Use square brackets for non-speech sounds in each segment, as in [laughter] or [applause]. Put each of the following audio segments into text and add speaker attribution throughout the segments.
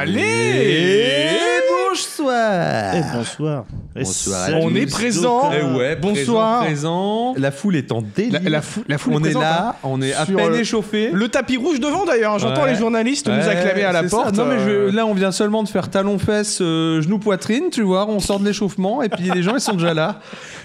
Speaker 1: Allez
Speaker 2: Bonsoir
Speaker 3: Eh, bonsoir. Eh,
Speaker 2: Bonsoir.
Speaker 3: salut,
Speaker 1: On est
Speaker 3: Zoka.
Speaker 1: présent.
Speaker 4: Eh ouais,
Speaker 1: Bonsoir.
Speaker 4: Présent, présent.
Speaker 2: La foule est en
Speaker 1: La,
Speaker 2: délire.
Speaker 1: la fou- la foule
Speaker 4: On est
Speaker 1: présente, hein.
Speaker 4: là, on est à
Speaker 1: Sur
Speaker 4: peine
Speaker 1: le-
Speaker 4: échauffé.
Speaker 1: Le tapis rouge devant d'ailleurs, hein. j'entends
Speaker 4: Ouais.
Speaker 1: les journalistes nous
Speaker 4: Ouais,
Speaker 1: acclamer à la
Speaker 4: c'est ça.
Speaker 1: porte.
Speaker 4: Non, mais je-
Speaker 1: euh,
Speaker 4: là, on vient seulement de faire talon-fesse, genou-poitrine, tu vois. On sort de l'échauffement et puis les gens, ils sont déjà là.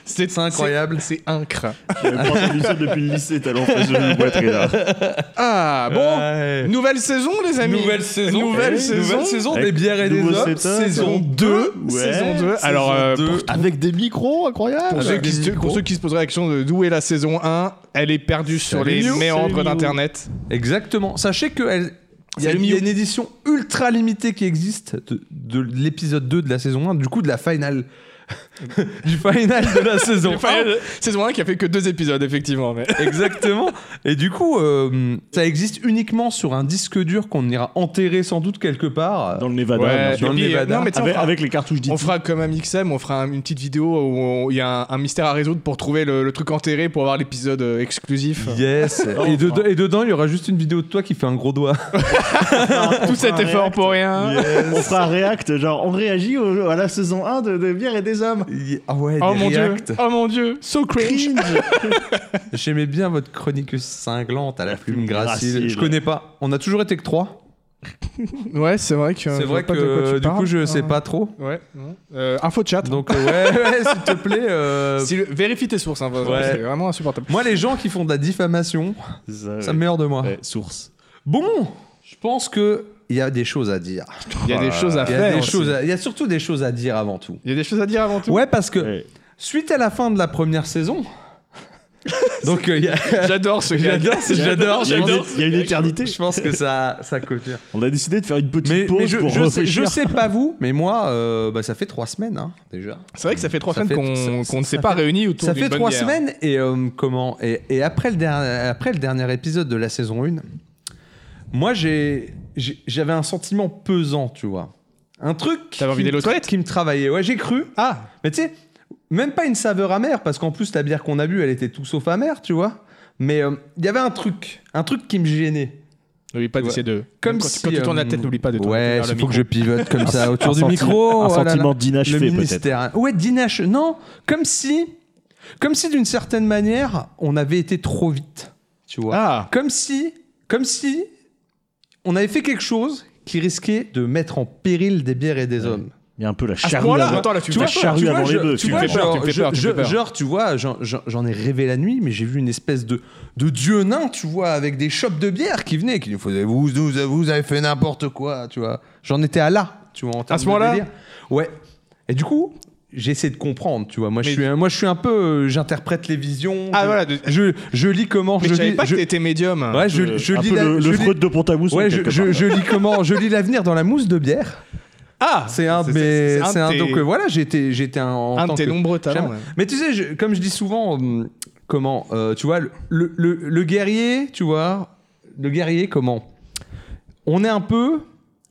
Speaker 1: c'est
Speaker 4: incroyable.
Speaker 1: C'est c'est incre.
Speaker 3: J'avais pas entendu ça depuis le lycée, t'as l'enfant de une boîte là.
Speaker 4: [laughs]
Speaker 1: Ah bon Nouvelle saison les amis
Speaker 4: Nouvelle saison.
Speaker 1: Nouvelle
Speaker 4: Eh,
Speaker 1: saison.
Speaker 4: nouvelle saison des
Speaker 3: Avec
Speaker 4: bières et des
Speaker 3: nouveau
Speaker 4: hommes.
Speaker 3: setup.
Speaker 4: Saison
Speaker 1: Saison
Speaker 4: 2.
Speaker 1: 2
Speaker 3: Ouais.
Speaker 1: Saison 2 Alors euh, pour-
Speaker 2: Avec des micros incroyables.
Speaker 1: Pour, ceux qui, se- pour ceux qui se poseraient la question de d'où est la saison 1, elle est perdue sur
Speaker 4: Salut
Speaker 1: les
Speaker 4: Miou.
Speaker 1: méandres
Speaker 3: Salut Miou.
Speaker 1: d'Internet.
Speaker 4: Exactement. Sachez que elle- il y, a
Speaker 1: Salut,
Speaker 4: il y a
Speaker 1: Miou.
Speaker 4: une édition ultra limitée qui existe de, de l'épisode 2 de la saison 1, du coup de la finale. [laughs] du final de la [laughs] saison 1.
Speaker 1: Saison 1 qui a fait que deux épisodes, effectivement. Mais...
Speaker 4: Exactement. Et du coup, euh, ça existe uniquement sur un disque dur qu'on ira enterrer sans doute quelque part.
Speaker 3: Dans le Nevada.
Speaker 1: Ouais,
Speaker 3: bien sûr.
Speaker 1: et
Speaker 4: le
Speaker 1: puis, euh,
Speaker 4: Nevada.
Speaker 1: non, mais tu sais, on
Speaker 3: avec,
Speaker 1: fera-
Speaker 3: avec les cartouches
Speaker 1: On
Speaker 3: d'IT.
Speaker 1: fera comme un XM, on fera un- une petite vidéo où on- il y a un, un mystère à résoudre pour trouver le, le truc enterré pour avoir l'épisode euh, exclusif.
Speaker 4: Yes. et, dedans, et dedans, il y aura juste une vidéo de toi qui fait un gros doigt. [laughs]
Speaker 1: Tout cet effort pour rien.
Speaker 3: On fera un react, genre on réagit au- à la saison 1 de, de Bière et des Hommes.
Speaker 4: ah ouais,
Speaker 1: Oh
Speaker 4: des
Speaker 1: mon
Speaker 4: reacts.
Speaker 1: dieu, oh mon dieu, so cringe.
Speaker 4: J'aimais bien votre chronique cinglante à la plume
Speaker 3: plume
Speaker 4: gracile.
Speaker 3: gracile.
Speaker 4: Je connais pas. On a toujours été que 3.
Speaker 1: Ouais, c'est vrai que. euh,
Speaker 4: C'est vrai
Speaker 1: je vois pas de quoi
Speaker 4: que
Speaker 1: tu
Speaker 4: du coup,
Speaker 1: parles.
Speaker 4: je
Speaker 1: Ah.
Speaker 4: sais pas trop.
Speaker 1: Ouais. non. Euh, info de chat.
Speaker 4: Donc, euh, ouais, ouais, s'il te plaît. euh,
Speaker 1: Si le- Vérifie tes sources, hein, vraiment,
Speaker 4: Ouais.
Speaker 1: c'est vraiment insupportable.
Speaker 4: Moi, les gens qui font de la diffamation, ça Eh, me met hors de moi.
Speaker 3: Ouais, source.
Speaker 4: Bon, je pense que Ah. il y a des choses à dire.
Speaker 1: Il y a des choses à
Speaker 4: Il y a
Speaker 1: faire.
Speaker 4: des
Speaker 1: aussi.
Speaker 4: choses, à- il y a surtout des choses à dire avant tout.
Speaker 1: Il y a des choses à dire avant tout.
Speaker 4: Ouais, parce que
Speaker 3: Ouais.
Speaker 4: suite à la fin de la première
Speaker 3: [laughs]
Speaker 4: saison, donc euh, il y a-
Speaker 1: [laughs] J'adore ce gars.
Speaker 4: j'adore, c'est- j'adore,
Speaker 3: Il y a une-
Speaker 4: j'adore.
Speaker 3: Il y a une éternité.
Speaker 4: Je pense que ça, ça copie.
Speaker 3: On a décidé de faire une petite
Speaker 4: Mais,
Speaker 3: pause
Speaker 4: mais je,
Speaker 3: pour
Speaker 4: je sais, je
Speaker 3: réfléchir.
Speaker 4: sais pas vous, mais moi, euh, bah, ça fait trois semaines hein, déjà.
Speaker 1: C'est vrai que ça fait trois
Speaker 4: Ça
Speaker 1: semaines
Speaker 4: fait-
Speaker 1: qu'on
Speaker 4: ça-
Speaker 1: qu'on ne s'est
Speaker 4: ça
Speaker 1: pas
Speaker 4: fait-
Speaker 1: réunis autour
Speaker 4: Ça
Speaker 1: d'une
Speaker 4: fait
Speaker 1: bonne
Speaker 4: trois
Speaker 1: bière.
Speaker 4: semaines et euh, comment et, et après le dernier après le dernier épisode de la saison 1, moi j'ai j'ai- j'avais un sentiment pesant, tu vois. Un truc qui,
Speaker 1: T'avais envie d'aller aux
Speaker 4: me-
Speaker 1: toilettes
Speaker 4: qui me travaillait. Ouais, j'ai cru.
Speaker 1: Ah,
Speaker 4: Mais tu sais, même pas une saveur amère parce qu'en plus la bière qu'on a bu, elle était tout sauf amère, tu vois. Mais euh, il y avait un truc, un truc qui me gênait.
Speaker 1: n'oublie pas
Speaker 4: Ouais.
Speaker 1: d'essayer de.
Speaker 4: Comme
Speaker 1: quand,
Speaker 4: si,
Speaker 1: quand tu tournes la
Speaker 4: euh,
Speaker 1: tête, n'oublie pas de tourner
Speaker 4: Ouais,
Speaker 1: vers le
Speaker 4: il faut
Speaker 1: micro.
Speaker 4: que je pivote
Speaker 3: [laughs]
Speaker 4: comme ça autour
Speaker 3: Un
Speaker 4: du
Speaker 3: senti-
Speaker 4: micro.
Speaker 3: Un
Speaker 4: oh là là.
Speaker 3: sentiment
Speaker 4: le
Speaker 3: d'inachevé peut-être.
Speaker 4: ministère. hein. Ouais, d'inache. Non, comme si, comme si d'une certaine manière, on avait été trop vite. Tu vois.
Speaker 1: Ah,
Speaker 4: Comme si, comme si, on avait fait quelque chose qui risquait de mettre en péril des bières et des hommes.
Speaker 3: Il y a un peu la
Speaker 4: Ah,
Speaker 1: à ce
Speaker 3: charrue.
Speaker 1: moment-là,
Speaker 3: avant-
Speaker 1: attends, là, tu
Speaker 3: Tu vois,
Speaker 1: vois.
Speaker 3: la charrue
Speaker 4: tu vois,
Speaker 3: avant
Speaker 4: je-
Speaker 3: les bœufs.
Speaker 4: Tu
Speaker 3: tu
Speaker 4: vois,
Speaker 1: me fais peur,
Speaker 4: genre,
Speaker 1: tu me fais
Speaker 4: je-
Speaker 1: peur, tu me
Speaker 4: je-
Speaker 1: fais peur.
Speaker 4: genre, tu vois, j'en- j'en j'en ai rêvé la nuit, mais j'ai vu une espèce de, de dieu nain, tu vois, avec des chopes de bière qui venaient, qui nous faisaient vous, vous, vous avez fait n'importe quoi, tu vois. J'en étais à là, tu vois, en termes
Speaker 1: ce
Speaker 4: de
Speaker 1: moment-là
Speaker 4: délire. Ouais. Et du coup, j'essaie de comprendre, tu vois. Moi, je
Speaker 1: Mais-
Speaker 4: suis, un- moi, je suis un peu, euh, j'interprète les visions.
Speaker 1: Ah,
Speaker 4: je,
Speaker 1: voilà, de-
Speaker 4: Je, je lis comment,
Speaker 1: Mais
Speaker 4: je
Speaker 1: je savais
Speaker 4: lis,
Speaker 1: pas
Speaker 4: je,
Speaker 1: que t'étais médium.
Speaker 4: ouais, je, je
Speaker 3: Euh, un
Speaker 4: lis,
Speaker 3: peu
Speaker 4: la-
Speaker 3: le,
Speaker 4: je
Speaker 3: le
Speaker 4: lis-
Speaker 3: Freud de Pont-à-Mousson.
Speaker 4: ouais, je,
Speaker 3: quelque
Speaker 4: je-
Speaker 3: part.
Speaker 4: je lis comment, je lis l'avenir dans la mousse de bière.
Speaker 1: Ah,
Speaker 4: C'est un de
Speaker 1: c'est-
Speaker 4: mes,
Speaker 1: c'est
Speaker 4: c'est
Speaker 1: un
Speaker 4: un,
Speaker 1: de tes-
Speaker 4: donc euh, voilà, j'étais, j'étais un, en
Speaker 1: un
Speaker 4: tant
Speaker 1: de tes
Speaker 4: que-
Speaker 1: nombreux talents.
Speaker 4: J'aime-
Speaker 1: ouais.
Speaker 4: Mais tu sais, je- comme je dis souvent, hum, comment, euh, tu vois, le, le- le- le guerrier, tu vois, le guerrier, comment On est un peu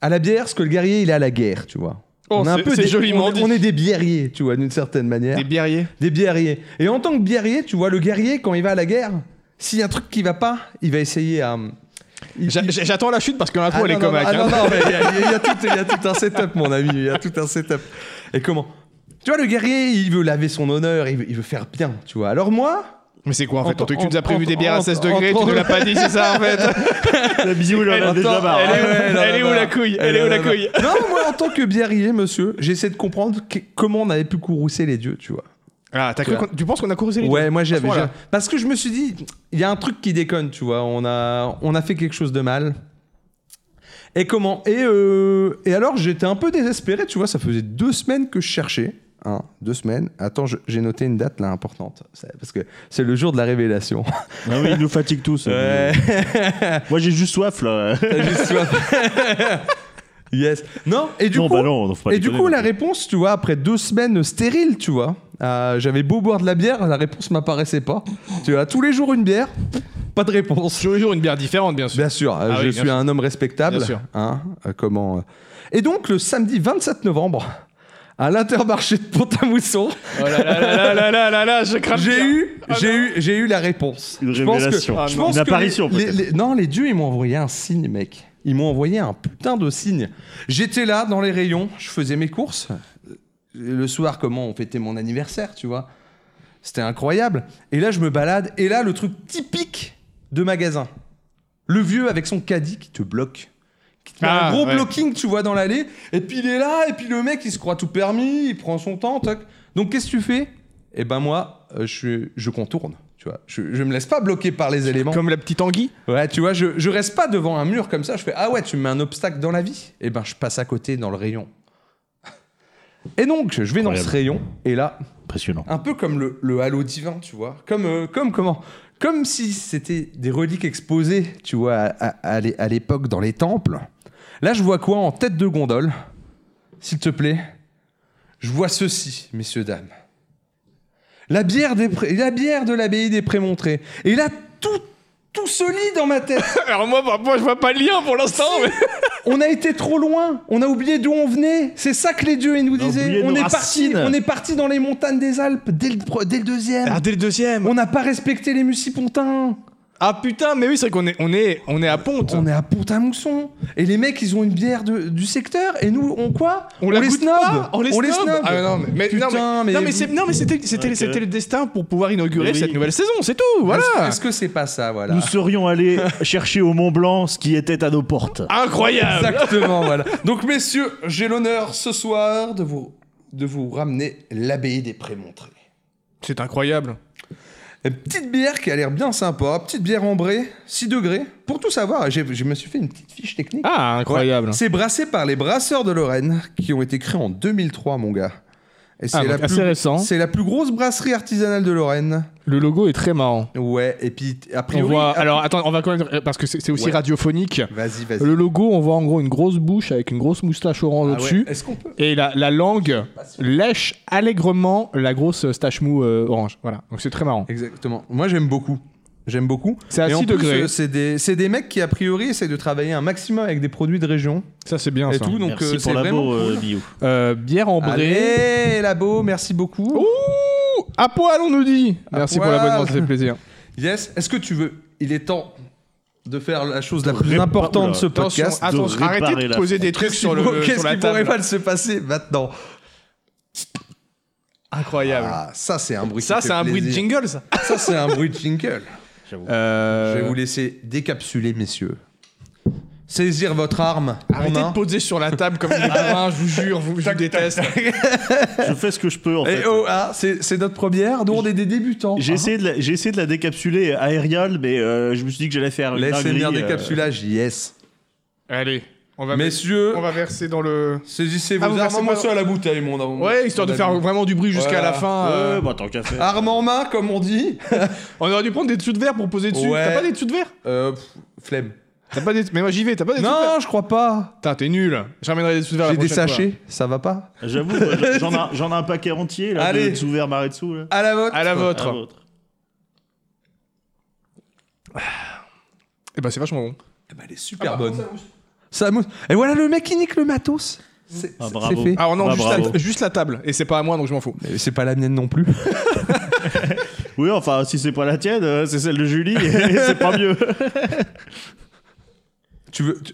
Speaker 4: à la bière ce que le guerrier, il est à la guerre, tu vois.
Speaker 1: Oh,
Speaker 4: on est un
Speaker 1: c'est-
Speaker 4: peu
Speaker 1: c'est
Speaker 4: des-
Speaker 1: joliment
Speaker 4: on,
Speaker 1: dit.
Speaker 4: on est des biériers, tu vois, d'une certaine manière.
Speaker 1: Des biériers.
Speaker 4: Des biériers. Et en tant que biérier, tu vois, le guerrier, quand il va à la guerre, s'il y a un truc qui va pas, il va essayer à. hum, il-
Speaker 1: J'a- j'a- J'attends la chute parce que l'intro,
Speaker 4: ah,
Speaker 1: elle est
Speaker 4: non, non,
Speaker 1: comme
Speaker 4: non,
Speaker 1: hack,
Speaker 4: ah, non,
Speaker 1: hein.
Speaker 4: non, mais il y, a- il y a tout- il y a tout un setup, mon ami. Il y a tout un setup. Et comment Tu vois, le guerrier, il veut laver son honneur, il veut, il veut faire bien, tu vois. Alors moi,
Speaker 1: Mais c'est quoi en fait ton
Speaker 4: Entre-
Speaker 1: truc Tu nous as prévu
Speaker 4: entre-
Speaker 1: des bières à
Speaker 4: entre-
Speaker 1: 16 degrés, tu
Speaker 4: entre-
Speaker 1: nous l'as pas dit, c'est ça en [laughs] fait
Speaker 3: La bio, il en a
Speaker 1: Attends,
Speaker 3: déjà marre.
Speaker 1: elle est où-
Speaker 4: Ah ouais, non,
Speaker 1: hein. elle est
Speaker 4: non,
Speaker 1: où
Speaker 4: non.
Speaker 1: la couille Elle est où la
Speaker 4: non, non.
Speaker 1: couille
Speaker 4: Non, moi, en tant que biérier, monsieur, j'essaie de comprendre que- comment on avait pu courroucer les dieux, tu vois.
Speaker 1: Ah, t'as cru
Speaker 4: Ouais.
Speaker 1: qu'on- tu penses qu'on a couru les
Speaker 4: Ouais, moi j'avais.
Speaker 1: Voilà.
Speaker 4: j'ai- Parce que je me suis dit, il y a un truc qui déconne, tu vois. On a, on a fait quelque chose de mal. Et comment et, euh, et alors j'étais un peu désespéré, tu vois. Ça faisait deux semaines que je cherchais. Hein, deux semaines. Attends, je- j'ai noté une date là importante. C'est- Parce que c'est le jour de la révélation.
Speaker 3: Ah oui, il nous fatigue tous. euh. Moi, j'ai juste soif là.
Speaker 4: [laughs] T'as juste soif. [laughs] yes. Non, et du
Speaker 3: [laughs] non,
Speaker 4: coup.
Speaker 3: bah non, on ne faut pas
Speaker 4: et du
Speaker 3: déconner,
Speaker 4: coup, la
Speaker 1: euh.
Speaker 3: non.
Speaker 4: réponse, tu vois, après deux semaines stériles, tu vois, euh, j'avais beau boire de la bière, la réponse m'apparaissait pas. Tu vois, tous les jours une bière, pas de réponse. [laughs]
Speaker 1: Tous les jours une bière différente, bien sûr.
Speaker 4: Bien sûr, euh,
Speaker 1: Ah
Speaker 4: je
Speaker 1: oui, bien
Speaker 4: suis
Speaker 1: sûr.
Speaker 4: un homme respectable.
Speaker 1: Bien sûr.
Speaker 4: Hein, euh, comment euh. Et donc, le samedi 27 novembre, à l'intermarché de Pont-à-Mousson,
Speaker 1: Oh là là là là là là là là, je crame.
Speaker 4: j'ai
Speaker 1: bien.
Speaker 4: eu,
Speaker 1: Ah
Speaker 4: j'ai eu, j'ai eu la réponse.
Speaker 3: Une
Speaker 4: Je pense que-
Speaker 3: révélation.
Speaker 4: je pense
Speaker 3: Une
Speaker 4: que
Speaker 3: apparition,
Speaker 4: les-
Speaker 3: peut-être.
Speaker 4: les- les- non, les dieux, ils m'ont envoyé un signe, mec. Ils m'ont envoyé un putain de signe. J'étais là dans les rayons, je faisais mes courses. Euh, Le soir, comment on fêtait mon anniversaire, tu vois. C'était incroyable. Et là, je me balade. Et là, le truc typique de magasin. Le vieux avec son caddie qui te bloque. Qui te met
Speaker 1: Ah,
Speaker 4: un gros
Speaker 1: ouais.
Speaker 4: blocking, tu vois, dans l'allée. Et puis il est là. Et puis le mec, il se croit tout permis. Il prend son temps. toc. Donc qu'est-ce que tu fais Eh ben moi, euh, je, suis- je contourne. Tu vois, je, je me laisse pas bloquer par les éléments.
Speaker 1: Comme la petite anguille.
Speaker 4: Ouais, tu vois, je, je reste pas devant un mur comme ça. Je fais Ah ouais, tu me mets un obstacle dans la vie Eh ben, je passe à côté dans le rayon. Et donc, je vais dans
Speaker 2: Incroyable.
Speaker 4: ce rayon, et là,
Speaker 2: Impressionnant.
Speaker 4: un peu comme le, le halo divin, tu vois. Comme, euh, comme comment Comme si c'était des reliques exposées, tu vois, à, à- à l'é- à l'époque dans les temples. Là, je vois quoi en tête de gondole S'il te plaît. Je vois ceci, messieurs, dames. La bière, des pré- la bière de l'abbaye des Prémontrés. Et là, tout, tout se lit dans ma
Speaker 3: [laughs]
Speaker 4: tête.
Speaker 1: [laughs] Alors moi, par- moi, je vois pas le lien pour l'instant. mais-
Speaker 4: On a été trop loin, on a oublié d'où on venait. C'est ça que les dieux ils nous
Speaker 3: a oublié
Speaker 4: disaient. On
Speaker 3: nos
Speaker 4: est, parti,
Speaker 3: racines.
Speaker 4: on est parti dans les montagnes des Alpes dès le, pre- dès le deuxième.
Speaker 1: Ah, dès le deuxième.
Speaker 4: On n'a pas respecté les Mussipontins.
Speaker 1: Ah putain, mais oui, c'est vrai qu'on est, on est, on est à Ponte.
Speaker 4: On est à Pont-à-Mousson. Et les mecs, ils ont une bière de- du secteur. Et nous, on quoi
Speaker 1: la
Speaker 4: les
Speaker 1: goûte
Speaker 4: snob.
Speaker 1: pas, on les snob.
Speaker 4: snob.
Speaker 1: Ah, non, mais, mais-
Speaker 4: Putain,
Speaker 1: non, mais,
Speaker 4: mais-
Speaker 1: non, mais c'est- non, mais c'était, c'était,
Speaker 3: Ok.
Speaker 1: c'était le destin pour pouvoir inaugurer
Speaker 3: Mais oui.
Speaker 1: cette nouvelle saison, c'est tout. Voilà.
Speaker 4: Est-ce- Est-ce que c'est pas ça, voilà
Speaker 3: Nous
Speaker 4: [laughs]
Speaker 3: serions allés chercher au Mont Blanc ce qui était à nos portes.
Speaker 4: Ah,
Speaker 1: Incroyable.
Speaker 4: Exactement, voilà. Donc, messieurs, j'ai l'honneur ce soir de vous, de vous ramener l'abbaye des Prémontrés.
Speaker 1: C'est incroyable.
Speaker 4: Une petite bière qui a l'air bien sympa, petite bière ambrée, 6 degrés. Pour tout savoir, j'ai- je me suis fait une petite fiche technique.
Speaker 1: Ah, incroyable.
Speaker 4: C'est brassé par les brasseurs de Lorraine qui ont été créés en 2003, mon gars. Et c'est
Speaker 1: Ah,
Speaker 4: la
Speaker 1: donc assez
Speaker 4: plus-
Speaker 1: récent.
Speaker 4: C'est la plus grosse brasserie artisanale de Lorraine.
Speaker 1: Le logo est très marrant.
Speaker 4: Ouais, et puis t- a
Speaker 1: On
Speaker 4: priori.
Speaker 1: voit,
Speaker 4: a-
Speaker 1: alors attends, on va quand même- euh, parce que c'est, c'est aussi
Speaker 4: Ouais.
Speaker 1: radiophonique.
Speaker 4: Vas-y, vas-y.
Speaker 1: Le logo, on voit en gros une grosse bouche avec une grosse moustache orange
Speaker 4: Ah ouais,
Speaker 1: au-dessus.
Speaker 4: Est-ce qu'on peut
Speaker 1: Et la, la langue lèche allègrement la grosse stache mou euh, orange. Voilà, donc c'est très marrant.
Speaker 4: Exactement. Moi, j'aime beaucoup. J'aime beaucoup.
Speaker 1: C'est à
Speaker 4: Et en
Speaker 1: 6
Speaker 4: plus,
Speaker 1: degrés.
Speaker 4: euh, C'est des, c'est des mecs qui, a priori, essayent de travailler un maximum avec des produits de région
Speaker 1: Ça, c'est bien
Speaker 4: et
Speaker 1: ça.
Speaker 4: tout. Donc,
Speaker 3: Merci
Speaker 4: euh,
Speaker 3: pour
Speaker 4: c'est vraiment.
Speaker 3: l'amour,
Speaker 4: cool.
Speaker 3: euh, Biou.
Speaker 1: Euh, bière ambrée.
Speaker 4: Allez, labo, merci beaucoup.
Speaker 1: Oh. Ouh, à poil, on nous dit.
Speaker 4: À
Speaker 1: Merci
Speaker 4: poil.
Speaker 1: pour l'abonnement, ça fait [laughs] plaisir.
Speaker 4: Yes, est-ce que tu veux Il est temps de faire la chose la plus
Speaker 3: réparer,
Speaker 4: importante de
Speaker 3: là.
Speaker 4: ce podcast.
Speaker 3: de réparer
Speaker 1: arrêtez de
Speaker 3: la
Speaker 1: poser des trucs
Speaker 4: Qu'est-ce
Speaker 1: Ah, sur,
Speaker 4: qui pour-
Speaker 1: le,
Speaker 4: qu'est-ce
Speaker 1: sur la
Speaker 4: qui pourrait
Speaker 1: table.
Speaker 4: mal se passer maintenant
Speaker 1: Incroyable.
Speaker 4: Ah, ça c'est un bruit. qui
Speaker 1: ça,
Speaker 4: fait
Speaker 1: c'est un bruit de
Speaker 4: plaisir.
Speaker 1: jingle, ça.
Speaker 4: Ça c'est un bruit de jingle.
Speaker 1: [laughs] Euh,
Speaker 4: Je vais vous laisser décapsuler, messieurs. Saisir votre arme. en
Speaker 1: Arrêtez
Speaker 4: main.
Speaker 1: de poser sur la table
Speaker 4: [laughs]
Speaker 1: comme des bourrins, je vous jure, vous, je vous déteste.
Speaker 3: Je fais ce que je peux en
Speaker 4: Et
Speaker 3: fait.
Speaker 4: oh, ah, c'est c'est notre première. Nous on est des débutants.
Speaker 3: J'ai
Speaker 4: Ah.
Speaker 3: essayé, de la- j'ai essayé de la décapsuler aériale, mais euh, je me suis dit que j'allais faire une
Speaker 4: L'ASMR
Speaker 3: dinguerie, euh,
Speaker 4: décapsulage, yes.
Speaker 1: Allez, on va,
Speaker 4: Messieurs,
Speaker 1: on va verser dans le.
Speaker 4: saisissez
Speaker 1: Ah,
Speaker 4: vos
Speaker 1: vous
Speaker 4: armes.
Speaker 1: versez
Speaker 4: Moi,
Speaker 1: pas-
Speaker 4: ça à la bouteille, mon amour.
Speaker 1: Ouais, histoire de
Speaker 4: Mon
Speaker 1: faire
Speaker 4: ami.
Speaker 1: vraiment du bruit jusqu'à
Speaker 4: Voilà.
Speaker 1: la fin. euh,
Speaker 4: Ah.
Speaker 3: Ouais, bah tant qu'à faire.
Speaker 4: Arme en main, comme on dit.
Speaker 1: On aurait dû prendre des dessous de verre pour poser dessus.
Speaker 4: Ouais.
Speaker 1: T'as pas des dessous de verre
Speaker 4: Euh, pff, flemme.
Speaker 1: T'as pas des. Mais moi j'y vais, t'as pas des dessous de verre
Speaker 4: Non, je crois pas.
Speaker 1: Putain, t'es nul. Je ramènerai des dessous de verre. la
Speaker 4: J'ai des
Speaker 1: prochaine fois.
Speaker 4: sachets, ça va pas
Speaker 3: J'avoue, moi, j'en- j'en ai un- j'en ai un paquet entier là,
Speaker 4: Allez.
Speaker 3: de Tsuver Maretsu là.
Speaker 4: À la vôtre.
Speaker 1: À la vôtre.
Speaker 3: À votre.
Speaker 1: Eh ben, c'est vachement bon.
Speaker 4: Eh ben, elle est
Speaker 1: Ah,
Speaker 4: super
Speaker 1: bah,
Speaker 4: bonne. Ça mousse. Et voilà le mec qui nique le matos. C'est
Speaker 3: Ah,
Speaker 4: c'est-
Speaker 3: bravo.
Speaker 4: c'est fait.
Speaker 1: Ah non,
Speaker 3: Ah,
Speaker 1: juste,
Speaker 3: bravo.
Speaker 1: la, juste la table. Et c'est pas à moi donc je m'en fous.
Speaker 4: Mais C'est pas la mienne non plus.
Speaker 3: Oui, enfin, si c'est pas la tienne, euh, c'est celle de Julie, [laughs] et c'est pas mieux.
Speaker 4: tu veux. tu-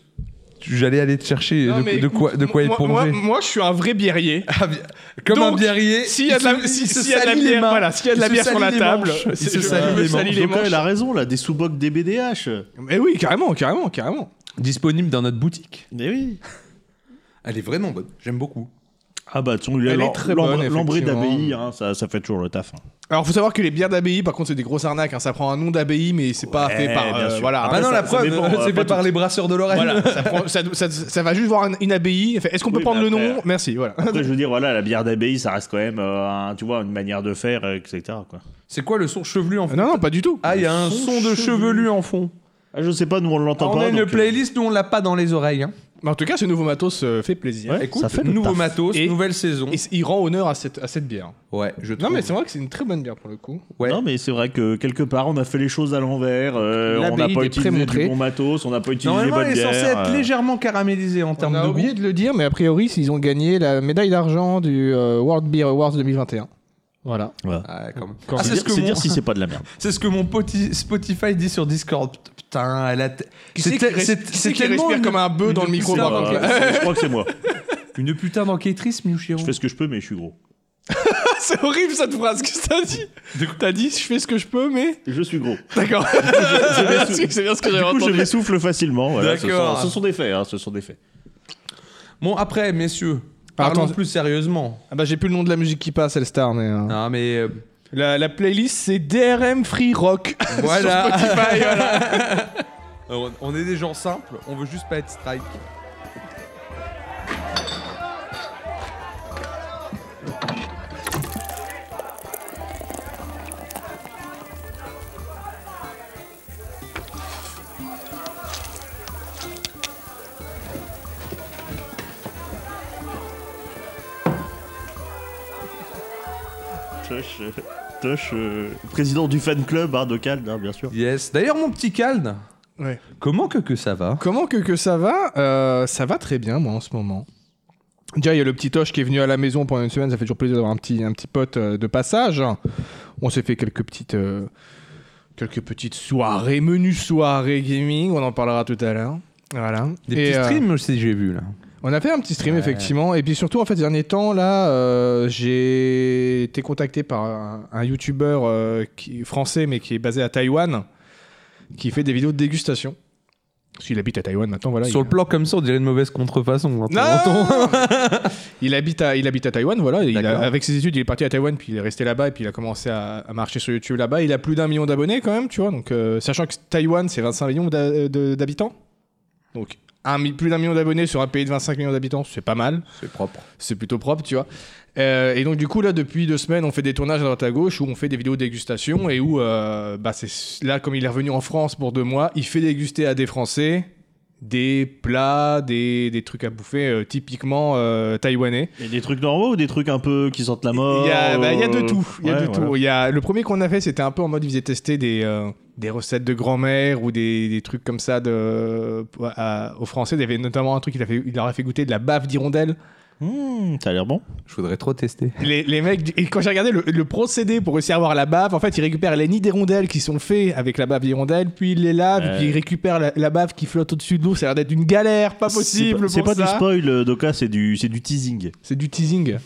Speaker 4: tu- J'allais aller te chercher
Speaker 1: Non,
Speaker 4: de,
Speaker 1: mais
Speaker 4: de quoi, de quoi il
Speaker 1: moi,
Speaker 4: pour
Speaker 1: moi, moi, je suis un vrai biérrier.
Speaker 4: [laughs] Comme un
Speaker 1: Donc,
Speaker 4: biarrier.
Speaker 1: S'il y a de la, si- s'il y a de la bière, voilà, s'il y a de la bière sur la table,
Speaker 4: Il
Speaker 1: c'est-
Speaker 4: se
Speaker 1: je
Speaker 4: salit
Speaker 1: me
Speaker 4: les
Speaker 1: salis
Speaker 4: manches.
Speaker 1: les
Speaker 3: Donc là,
Speaker 1: manches.
Speaker 3: elle a raison là, des sous-bocs des BDH.
Speaker 1: Mais oui, carrément, carrément, carrément.
Speaker 4: Disponible dans notre boutique.
Speaker 3: Mais oui.
Speaker 4: Elle est vraiment bonne. J'aime beaucoup.
Speaker 3: Ah bah, tu
Speaker 1: Elle est très bonne,
Speaker 3: l'embrée
Speaker 1: effectivement.
Speaker 3: d'abbaye, hein, ça, ça fait toujours le taf. hein.
Speaker 4: [laughs]
Speaker 1: Alors, faut savoir que les bières d'abbaye, par contre, c'est des grosses arnaques. hein. Ça prend un nom d'abbaye, mais c'est pas
Speaker 3: Ouais,
Speaker 1: fait par.
Speaker 3: bien
Speaker 1: euh,
Speaker 3: sûr.
Speaker 1: voilà.
Speaker 4: Ah,
Speaker 1: hein.
Speaker 4: bah non,
Speaker 3: ça-
Speaker 4: la
Speaker 3: ça
Speaker 4: preuve,
Speaker 3: dépend,
Speaker 4: euh,
Speaker 3: euh,
Speaker 4: c'est
Speaker 3: pas
Speaker 4: fait par
Speaker 3: tout.
Speaker 4: les brasseurs de Lorraine.
Speaker 1: Voilà, ça, prend- ça, ça- ça va juste voir un- une abbaye. Enfin, Est-ce qu'on peut
Speaker 3: Oui,
Speaker 1: prendre
Speaker 3: mais
Speaker 1: le
Speaker 3: après-
Speaker 1: nom Merci, voilà.
Speaker 3: Après, je veux dire, voilà, la bière d'abbaye, ça reste quand même, euh, un- tu vois, une manière de faire, euh, etc. Quoi.
Speaker 4: C'est quoi le son chevelu en fond
Speaker 1: Non, non, pas du tout.
Speaker 4: Ah, il y a un son, de chevelu en fond.
Speaker 3: Ah, je sais pas, nous on
Speaker 4: Ah,
Speaker 3: l'entend
Speaker 4: on
Speaker 3: pas.
Speaker 4: a une
Speaker 3: donc, euh,
Speaker 4: playlist, nous on l'a pas dans les oreilles. hein.
Speaker 1: Mais en tout cas, ce nouveau matos euh, fait plaisir.
Speaker 3: Ouais,
Speaker 4: Écoute,
Speaker 3: ça fait le
Speaker 4: nouveau
Speaker 3: taf.
Speaker 4: matos,
Speaker 1: Et-
Speaker 4: nouvelle saison.
Speaker 1: Et c- il rend honneur à cette, à cette bière.
Speaker 4: Ouais, je trouve.
Speaker 1: Non, mais c'est vrai que c'est une très bonne bière pour le coup.
Speaker 4: Ouais.
Speaker 3: Non, mais c'est vrai que quelque part, on a fait les choses à l'envers. euh, on n'a
Speaker 1: L'abbaye
Speaker 3: pas
Speaker 1: des
Speaker 3: utilisé du
Speaker 1: Prémontrés.
Speaker 3: bon matos, on n'a pas utilisé les
Speaker 4: Normalement,
Speaker 3: bonnes
Speaker 4: elle est
Speaker 3: bières.
Speaker 4: censée être
Speaker 3: euh.
Speaker 4: légèrement caramélisée en
Speaker 1: On
Speaker 4: termes
Speaker 1: a
Speaker 4: de
Speaker 1: oublié
Speaker 4: goût.
Speaker 1: de le dire, mais a priori, ils ont gagné la médaille d'argent du euh, World Beer Awards 2021. Voilà.
Speaker 4: Ouais, quand même.
Speaker 1: Quand
Speaker 4: Ah, c'est
Speaker 1: c'est
Speaker 4: ce
Speaker 3: dire,
Speaker 4: que
Speaker 3: c'est
Speaker 4: mon-
Speaker 3: dire si c'est pas de la merde.
Speaker 4: C'est ce que mon poti- Spotify dit sur Discord. Putain, elle a. te-
Speaker 1: c'est qui
Speaker 4: tel-
Speaker 1: res-
Speaker 4: c'est-
Speaker 1: qui
Speaker 4: c'est
Speaker 1: c'est qui respire
Speaker 4: une-
Speaker 1: comme un bœuf
Speaker 4: une
Speaker 1: dans le micro,
Speaker 4: putain
Speaker 1: par
Speaker 4: d'enquêtrice.
Speaker 3: Euh, [laughs] je crois que
Speaker 4: [laughs]
Speaker 3: c'est moi.
Speaker 4: Une putain d'enquêtrice, Michiro.
Speaker 3: Je fais ce que je peux, mais je suis gros.
Speaker 1: [laughs] C'est horrible cette phrase que t'as dit. Du coup, t'as dit je fais ce que je peux,
Speaker 3: [laughs]
Speaker 1: mais.
Speaker 3: Je suis gros.
Speaker 1: D'accord.
Speaker 3: Je
Speaker 1: C'est bien
Speaker 3: m'essou-
Speaker 1: ce que- [laughs] c'est bien ce que
Speaker 3: Du
Speaker 1: j'avais
Speaker 3: coup, je
Speaker 1: entendu.
Speaker 3: m'essouffle facilement. voilà, ce,
Speaker 4: D'accord.
Speaker 3: sont, ce sont des faits. hein, ce sont des faits.
Speaker 4: Bon, après, messieurs,
Speaker 1: Ah,
Speaker 4: parlons
Speaker 1: attends.
Speaker 4: plus sérieusement.
Speaker 1: Ah bah j'ai plus le nom de la musique qui passe, Elstar, mais. euh,
Speaker 4: Non, mais euh,
Speaker 1: La, la playlist c'est DRM Free Rock.
Speaker 4: voilà.
Speaker 1: [laughs] [laughs] Sur
Speaker 4: [laughs]
Speaker 1: Spotify, voilà.
Speaker 4: Euh, on est des gens simples, on veut juste pas être strike.
Speaker 3: Tosh, euh, Tosh, euh, président du fan club hein, de Calde, hein, bien sûr.
Speaker 4: Yes. D'ailleurs, mon petit Calde,
Speaker 1: Ouais.
Speaker 4: comment que, que ça va
Speaker 1: Comment que, que ça va Euh, Ça va très bien, moi, en ce moment. Déjà, il y a le petit Toche qui est venu à la maison pendant une semaine. Ça fait toujours plaisir d'avoir un petit, un petit pote euh, de passage. On s'est fait quelques petites, euh, quelques petites soirées, menu soirée gaming. On en parlera tout à l'heure. Voilà.
Speaker 4: Des
Speaker 1: Et,
Speaker 4: petits
Speaker 1: euh,
Speaker 4: streams aussi, j'ai vu là.
Speaker 1: On a fait un petit stream,
Speaker 4: Ouais.
Speaker 1: effectivement. Et puis surtout, en fait, ces derniers temps, là, euh, j'ai été contacté par un, un youtubeur euh, qui- français, mais qui est basé à Taïwan, qui fait des vidéos de dégustation. Parce qu'il habite à Taïwan maintenant, voilà.
Speaker 4: Sur
Speaker 1: il...
Speaker 4: le plan comme ça, on dirait une mauvaise contrefaçon. hein,
Speaker 1: Non
Speaker 4: t'entends
Speaker 1: [laughs] il habite à, il habite à Taïwan, voilà. Il a-
Speaker 4: D'accord.
Speaker 1: avec ses études, il est parti à Taïwan, puis il est resté là-bas, et puis il a commencé à, à marcher sur YouTube là-bas. Il a plus d'un million d'abonnés quand même, tu vois. Donc, euh, sachant que Taïwan, c'est 25 millions d'a- euh, de- d'habitants. Donc, un, mi- plus d'un million d'abonnés sur un pays de 25 millions d'habitants, c'est pas mal.
Speaker 4: C'est propre.
Speaker 1: c'est plutôt propre, tu vois. Euh, et donc, du coup, là, depuis deux semaines, on fait des tournages à droite à gauche où on fait des vidéos dégustation et où, euh, bah, c'est là, comme il est revenu en France pour deux mois, il fait déguster à des Français des plats, des, des trucs à bouffer euh, typiquement euh, taïwanais.
Speaker 3: Et des trucs normaux ou des trucs un peu qui sortent la mort
Speaker 1: Il y, a, bah, il y a de
Speaker 3: euh,
Speaker 1: tout. Il y a
Speaker 3: ouais,
Speaker 1: de
Speaker 3: voilà.
Speaker 1: tout. Il y a, le premier qu'on a fait, c'était un peu en mode, ils faisaient tester des, euh, des recettes de grand-mère ou des, des trucs comme ça de, à- aux Français. Il y avait notamment un truc, il, a fait, il leur a fait goûter de la bave d'hirondelle.
Speaker 3: Hmm, ça a l'air bon.
Speaker 4: Je voudrais trop tester.
Speaker 1: Les, les mecs, et quand j'ai regardé le, le procédé pour réussir à avoir la bave, en fait, ils récupèrent les nids d'hirondelles qui sont faits avec la bave d'hirondelle, puis ils les lavent,
Speaker 3: Ouais.
Speaker 1: puis ils récupèrent la, la bave qui flotte au-dessus de l'eau. Ça a l'air d'être une galère, pas
Speaker 3: C'est
Speaker 1: possible.
Speaker 3: pas- C'est
Speaker 1: pour
Speaker 3: pas du
Speaker 1: ça.
Speaker 3: spoil, euh, Doka, c'est du, c'est du teasing.
Speaker 1: C'est du
Speaker 3: [laughs]
Speaker 1: teasing.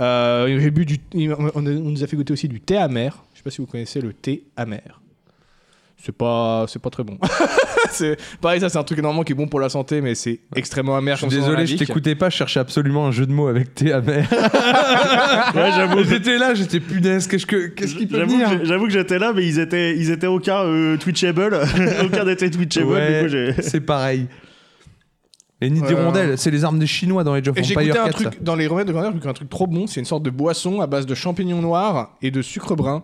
Speaker 1: Euh, j'ai bu du. On, on nous a fait goûter aussi du thé amer. Je sais pas si vous connaissez le thé amer. C'est pas, c'est pas très bon. [laughs] c'est pareil, ça c'est un truc normalement qui est bon pour la santé, mais c'est extrêmement amer.
Speaker 4: Je suis
Speaker 1: comme son nom
Speaker 4: désolé, je
Speaker 1: l'indique.
Speaker 4: t'écoutais pas, je cherchais absolument un jeu de mots avec thé amer. ouais, j'avoue. J'étais là, j'étais punaise, qu'est-ce que- qu'est-ce qui peut
Speaker 3: J'avoue
Speaker 4: venir
Speaker 3: que- J'avoue que j'étais là, mais ils étaient, ils étaient aucun euh, Twitchable. [laughs] aucun n'était Twitchable.
Speaker 4: Ouais,
Speaker 3: Du coup, j'ai.
Speaker 4: c'est pareil. Les nids
Speaker 1: Ouais.
Speaker 4: d'hirondelles, c'est les armes des Chinois dans les of
Speaker 1: Et j'ai
Speaker 4: Empire
Speaker 1: goûté
Speaker 4: 4.
Speaker 1: un
Speaker 4: ça.
Speaker 1: truc dans les remèdes de grand-mère, j'ai goûté un truc trop bon, c'est une sorte de boisson à base de champignons noirs et de sucre brun.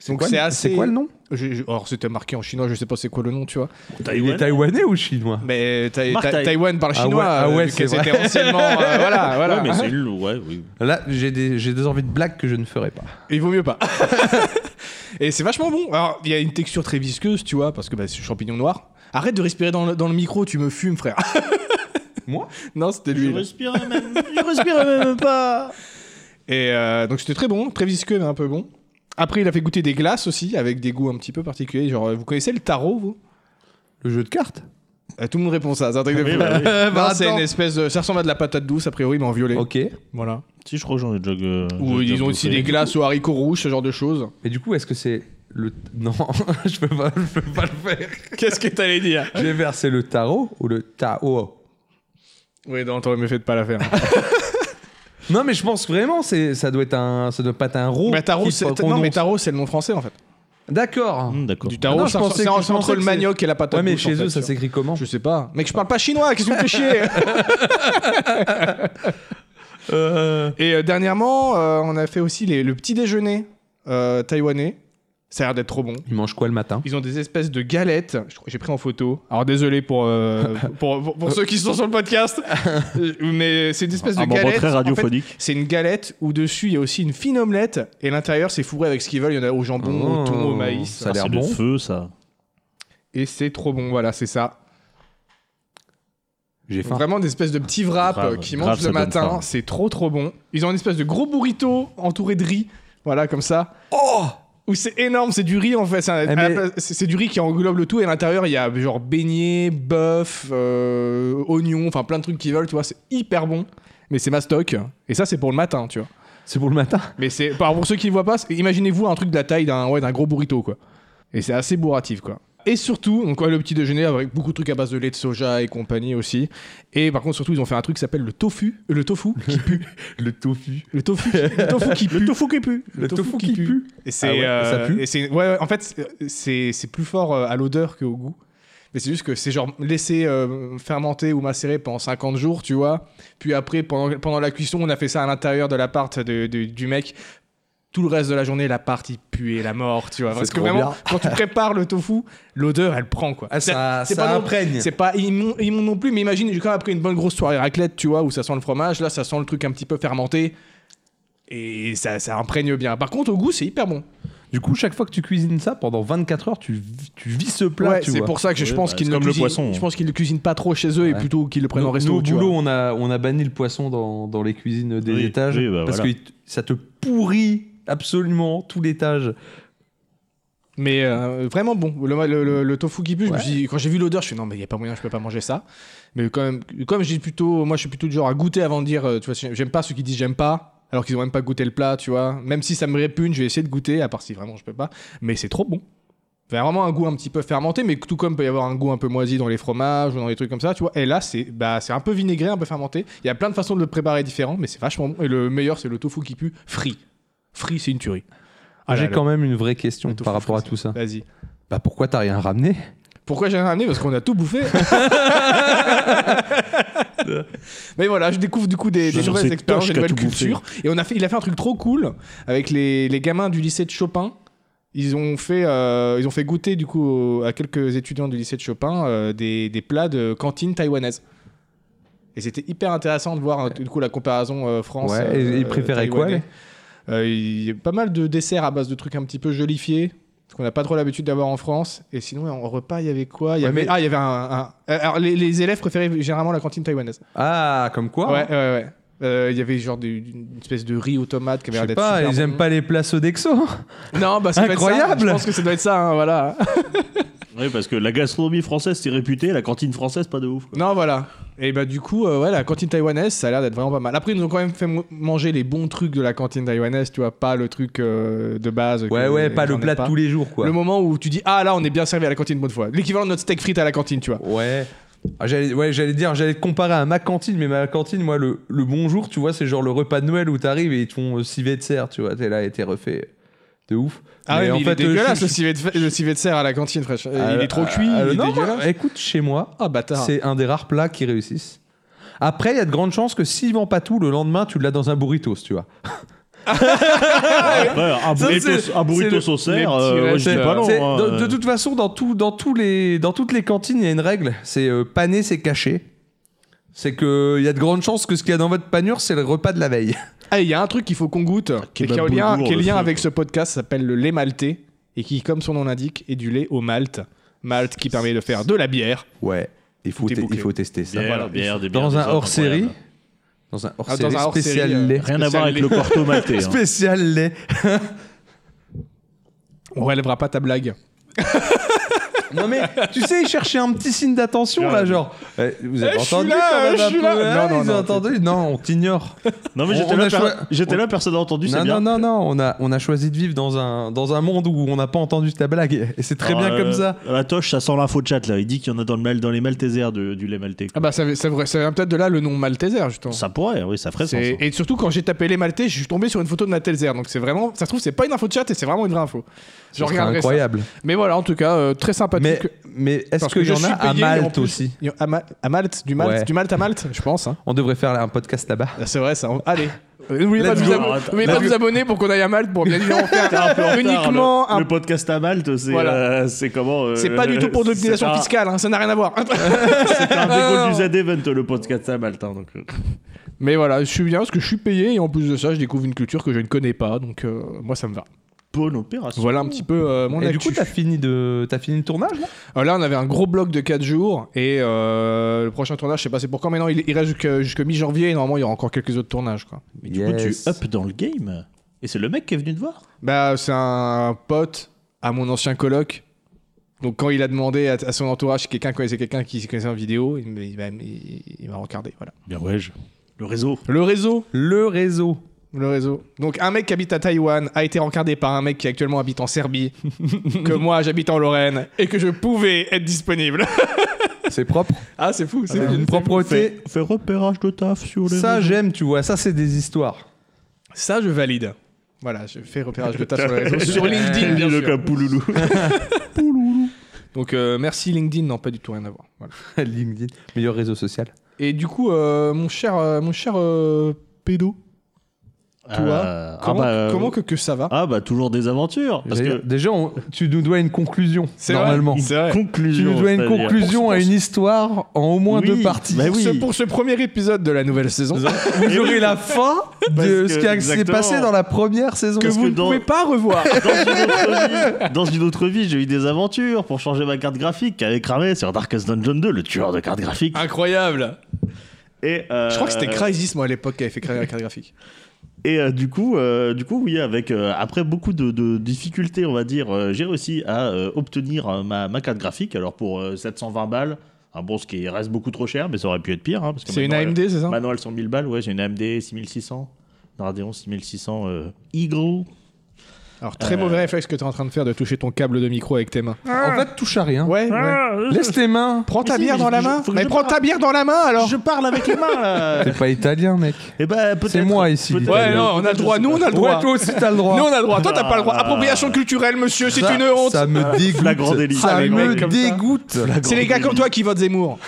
Speaker 4: C'est
Speaker 1: Donc
Speaker 4: quoi,
Speaker 1: c'est
Speaker 4: le-
Speaker 1: assez-
Speaker 4: c'est quoi le nom
Speaker 1: Je- je- or c'était marqué en chinois, je sais pas c'est quoi le nom, tu vois.
Speaker 4: Il est taïwanais ou chinois
Speaker 1: Mais Taï-
Speaker 3: Mark
Speaker 1: Ta-
Speaker 3: Taï.
Speaker 1: Taïwan parle
Speaker 4: Ah
Speaker 1: chinois, euh,
Speaker 4: ouais, ah ouais,
Speaker 1: vu que
Speaker 4: c'est
Speaker 1: c'était
Speaker 4: vrai. [laughs]
Speaker 1: anciennement euh, voilà, voilà.
Speaker 3: Ouais,
Speaker 1: [laughs]
Speaker 3: mais c'est une. Ouais, oui.
Speaker 4: Là, j'ai des, j'ai des envies de blagues que je ne ferai pas.
Speaker 1: Il
Speaker 4: [laughs]
Speaker 1: vaut mieux pas. et c'est vachement bon. Alors, il y a une texture très visqueuse, tu vois, parce que bah, c'est champignon noir. Arrête de respirer dans le, dans le micro, tu me fumes, frère.
Speaker 4: Moi
Speaker 1: Non, c'était lui. là.
Speaker 3: respire même. Je respire même pas. [laughs]
Speaker 1: Et euh, donc c'était très bon, très visqueux mais un peu bon. Après, il a fait goûter des glaces aussi avec des goûts un petit peu particuliers. Genre, euh, vous connaissez le tarot, vous
Speaker 4: Le jeu de cartes
Speaker 1: Euh, Tout le monde répond ça. C'est un truc de
Speaker 3: Oui,
Speaker 1: fou. [laughs]
Speaker 3: bah oui.
Speaker 1: Non,
Speaker 4: Bah,
Speaker 1: c'est
Speaker 4: attends.
Speaker 1: une espèce de. Ça ressemble à de la patate douce, a priori, mais en violet.
Speaker 4: Ok. Bah, Et
Speaker 1: Voilà.
Speaker 3: Si, je crois que j'en ai déjà. euh,
Speaker 1: Ou
Speaker 3: j'ai déjà
Speaker 1: ils ont aussi
Speaker 3: bouffé.
Speaker 1: des glaces aux haricots rouges, ce genre de choses.
Speaker 4: du coup, est-ce que c'est le. [laughs] Non, je peux pas, je peux pas le faire.
Speaker 1: [laughs] Qu'est-ce que t'allais dire
Speaker 4: J'ai versé le tarot ou le tao
Speaker 1: Oui, non, t'aurais mieux fait de pas la
Speaker 4: [laughs]
Speaker 1: faire.
Speaker 4: Non, mais je pense vraiment, c'est, ça doit être un, ça doit pas être un ro.
Speaker 1: mais tarot,
Speaker 4: qui
Speaker 1: c'est
Speaker 4: se
Speaker 1: non, mais
Speaker 4: prononce.
Speaker 1: tarot, c'est le nom français en fait.
Speaker 4: D'accord.
Speaker 3: Hmm, D'accord.
Speaker 1: Du tarot,
Speaker 4: Ah non, je
Speaker 1: ça-
Speaker 4: pensais
Speaker 1: c'est
Speaker 4: que- je
Speaker 1: entre
Speaker 4: pensais
Speaker 1: le
Speaker 4: que
Speaker 1: manioc et la patate
Speaker 4: Ouais, mais
Speaker 1: douce, en
Speaker 4: chez
Speaker 1: fait,
Speaker 4: eux, ça
Speaker 1: tu vois.
Speaker 4: s'écrit comment
Speaker 1: Je sais pas. Mec, je parle pas chinois, qu'est-ce que tu me fais chier Et euh, dernièrement, euh, on a fait aussi les- le petit déjeuner euh, taïwanais. Ça a l'air d'être trop bon.
Speaker 4: Ils mangent quoi le matin
Speaker 1: Ils ont des espèces de galettes. Je crois- J'ai pris en photo. Alors désolé pour,
Speaker 3: [laughs]
Speaker 1: euh, pour, pour- pour ceux qui sont sur le podcast, Euh, mais c'est une espèce
Speaker 3: Un
Speaker 1: de
Speaker 3: moment
Speaker 1: galette.
Speaker 3: très
Speaker 1: En fait,
Speaker 3: radiophonique.
Speaker 1: c'est une galette où dessus il y a aussi une fine omelette et l'intérieur c'est fourré avec ce qu'ils veulent. Il y en a au jambon, au thon, au
Speaker 4: Oh,
Speaker 1: maïs.
Speaker 4: Ça a
Speaker 3: Ah,
Speaker 4: l'air
Speaker 3: c'est
Speaker 4: bon.
Speaker 3: le feu, ça.
Speaker 1: Et c'est trop bon. Voilà, c'est ça.
Speaker 4: J'ai faim.
Speaker 1: Vraiment des espèces de petits wraps
Speaker 3: Grave,
Speaker 1: euh, qui
Speaker 3: grave,
Speaker 1: mangent
Speaker 3: ça
Speaker 1: le
Speaker 3: donne
Speaker 1: matin.
Speaker 3: faim.
Speaker 1: C'est trop trop bon. Ils ont une espèce de gros burrito entouré de riz. Voilà, comme ça.
Speaker 4: Oh
Speaker 1: Où c'est énorme, c'est du riz en fait. C'est un- à la
Speaker 4: mais-
Speaker 1: place- c'est- c'est du riz qui englobe le tout et à l'intérieur il y a genre beignet, bœuf, euh, oignon, enfin plein de trucs qu'ils veulent, tu vois. C'est hyper bon. Mais c'est ma stock. Et ça, c'est pour le matin, tu vois.
Speaker 4: C'est pour le matin.
Speaker 1: Mais c'est par- pour ceux qui ne voient pas, c'est- imaginez-vous un truc de la taille d'un ouais, d'un gros burrito quoi. Et c'est assez bourratif quoi. Et surtout, donc ouais, le petit déjeuner avec beaucoup de trucs à base de lait de soja et compagnie aussi. Et par contre, surtout, ils ont fait un truc qui s'appelle le tofu, euh, le tofu qui [laughs] pue,
Speaker 4: Le tofu.
Speaker 1: le tofu, le tofu qui pue, le tofu qui pue,
Speaker 4: Le tofu qui pue.
Speaker 1: Et c'est,
Speaker 4: Ah ouais,
Speaker 1: euh,
Speaker 4: ça pue
Speaker 1: et c'est- ouais, ouais, en fait, c'est- c'est c'est plus fort euh, à l'odeur qu'au goût. Mais c'est juste que c'est genre laissé euh, fermenter ou macérer pendant 50 jours, tu vois. Puis après, pendant, pendant la cuisson, on a fait ça à l'intérieur de l'appart de- de- du mec. Tout le reste de la journée, l'appart, il puait la mort, tu vois.
Speaker 4: C'est
Speaker 1: Parce que
Speaker 4: trop
Speaker 1: vraiment,
Speaker 4: bien. [laughs]
Speaker 1: quand tu prépares le tofu, l'odeur, elle prend, quoi.
Speaker 4: Ah, ça
Speaker 1: C'est- c'est
Speaker 4: ça
Speaker 1: pas non-
Speaker 4: imprègne.
Speaker 1: C'est pas immo- immonde non plus, mais imagine, j'ai quand même après une bonne grosse soirée raclette, tu vois, où ça sent le fromage, là, ça sent le truc un petit peu fermenté. Et ça, ça imprègne bien. Par contre, au goût, c'est hyper bon.
Speaker 4: Du coup, chaque fois que tu cuisines ça, pendant 24 heures, tu, tu vis ce plat.
Speaker 1: Ouais,
Speaker 4: tu
Speaker 1: c'est
Speaker 4: vois.
Speaker 1: pour ça que je,
Speaker 3: Ouais,
Speaker 1: pense
Speaker 3: bah,
Speaker 1: qu'ils
Speaker 3: c'est
Speaker 1: ne
Speaker 3: comme le
Speaker 1: cuisinent-
Speaker 3: poisson,
Speaker 1: Je
Speaker 3: hein.
Speaker 1: pense qu'ils le cuisinent pas trop chez eux et
Speaker 4: Ouais.
Speaker 1: plutôt qu'ils le prennent
Speaker 4: Nous-
Speaker 1: en resto.
Speaker 4: nous, au
Speaker 1: tu
Speaker 4: boulot,
Speaker 1: vois.
Speaker 4: on a, on a banni le poisson dans, dans les cuisines des
Speaker 3: Oui,
Speaker 4: étages.
Speaker 3: oui, bah
Speaker 4: parce
Speaker 3: voilà.
Speaker 4: que il- ça te pourrit absolument tout l'étage.
Speaker 1: Mais euh, vraiment bon. Le, le- le- le tofu qui pue, je me
Speaker 4: Ouais.
Speaker 1: suis dit- quand j'ai vu l'odeur, je suis non, mais il n'y a pas moyen, je peux pas manger ça. Mais quand même, comme j'ai plutôt, moi je suis plutôt du genre à goûter avant de dire, euh, tu vois, j'aime pas ceux qui disent j'aime pas. Alors qu'ils ont même pas goûté le plat, tu vois. Même si ça me répugne, je vais essayer de goûter, à part si vraiment je peux pas. Mais c'est trop bon. Il y a vraiment un goût un petit peu fermenté, mais tout comme peut y avoir un goût un peu moisi dans les fromages ou dans les trucs comme ça, tu vois. Et là, c'est bah, c'est un peu vinaigré, un peu fermenté. Il y a plein de façons de le préparer différents, mais c'est vachement bon. Et le meilleur, c'est le tofu qui pue frit. Frit, c'est une tuerie. Ah là
Speaker 4: J'ai
Speaker 1: là.
Speaker 4: quand même une vraie question
Speaker 1: Le tofu
Speaker 4: par rapport à
Speaker 1: frit,
Speaker 4: tout ça.
Speaker 1: Vas-y.
Speaker 4: Bah pourquoi t'as rien ramené
Speaker 1: Pourquoi j'ai rien ramené Parce qu'on a tout
Speaker 3: [laughs]
Speaker 1: bouffé. Mais voilà, je découvre du coup des,
Speaker 3: Je
Speaker 1: des
Speaker 3: sais
Speaker 1: nouvelles
Speaker 3: que
Speaker 1: expériences, des
Speaker 3: Tosh qui a
Speaker 1: nouvelles
Speaker 3: tout bouffé.
Speaker 1: cultures. Et on a fait, il a fait un truc trop cool avec les, les gamins du lycée de Chopin. Ils ont fait, euh, ils ont fait goûter du coup au- à quelques étudiants du lycée de Chopin euh, des, des plats de cantine taïwanaise. Et c'était hyper intéressant de voir euh, du coup la comparaison euh, France.
Speaker 4: Ouais, et- et ils préféraient quoi,
Speaker 1: taïwanais. Euh, Il y a pas mal de desserts à base de trucs un petit peu jolifiés. Parce qu'on n'a pas trop l'habitude d'avoir en France. Et sinon, en repas, il y avait quoi il y
Speaker 4: Ouais,
Speaker 1: avait...
Speaker 4: mais-
Speaker 1: Ah, il y avait un. un- euh, Alors, les, les élèves préféraient généralement la cantine taïwanaise.
Speaker 4: Ah, comme quoi
Speaker 1: Ouais, ouais, ouais. Euh, Il y avait genre des- une espèce de riz aux tomates qui
Speaker 4: Je
Speaker 1: avait
Speaker 4: sais
Speaker 1: l'air d'être.
Speaker 4: pas,
Speaker 1: super
Speaker 4: ils
Speaker 1: bon.
Speaker 4: aiment pas les plats Sodexo.
Speaker 1: Non, bah, ça doit être ça.
Speaker 4: Incroyable
Speaker 1: Je pense que ça doit être ça, hein, voilà.
Speaker 3: Oui, parce que la gastronomie française, c'est réputé, la cantine française, pas de ouf. quoi.
Speaker 1: non, voilà. Et bah, du coup, euh, ouais, la cantine taïwanaise, ça a l'air d'être vraiment pas mal. Après, ils nous ont quand même fait mo- manger les bons trucs de la cantine taïwanaise, tu vois, pas le truc euh, de base.
Speaker 4: Ouais,
Speaker 1: que
Speaker 4: ouais,
Speaker 1: les
Speaker 4: pas
Speaker 1: gens
Speaker 4: le plat
Speaker 1: n'aiment
Speaker 4: de tous les jours quoi.
Speaker 1: Le moment où tu dis, ah là, on est bien servi à la cantine, bonne fois. L'équivalent de notre steak frites à la cantine, tu vois.
Speaker 4: Ouais. Ah, J'allais ouais, j'allais dire, j'allais te comparer à ma cantine, mais ma cantine, moi, le, le bonjour, tu vois, c'est genre le repas de Noël où t'arrives et ils te font euh, civet de serre, tu vois, t'es là et t'es refait euh, de ouf.
Speaker 1: Ah ouais, mais
Speaker 4: en
Speaker 1: il
Speaker 4: fait,
Speaker 1: est dégueulasse
Speaker 4: euh, je-
Speaker 1: le civet, de, fe- le civet de serre à la cantine, fraîche.
Speaker 4: Ah,
Speaker 1: il est trop
Speaker 4: ah,
Speaker 1: cuit,
Speaker 4: ah,
Speaker 1: il est
Speaker 4: non, moi,
Speaker 1: dégueulasse.
Speaker 4: écoute, chez moi,
Speaker 1: Ah bâtard.
Speaker 4: c'est un des rares plats qui réussissent. Après, il y a de grandes chances que s'il vend pas tout, le lendemain, tu l'as dans un burritos, tu vois.
Speaker 3: Après, un
Speaker 4: Ça,
Speaker 3: burrito,
Speaker 4: c'est-
Speaker 3: un burrito
Speaker 4: c'est le-
Speaker 3: au
Speaker 1: les
Speaker 3: cerf,
Speaker 1: petits
Speaker 3: euh, ouais, je
Speaker 1: restes,
Speaker 3: dis pas
Speaker 1: euh,
Speaker 3: non.
Speaker 4: C'est-
Speaker 3: hein.
Speaker 4: de, de toute façon, dans, tout, dans, tous les, dans toutes les cantines, il y a une règle c'est euh, pané, c'est caché. C'est qu'il y a de grandes chances que ce qu'il y a dans votre panure, c'est le repas de la veille.
Speaker 1: Ah, il y a un truc qu'il faut qu'on goûte,
Speaker 4: Ah,
Speaker 1: et qui est en
Speaker 3: kebab
Speaker 1: lien,
Speaker 3: boulgour,
Speaker 1: qui est
Speaker 3: le
Speaker 1: lien
Speaker 3: feu,
Speaker 1: avec
Speaker 3: quoi.
Speaker 1: ce podcast, s'appelle le lait maltais, et qui, comme son nom l'indique, est du lait au malt. Malt qui permet de faire de la bière.
Speaker 4: [laughs] Ouais, il faut,
Speaker 1: Tout est
Speaker 4: te-
Speaker 1: bouclé.
Speaker 4: il faut tester ça.
Speaker 3: Bière, bière, des bières,
Speaker 4: Dans
Speaker 3: des
Speaker 4: un
Speaker 3: autres,
Speaker 4: hors série,
Speaker 3: incroyable.
Speaker 4: dans un hors
Speaker 1: Ah, dans
Speaker 4: série
Speaker 1: un hors-série,
Speaker 4: spécial
Speaker 1: euh,
Speaker 4: lait.
Speaker 3: Rien à voir avec
Speaker 1: Spécial
Speaker 3: le Porto
Speaker 4: [laughs]
Speaker 3: Maltais. hein.
Speaker 4: Spécial lait.
Speaker 1: On relèvera pas ta blague.
Speaker 4: Non mais tu sais, ils cherchaient un petit signe d'attention là, genre. eh, vous avez
Speaker 1: Eh, je suis
Speaker 4: entendu
Speaker 1: là,
Speaker 4: quand même
Speaker 1: je
Speaker 4: un
Speaker 1: suis
Speaker 4: peu,
Speaker 1: là.
Speaker 4: hein,
Speaker 1: Non, non,
Speaker 4: ils
Speaker 1: non,
Speaker 4: ont entendu. Non, on t'ignore.
Speaker 3: Non, mais
Speaker 4: On-
Speaker 3: j'étais
Speaker 4: on
Speaker 3: là,
Speaker 4: a
Speaker 3: per-
Speaker 4: choi-
Speaker 3: j'étais
Speaker 4: on-
Speaker 3: là, personne n'a entendu, c'est
Speaker 4: Non,
Speaker 3: bien.
Speaker 4: non, non, non, on a, on a choisi de vivre dans un, dans un monde où on n'a pas entendu ta blague. Et c'est très
Speaker 3: Alors,
Speaker 4: bien
Speaker 3: euh,
Speaker 4: comme ça.
Speaker 3: La toche, ça sent l'info chat là. Il dit qu'il y en a dans, le mal, dans les Maltésers de- du lait maltais.
Speaker 1: Ah
Speaker 3: quoi.
Speaker 1: bah, ça, ça, ça vient peut-être de là le nom maltaiser,
Speaker 4: bah,
Speaker 1: justement.
Speaker 3: Ça pourrait, oui, ça ferait sens.
Speaker 1: C'est-
Speaker 3: hein.
Speaker 1: Et surtout quand j'ai tapé les Maltais, je suis tombé sur une photo de Natelzer. Donc c'est vraiment, ça se trouve, c'est pas une info de chat et c'est vraiment une vraie info. Je
Speaker 4: Ce serait
Speaker 1: regarderai ça.
Speaker 4: incroyable.
Speaker 1: Mais voilà, en tout cas, euh, très
Speaker 4: Mais,
Speaker 1: sympathique.
Speaker 4: mais est-ce
Speaker 1: Parce
Speaker 4: qu'il
Speaker 1: que
Speaker 4: y
Speaker 1: je
Speaker 4: en a
Speaker 1: suis
Speaker 4: à
Speaker 1: payé, et en
Speaker 4: Malte
Speaker 1: plus-
Speaker 4: aussi
Speaker 1: Il y a- À, Ma- à Malte, du Malte,
Speaker 4: Ouais.
Speaker 1: du Malte à Malte, je
Speaker 4: [laughs]
Speaker 1: pense. hein.
Speaker 4: On devrait faire un podcast là-bas.
Speaker 1: Ah, C'est vrai, ça. on- Allez. Euh, N'oubliez pas,
Speaker 4: Let's
Speaker 1: de vous
Speaker 3: go.
Speaker 1: abo-
Speaker 3: Arrête.
Speaker 1: n'oubliez pas de vous abonner pour qu'on aille à Malte pour bien
Speaker 4: [laughs]
Speaker 1: évidemment
Speaker 3: T'es un
Speaker 1: faire
Speaker 3: peu en retard,
Speaker 1: uniquement
Speaker 3: le,
Speaker 1: un.
Speaker 3: le podcast à Malte, c'est
Speaker 1: Voilà.
Speaker 3: euh, c'est comment euh,
Speaker 1: C'est pas du tout pour de
Speaker 3: c'est
Speaker 1: l'optimisation
Speaker 3: un-
Speaker 1: fiscale, hein, ça n'a rien à voir. [laughs]
Speaker 3: C'est
Speaker 4: [laughs]
Speaker 3: un
Speaker 1: Non.
Speaker 3: dégo du Z-Event, le podcast à Malte. hein, donc, euh.
Speaker 1: Mais voilà, je suis bien parce que je suis payé et en plus de ça, je découvre une culture que je ne connais pas, donc euh, moi ça me va.
Speaker 3: bonne opération.
Speaker 1: Voilà un petit peu euh, mon
Speaker 4: Et du
Speaker 1: actu.
Speaker 4: coup, t'as fini, de... t'as fini le tournage là
Speaker 1: Euh, là, on avait un gros bloc de 4 jours et euh, le prochain tournage, je sais pas c'est pour quand maintenant, il, il reste jusque- jusque mi-janvier et normalement, il y aura encore quelques autres tournages. Quoi.
Speaker 3: Mais du
Speaker 4: Yes.
Speaker 3: coup, tu up dans le game. Et c'est le mec qui est venu te voir.
Speaker 1: Bah, c'est un pote à mon ancien coloc. Donc, quand il a demandé à, à son entourage si quelqu'un connaissait quelqu'un qui s'y connaissait en vidéo, il m'a- il m'a il- il m'a regardé. Voilà.
Speaker 3: Bien ouais, Le réseau.
Speaker 1: Le réseau.
Speaker 4: Le réseau.
Speaker 1: Le réseau. Donc, un mec qui habite à Taïwan a été rencardé par un mec qui actuellement habite en [laughs] Serbie, que moi j'habite en Lorraine et que je pouvais être disponible.
Speaker 4: C'est
Speaker 3: [laughs]
Speaker 4: propre.
Speaker 1: ah, c'est fou, c'est
Speaker 4: C'est
Speaker 1: fou.
Speaker 4: une propreté.
Speaker 3: Fais, fais repérage de taf sur les
Speaker 4: Ça,
Speaker 3: réseaux.
Speaker 4: j'aime, tu vois. Ça, c'est des histoires. [laughs]
Speaker 1: Ça, je valide. Voilà, je fais repérage de tas sur
Speaker 3: [laughs]
Speaker 1: les réseaux. sur LinkedIn, bien
Speaker 3: Dis-le
Speaker 1: sûr.
Speaker 3: comme Pouloulou.
Speaker 1: Donc, euh, merci LinkedIn. Non, pas du tout rien à voir. Voilà.
Speaker 4: LinkedIn, meilleur réseau social.
Speaker 1: Et du coup, euh, mon cher, euh, mon cher euh, pédo,
Speaker 3: Euh, Toi
Speaker 1: Toi, comment,
Speaker 3: ah bah, euh,
Speaker 1: comment que, que ça va
Speaker 3: ah bah, toujours des aventures. Parce
Speaker 4: D'ailleurs,
Speaker 3: que
Speaker 4: Déjà, on- tu nous dois une conclusion,
Speaker 1: C'est vrai,
Speaker 4: normalement.
Speaker 1: C'est vrai.
Speaker 4: Tu
Speaker 3: conclusion.
Speaker 4: nous dois une
Speaker 3: c'est-à-dire-
Speaker 4: conclusion à une histoire en au moins
Speaker 3: Oui,
Speaker 4: deux parties.
Speaker 3: bah
Speaker 1: Pour ce-
Speaker 3: oui.
Speaker 1: pour ce premier épisode de la nouvelle saison,
Speaker 3: [laughs]
Speaker 4: Vous aurez la fin de
Speaker 3: Parce
Speaker 4: ce
Speaker 3: que-
Speaker 4: qui a- s'est
Speaker 3: exactement.
Speaker 4: passé dans la première saison.
Speaker 1: que
Speaker 3: parce
Speaker 1: vous
Speaker 3: que
Speaker 1: ne
Speaker 3: dans-
Speaker 1: pouvez pas revoir.
Speaker 3: Dans une autre vie, dans une autre vie, j'ai eu des aventures pour changer ma carte graphique qui avait cramé sur Darkest Dungeon 2, le tueur de carte graphique.
Speaker 1: Incroyable.
Speaker 3: Et,
Speaker 1: Ah.
Speaker 3: euh,
Speaker 1: Je crois que c'était Crysis, moi, à l'époque, qui avait fait créer la carte graphique.
Speaker 3: Et euh, du coup, euh, du coup, oui, avec euh, après beaucoup de, de difficultés, on va dire, euh, j'ai réussi à euh, obtenir euh, ma, ma carte graphique. Alors pour euh, 720 balles, un bon, ce qui reste beaucoup trop cher, mais ça aurait pu être pire. hein, parce que
Speaker 1: C'est une
Speaker 3: maintenant,
Speaker 1: AMD, c'est ça
Speaker 3: elle- Maintenant, elles sont 1000 balles. Ouais, j'ai une AMD 6600, une Radeon 6600 euh, i gros.
Speaker 1: Alors, très mauvais réflexe que tu es en train de faire de toucher ton câble de micro avec tes mains.
Speaker 4: En fait, touche à rien.
Speaker 1: Ah, Ouais, ouais.
Speaker 4: Laisse tes mains.
Speaker 1: Prends ta
Speaker 3: Ah, Mais si,
Speaker 1: bière
Speaker 3: mais
Speaker 1: dans la
Speaker 3: je-
Speaker 1: main.
Speaker 3: faut que
Speaker 1: Mais
Speaker 3: je
Speaker 1: prends ta bière dans la main alors.
Speaker 3: Je parle avec les mains. Là.
Speaker 4: T'es pas italien, mec.
Speaker 3: Et ben peut-être.
Speaker 4: C'est moi, ici,
Speaker 3: peut-être-
Speaker 1: Ouais, non, on a le droit. Nous, on a le droit.
Speaker 4: Ouais, toi aussi, t'as le droit.
Speaker 1: Nous, on a le droit. Toi, t'as pas le droit.
Speaker 3: Ah.
Speaker 1: Appropriation culturelle, monsieur, c'est
Speaker 4: Ça-
Speaker 1: une honte.
Speaker 4: Ça me dégoûte.
Speaker 3: Flagrant délit.
Speaker 4: Ça
Speaker 1: Ah, les mecs
Speaker 4: me
Speaker 1: comme ça.
Speaker 4: dégoûte.
Speaker 1: C'est les gars comme toi qui votent Zemmour.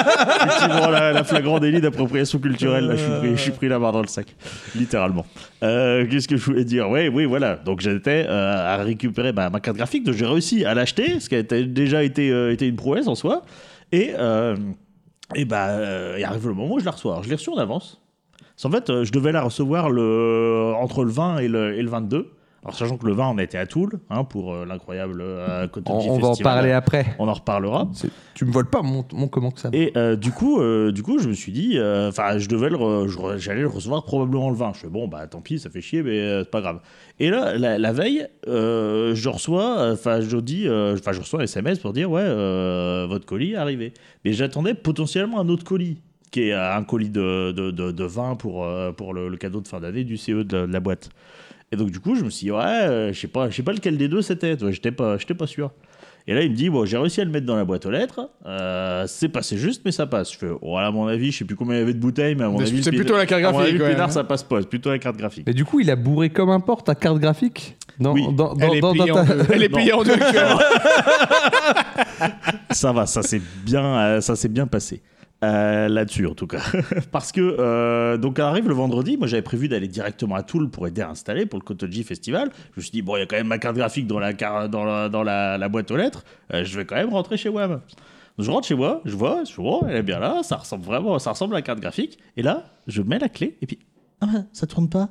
Speaker 3: Effectivement, la, la flagrant délit d'appropriation culturelle. Là, je suis pris, je suis pris la barre dans le sac, littéralement. Euh, Qu'est-ce que je voulais dire Oui, oui, voilà. Donc j'étais euh, à récupérer bah, ma carte graphique. Donc j'ai réussi à l'acheter, ce qui a été- déjà été, euh, été une prouesse en soi. Et, euh, et bah, euh, il arrive le moment où je la reçois. Alors, je l'ai reçue en avance. Parce qu'en fait, euh, je devais la recevoir le, entre le 20 et le, et le 22. Alors, sachant que le 20, on était à Toul, hein, pour euh, l'incroyable euh,
Speaker 4: On,
Speaker 3: Cotton Tea
Speaker 4: on va en
Speaker 3: Festival.
Speaker 4: parler après.
Speaker 3: On en reparlera.
Speaker 4: C'est- Tu me voles pas mon, mon comment que ça va.
Speaker 3: Et euh, du coup, euh, du coup, je me suis dit, euh, enfin, je devais le, re- je re- j'allais le recevoir probablement le 20. Je fais bon, bah, tant pis, ça fait chier, mais euh, c'est pas grave. Et là, la, la veille, euh, je reçois, euh, enfin, je dis, euh, enfin, je reçois un SMS pour dire, ouais, euh, votre colis est arrivé. Mais j'attendais potentiellement un autre colis, qui est euh, un colis de, de, de, de vin pour, euh, pour le, le cadeau de fin d'année du CE de la, de la boîte. Et donc, du coup, je me suis dit, ouais, euh, je sais pas, je sais pas lequel des deux c'était. tu vois, J'étais pas, j'étais pas sûr. Et là, il me dit, bon, j'ai réussi à le mettre dans la boîte aux lettres. Euh, c'est passé juste, mais ça passe. Je fais, oh, à mon avis, je sais plus combien il y avait de bouteilles, mais à mon
Speaker 1: Mais
Speaker 3: avis,
Speaker 1: c'est
Speaker 3: le
Speaker 1: plutôt la carte
Speaker 3: à mon avis,
Speaker 1: graphique,
Speaker 3: le
Speaker 1: ouais,
Speaker 3: pétard,
Speaker 1: hein.
Speaker 3: ça passe pas. C'est plutôt la carte graphique.
Speaker 4: Mais du coup, il a bourré comme un porc ta carte graphique dans,
Speaker 3: Oui.
Speaker 4: dans, dans,
Speaker 1: Elle est
Speaker 4: dans- dans
Speaker 1: pliée en
Speaker 4: ta-
Speaker 1: deux. Elle est
Speaker 3: Non.
Speaker 1: pliée
Speaker 3: [laughs]
Speaker 1: en deux actuellement.
Speaker 3: ça va, ça s'est bien, euh, ça s'est bien passé. Euh, là-dessus en tout cas [laughs] parce que euh, donc elle arrive le vendredi moi j'avais prévu d'aller directement à Toul pour aider à installer pour le Kotoji Festival je me suis dit bon il y a quand même ma carte graphique dans la, car- dans la, dans la, la boîte aux lettres Euh, je vais quand même rentrer chez WAM je rentre chez moi je vois je vois elle est bien là ça ressemble vraiment ça ressemble à la carte graphique et là je mets la clé et puis ah, ça tourne pas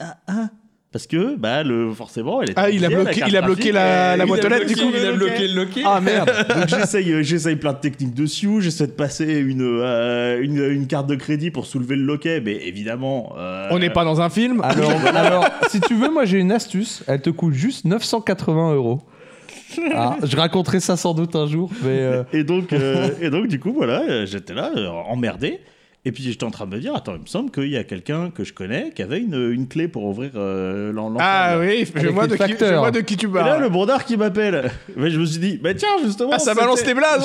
Speaker 3: ah, ah. parce que bah le forcément elle est
Speaker 1: Ah, il a
Speaker 3: pliée, la
Speaker 1: bloqué,
Speaker 3: carte
Speaker 1: il a bloqué
Speaker 3: graphique,
Speaker 1: la,
Speaker 3: et-
Speaker 1: la
Speaker 3: il
Speaker 1: boîte
Speaker 3: a
Speaker 1: aux lettres, du
Speaker 3: bloqué,
Speaker 1: coup.
Speaker 3: il a bloqué
Speaker 4: le loquet.
Speaker 1: Ah merde.
Speaker 3: donc j'essaye, euh, j'essaye plein de techniques de Sioux, j'essaie de passer une, euh, une, une carte de crédit pour soulever le loquet, mais évidemment... euh,
Speaker 1: On n'est pas dans un film.
Speaker 4: [laughs]
Speaker 3: Ah,
Speaker 4: Alors, alors, si tu veux, moi j'ai une astuce. Elle te coûte juste 980 euros. Ah, je raconterai ça sans doute un jour, mais [laughs] euh,
Speaker 3: Et
Speaker 1: [laughs]
Speaker 3: donc, euh, et donc du coup, voilà, euh, j'étais là, euh, emmerdé, et puis j'étais en train de me dire, attends, il me semble qu'il y a quelqu'un que je connais qui avait une, une clé pour ouvrir euh, l'en- l'enfer.
Speaker 1: Ah oui, je
Speaker 4: Avec
Speaker 1: vois,
Speaker 4: les
Speaker 1: de qui, je
Speaker 4: facteurs.
Speaker 1: vois de qui tu
Speaker 3: Et là,
Speaker 1: parles.
Speaker 3: le bondard qui m'appelle. [laughs] Mais je me suis dit, bah tiens, justement.
Speaker 1: Ah, ça balance les
Speaker 3: c'était- [laughs]
Speaker 1: blagues.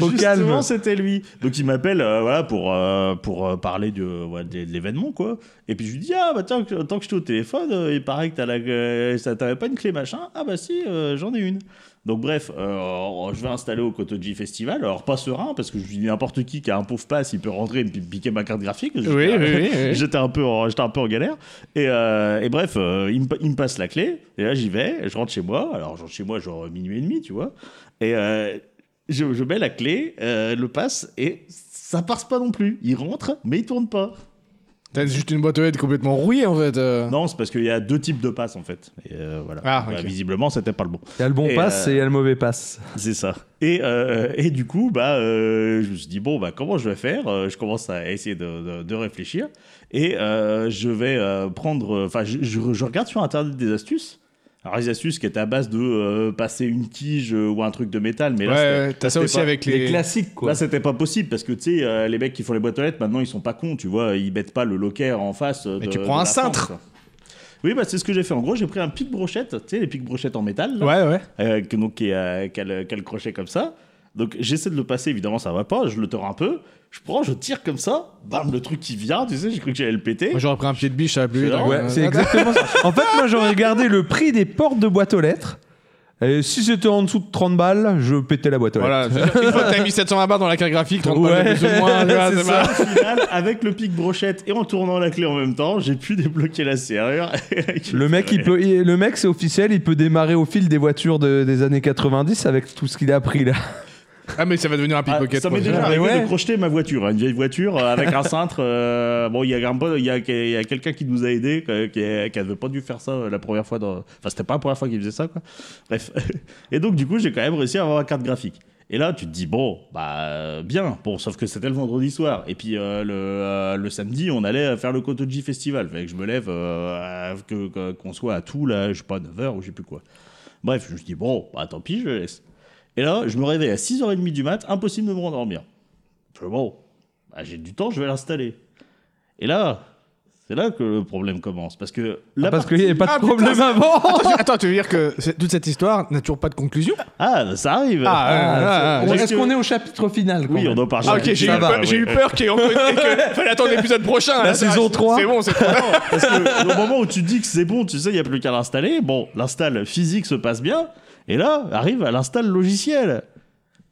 Speaker 4: au calme.
Speaker 3: Justement, c'était lui. Donc il m'appelle euh, voilà, pour, euh, pour euh, parler de, voilà, de- de l'événement, quoi. Et puis je lui dis, ah bah tiens, que- tant que je suis au téléphone, euh, il paraît que t'as la, euh, ça- t'avais pas une clé machin. Ah bah si, euh, j'en ai une. Donc bref, euh, je vais installer au Kotoji Festival. Alors pas serein, parce que je lui dis n'importe qui qui a un pauvre pass, il peut rentrer et me piquer ma carte graphique.
Speaker 1: Oui, oui, oui, oui.
Speaker 3: J'étais un, peu en- j'étais un peu en galère. Et, euh, et bref, euh, il, me, pa- il me passe la clé. Et là, j'y vais. Je rentre chez moi. Alors, je rentre chez moi, genre minuit et demi, tu vois. Et euh, je, je mets la clé, euh, le passe, et ça passe pas non plus. Il rentre, mais il tourne pas.
Speaker 1: T'as juste une boîte aux lettres complètement rouillée en fait. euh.
Speaker 3: Non, c'est parce qu'il y a deux types de passes en fait. Et, euh, voilà.
Speaker 1: Ah,
Speaker 3: Bah,
Speaker 1: ok.
Speaker 3: visiblement, c'était pas le bon.
Speaker 4: Il y a le bon
Speaker 3: Et,
Speaker 4: pass
Speaker 3: euh,
Speaker 4: et il y a le mauvais pass.
Speaker 3: C'est ça. Et, euh, et du coup, bah, euh, je me suis dit, bon, bah, comment je vais faire Euh, Je commence à essayer de, de- de réfléchir. Et euh, je vais euh, prendre. Enfin, je, je- je regarde sur Internet des astuces. Alors, les astuces qui étaient à base de euh, passer une tige euh, ou un truc de métal. Mais là, c'était-
Speaker 1: ouais, t'as ça
Speaker 3: c'était
Speaker 1: aussi
Speaker 3: pas-
Speaker 1: avec
Speaker 4: Les...
Speaker 1: les.
Speaker 4: classiques, quoi.
Speaker 3: Là, c'était pas possible parce que tu sais, euh, les mecs qui font les boîtes aux lettres, maintenant ils sont pas cons, tu vois, ils mettent pas le locker en face. euh,
Speaker 1: Mais
Speaker 3: de-
Speaker 1: tu prends
Speaker 3: de
Speaker 1: un
Speaker 3: la fente,
Speaker 1: cintre.
Speaker 3: quoi. Oui, bah c'est ce que j'ai fait. En gros, j'ai pris un pic brochette, tu sais, les pics brochettes en métal, là,
Speaker 1: Ouais, ouais.
Speaker 3: euh, que- donc qui, a, qui a le, qui a le crochet comme ça. Donc j'essaie de le passer, évidemment ça va pas, je le tords un peu, je prends, je tire comme ça, bam, le truc qui vient, tu sais, j'ai cru que j'allais le péter.
Speaker 1: Moi j'aurais pris un pied de biche, ça va plus
Speaker 3: C'est
Speaker 1: vite.
Speaker 3: vrai,
Speaker 1: hein.
Speaker 4: Ouais, c'est exactement ça. En fait, moi, j'aurais regardé le prix des portes de boîte aux lettres. Et si c'était en dessous de 30 balles, je pétais la boîte aux lettres.
Speaker 1: Voilà, je veux dire, une fois que t'as mis 720 barres dans la carte graphique, 30
Speaker 4: Ouais.
Speaker 1: balles de plus ou moins, tu vois,
Speaker 3: [laughs]
Speaker 4: C'est
Speaker 1: c'est
Speaker 4: ça.
Speaker 1: pas-
Speaker 3: Au final, avec le pic brochette et en tournant la clé en même temps, j'ai pu débloquer la serrure. [laughs]
Speaker 4: Le mec, il peut, il- le mec, c'est officiel, il peut démarrer au fil des voitures de- des années 90 avec tout ce qu'il a appris là.
Speaker 1: Ah, mais ça va devenir un
Speaker 3: Ah,
Speaker 1: pickpocket.
Speaker 3: ça m'est
Speaker 1: quoi.
Speaker 3: déjà
Speaker 4: Ah,
Speaker 3: arrivé
Speaker 4: mais ouais.
Speaker 3: de crocheter ma voiture, hein, une vieille voiture
Speaker 1: [laughs]
Speaker 3: euh, avec un cintre. euh, bon, il y a, un bon- il y a, il y a quelqu'un qui nous a aidé, euh, qui n'avait pas dû faire ça euh, la première fois. Dans... Enfin, c'était pas la première fois qu'il faisait ça, quoi. Bref. [laughs] Et donc, du coup, j'ai quand même réussi à avoir la carte graphique. Et là, tu te dis, bon, bah, euh, bien. Bon, sauf que c'était le vendredi soir. Et puis, euh, le, euh, le samedi, on allait faire le Kotoji Festival. Fait que je me lève, euh, à- que- que- qu'on soit à tout, là, je sais pas, 9h ou je sais plus quoi. Bref, je me dis, bon, bah, tant pis, je laisse. Et là, je me réveille à 6h30 du mat, impossible de me rendormir. Je fais, bon, bah, j'ai du temps, je vais l'installer. Et là, c'est là que le problème commence. Parce que là.
Speaker 4: parce qu'il n'y avait pas de
Speaker 1: Ah, putain,
Speaker 4: problème avant.
Speaker 1: Attends, tu veux dire que c'est- toute cette histoire n'a toujours pas de conclusion
Speaker 3: Ah, ça arrive.
Speaker 1: Ah,
Speaker 4: On-
Speaker 1: ouais, ouais, ouais.
Speaker 4: Est-ce qu'on est au chapitre final quand
Speaker 3: oui,
Speaker 4: même
Speaker 3: on en parle.
Speaker 1: Ah, ok, j'ai eu,
Speaker 4: Ça va,
Speaker 1: peur- j'ai eu peur qu'il y ait encore une-
Speaker 3: [laughs]
Speaker 1: que fallait attendre l'épisode prochain.
Speaker 4: La
Speaker 1: hein, ça,
Speaker 4: saison
Speaker 1: c'est-
Speaker 4: 3.
Speaker 1: C'est bon, c'est trop tard.
Speaker 3: Parce que au moment où tu dis que c'est bon, tu sais, il n'y a plus qu'à l'installer. Bon, l'install physique se passe bien. Et là, arrive à l'install logiciel.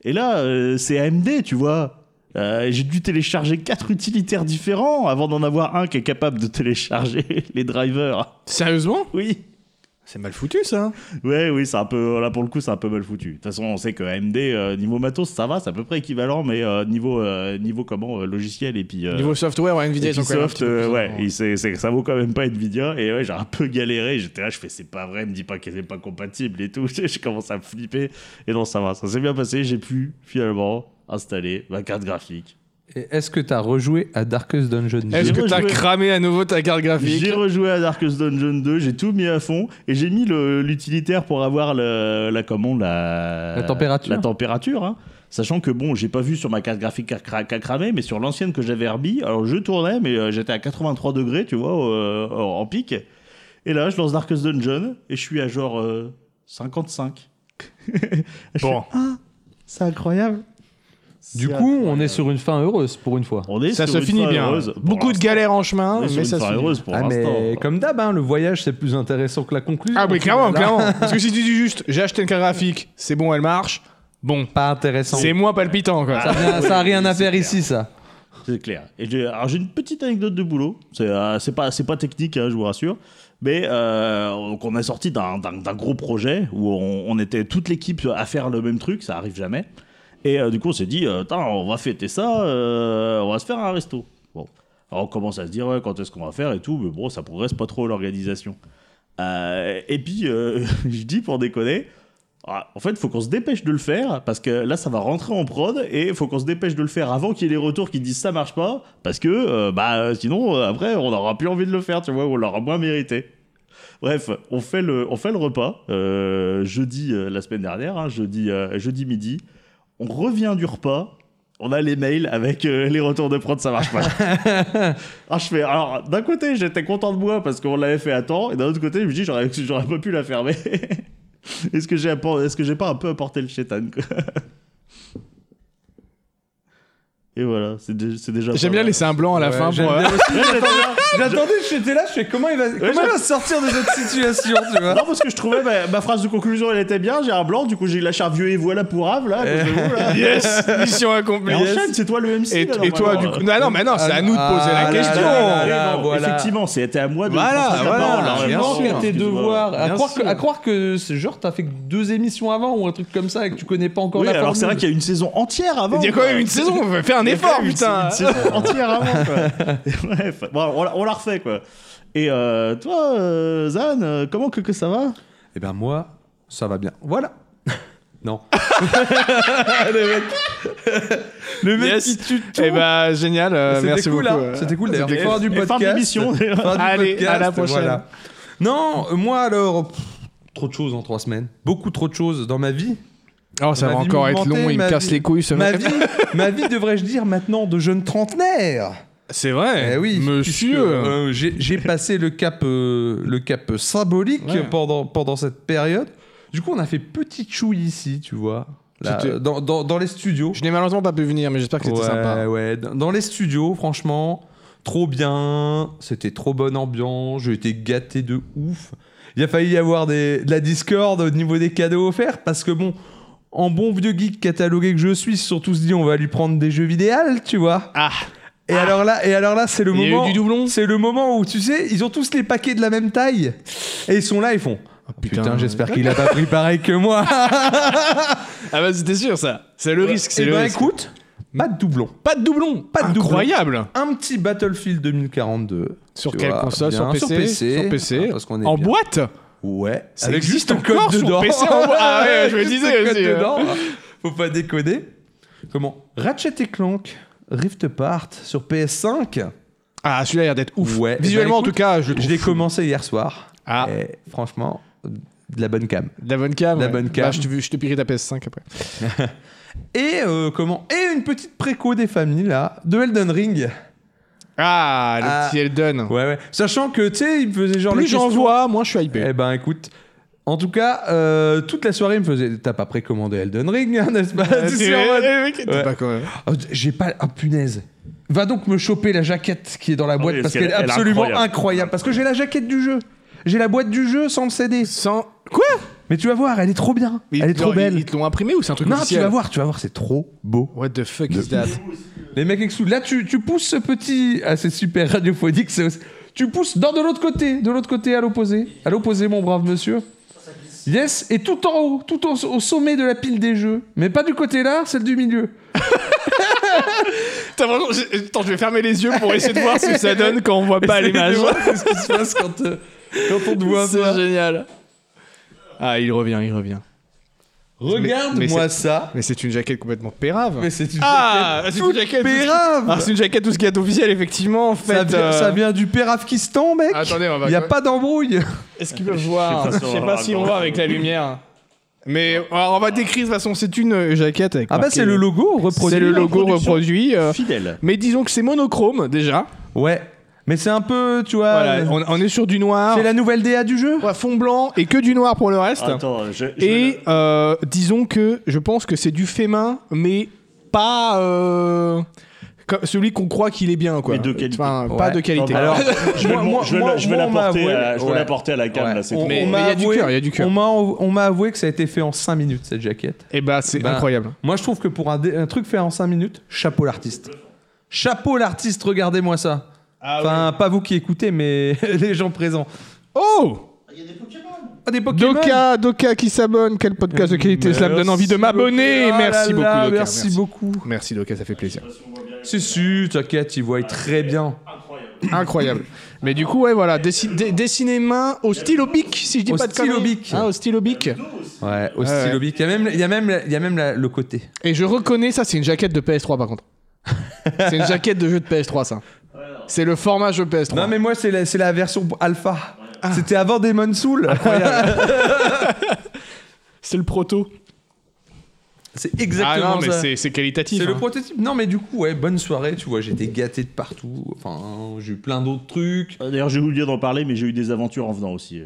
Speaker 3: Et là, euh, c'est AMD, tu vois. Euh, j'ai dû télécharger quatre utilitaires différents avant d'en avoir un qui est capable de télécharger [laughs] les drivers.
Speaker 1: Sérieusement
Speaker 3: Oui.
Speaker 1: C'est mal foutu ça. hein.
Speaker 3: Ouais, oui, c'est un peu. Là, pour le coup, c'est un peu mal foutu. De toute façon, on sait que AMD, euh, niveau matos, ça va, c'est à peu près équivalent, mais euh, niveau, euh, niveau comment, euh, logiciel et puis. euh,
Speaker 1: Niveau software, Nvidia, ils sont quand même un
Speaker 3: Ubisoft,
Speaker 1: petit peu
Speaker 3: euh,
Speaker 1: plus
Speaker 3: ouais,
Speaker 1: en-
Speaker 3: il- c'est- c'est- ça vaut quand même pas Nvidia. Et ouais, j'ai un peu galéré. J'étais là, je fais, c'est pas vrai, me dis pas qu'elle n'est pas compatible et tout. [laughs] je commence à me flipper. Et non, ça va, ça s'est bien passé. J'ai pu finalement installer ma carte graphique.
Speaker 4: Et Est-ce que t'as rejoué à Darkest Dungeon
Speaker 1: Est-ce
Speaker 3: J'ai
Speaker 1: que t'as
Speaker 3: rejoué.
Speaker 1: cramé à nouveau ta carte graphique
Speaker 3: J'ai rejoué à Darkest Dungeon 2, j'ai tout mis à fond et j'ai mis le- l'utilitaire pour avoir le- la comment la,
Speaker 4: La température.
Speaker 3: La température hein. Sachant que bon, j'ai pas vu sur ma carte graphique qu'à cra- qu'à cramer, mais sur l'ancienne que j'avais Herbie, alors je tournais, mais euh, j'étais à 83 degrés, tu vois, euh, en en pic. Et là, je lance Darkest Dungeon et je suis à genre euh, [laughs] 55.
Speaker 1: Bon,
Speaker 3: C'est incroyable.
Speaker 4: Du coup, on est sur une fin heureuse pour une fois.
Speaker 3: on est
Speaker 1: ça
Speaker 3: sur
Speaker 1: se
Speaker 3: une
Speaker 1: finit
Speaker 3: fin
Speaker 1: bien.
Speaker 3: heureuse. Pour
Speaker 1: Beaucoup de
Speaker 3: l'instant,
Speaker 1: galères en chemin,
Speaker 3: on est sur
Speaker 1: mais
Speaker 3: une
Speaker 1: ça se
Speaker 3: fin
Speaker 1: finit.
Speaker 3: heureuse pour
Speaker 4: Ah,
Speaker 3: l'instant.
Speaker 4: mais comme d'hab, hein, le voyage c'est plus intéressant que la conclusion.
Speaker 1: Ah, mais clairement,
Speaker 4: Là, [laughs]
Speaker 1: clairement. Parce que si tu dis juste, j'ai acheté une carte graphique, c'est bon, elle marche. Bon,
Speaker 4: Pas intéressant.
Speaker 1: c'est moins palpitant quoi.
Speaker 4: Ah, Ça n'a
Speaker 1: [laughs]
Speaker 4: rien à faire
Speaker 3: clair.
Speaker 4: ici, ça.
Speaker 3: C'est clair. Et j'ai, alors j'ai une petite anecdote de boulot. C'est, euh, c'est pas, c'est pas technique, hein, je vous rassure. Mais euh, donc on est sorti d'un, d'un- d'un gros projet où on, on était toute l'équipe à faire le même truc. Ça arrive jamais. Et euh, du coup, on s'est dit, euh, Tain, on va fêter ça. euh, on va se faire un resto. Bon. Alors on commence à se dire, ouais, quand est-ce qu'on va faire et tout. Mais bon, ça progresse pas trop l'organisation. Euh, et puis, euh, [laughs] je dis pour déconner. ah, En fait, il faut qu'on se dépêche de le faire parce que là, ça va rentrer en prod et il faut qu'on se dépêche de le faire avant qu'il y ait les retours qui disent ça marche pas parce que euh, bah sinon euh, après on aura plus envie de le faire, tu vois, ou on l'aura moins mérité. Bref, on fait le, on fait le repas euh, jeudi euh, la semaine dernière, hein, jeudi, euh, jeudi midi. On revient du repas, on a les mails avec euh, les retours de prod, ça marche pas.
Speaker 1: [laughs]
Speaker 3: Ah, je fais, alors, d'un côté, j'étais content de moi parce qu'on l'avait fait à temps, et d'un autre côté, je me dis, j'aurais, j'aurais pas pu la fermer. [laughs] est-ce, que j'ai appor- est-ce que j'ai pas un peu apporté le chétan quoi Et voilà, c'est, dé- c'est déjà.
Speaker 1: J'aime bien
Speaker 3: les
Speaker 1: laisser un blanc à la
Speaker 4: Ouais,
Speaker 1: fin
Speaker 4: j'aime
Speaker 1: pour.
Speaker 4: bien aussi.
Speaker 3: Non,
Speaker 4: J'attendais, j'étais là, je fais comment il va, comment il va sortir de cette situation, tu
Speaker 1: [laughs] Hein
Speaker 4: vois. Ah,
Speaker 3: parce que je trouvais ma, ma phrase de conclusion, elle était bien, j'ai un blanc, du coup, j'ai lâché un vieux et voilà pour Ave, là. à cause de vous, là.
Speaker 1: Eh. Yes,
Speaker 4: [laughs]
Speaker 1: euh, mission
Speaker 3: Mais
Speaker 1: accomplie.
Speaker 3: enchaîne, c'est toi le MC.
Speaker 1: Et,
Speaker 3: là,
Speaker 1: et toi,
Speaker 3: normalement,
Speaker 1: du
Speaker 3: là.
Speaker 1: coup. Non, non, mais non, c'est à nous de poser
Speaker 4: Ah,
Speaker 1: la
Speaker 4: là,
Speaker 1: question.
Speaker 4: là, là, là.
Speaker 3: Oui, bon,
Speaker 4: voilà.
Speaker 3: Effectivement, c'était à moi de
Speaker 1: Voilà,
Speaker 3: prendre la
Speaker 1: voilà,
Speaker 3: parole, là,
Speaker 1: bien sûr.
Speaker 3: vraiment,
Speaker 4: à tes
Speaker 3: excuse-moi.
Speaker 4: devoirs. À
Speaker 1: Bien
Speaker 4: croire, que,
Speaker 1: sûr.
Speaker 4: à croire que c'est genre t'as fait que deux émissions avant ou un truc comme ça et que tu connais pas encore
Speaker 3: Oui,
Speaker 4: la
Speaker 3: alors
Speaker 4: formule.
Speaker 3: c'est vrai qu'il y a une saison entière avant.
Speaker 1: Il y a quand même une saison, on va faire
Speaker 4: un effort,
Speaker 3: une-
Speaker 4: putain
Speaker 3: Une [laughs] saison entière avant, quoi. Et Bref, bon, on, la- on la refait, quoi. Et euh, toi, euh, Zan, euh, comment que, que ça va
Speaker 4: Eh ben moi, ça va bien.
Speaker 3: [laughs]
Speaker 4: Voilà. non. le mec. le mec
Speaker 1: Yes.
Speaker 4: qui tue tout.
Speaker 1: Eh ben, génial. euh,
Speaker 4: C'était
Speaker 1: merci
Speaker 4: cool,
Speaker 1: beaucoup.
Speaker 4: hein.
Speaker 1: euh.
Speaker 4: C'était cool d'ailleurs.
Speaker 3: Et-
Speaker 4: Fin du
Speaker 3: et fin de
Speaker 4: podcast.
Speaker 3: l'émission.
Speaker 4: Fin du
Speaker 1: Allez,
Speaker 4: podcast,
Speaker 1: à la prochaine.
Speaker 4: voilà. Non, euh, moi alors, pff, trop de choses en trois semaines. Beaucoup trop de choses dans ma vie.
Speaker 1: Oh, ça
Speaker 4: Ma
Speaker 1: va
Speaker 4: vie
Speaker 1: encore être
Speaker 4: mouvementée,
Speaker 1: long. Il
Speaker 4: ma
Speaker 1: me casse
Speaker 4: vie-
Speaker 1: les couilles, ce
Speaker 4: Ma
Speaker 1: mec.
Speaker 4: vie, ma vie devrais-je dire maintenant de jeune trentenaire.
Speaker 1: C'est vrai.
Speaker 4: Eh oui, puisque,
Speaker 1: Monsieur.
Speaker 4: euh, j'ai j'ai passé le cap, euh, le cap symbolique
Speaker 1: Ouais.
Speaker 4: pendant, pendant cette période. Du coup, on a fait petit chouille ici, tu vois, là,
Speaker 1: C'était-
Speaker 4: euh, dans, dans, dans les studios.
Speaker 1: Je n'ai malheureusement pas pu venir, mais j'espère que c'était
Speaker 4: ouais,
Speaker 1: sympa.
Speaker 4: ouais, dans dans les studios, franchement, trop bien. C'était trop bonne ambiance. J'ai été gâté de ouf. Il a failli y avoir des, de la discorde au niveau des cadeaux offerts parce que bon. En bon vieux geek catalogué que je suis, surtout se dit on va lui prendre des jeux vidéo, tu vois.
Speaker 1: Ah,
Speaker 4: Et alors là, et alors là, c'est le
Speaker 1: il y a
Speaker 4: moment.
Speaker 1: eu du doublon.
Speaker 4: C'est le moment où, tu sais, ils ont tous les paquets de la même taille. Et ils sont là, ils font. Oh, putain,
Speaker 1: putain.
Speaker 4: j'espère qu'il a pas pris pareil que moi.
Speaker 1: Ah bah c'était sûr ça. C'est [laughs] le risque, c'est
Speaker 4: Eh
Speaker 1: le
Speaker 4: ben,
Speaker 1: risque.
Speaker 4: écoute, pas de doublon.
Speaker 1: Pas de doublon, pas de doublon. Incroyable.
Speaker 4: Un petit Battlefield 2042.
Speaker 1: Sur
Speaker 4: tu
Speaker 1: quelle
Speaker 4: vois,
Speaker 1: console
Speaker 4: bien,
Speaker 1: Sur PC
Speaker 4: Sur PC.
Speaker 1: Sur
Speaker 4: Ah, parce qu'on est
Speaker 1: en
Speaker 4: bien.
Speaker 1: boîte
Speaker 4: Ouais.
Speaker 1: Ça
Speaker 4: Avec
Speaker 1: existe
Speaker 4: juste un
Speaker 1: encore
Speaker 4: code
Speaker 1: sur
Speaker 4: dedans.
Speaker 1: PC en
Speaker 4: [laughs]
Speaker 1: boîte. Ah ouais, je me
Speaker 4: Juste
Speaker 1: disais
Speaker 4: un code
Speaker 1: aussi, ouais.
Speaker 4: dedans. Faut pas déconner. Comment Ratchet et Clank Rift Apart sur PS5.
Speaker 1: Ah, celui-là a l'air d'être ouf.
Speaker 4: Ouais.
Speaker 1: Visuellement,
Speaker 4: Eh ben,
Speaker 1: en tout cas, je le
Speaker 4: Je
Speaker 1: trouve
Speaker 4: l'ai
Speaker 1: fou.
Speaker 4: commencé hier soir.
Speaker 1: Ah.
Speaker 4: Et franchement, de la bonne cam.
Speaker 1: De La bonne cam.
Speaker 4: La
Speaker 1: ouais.
Speaker 4: bonne cam.
Speaker 1: Bah, je, te, je te paierai ta PS5 après.
Speaker 4: Et euh, comment Et une petite préco des familles là, de Elden Ring.
Speaker 1: Ah, le
Speaker 4: Ah.
Speaker 1: petit Elden.
Speaker 4: Ouais ouais. Sachant que tu sais, il me faisait genre
Speaker 1: Plus
Speaker 4: les
Speaker 1: j'en
Speaker 4: questions.
Speaker 1: vois, moins je suis hypé.
Speaker 4: Eh ben écoute. En tout cas, euh, toute la soirée, il me faisait. T'as pas précommandé Elden Ring, hein, n'est-ce
Speaker 1: [laughs]
Speaker 4: pas
Speaker 1: Ah,
Speaker 4: Tu
Speaker 1: c'est
Speaker 4: sais, en
Speaker 1: vrai,
Speaker 4: mode-
Speaker 1: eh, mec, t'es
Speaker 4: Ouais.
Speaker 1: pas quoi.
Speaker 4: Oh, J'ai pas. Ah punaise. Va donc me choper la jaquette qui est dans la boîte
Speaker 3: oui,
Speaker 4: Ah parce qu'elle
Speaker 3: parce
Speaker 4: est
Speaker 3: qu'elle- elle est
Speaker 4: absolument
Speaker 3: incroyable.
Speaker 4: incroyable. Parce que j'ai la jaquette du jeu. J'ai la boîte du jeu sans le CD.
Speaker 1: Sans. Quoi
Speaker 4: Mais tu vas voir, elle est trop bien.
Speaker 1: Ils-
Speaker 4: elle est trop
Speaker 1: genre, ils-
Speaker 4: belle.
Speaker 1: Ils te l'ont imprimé ou c'est un truc
Speaker 4: Non, tu
Speaker 1: officiel
Speaker 4: vas voir, tu vas voir, c'est trop beau.
Speaker 1: What the fuck is that [laughs]
Speaker 4: Les mecs exclus. Là, tu, tu pousses ce petit. Ah, c'est super radiophonique. c'est aussi- Tu pousses dans de l'autre côté, de l'autre côté à l'opposé. À l'opposé, mon brave monsieur. Yes, et tout en haut, tout au, au sommet de la pile des jeux. Mais pas du côté là, celle du milieu.
Speaker 1: Putain, vraiment, j'ai- Attends, je vais fermer les yeux pour essayer de voir ce
Speaker 4: [laughs]
Speaker 1: que ça donne quand on voit pas l'image.
Speaker 4: Qu'est-ce qui se passe quand, euh, quand on te voit
Speaker 1: [laughs] C'est
Speaker 4: pas
Speaker 1: génial. Ah, il revient, il revient.
Speaker 4: Regarde-moi
Speaker 1: mais
Speaker 4: ça.
Speaker 1: Mais c'est une jaquette complètement pérave.
Speaker 4: Mais c'est une
Speaker 1: Ah, c'est une
Speaker 4: jaquette
Speaker 1: jaquette. tout-
Speaker 4: pérave.
Speaker 1: Ah, c'est une jaquette tout ce qui est officiel, effectivement, en fait.
Speaker 4: ça, vient,
Speaker 1: euh,
Speaker 4: ça vient du Péravkistan, mec.
Speaker 1: Attendez, on va-
Speaker 4: Il n'y a pas d'embrouille.
Speaker 1: Est-ce qu'ils peuvent voir
Speaker 3: Je sais pas
Speaker 1: Je
Speaker 3: si on
Speaker 1: sais
Speaker 3: va
Speaker 1: pas si
Speaker 3: voir
Speaker 1: on
Speaker 3: le
Speaker 1: voit
Speaker 3: temps.
Speaker 1: avec la lumière. Mais alors, on va décrire de toute façon, c'est une euh, jaquette avec.
Speaker 4: Ah bah
Speaker 1: marqué-
Speaker 4: c'est le logo reproduit.
Speaker 1: C'est le logo
Speaker 3: reproduction.
Speaker 1: reproduit. euh,
Speaker 3: Fidèle.
Speaker 1: Mais disons que c'est monochrome déjà.
Speaker 4: Ouais. Mais c'est un peu, tu vois.
Speaker 1: Voilà,
Speaker 4: euh,
Speaker 1: on, on est sur du noir,
Speaker 4: C'est la nouvelle DA du jeu
Speaker 1: Ouais, fond blanc et que du noir pour le reste.
Speaker 3: Attends, je, je
Speaker 1: et euh, disons que je pense que c'est du fait main, mais pas euh, comme- celui qu'on croit qu'il est bien quoi.
Speaker 3: Mais de qualité.
Speaker 1: Enfin, pas
Speaker 4: Ouais.
Speaker 1: de qualité.
Speaker 3: Non,
Speaker 4: Alors,
Speaker 3: je vais, le-
Speaker 4: moi-
Speaker 3: je vais,
Speaker 4: moi-
Speaker 3: le- je vais
Speaker 4: moi, on m'a
Speaker 3: l'apporter
Speaker 4: avoué-
Speaker 3: à, je vais
Speaker 4: ouais.
Speaker 3: l'apporter à la canne,
Speaker 4: Ouais.
Speaker 3: là, c'est
Speaker 4: On-
Speaker 3: tout.
Speaker 1: mais
Speaker 4: on
Speaker 1: il y
Speaker 4: m'a
Speaker 1: a du
Speaker 4: avoué-
Speaker 1: cœur, il y a du cœur.
Speaker 4: On m'a, on m'a avoué que ça a été fait en 5 minutes cette jaquette.
Speaker 1: Et bah c'est
Speaker 4: Ben,
Speaker 1: incroyable.
Speaker 4: Moi je trouve que pour un, dé- un truc fait en 5 minutes, chapeau l'artiste. Chapeau l'artiste, regardez-moi ça. enfin, pas vous qui écoutez, mais [laughs] les gens présents.
Speaker 1: Oh
Speaker 4: Ah, des Pokémon
Speaker 1: Doka, Doka qui s'abonne, quel podcast de qualité, cela me donne envie de
Speaker 4: Merci
Speaker 1: m'abonner.
Speaker 4: beaucoup. Ah
Speaker 1: merci
Speaker 4: là
Speaker 1: beaucoup
Speaker 4: là,
Speaker 1: Doka.
Speaker 4: Merci beaucoup.
Speaker 1: Merci Doka, ça fait plaisir.
Speaker 4: Si, si, t'inquiète, ils voient très bien.
Speaker 1: Incroyable. Mais du coup, ouais, voilà, dessi- dé- dessinez main au stylo bic, si je dis
Speaker 4: Au
Speaker 1: pas de
Speaker 4: stylo
Speaker 1: conneries.
Speaker 4: bic.
Speaker 1: Hein, au stylo bic.
Speaker 4: Ouais, au
Speaker 1: ouais.
Speaker 4: stylo bic. Il y a même, il y a même, il y a même la- le côté.
Speaker 1: Et je reconnais, ça, c'est une jaquette de PS3 par [laughs] contre. c'est une jaquette de jeu de PS3, ça. C'est le format jeu PS3.
Speaker 4: Non, mais moi, c'est la, c'est la version alpha. C'était avant Demon Soul.
Speaker 1: C'est le proto.
Speaker 4: [laughs] C'est exactement
Speaker 1: ah non, Ah mais
Speaker 4: ça.
Speaker 1: c'est- c'est qualitatif.
Speaker 4: C'est le
Speaker 1: hein.
Speaker 4: prototype. Non, mais du coup, ouais, bonne soirée. Tu vois, j'étais gâté de partout. Enfin, j'ai eu plein d'autres [laughs] trucs.
Speaker 3: Euh, D'ailleurs, j'ai oublié d'en parler, mais j'ai eu des aventures en venant aussi.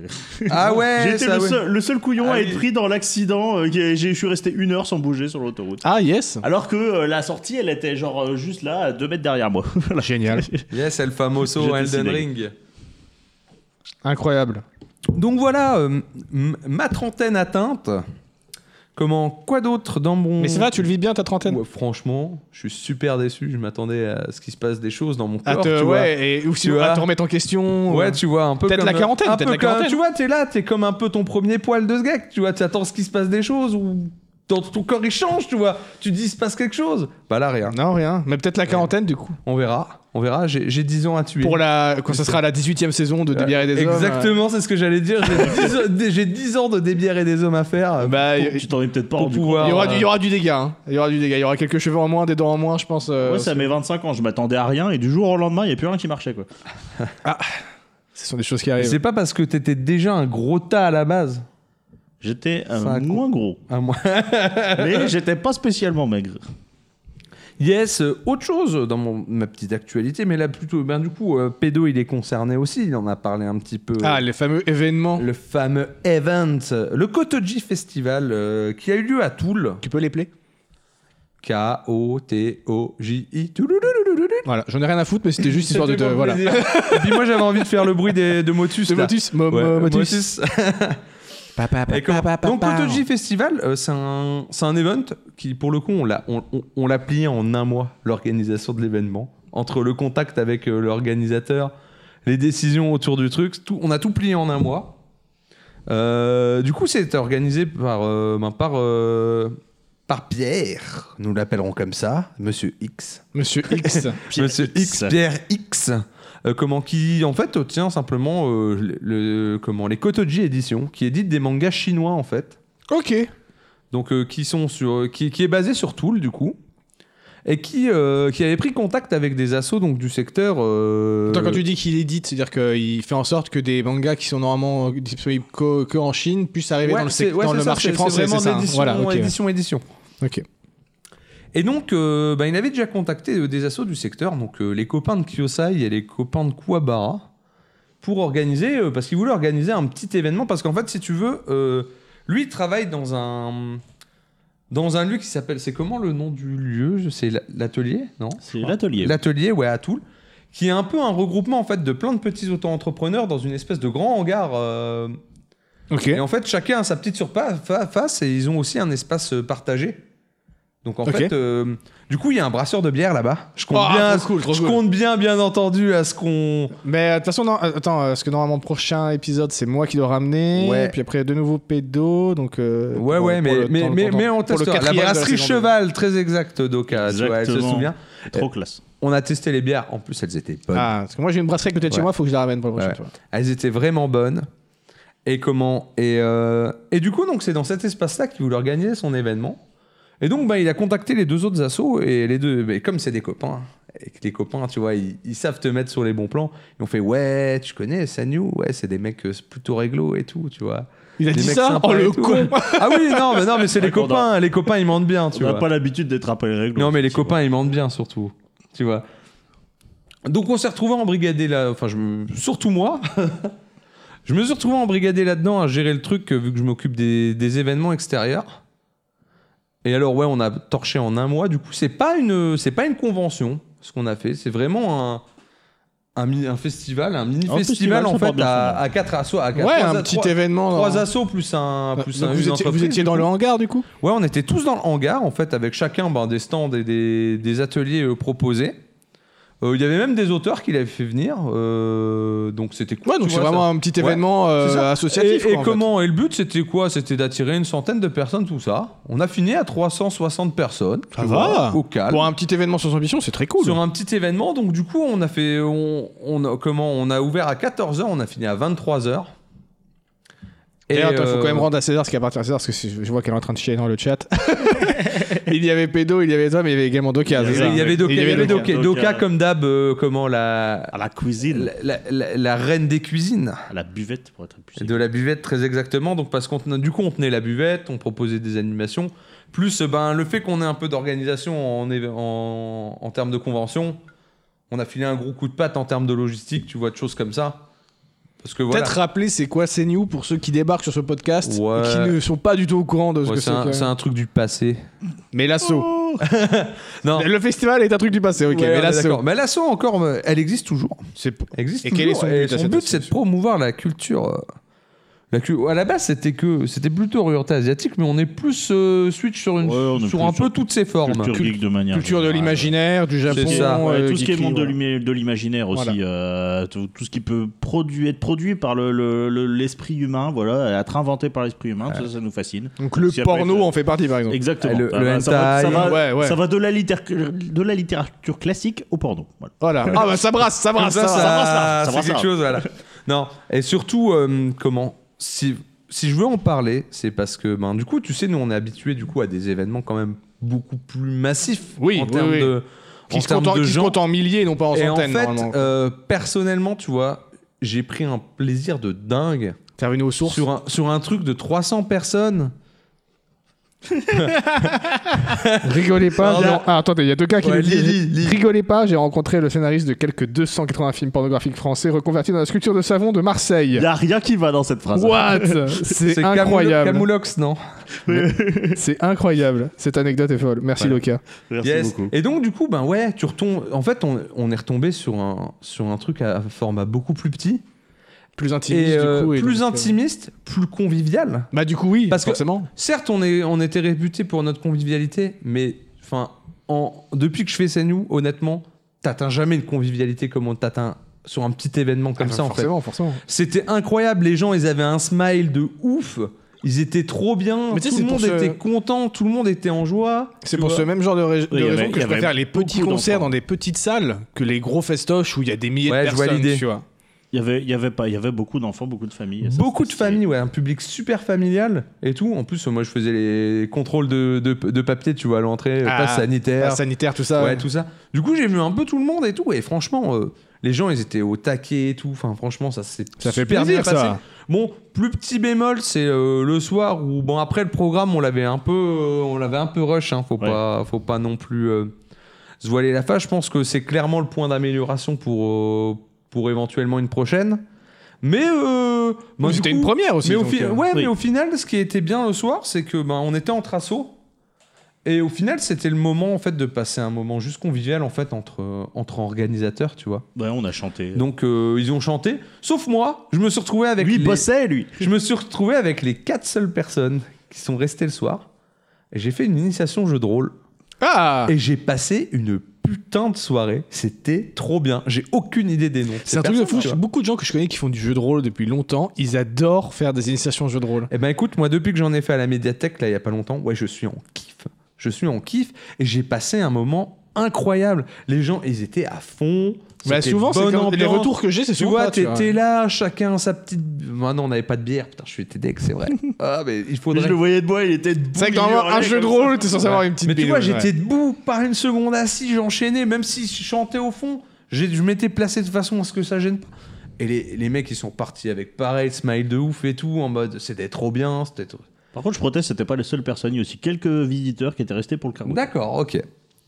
Speaker 4: Ah ouais,
Speaker 3: J'ai été
Speaker 4: ça,
Speaker 3: le,
Speaker 4: ouais.
Speaker 3: seul, le seul couillon
Speaker 4: Ah
Speaker 3: à
Speaker 4: oui.
Speaker 3: être pris dans l'accident. euh, j'ai- j'ai- Je suis resté une heure sans bouger sur l'autoroute.
Speaker 1: Ah yes.
Speaker 3: Alors que euh, la sortie, elle était genre euh, juste là, à deux mètres derrière moi. Voilà.
Speaker 1: Ah, Génial.
Speaker 4: Yes, El Famoso
Speaker 3: J'étais
Speaker 4: Elden
Speaker 3: sidéré.
Speaker 4: Ring.
Speaker 1: [laughs] Incroyable.
Speaker 4: Donc voilà, euh, m- ma trentaine atteinte. Comment Quoi d'autre dans mon.
Speaker 1: Mais ça va, tu le vis bien ta trentaine
Speaker 4: Ouais, Franchement, je suis super déçu. Je m'attendais à ce qu'il se passe des choses dans mon
Speaker 1: À
Speaker 4: corps.
Speaker 1: Ah, te,
Speaker 4: tu vois.
Speaker 1: ouais, et, ou ah, si
Speaker 4: Tu
Speaker 1: à
Speaker 4: vois.
Speaker 1: te remettre en question. euh.
Speaker 4: Ouais, tu vois, un peu
Speaker 1: Peut-être
Speaker 4: comme-
Speaker 1: la quarantaine,
Speaker 4: un
Speaker 1: peut-être
Speaker 4: peu
Speaker 1: la
Speaker 4: comme-
Speaker 1: quarantaine.
Speaker 4: Tu vois, t'es là, t'es comme un peu ton premier poil de ce gars. Tu vois, t'attends ce qu'il se passe des choses ou ton, ton corps il change, tu vois. Tu te dis, il se passe quelque chose. Bah là, rien.
Speaker 1: Non, rien. Mais peut-être la quarantaine, du coup.
Speaker 4: On verra. On verra. J'ai j'ai 10 ans à tuer. Euh,
Speaker 1: Pour la... Quand ça sera la 18 e saison de Des bières et des hommes.
Speaker 4: Exactement, c'est ce que j'allais dire. J'ai 10 ans- [laughs] des- J'ai 10 ans de des bières et des hommes à faire.
Speaker 1: euh, bah, il
Speaker 3: Tu t'en es peut-être pas
Speaker 4: Ah, Pour
Speaker 3: rendu compte.
Speaker 4: pouvoir-
Speaker 1: il y, aura
Speaker 4: euh,
Speaker 1: du- il y aura du dégât. hein. Il y aura du dégât. Il y aura quelques cheveux en moins, des dents en moins, je pense. euh,
Speaker 3: Moi, ça met 25 ans, je m'attendais à rien et du jour au lendemain, il n'y a plus rien qui marchait. Quoi.
Speaker 1: Ce sont des choses qui
Speaker 4: Mais
Speaker 1: arrivent.
Speaker 4: C'est pas parce que t'étais déjà un gros tas à la base.
Speaker 3: J'étais un
Speaker 4: Ça a con-
Speaker 3: moins gros,
Speaker 4: À moi.
Speaker 3: mais j'étais pas spécialement maigre.
Speaker 4: [laughs] Yes, euh, autre chose dans mon- ma petite actualité, mais là plutôt, ben du coup, euh, Pédo il est concerné aussi, il en a parlé un petit peu. Euh,
Speaker 1: Ah, les fameux événements.
Speaker 4: le fameux event, euh, le Kotoji Festival euh, qui a eu lieu à Toul.
Speaker 1: Tu peux les plaire
Speaker 4: K-O-T-O-J-I.
Speaker 1: Voilà, j'en ai rien à foutre, mais c'était juste histoire de te. Voilà.
Speaker 4: Et puis moi j'avais envie de faire le bruit des- de Motus.
Speaker 1: De
Speaker 4: là.
Speaker 1: Motus Mo-
Speaker 4: Ouais,
Speaker 1: Mo- Motus.
Speaker 4: Motus. Et comment- Donc Kotoji Festival, euh, c'est un, c'est un event qui, pour le coup, on l'a, on, on- on l'a plié en un mois, l'organisation de l'événement. Entre le contact avec euh, l'organisateur, les décisions autour du truc, tout, on a tout plié en un mois. Euh, du coup, c'est organisé par, euh, ben, par, euh, par Pierre, nous l'appellerons comme ça, Monsieur X.
Speaker 1: Monsieur
Speaker 4: [laughs]
Speaker 1: X.
Speaker 4: Monsieur X, Pierre X. Euh, comment qui en fait tient simplement euh, le, le- comment les Kotoji éditions qui édite des mangas chinois en fait
Speaker 1: ok.
Speaker 4: donc euh, qui sont sur qui, qui est basé sur Toul du coup et qui euh, qui avait pris contact avec des assos donc du secteur euh,
Speaker 1: Attends, quand tu dis qu'il édite, c'est-à-dire qu'il fait en sorte que des mangas qui sont normalement disponibles qu'au- que en Chine puissent arriver
Speaker 4: Ouais,
Speaker 1: dans le,
Speaker 4: c'est-
Speaker 1: sec-
Speaker 4: ouais,
Speaker 1: dans
Speaker 4: c'est
Speaker 1: le
Speaker 4: ça,
Speaker 1: marché
Speaker 4: c'est-
Speaker 1: français.
Speaker 4: c'est vraiment
Speaker 1: ça, hein.
Speaker 4: d'édition,
Speaker 1: Voilà, ok.
Speaker 4: édition édition
Speaker 1: Ok.
Speaker 4: Et donc, euh, bah, il avait déjà contacté euh, des assos du secteur, donc euh, les copains de Kyosai et les copains de Kuwabara, pour organiser, euh, parce qu'il voulait organiser un petit événement, parce qu'en fait, si tu veux, euh, lui, il travaille dans un, dans un lieu qui s'appelle, c'est comment le nom du lieu Je sais, la- l'atelier Non
Speaker 3: C'est l'atelier.
Speaker 4: L'atelier, ouais, à Toul, qui est un peu un regroupement, en fait, de plein de petits auto-entrepreneurs dans une espèce de grand hangar euh,
Speaker 1: Ok.
Speaker 4: et en fait, chacun a sa petite surface et ils ont aussi un espace euh, partagé. Donc en
Speaker 1: Ok.
Speaker 4: fait, euh, du coup, il y a un brasseur de bière là-bas. Je compte
Speaker 1: Oh,
Speaker 4: bien,
Speaker 1: trop cool, trop
Speaker 4: je
Speaker 1: cool.
Speaker 4: compte bien, bien entendu, à ce qu'on.
Speaker 1: Mais euh, de toute façon, non, euh, attends, euh, parce que normalement, prochain épisode, c'est moi qui dois ramener.
Speaker 4: Ouais.
Speaker 1: Puis après, de nouveau pédo. Donc, euh,
Speaker 4: Ouais,
Speaker 1: pour-
Speaker 4: ouais,
Speaker 1: pour
Speaker 4: mais,
Speaker 1: le-
Speaker 4: mais,
Speaker 1: pour le-
Speaker 4: mais,
Speaker 1: pour-
Speaker 4: mais on
Speaker 1: pour le
Speaker 4: testera. La
Speaker 1: quatrième de
Speaker 4: brasserie
Speaker 1: saison deux.
Speaker 4: Cheval, très exacte, Doka. tu vois, elle se
Speaker 3: Exactement.
Speaker 4: souvient.
Speaker 3: Trop classe.
Speaker 4: On a testé les bières. En plus, elles étaient bonnes.
Speaker 1: Ah, parce que moi, j'ai une brasserie à côté de chez
Speaker 4: Ouais.
Speaker 1: moi, faut que je la ramène pour la
Speaker 4: Ouais.
Speaker 1: prochaine fois.
Speaker 4: Elles étaient vraiment bonnes. Et comment et, euh, et du coup, donc c'est dans cet espace-là qu'il voulait organiser son événement. Et donc, bah, il a contacté les deux autres assos et les deux, mais comme c'est des copains, et que les copains, tu vois, ils, ils savent te mettre sur les bons plans. Ils ont fait ouais, tu connais Sanyu, ouais, c'est des mecs euh, plutôt réglo et tout, tu vois.
Speaker 1: Il a
Speaker 4: Des
Speaker 1: dit
Speaker 4: mecs
Speaker 1: ça
Speaker 4: sympas
Speaker 1: Oh
Speaker 4: et
Speaker 1: le
Speaker 4: tout.
Speaker 1: con
Speaker 4: ah oui, non, mais non, mais c'est les
Speaker 3: D'accord,
Speaker 4: copains, les copains, ils mentent bien, tu
Speaker 3: On n'a
Speaker 4: vois.
Speaker 3: pas l'habitude d'être appelé règle.
Speaker 4: Non, mais les
Speaker 3: C'est vrai.
Speaker 4: copains, ils mentent bien, surtout. Tu vois. Donc, on s'est retrouvés en brigadé là. Enfin, je me- surtout moi. [laughs] je me suis retrouvé en brigadé là-dedans à gérer le truc, euh, vu que je m'occupe des, des événements extérieurs. Et alors, ouais, on a torché en un mois. Du coup, c'est pas une, c'est pas une convention, ce qu'on a fait. C'est vraiment un. Un, mini- un festival, un
Speaker 3: Un
Speaker 4: mini-festival
Speaker 3: festival,
Speaker 4: en
Speaker 3: ça porte
Speaker 4: fait
Speaker 3: bien son
Speaker 4: à,
Speaker 3: nom.
Speaker 4: à quatre assos. à quatre-
Speaker 1: Ouais,
Speaker 4: trois
Speaker 1: un
Speaker 4: a-
Speaker 1: petit
Speaker 4: trois-
Speaker 1: événement.
Speaker 4: Trois
Speaker 1: dans-
Speaker 4: assos plus un.
Speaker 1: Donc,
Speaker 4: Plus un- une
Speaker 1: Vous étiez- vous
Speaker 4: entreprise,
Speaker 1: étiez dans
Speaker 4: du
Speaker 1: le
Speaker 4: coup.
Speaker 1: hangar, du coup
Speaker 4: Ouais, on était tous dans le hangar, en fait, avec chacun ben, des stands et des, des ateliers euh, proposés. Euh, Il y avait même des auteurs qui l'avaient fait venir, euh, donc c'était cool.
Speaker 1: Ouais, donc
Speaker 4: tu
Speaker 1: c'est
Speaker 4: vois,
Speaker 1: vraiment
Speaker 4: ça.
Speaker 1: un petit
Speaker 4: Ouais,
Speaker 1: événement euh,
Speaker 4: c'est ça.
Speaker 1: associatif.
Speaker 4: Et,
Speaker 1: quoi,
Speaker 4: et
Speaker 1: en fait.
Speaker 4: comment Et le but, c'était quoi C'était d'attirer une centaine de personnes, tout ça. On a fini à 360 personnes.
Speaker 1: Ça
Speaker 4: tu
Speaker 1: va.
Speaker 4: vois, Au calme.
Speaker 1: Pour un petit événement sans ambition, c'est très cool.
Speaker 4: Sur un petit événement, donc du coup, on a fait, on, on a, comment On a ouvert à 14h, on a fini à 23h.
Speaker 1: Et attends, il faut
Speaker 4: euh,
Speaker 1: quand même rendre à César ce qui appartient à César, parce que si- je vois qu'elle est en train de chier dans le chat. [laughs] il y avait Pédo, il y avait toi, mais il y avait également Doka.
Speaker 3: Il y
Speaker 1: c'est
Speaker 3: avait-
Speaker 1: ça
Speaker 4: Il y avait Doka,
Speaker 1: Il y avait Doka.
Speaker 4: Doka, Doka, comme d'hab, euh, comment la,
Speaker 3: À la cuisine,
Speaker 4: la, la- la reine des cuisines.
Speaker 3: à la buvette pour être plus.
Speaker 4: De la buvette, très exactement. Donc, parce qu'on tenait- du coup, on tenait la buvette, on proposait des animations. Plus euh, ben, le fait qu'on ait un peu d'organisation en, éve- en, en termes de convention, on a filé un gros coup de patte en termes de logistique, tu vois, de choses comme ça. Parce que voilà.
Speaker 1: Peut-être rappeler c'est quoi CNU pour ceux qui débarquent sur ce podcast
Speaker 4: Ouais.
Speaker 1: et qui ne sont pas du tout au courant de ce
Speaker 4: Ouais,
Speaker 1: que
Speaker 4: c'est
Speaker 1: c'est.
Speaker 4: un,
Speaker 1: que-
Speaker 4: c'est un truc du passé.
Speaker 1: Mais l'assaut.
Speaker 4: Non.
Speaker 1: Le festival est un truc du passé, ok.
Speaker 4: Oh. Ouais, on
Speaker 1: mais
Speaker 4: est
Speaker 1: l'assaut.
Speaker 4: d'accord. Mais l'assaut, encore, euh, elle existe toujours.
Speaker 1: C'est
Speaker 4: existe
Speaker 1: Et
Speaker 4: toujours.
Speaker 1: quel est son but à cette
Speaker 4: c'est de promouvoir la culture euh, La cu- à la base, c'était que c'était plutôt orienté asiatique, mais on est plus euh, switch sur, une,
Speaker 3: Ouais, on est
Speaker 4: sur
Speaker 3: plus
Speaker 4: un peu
Speaker 3: sur
Speaker 4: toutes ces formes.
Speaker 3: Culture geek de manière
Speaker 1: Culture de
Speaker 3: générale.
Speaker 1: l'imaginaire, du Japon,
Speaker 4: C'est ça.
Speaker 3: Ouais,
Speaker 1: euh,
Speaker 3: tout ce qui est
Speaker 1: geekery,
Speaker 3: monde de
Speaker 1: voilà.
Speaker 3: l'imi- de l'imaginaire aussi,
Speaker 1: Voilà.
Speaker 3: euh, tout, tout ce qui peut produire, être produit par le- le- le- l'esprit humain, voilà, être inventé par l'esprit humain, ça, ça nous fascine.
Speaker 1: Donc le
Speaker 3: Ça peut
Speaker 1: porno
Speaker 3: être-
Speaker 1: en fait partie par exemple.
Speaker 3: Exactement.
Speaker 4: eh, le-
Speaker 3: Ah
Speaker 4: le
Speaker 3: bah, ça va- ça
Speaker 4: hentai.
Speaker 3: va-
Speaker 1: Ouais, ouais.
Speaker 3: ça va de la littérature- de la littérature classique au porno. Voilà.
Speaker 1: Voilà.
Speaker 4: [laughs]
Speaker 1: Ah bah ça brasse, ça
Speaker 4: Comme
Speaker 1: brasse,
Speaker 4: ça,
Speaker 1: ça,
Speaker 4: ça,
Speaker 1: brasse.
Speaker 3: là, ça
Speaker 4: c'est
Speaker 3: brasse
Speaker 4: quelque
Speaker 3: là.
Speaker 4: chose, voilà. non, et surtout, euh, comment si, si je veux en parler, c'est parce que, ben, du coup, tu sais, nous, on est habitués du coup, à des événements quand même beaucoup plus massifs
Speaker 1: Oui,
Speaker 4: en
Speaker 1: oui,
Speaker 4: termes
Speaker 1: oui.
Speaker 4: de. en
Speaker 1: Qui se
Speaker 4: termes
Speaker 1: compte en-
Speaker 4: de
Speaker 1: qui se
Speaker 4: gens.
Speaker 1: compte en milliers, non pas en
Speaker 4: Et en
Speaker 1: centaines.
Speaker 4: fait,
Speaker 1: normalement.
Speaker 4: euh, personnellement, tu vois, j'ai pris un plaisir de dingue
Speaker 1: T'es revenu aux sources.
Speaker 4: sur un, sur un truc de 300 personnes.
Speaker 1: Rigolez pas.
Speaker 4: Non,
Speaker 1: j'ai-
Speaker 4: non.
Speaker 1: Ah, attendez, il y a deux cas qui
Speaker 4: Ouais,
Speaker 1: le
Speaker 4: lis,
Speaker 1: disent.
Speaker 4: lis, lis.
Speaker 1: Rigolez pas, j'ai rencontré le scénariste de quelques 280 films pornographiques français reconvertis dans la sculpture de savon de Marseille.
Speaker 3: Il n'y a rien qui va dans cette phrase.
Speaker 4: [laughs]
Speaker 1: What C'est
Speaker 4: Camoulo-
Speaker 1: incroyable.
Speaker 4: Camoulox, non
Speaker 1: C'est incroyable. Cette anecdote est folle. Merci
Speaker 3: Ouais.
Speaker 1: Loca.
Speaker 3: Merci
Speaker 4: Yes.
Speaker 3: beaucoup.
Speaker 4: Et donc, du coup, ben ouais, tu retombes. En fait, on, on est retombé sur un, sur un truc à format beaucoup plus petit.
Speaker 1: Plus intimiste
Speaker 4: Et euh,
Speaker 1: du coup. et
Speaker 4: plus
Speaker 1: donc, euh,
Speaker 4: intimiste, plus convivial.
Speaker 1: Bah du coup oui.
Speaker 4: Parce que-
Speaker 1: forcément.
Speaker 4: Certes, on, est, on était réputé pour notre convivialité, mais enfin, en, depuis que je fais nous honnêtement, t'atteins jamais une convivialité comme on t'atteint sur un petit événement comme
Speaker 1: Ah,
Speaker 4: ça, en fait.
Speaker 1: forcément, forcément.
Speaker 4: C'était incroyable, les gens, ils avaient un smile de ouf. Ils étaient trop bien,
Speaker 1: Mais tu
Speaker 4: tout le
Speaker 1: sais, c'est pour
Speaker 4: monde
Speaker 1: ce-
Speaker 4: était content, tout le monde était en joie.
Speaker 1: C'est
Speaker 4: tu
Speaker 1: pour
Speaker 4: vois.
Speaker 1: ce même genre de, rais- de
Speaker 3: il y
Speaker 1: raison
Speaker 3: avait-
Speaker 1: que
Speaker 3: il
Speaker 1: je
Speaker 3: y avait
Speaker 1: préfère les petits
Speaker 3: beaucoup
Speaker 1: concerts
Speaker 3: d'enfants.
Speaker 1: dans des petites salles que les gros festoches où il y a des milliers
Speaker 4: Ouais,
Speaker 1: de
Speaker 4: je vois
Speaker 1: personnes.
Speaker 4: l'idée.
Speaker 1: tu vois.
Speaker 3: Il y avait, il y avait pas, il y avait beaucoup d'enfants, beaucoup de familles. Ça,
Speaker 4: Beaucoup de
Speaker 3: c'est-
Speaker 4: familles, ouais, un public super familial et tout. En plus, moi, je faisais les contrôles de, de, de papier, tu vois, à l'entrée,
Speaker 1: Ah,
Speaker 4: passe sanitaire,
Speaker 1: Passe sanitaire, tout ça.
Speaker 4: ouais, tout ça. Du coup, j'ai vu un peu tout le monde et tout. Et franchement, euh, les gens, ils étaient au taquet et tout. Enfin, franchement, ça s'est
Speaker 1: Ça fait
Speaker 4: super bien
Speaker 1: plaisir,
Speaker 4: passé.
Speaker 1: ça.
Speaker 4: Bon, plus petit bémol, c'est euh, le soir où, bon, après le programme, on l'avait un peu, euh, on l'avait un peu rush. Hein, faut
Speaker 3: Ouais.
Speaker 4: pas, faut pas non plus euh, se voiler la face. Je pense que c'est clairement le point d'amélioration pour euh, pour éventuellement une prochaine. Mais euh, bah,
Speaker 1: Mais
Speaker 4: du
Speaker 1: C'était
Speaker 4: coup,
Speaker 1: une première aussi.
Speaker 4: mais au,
Speaker 1: donc,
Speaker 4: fi-
Speaker 1: euh,
Speaker 4: ouais,
Speaker 3: oui.
Speaker 4: mais au final, ce qui était bien le soir, c'est que ben, on était en traceau. Et au final, c'était le moment en fait de passer un moment juste convivial en fait entre euh, entre organisateurs, tu vois.
Speaker 3: Ouais, on a chanté.
Speaker 4: Donc euh, ils ont chanté, sauf moi, je me suis retrouvé avec
Speaker 3: lui
Speaker 1: bah,
Speaker 4: les...
Speaker 3: bossait, lui.
Speaker 4: [laughs] je me suis retrouvé avec les quatre seules personnes qui sont restées le soir. Et j'ai fait une initiation jeu de rôle
Speaker 1: Ah
Speaker 4: et j'ai passé une putain de soirée. C'était trop bien. J'ai aucune idée des noms.
Speaker 1: C'est un truc de fou.
Speaker 4: Et
Speaker 1: Beaucoup de gens que je connais qui font du jeu de rôle depuis longtemps, ils adorent faire des initiations au jeu de rôle.
Speaker 4: Eh ben écoute, moi depuis que j'en ai fait à la médiathèque là il y a pas longtemps, ouais, je suis en kiff. Je suis en kiff et j'ai passé un moment incroyable. Les gens, ils étaient à fond.
Speaker 1: Bah,
Speaker 4: C'était
Speaker 1: souvent, c'est
Speaker 4: bonne
Speaker 1: comme- les
Speaker 4: ambiance.
Speaker 1: retours que j'ai, c'est
Speaker 4: Tu
Speaker 1: souvent
Speaker 4: vois,
Speaker 1: ça, tu vois.
Speaker 4: t'étais là, chacun sa petite. Ah non, on n'avait pas de bière. Putain, je suis TDEC, c'est
Speaker 1: [laughs]
Speaker 4: vrai. ah mais il faudrait.
Speaker 3: Je le voyais de moi, il était.
Speaker 1: C'est vrai que normalement, un jeu de rôle, t'es censé avoir une petite
Speaker 4: Mais tu vois,
Speaker 1: binouze, ouais.
Speaker 4: j'étais debout, par une seconde assis, j'enchaînais, même si je chantais au fond, j'ai- je m'étais placé de façon à ce que ça gêne pas. Et les, les mecs, ils sont partis avec pareil, smile de ouf et tout, en mode c'était trop bien, c'était trop.
Speaker 3: Par contre, je proteste, c'était pas les seules personnes. Il y a aussi quelques visiteurs qui étaient restés pour le Carotec.
Speaker 4: D'accord, ok.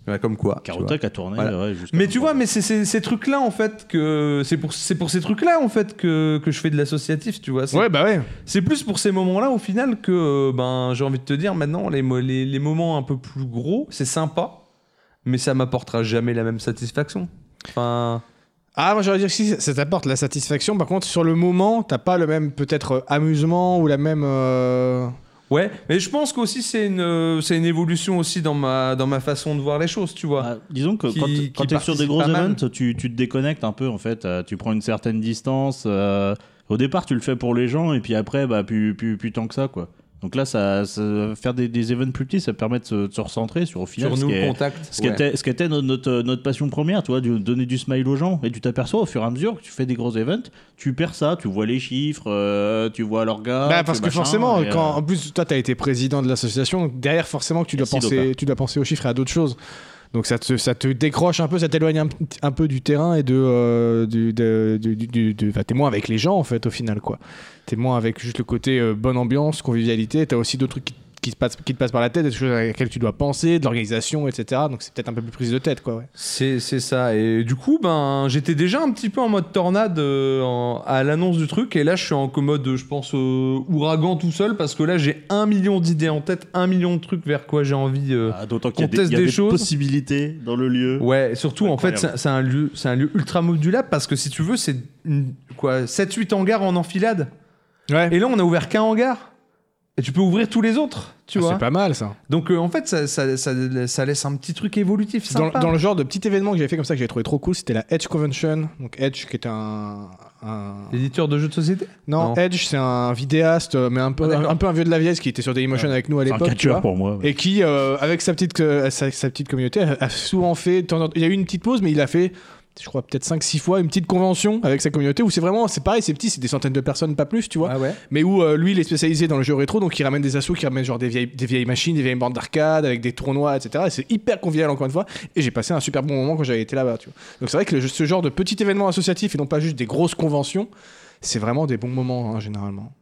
Speaker 4: Ouais, comme quoi. tu vois.
Speaker 3: Carotec a tourné.
Speaker 4: Voilà.
Speaker 3: ouais, jusqu'à-
Speaker 4: Mais tu vois, mais c'est c'est- ces trucs-là, en fait, que. C'est pour, c'est pour ces trucs-là, en fait, que, que je fais de l'associatif, tu vois. C'est
Speaker 1: Ouais, bah ouais.
Speaker 4: c'est plus pour ces moments-là, au final, que euh, ben, j'ai envie de te dire, maintenant, les, mo- les, les moments un peu plus gros, c'est sympa, mais ça m'apportera jamais la même satisfaction. Enfin.
Speaker 1: Ah, moi j'aurais dire que si ça t'apporte la satisfaction, par contre sur le moment, t'as pas le même peut-être euh, amusement ou la même. euh,
Speaker 4: Ouais, mais je pense qu'aussi c'est une, euh, c'est une évolution aussi dans ma, dans ma façon de voir les choses, tu vois.
Speaker 3: Ah, disons que
Speaker 4: Qui-
Speaker 3: quand,
Speaker 4: qui
Speaker 3: quand t'es sur des
Speaker 4: participe
Speaker 3: gros
Speaker 4: pas mal.
Speaker 3: events, tu, tu te déconnectes un peu en fait. euh, tu prends une certaine distance. euh, au départ, tu le fais pour les gens et puis après, bah, plus, plus, plus tant que ça quoi. Donc là, ça, ça- faire des, des events plus petits, ça permet de se, de se recentrer sur au final
Speaker 4: Sur
Speaker 3: ce
Speaker 4: nous,
Speaker 3: qui est-
Speaker 4: contact.
Speaker 3: Ce qui
Speaker 4: ouais.
Speaker 3: était, ce qui était notre, notre, notre passion première, tu vois, de donner du smile aux gens. Et tu t'aperçois au fur et à mesure que tu fais des gros events, tu perds ça, tu vois les chiffres, euh, tu vois l'organe.
Speaker 1: bah parce
Speaker 3: tu
Speaker 1: que
Speaker 3: machin,
Speaker 1: forcément,
Speaker 3: et,
Speaker 1: quand
Speaker 3: euh,
Speaker 1: en plus toi t'as été président de l'association, donc derrière forcément que tu dois
Speaker 3: Merci,
Speaker 1: penser,
Speaker 3: Dopa.
Speaker 1: tu dois penser aux chiffres et à d'autres choses. Donc ça te, ça te décroche un peu, ça t'éloigne un, p- un peu du terrain et de, euh, du, de, du- du- du- de- enfin, t'es moins avec les gens en fait au final quoi. T'es moins avec juste le côté euh, bonne ambiance, convivialité. T'as aussi d'autres trucs qui, qui, se passent, qui te passent par la tête, des choses à laquelle tu dois penser, de l'organisation, etc. Donc c'est peut-être un peu plus prise de tête quoi. ouais.
Speaker 4: C'est c'est ça. Et du coup, ben, j'étais déjà un petit peu en mode tornade euh, en- à l'annonce du truc. Et là, je suis en mode, je pense, euh, ouragan tout seul parce que là, j'ai un million d'idées en tête, un million de trucs vers quoi j'ai envie. euh,
Speaker 3: ah, D'autant qu'il y a
Speaker 4: qu'on
Speaker 3: des,
Speaker 4: teste
Speaker 3: il y a
Speaker 4: des
Speaker 3: des
Speaker 4: choses.
Speaker 3: possibilités dans le lieu.
Speaker 4: Ouais, et surtout en fait,
Speaker 3: Incroyable.
Speaker 4: c'est c'est un lieu, c'est un lieu ultra modulable parce que si tu veux, c'est une- quoi, 7-8 hangars en enfilade.
Speaker 1: Ouais.
Speaker 4: Et là, on a ouvert qu'un hangar. Et tu peux ouvrir tous les autres, tu
Speaker 1: Ah,
Speaker 4: vois.
Speaker 1: c'est pas mal ça.
Speaker 4: Donc euh, en fait, ça, ça- ça- ça laisse un petit truc évolutif
Speaker 1: Dans,
Speaker 4: sympa.
Speaker 1: dans le genre de petit événement que j'avais fait comme ça que j'avais trouvé trop cool, c'était la Edge Convention. Donc Edge qui est un, un-
Speaker 4: L'éditeur de jeux de société
Speaker 1: Non,
Speaker 4: Non.
Speaker 1: Edge c'est un vidéaste, euh, mais un peu,
Speaker 4: Ah,
Speaker 1: un,
Speaker 4: d'accord.
Speaker 1: peu un vieux de la vieille qui était sur Dailymotion avec nous à
Speaker 3: C'est un
Speaker 1: l'époque. tu vois.
Speaker 3: catcheur pour moi.
Speaker 1: Et qui, euh, avec sa petite, euh, sa, sa petite communauté, a, a souvent fait. de temps en temps- Il y a eu une petite pause, mais il a fait, je crois, peut-être 5-6 fois une petite convention avec sa communauté où c'est vraiment, c'est pareil, c'est petit, c'est des centaines de personnes, pas plus, tu vois.
Speaker 4: Ah ouais
Speaker 1: Mais où euh, lui, il est spécialisé dans le jeu rétro, donc il ramène des assauts, qui ramène genre des vieilles, des vieilles machines, des vieilles bandes d'arcade avec des tournois, etc. Et c'est hyper convivial, encore une fois. Et j'ai passé un super bon moment quand j'avais été là-bas, tu vois. Donc c'est vrai que le- ce genre de petit événement associatif et non pas juste des grosses conventions, c'est vraiment des bons moments, hein, généralement.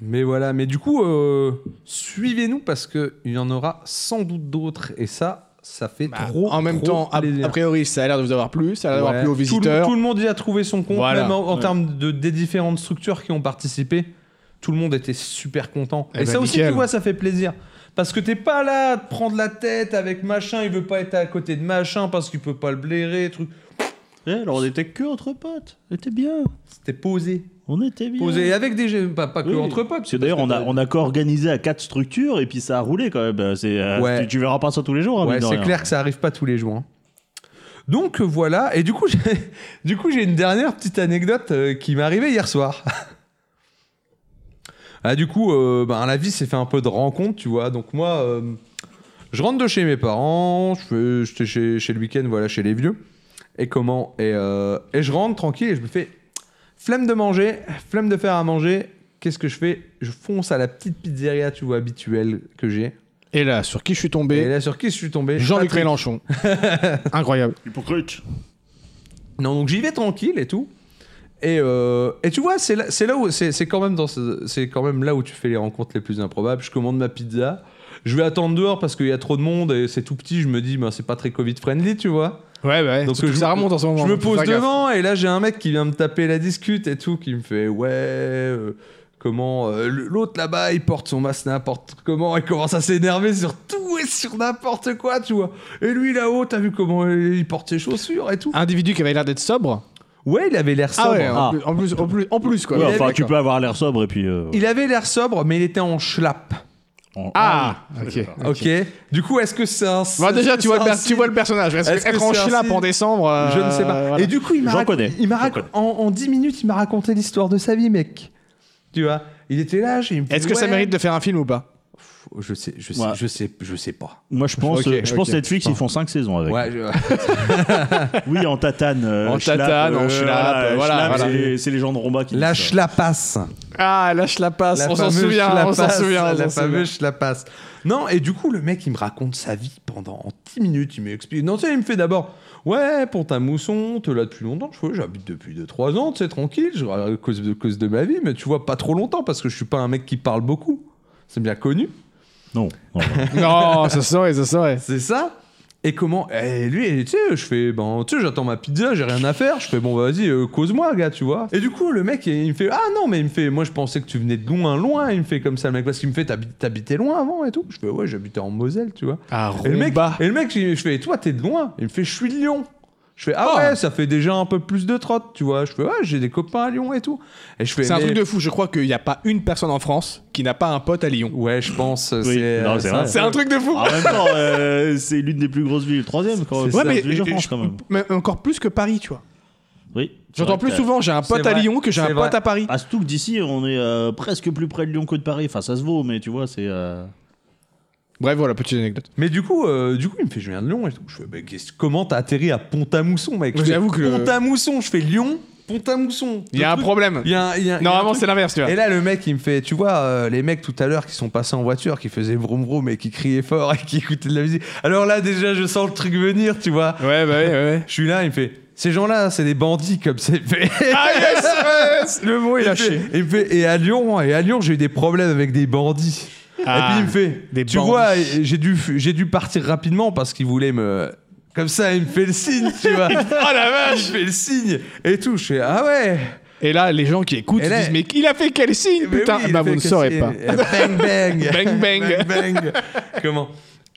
Speaker 4: Mais voilà, mais du coup, euh, suivez-nous parce qu'il y en aura sans doute d'autres. Et ça, ça fait trop.
Speaker 1: Bah, en même
Speaker 4: trop
Speaker 1: temps, a,
Speaker 4: Bah, plaisir.
Speaker 1: a priori, ça a l'air de vous avoir plu, ça a l'air d'avoir
Speaker 4: Ouais.
Speaker 1: plu aux
Speaker 4: Tout le-
Speaker 1: visiteurs.
Speaker 4: Tout, le monde y a trouvé son compte,
Speaker 1: Voilà.
Speaker 4: même en, en
Speaker 3: Ouais.
Speaker 4: termes de, des différentes structures qui ont participé. Tout le monde était super content.
Speaker 1: Eh
Speaker 4: Et,
Speaker 1: ben,
Speaker 4: ça aussi,
Speaker 1: nickel.
Speaker 4: tu vois, ça fait plaisir. Parce que t'es pas là à te prendre la tête avec machin, il veut pas être à côté de machin parce qu'il peut pas le blairer, truc.
Speaker 3: Eh, alors on était que entre potes. On était bien.
Speaker 4: C'était posé.
Speaker 3: On était bien.
Speaker 4: Posé. Et avec des jeux, pas, pas que
Speaker 3: Oui.
Speaker 4: entre potes.
Speaker 3: Parce que d'ailleurs, on a, on a co-organisé à quatre structures et puis ça a roulé quand même. Euh, C'est, euh,
Speaker 4: Ouais.
Speaker 3: tu, tu verras pas ça tous les jours. hein,
Speaker 4: Ouais,
Speaker 3: mine de
Speaker 4: c'est
Speaker 3: rien.
Speaker 4: clair que ça arrive pas tous les jours. hein. Donc euh, voilà, et du coup, [laughs] j'ai, du coup, j'ai une dernière petite anecdote euh, qui m'est arrivée hier soir. [laughs] ah, du coup, euh, ben, la vie s'est fait un peu de rencontre, tu vois. Donc moi, euh, je rentre de chez mes parents, je fais- j'étais chez, chez le week-end, voilà, chez les vieux. Et comment et, euh, et je rentre tranquille et je me fais flemme de manger, flemme de faire à manger. Qu'est-ce que je fais Je fonce à la petite pizzeria, tu vois, habituelle que j'ai.
Speaker 1: Et là, sur qui je suis
Speaker 4: Et
Speaker 1: tombé
Speaker 4: là, sur qui je suis tombé
Speaker 1: Jean-Luc
Speaker 4: Patrick [laughs]
Speaker 1: Mélenchon. Incroyable.
Speaker 3: Hypocrite.
Speaker 4: Non, donc j'y vais tranquille et tout. Et, euh, et tu vois, c'est là, c'est là où c'est, c'est quand même dans ce- c'est quand même là où tu fais les rencontres les plus improbables. Je commande ma pizza, je vais attendre dehors parce qu'il y a trop de monde et c'est tout petit. Je me dis, ben, c'est pas très Covid friendly, tu vois.
Speaker 1: Ouais, ouais.
Speaker 4: Donc,
Speaker 1: Surtout que
Speaker 4: je-
Speaker 1: ça remonte en ce moment.
Speaker 4: Je me
Speaker 1: donc faut
Speaker 4: pose
Speaker 1: faire gaffe.
Speaker 4: devant et là j'ai un mec qui vient me taper la discute et tout, qui me fait ouais. euh, Comment euh, l'autre là-bas il porte son masque n'importe comment et commence à s'énerver sur tout et sur n'importe quoi, tu vois. Et lui là-haut, t'as vu comment il porte ses chaussures et tout.
Speaker 1: Individu qui avait l'air d'être sobre.
Speaker 4: Ouais, il avait l'air sobre.
Speaker 1: Ah ouais,
Speaker 3: Ah.
Speaker 1: En, plus, en plus, en plus, en plus, quoi.
Speaker 3: Ouais,
Speaker 1: Ouais,
Speaker 3: enfin, tu
Speaker 1: d'accord.
Speaker 3: peux avoir l'air sobre et puis. euh,
Speaker 4: Il avait l'air sobre, mais il était en schlapp.
Speaker 3: on-
Speaker 1: Ah,
Speaker 3: oui.
Speaker 1: ok.
Speaker 4: Ok. Du coup, est-ce que c'est un.
Speaker 1: Bah, déjà, tu vois, le per- tu vois le
Speaker 4: le.
Speaker 1: personnage. Est-ce que
Speaker 4: Est-ce que
Speaker 1: être en
Speaker 4: c'est un
Speaker 1: schlapp
Speaker 4: signe
Speaker 1: en décembre. euh,
Speaker 4: Je ne sais pas.
Speaker 1: voilà.
Speaker 4: Et du coup, il m'a
Speaker 3: J'en
Speaker 4: racon-
Speaker 3: connais.
Speaker 4: Il m'a
Speaker 3: J'en
Speaker 4: rac-
Speaker 3: connais.
Speaker 4: En, en 10 minutes, il m'a raconté l'histoire de sa vie, mec. Tu vois Il était là, j'ai une.
Speaker 1: Est-ce que ça mérite de faire un film ou pas
Speaker 4: Je sais, je sais,
Speaker 3: Ouais.
Speaker 4: je sais, je sais pas.
Speaker 3: Moi, je pense,
Speaker 1: Ok,
Speaker 3: euh, je pense
Speaker 1: ok.
Speaker 3: Netflix, ils font 5 saisons avec.
Speaker 4: Ouais, je-
Speaker 3: Oui, en tatane. euh,
Speaker 1: En
Speaker 3: Schlapp,
Speaker 1: tatane, en
Speaker 3: euh,
Speaker 1: Schlapp, euh, voilà,
Speaker 3: Schlapp,
Speaker 1: voilà.
Speaker 3: c'est les- C'est les gens de Romba qui
Speaker 4: la
Speaker 3: disent ça.
Speaker 4: schlappasse.
Speaker 1: Ah, lâche la passe.
Speaker 4: La
Speaker 1: on s'en
Speaker 4: fameuse
Speaker 1: souvient, on s'en
Speaker 4: Schlappasse,
Speaker 1: souvient. on
Speaker 4: La
Speaker 1: s'en souvient.
Speaker 4: fameuse Schlappasse. Non, et du coup, le mec, il me raconte sa vie pendant en 10 minutes. Il m'explique. Non, tu sais, il me fait d'abord Ouais, pour ta mousson, t'es là depuis longtemps. Je fais, J'habite depuis 2-3 ans, tu sais, tranquille, je, à cause de, cause de ma vie, mais tu vois, pas trop longtemps parce que je suis pas un mec qui parle beaucoup. C'est bien connu.
Speaker 3: Non. non, non.
Speaker 1: Non, ça saurait, ça saurait.
Speaker 4: C'est ça et comment Et lui, tu sais, je fais, ben, tu sais, j'attends ma pizza, j'ai rien à faire. Je fais, bon, vas-y, euh, cause-moi, gars, tu vois. Et du coup, le mec, il me fait, ah non, mais il me fait, moi, je pensais que tu venais de loin, loin. Il me fait comme ça, le mec, parce qu'il me fait, T'habites- t'habitais loin avant et tout. Je fais, ouais, j'habitais en Moselle, tu vois.
Speaker 1: Ah,
Speaker 4: Et le, mec,
Speaker 1: Rumba.
Speaker 4: et le mec, je fais, toi, t'es de loin Il me fait, je suis de Lyon. Je fais, ah,
Speaker 1: Ah.
Speaker 4: ouais, ça fait déjà un peu plus de trotte, tu vois. Je fais, ouais, j'ai des copains à Lyon et tout. Et je fais,
Speaker 1: C'est un
Speaker 4: mais-
Speaker 1: truc de fou. Je crois qu'il n'y a pas une personne en France qui n'a pas un pote à Lyon.
Speaker 4: Ouais, je pense. c'est euh,
Speaker 3: non, c'est
Speaker 4: c'est
Speaker 3: vrai.
Speaker 4: un-
Speaker 1: C'est un truc de fou.
Speaker 3: En même temps, euh, c'est l'une des plus grosses villes. Troisième, quand même.
Speaker 1: Ouais, mais,
Speaker 3: Ville de France,
Speaker 1: je-
Speaker 3: quand même.
Speaker 1: mais encore plus que Paris, tu vois.
Speaker 3: Oui. c'est
Speaker 1: J'entends
Speaker 3: vrai
Speaker 1: plus
Speaker 3: que-
Speaker 1: souvent, j'ai un pote
Speaker 4: c'est
Speaker 1: à
Speaker 4: vrai,
Speaker 1: Lyon que j'ai un
Speaker 4: c'est
Speaker 1: pote
Speaker 4: vrai. Ah.
Speaker 1: à Paris.
Speaker 3: À Stouk d'ici, on est euh, presque plus près de Lyon que de Paris. Enfin, ça se vaut, mais tu vois, c'est. euh,
Speaker 1: Bref, voilà, petite anecdote.
Speaker 4: Mais du coup, euh, du coup, il me fait, je viens de Lyon et tout. Je fais, bah, qu'est-ce- comment t'as atterri à Pont-à-Mousson, mec Je
Speaker 1: Ouais,
Speaker 4: fais,
Speaker 1: j'avoue que le-
Speaker 4: Pont-à-mousson, je fais Lyon, Pont-à-Mousson.
Speaker 1: Il y a un
Speaker 4: Le truc-
Speaker 1: problème.
Speaker 4: Il y a un- il y a- il y a un
Speaker 1: Normalement,
Speaker 4: truc.
Speaker 1: c'est l'inverse, tu vois.
Speaker 4: Et là, le mec, il me fait, tu vois, euh, les mecs tout à l'heure qui sont passés en voiture, qui faisaient vroom vroom et qui criaient fort [laughs] et qui écoutaient de la musique. Alors là, déjà, je sens le truc venir, tu vois.
Speaker 1: Ouais, bah ouais, ouais.
Speaker 4: Je suis là, il me fait, ces gens-là, c'est des bandits, comme c'est fait.
Speaker 1: Ah yes, yes Le mot est
Speaker 4: Il me
Speaker 1: lâché.
Speaker 4: fait- il me fait, et à Lyon, et à Lyon, j'ai eu des problèmes avec des bandits.
Speaker 1: Ah,
Speaker 4: et puis il me fait,
Speaker 1: des
Speaker 4: tu
Speaker 1: bandits.
Speaker 4: vois, j'ai dû, j'ai dû partir rapidement parce qu'il voulait me, comme ça, il me fait le signe, tu
Speaker 1: [laughs]
Speaker 4: vois.
Speaker 1: Oh la vache
Speaker 4: il fait le signe et tout. Je fais, ah ouais.
Speaker 1: Et là, les gens qui écoutent
Speaker 4: Et
Speaker 1: se
Speaker 4: là-
Speaker 1: disent Mais il a fait quel signe
Speaker 4: Mais Eh
Speaker 1: Putain,
Speaker 4: ben oui, il
Speaker 1: bah
Speaker 4: fait
Speaker 1: vous ne
Speaker 4: que
Speaker 1: saurez
Speaker 4: c'est-
Speaker 1: pas.
Speaker 4: euh, Bang bang.
Speaker 1: [laughs] Bang, bang.
Speaker 4: bang bang. Comment?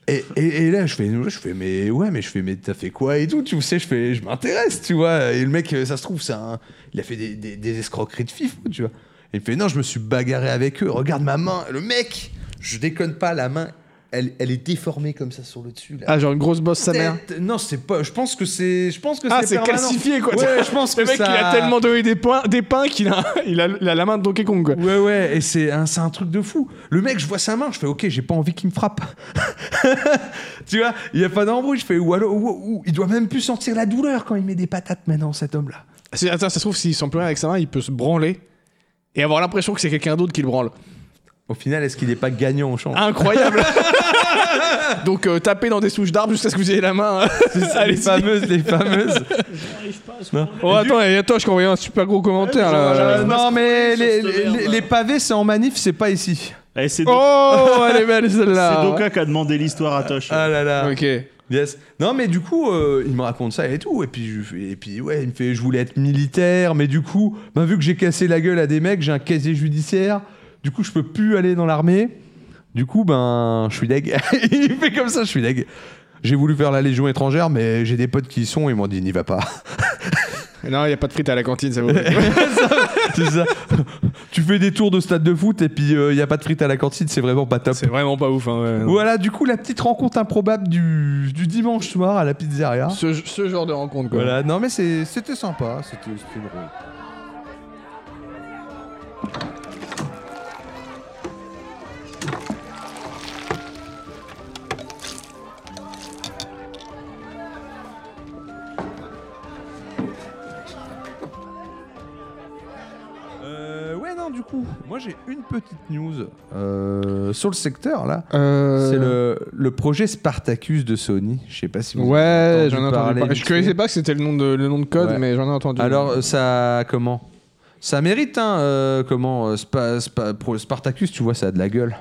Speaker 4: Et, et- et là, je fais, je fais, mais ouais, mais je fais, mais t'as fait quoi et tout, tu sais, je fais, euh, je m'intéresse, tu vois. Et le mec, ça se trouve, c'est un, il a fait des, des- des escroqueries de fifou, tu vois. Et il me fait non, je me suis bagarré avec eux. Regarde ma main, le mec. Je déconne pas, la main, elle, elle est déformée comme ça sur le dessus. Là.
Speaker 1: Ah, genre une grosse bosse, sa mère.
Speaker 4: Tête- Non, c'est pas. Je pense que c'est. Je pense que
Speaker 1: Ah, c'est
Speaker 4: permanent.
Speaker 1: calcifié, quoi.
Speaker 4: Ouais, je pense que
Speaker 1: Le mec,
Speaker 4: ça-
Speaker 1: il a tellement donné des, points, des pains qu'il a, [laughs] il a, il a la main de Donkey Kong, quoi.
Speaker 4: Ouais, ouais, et c'est un, c'est un truc de fou. Le mec, je vois sa main, je fais OK, j'ai pas envie qu'il me frappe. [laughs] tu vois, il y a pas d'embrouille, je fais ou alors, ou- ou- il doit même plus sentir la douleur quand il met des patates maintenant, cet homme-là.
Speaker 1: C'est- Attends, ça se trouve, s'il s'en pleure avec sa main, il peut se branler et avoir l'impression que c'est quelqu'un d'autre qui le branle.
Speaker 4: Au final, est-ce qu'il est pas gagnant au champ
Speaker 1: [laughs] Incroyable Donc, euh, tapez dans des souches d'arbres jusqu'à ce que vous ayez la main. [laughs]
Speaker 4: Les fameuses, les fameuses.
Speaker 3: J'arrive pas à ce moment-là.
Speaker 1: Oh, attends, il y a Tosh qui a envoyé un super gros commentaire, Ah là.
Speaker 4: Euh, non, mais
Speaker 3: sur
Speaker 4: les,
Speaker 3: cette merde,
Speaker 4: les-
Speaker 3: là.
Speaker 4: les pavés, c'est en manif, c'est pas ici.
Speaker 3: Eh, C'est Do-
Speaker 1: Oh, elle est belle,
Speaker 3: c'est
Speaker 1: celle-là.
Speaker 3: Doka qui a demandé l'histoire à Tosh.
Speaker 4: Ah là là.
Speaker 1: Ok.
Speaker 4: Yes. Non, mais du coup, euh, il me raconte ça et tout. Et puis, je, fais- et puis, ouais, il me fait, je voulais être militaire, mais du coup, bah, vu que j'ai cassé la gueule à des mecs, j'ai un casier judiciaire. Du coup, je peux plus aller dans l'armée. Du coup, ben, je suis deg. [laughs] il fait comme ça, je suis deg. J'ai voulu faire la Légion étrangère, mais j'ai des potes qui y sont, ils m'ont dit, n'y va pas. [laughs]
Speaker 1: Non, il n'y a pas de frites à la cantine, ça vaut. le coup.
Speaker 4: C'est ça. tu fais des tours de stade de foot et puis il n'y a pas de frites à la cantine, c'est vraiment pas top.
Speaker 1: c'est vraiment pas ouf. Hein, ouais, non.
Speaker 4: Voilà, du coup, la petite rencontre improbable du, du dimanche soir à la pizzeria.
Speaker 1: Ce, ce genre de rencontre, quoi.
Speaker 4: Voilà, non mais c'est- c'était sympa, c'était c'était drôle. Euh, ouais non du coup, moi j'ai une petite news euh, sur le secteur là.
Speaker 1: Euh,
Speaker 4: C'est le, le projet Spartacus de Sony. Je sais pas si vous avez
Speaker 1: Ouais,
Speaker 4: entendu
Speaker 1: j'en ai entendu
Speaker 4: parler
Speaker 1: parler.
Speaker 4: vite
Speaker 1: Je connaissais
Speaker 4: fait.
Speaker 1: pas que c'était le nom de, le nom de code,
Speaker 4: Ouais.
Speaker 1: mais j'en ai entendu.
Speaker 4: Alors euh, ça comment Ça mérite hein euh, comment euh, Spa- Spa- Pro- Spartacus, tu vois, ça a de la gueule.
Speaker 1: Mm.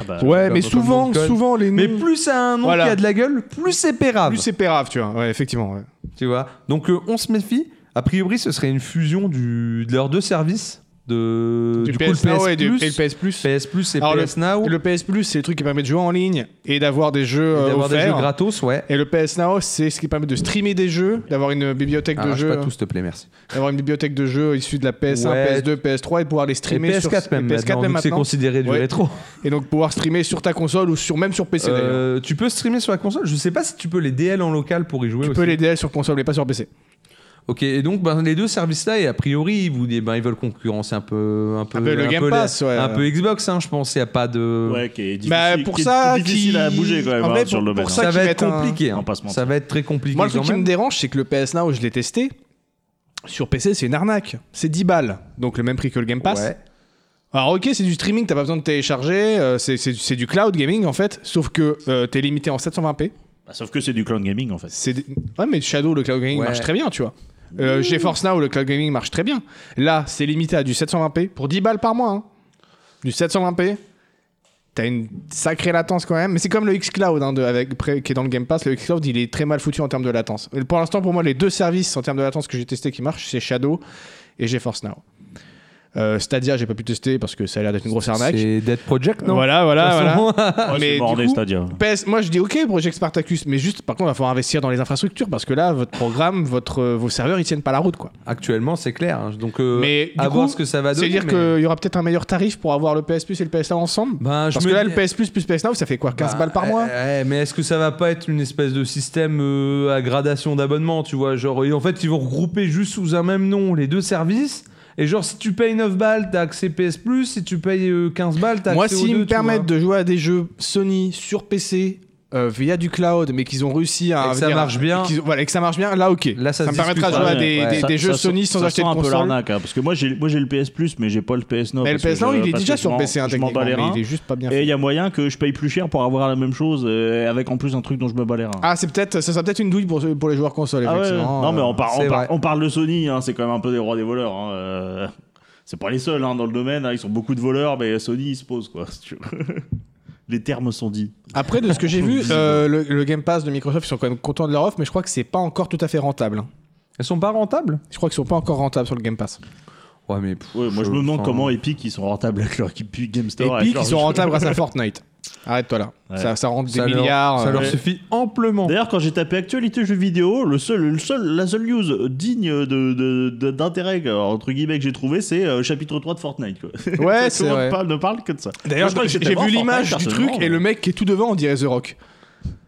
Speaker 3: Ah bah,
Speaker 1: ouais, mais
Speaker 4: comme-
Speaker 1: souvent,
Speaker 4: comme nom de code.
Speaker 1: souvent les noms.
Speaker 4: Mais plus ça a un nom
Speaker 1: Voilà.
Speaker 4: qui a de la gueule, plus c'est pérave.
Speaker 1: plus c'est pérave, tu vois. Ouais, effectivement. ouais.
Speaker 4: Tu vois. Donc euh, on se méfie. A priori, ce serait une fusion du, de leurs deux services de
Speaker 1: Du,
Speaker 4: Euh, coup, le
Speaker 1: PS Now et du et le
Speaker 4: PS Plus,
Speaker 1: PS Plus.
Speaker 4: PS Plus et
Speaker 1: Alors,
Speaker 4: PS Now,
Speaker 1: Le PS Plus, c'est le truc qui permet de jouer en ligne et d'avoir des jeux
Speaker 4: et
Speaker 1: euh,
Speaker 4: d'avoir des jeux
Speaker 1: offerts.
Speaker 4: gratos, ouais.
Speaker 1: et le PS Now, c'est ce qui permet de streamer des jeux, d'avoir une bibliothèque de
Speaker 4: Arrache
Speaker 1: jeux,
Speaker 4: Ah, pas tout, s'il te plaît, merci.
Speaker 1: d'avoir une bibliothèque de jeux issue de la PS1,
Speaker 4: Ouais.
Speaker 1: PS2, PS3 et pouvoir les
Speaker 4: Et
Speaker 1: streamer sur
Speaker 4: PS4 même, maintenant,
Speaker 1: et PS4 même
Speaker 4: vu que c'est
Speaker 1: maintenant.
Speaker 4: considéré du
Speaker 1: Ouais.
Speaker 4: rétro.
Speaker 1: Et donc pouvoir streamer sur ta console ou sur même sur PC. d'ailleurs.
Speaker 4: Euh, tu peux streamer sur la console. Je sais pas si tu peux les DL en local pour y jouer
Speaker 1: Tu
Speaker 4: aussi.
Speaker 1: peux les DL sur console mais pas sur PC.
Speaker 4: Ok, et donc ben, les deux services-là, et a priori, ils, vous, eh ben, ils veulent concurrencer un peu, un peu,
Speaker 1: Un peu le Game
Speaker 4: la-
Speaker 1: Pass, ouais.
Speaker 4: un peu Xbox. hein, je pense. Il y a pas de.
Speaker 3: ouais, qui est difficile,
Speaker 1: Bah, pour
Speaker 3: qui est
Speaker 1: ça,
Speaker 3: difficile
Speaker 1: qui-
Speaker 3: à bouger quand même
Speaker 1: En
Speaker 3: hein,
Speaker 1: vrai,
Speaker 3: sur
Speaker 1: pour-
Speaker 3: le domaine.
Speaker 1: pour
Speaker 3: hein.
Speaker 1: ça
Speaker 4: Ça,
Speaker 1: qu'ils
Speaker 4: va être
Speaker 1: mettent un-
Speaker 4: compliqué. hein.
Speaker 3: On va pas se mentir.
Speaker 4: Ça va être très compliqué.
Speaker 1: Moi, le truc
Speaker 4: quand
Speaker 1: qui me
Speaker 4: même.
Speaker 1: dérange, c'est que le PS Now, je l'ai testé. Sur PC, c'est une arnaque. C'est 10 balles. Donc le même prix que le Game Pass.
Speaker 4: Ouais.
Speaker 1: Alors, ok, c'est du streaming, t'as pas besoin de télécharger. euh, c'est- c'est c'est du cloud gaming en fait. Sauf que euh, t'es limité en 720p.
Speaker 3: Bah, Sauf que c'est du cloud gaming en fait.
Speaker 1: C'est des- Ouais, mais Shadow, le cloud gaming
Speaker 4: Ouais.
Speaker 1: marche très bien, tu vois. Euh, GeForce Now, le cloud gaming marche très bien. Là, c'est limité à du 720p pour 10 balles par mois. hein. Du 720p. T'as une sacrée latence quand même, mais c'est comme le xCloud hein, de- avec, pré- qui est dans le Game Pass. Le xCloud, il est très mal foutu en termes de latence. Et Pour l'instant, pour moi, les deux services en termes de latence que j'ai testé qui marchent, c'est Shadow et GeForce Now. Euh, Stadia, j'ai pas pu tester parce que ça a l'air d'être une grosse arnaque.
Speaker 4: C'est Dead Project, non
Speaker 1: Voilà,
Speaker 4: De toute
Speaker 1: voilà,
Speaker 4: [laughs]
Speaker 1: voilà.
Speaker 4: façon,
Speaker 3: Ah,
Speaker 1: mais
Speaker 3: c'est mort
Speaker 1: du
Speaker 3: les
Speaker 1: coup-
Speaker 3: Stadia.
Speaker 1: PS, moi je dis ok Project Spartacus, mais juste par contre il va falloir investir dans les infrastructures parce que là votre programme, votre, euh, vos serveurs ils tiennent pas la route quoi.
Speaker 4: Actuellement, c'est clair. hein. Donc, euh,
Speaker 1: Mais
Speaker 4: à
Speaker 1: du
Speaker 4: voir
Speaker 1: coup,
Speaker 4: ce que ça va donner.
Speaker 1: C'est-à-dire
Speaker 4: Bah, mais-
Speaker 1: qu'il y aura peut-être un meilleur tarif pour avoir le PS Plus et le PS Now ensemble
Speaker 4: Ben, je
Speaker 1: Parce
Speaker 4: me
Speaker 1: que là
Speaker 4: dis-
Speaker 1: le PS Plus plus PS Now ça fait quoi 15
Speaker 4: Bah,
Speaker 1: balles par
Speaker 4: ouais,
Speaker 1: mois
Speaker 4: ouais, mais est-ce que ça va pas être une espèce de système euh, à gradation d'abonnement, tu vois Genre, et en fait, ils vont regrouper juste sous un même nom les deux services. Et genre, si tu payes 9 balles, t'as accès PS Plus. Si tu payes euh, 15 balles, t'as accès
Speaker 1: Moi
Speaker 4: aux
Speaker 1: s'ils
Speaker 4: deux,
Speaker 1: me
Speaker 4: tu vois.
Speaker 1: permettent de jouer à des jeux Sony sur PC euh, via du cloud mais qu'ils ont réussi à...
Speaker 4: Et que ça
Speaker 1: dire-
Speaker 4: marche bien.
Speaker 1: qu'ils ont- voilà, et que ça marche bien, là ok.
Speaker 4: Là, ça
Speaker 1: ça me
Speaker 4: se
Speaker 1: permettra de
Speaker 4: discute,
Speaker 1: jouer à
Speaker 4: ouais,
Speaker 1: des,
Speaker 4: ouais.
Speaker 1: des-
Speaker 3: Ça-
Speaker 1: des jeux
Speaker 3: ça-
Speaker 1: Sony sans
Speaker 3: ça
Speaker 1: acheter
Speaker 3: sent
Speaker 1: de
Speaker 3: un peu
Speaker 1: console.
Speaker 3: l'arnaque, hein, parce que moi j'ai moi, j'ai le PS Plus, mais j'ai pas le PS9.
Speaker 1: Mais le
Speaker 3: parce que
Speaker 1: PS Now
Speaker 3: je-
Speaker 1: il est
Speaker 3: parce
Speaker 1: déjà
Speaker 3: que je
Speaker 1: sur
Speaker 3: m'en-
Speaker 1: PC
Speaker 3: je m'en
Speaker 1: intégralement,
Speaker 3: bats les
Speaker 1: mais
Speaker 3: reins.
Speaker 1: il est juste pas bien
Speaker 3: Et
Speaker 1: fait.
Speaker 3: il y a moyen que je paye plus cher pour avoir la même chose, euh, avec en plus un truc dont je me bats les reins.
Speaker 1: Ah c'est peut-être, ça sera peut-être une douille pour, pour les joueurs consoles
Speaker 3: Ah ouais,
Speaker 1: effectivement. euh,
Speaker 3: Non, mais on, par- on
Speaker 4: c'est
Speaker 3: par-
Speaker 4: vrai.
Speaker 3: on parle de Sony, hein, c'est quand même un peu des rois des voleurs. hein, euh, C'est pas les seuls hein, dans le domaine, hein, ils sont beaucoup de voleurs, mais Sony ils se posent quoi. [laughs] si tu veux. les termes sont dits.
Speaker 1: Après, de ce que j'ai vu, [laughs] euh, le, le Game Pass de Microsoft, ils sont quand même contents de leur offre, mais je crois que c'est pas encore tout à fait rentable. hein.
Speaker 4: Elles sont pas rentables
Speaker 1: Je crois qu'ils sont pas encore rentables sur le Game Pass.
Speaker 4: Ouais, mais. pff,
Speaker 3: Ouais, moi je me demande
Speaker 4: enfin,
Speaker 3: comment Epic ils sont rentables avec leur équipe Game Store. avec
Speaker 1: Epic,
Speaker 3: leur
Speaker 1: ils sont [laughs]
Speaker 3: jeu.
Speaker 1: rentables grâce à Fortnite. Arrête-toi là.
Speaker 3: Ouais.
Speaker 1: Ça, ça rentre
Speaker 4: ça
Speaker 1: des
Speaker 4: leur-
Speaker 1: milliards.
Speaker 4: ça
Speaker 1: euh,
Speaker 4: leur
Speaker 3: ouais.
Speaker 4: suffit amplement.
Speaker 3: D'ailleurs, quand j'ai tapé actualité jeux vidéo, le seul, le seul, la seule news digne de- de- de- d'intérêt, euh, entre guillemets, que j'ai trouvé, c'est euh, chapitre 3 de Fortnite. Quoi. [laughs]
Speaker 1: Ouais,
Speaker 3: Tout
Speaker 1: c'est
Speaker 3: le monde
Speaker 1: vrai.
Speaker 3: parle, ne parle que de ça.
Speaker 1: D'ailleurs,
Speaker 3: Moi, je crois que
Speaker 1: j'ai
Speaker 3: c'était
Speaker 1: j'ai
Speaker 3: avant
Speaker 1: vu
Speaker 3: Fortnite,
Speaker 1: l'image du truc
Speaker 3: personnellement, hein.
Speaker 1: et
Speaker 3: mais-
Speaker 1: le mec qui est tout devant, on dirait The Rock.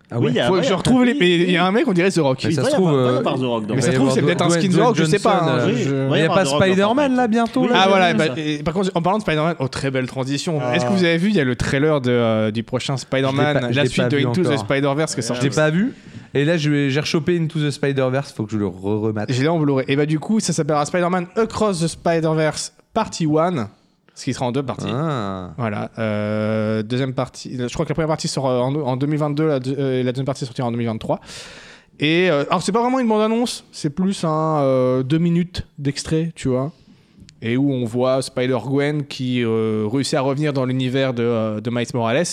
Speaker 4: Ah
Speaker 3: Oui,
Speaker 4: ouais.
Speaker 3: il y a-
Speaker 1: Faut
Speaker 3: ouais,
Speaker 1: que je retrouve les.
Speaker 3: oui,
Speaker 1: Mais il y a
Speaker 3: oui.
Speaker 1: un mec, on dirait The Rock.
Speaker 3: Il
Speaker 4: Mais ça
Speaker 3: va y
Speaker 4: se trouve,
Speaker 3: avoir- il va y
Speaker 4: euh,
Speaker 3: avoir The Rock
Speaker 1: Mais
Speaker 3: dans hein. le-
Speaker 1: ça se trouve, c'est peut-être un
Speaker 4: Dwayne
Speaker 1: skin The Rock, je sais pas. hein,
Speaker 4: Johnson,
Speaker 1: je-
Speaker 3: euh,
Speaker 4: Il
Speaker 3: Ouais,
Speaker 4: n'y a
Speaker 3: avoir
Speaker 4: pas
Speaker 3: The Rock dans
Speaker 4: Spider-Man
Speaker 3: Fortnite.
Speaker 4: là bientôt
Speaker 3: Oui,
Speaker 4: là
Speaker 1: Ah
Speaker 3: j'ai
Speaker 1: voilà,
Speaker 3: vu
Speaker 1: bah,
Speaker 3: ça.
Speaker 1: et par contre, en parlant de Spider-Man, oh, très belle transition.
Speaker 3: Ah.
Speaker 1: Est-ce que vous avez vu, il y a le trailer de, euh, du prochain
Speaker 4: Je l'ai pas-
Speaker 1: Spider-Man,
Speaker 4: je
Speaker 1: la
Speaker 4: l'ai
Speaker 1: suite
Speaker 4: pas
Speaker 1: de
Speaker 4: vu
Speaker 1: Into the
Speaker 4: encore.
Speaker 1: Spider-Verse qui est
Speaker 3: Ouais,
Speaker 4: Je
Speaker 1: sorti.
Speaker 4: l'ai pas vu. Et là, j'ai j'ai rechopé Into the Spider-Verse. Faut que je le re-remate.
Speaker 1: J'ai là en Blu-ray. Et bah du coup, ça s'appellera Spider-Man Across the Spider-Verse Partie 1, ce qui sera en deux parties.
Speaker 4: Ah.
Speaker 1: Voilà, euh, deuxième partie. Je crois que la première partie sort euh, en, en 2022, la, deux- euh, la deuxième partie sortira en 2023. Et euh, alors, c'est pas vraiment une bande-annonce, c'est plus un euh, deux minutes d'extrait, tu vois. Et où on voit Spider-Gwen qui euh, réussit à revenir dans l'univers de, euh, de Miles Morales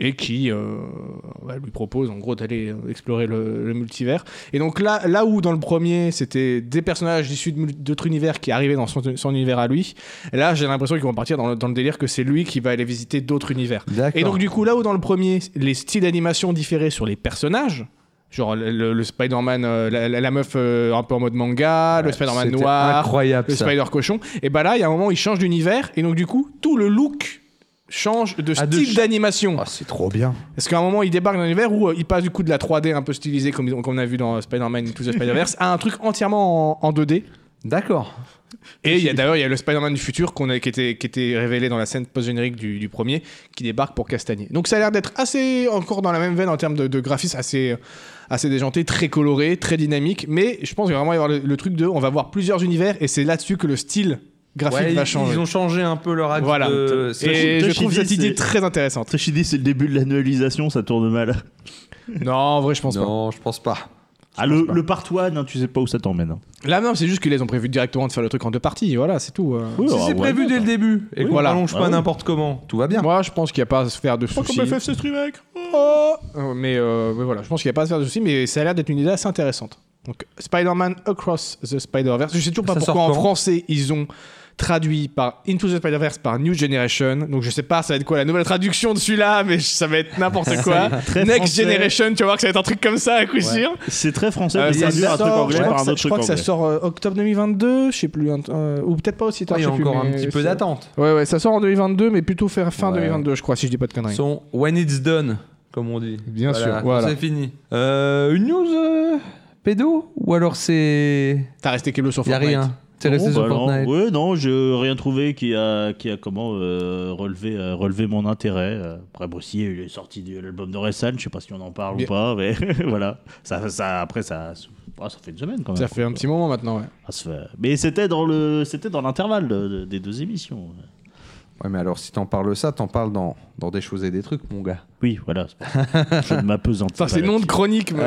Speaker 1: et qui euh, bah, lui propose en gros d'aller euh, explorer le, le multivers. Et donc là, là où dans le premier c'était des personnages issus de mul- d'autres univers qui arrivaient dans son, son univers à lui, là j'ai l'impression qu'ils vont partir dans le, dans le délire que c'est lui qui va aller visiter d'autres univers.
Speaker 4: D'accord.
Speaker 1: Et donc du coup là où dans le premier les styles d'animation différaient sur les personnages, genre le, le- le Spider-Man, euh, la, la- la meuf euh, un peu en mode manga, le Spider-Man
Speaker 4: C'était
Speaker 1: noir,
Speaker 4: Incroyable.
Speaker 1: le
Speaker 4: ça.
Speaker 1: Spider Cochon, et bah là, il y a un moment, il change d'univers, et donc du coup, tout le look change de
Speaker 4: Ah, de
Speaker 1: style
Speaker 4: ch-
Speaker 1: d'animation.
Speaker 4: Ah, c'est trop bien.
Speaker 1: Parce qu'à un moment, il débarque dans l'univers où euh, il passe du coup de la 3D un peu stylisée, comme, ils ont- comme on a vu dans euh, Spider-Man Into the Spider-Verse, à un truc entièrement en, en 2D.
Speaker 4: D'accord.
Speaker 1: Et il y a d'ailleurs, il y a le Spider-Man du futur qu'on a, qui, était, qui était révélé dans la scène post-générique du, du premier, qui débarque pour Castagner. Donc ça a l'air d'être assez, encore dans la même veine en termes de, de graphisme, assez, euh, assez déjanté, très coloré, très dynamique. Mais je pense qu'il va vraiment y avoir le, le truc de, on va voir plusieurs univers, et c'est là-dessus que le style graphique
Speaker 4: Ouais,
Speaker 1: va
Speaker 4: ils,
Speaker 1: changer.
Speaker 4: ils ont changé un peu leur axe.
Speaker 1: Voilà.
Speaker 4: de-
Speaker 1: Et
Speaker 3: Toshi-
Speaker 1: je trouve
Speaker 3: Toshi
Speaker 1: cette
Speaker 3: dit,
Speaker 1: idée
Speaker 3: c'est-
Speaker 1: très intéressante.
Speaker 3: Toshidi, c'est le début de l'annualisation, ça tourne mal.
Speaker 1: Non, en vrai, je pense pas.
Speaker 4: Non, je pense pas.
Speaker 3: Ah, le, le part one, hein, tu sais pas où ça t'emmène. hein.
Speaker 1: Là, non, c'est juste qu'ils les ont prévu directement de faire le truc en deux parties. Voilà, c'est tout. euh.
Speaker 3: Oui,
Speaker 4: Si
Speaker 3: alors,
Speaker 4: c'est
Speaker 3: ouais,
Speaker 4: prévu
Speaker 3: ouais,
Speaker 4: dès le
Speaker 3: ça.
Speaker 4: début et
Speaker 1: Oui,
Speaker 4: qu'on
Speaker 1: voilà.
Speaker 4: balance
Speaker 3: Ah
Speaker 4: pas
Speaker 3: oui.
Speaker 4: n'importe comment, tout va bien.
Speaker 1: Moi, je pense qu'il n'y a pas à se faire de
Speaker 3: Pas
Speaker 1: soucis.
Speaker 3: comme FF16 Streamhack.
Speaker 1: Oh mais, euh, mais voilà, je pense qu'il n'y a pas à se faire de soucis, mais ça a l'air d'être une idée assez intéressante. Donc, Spider-Man Across the Spider-Verse. Je sais toujours pas
Speaker 4: Ça
Speaker 1: pourquoi
Speaker 4: sort quand
Speaker 1: en français ils ont traduit par Into the Spider-Verse par New Generation. Donc, je sais pas, ça va être quoi la nouvelle traduction de celui-là, mais ça va être
Speaker 4: [laughs]
Speaker 1: n'importe quoi.
Speaker 3: Très
Speaker 1: Next
Speaker 3: français.
Speaker 1: Generation, tu vas voir que ça va être un truc comme ça à coup sûr.
Speaker 3: C'est très français,
Speaker 1: Euh,
Speaker 3: mais
Speaker 1: ça
Speaker 3: ça traduit un truc
Speaker 1: sort-
Speaker 3: anglais
Speaker 1: je crois
Speaker 3: par
Speaker 1: que
Speaker 3: un
Speaker 1: ça-
Speaker 3: autre
Speaker 1: Je
Speaker 3: truc
Speaker 1: crois que
Speaker 3: anglais.
Speaker 1: ça sort euh, octobre 2022, je sais plus, un- euh, ou peut-être pas aussi tard.
Speaker 4: Il y
Speaker 1: je
Speaker 4: a
Speaker 1: sais plus,
Speaker 4: encore un
Speaker 1: mais
Speaker 4: petit peu
Speaker 1: c'est-
Speaker 4: d'attente.
Speaker 1: Ouais, ouais, ça sort en 2022, mais plutôt faire fin
Speaker 4: Ouais.
Speaker 1: 2022, je crois, si je dis pas de conneries.
Speaker 4: Son when it's done, comme on dit.
Speaker 1: Bien
Speaker 4: Voilà,
Speaker 1: sûr,
Speaker 4: quand
Speaker 1: voilà.
Speaker 4: C'est fini. Euh, une news euh, pédo ou alors c'est
Speaker 1: T'as resté Keblo sur
Speaker 4: y a
Speaker 1: Fortnite
Speaker 4: rien. T'es resté
Speaker 3: Non,
Speaker 4: sur
Speaker 3: bah non.
Speaker 4: Fortnite.
Speaker 3: Ouais, non, j'ai rien trouvé qui a, qui a comment euh, relevé, euh, relevé mon intérêt. Euh, Après, Brussier, il est sorti de l'album de Ressan, je sais pas si on en parle
Speaker 1: Bien.
Speaker 3: ou pas, mais [laughs] voilà. Ça, ça, après, ça, ah, ça fait une semaine quand même.
Speaker 1: Ça fait un petit moment maintenant, ouais.
Speaker 3: Ah, ça fait- Mais c'était dans le, c'était dans l'intervalle de- de- des deux émissions.
Speaker 4: Ouais, mais alors si t'en parles ça, t'en parles dans, dans des choses et des trucs, mon gars.
Speaker 3: Oui,
Speaker 1: [laughs]
Speaker 3: voilà. c'est pas- Je ne m'apesantis
Speaker 1: Ça, Euh,
Speaker 3: pas
Speaker 1: c'est nom de
Speaker 3: là-dessus.
Speaker 1: chronique, mais-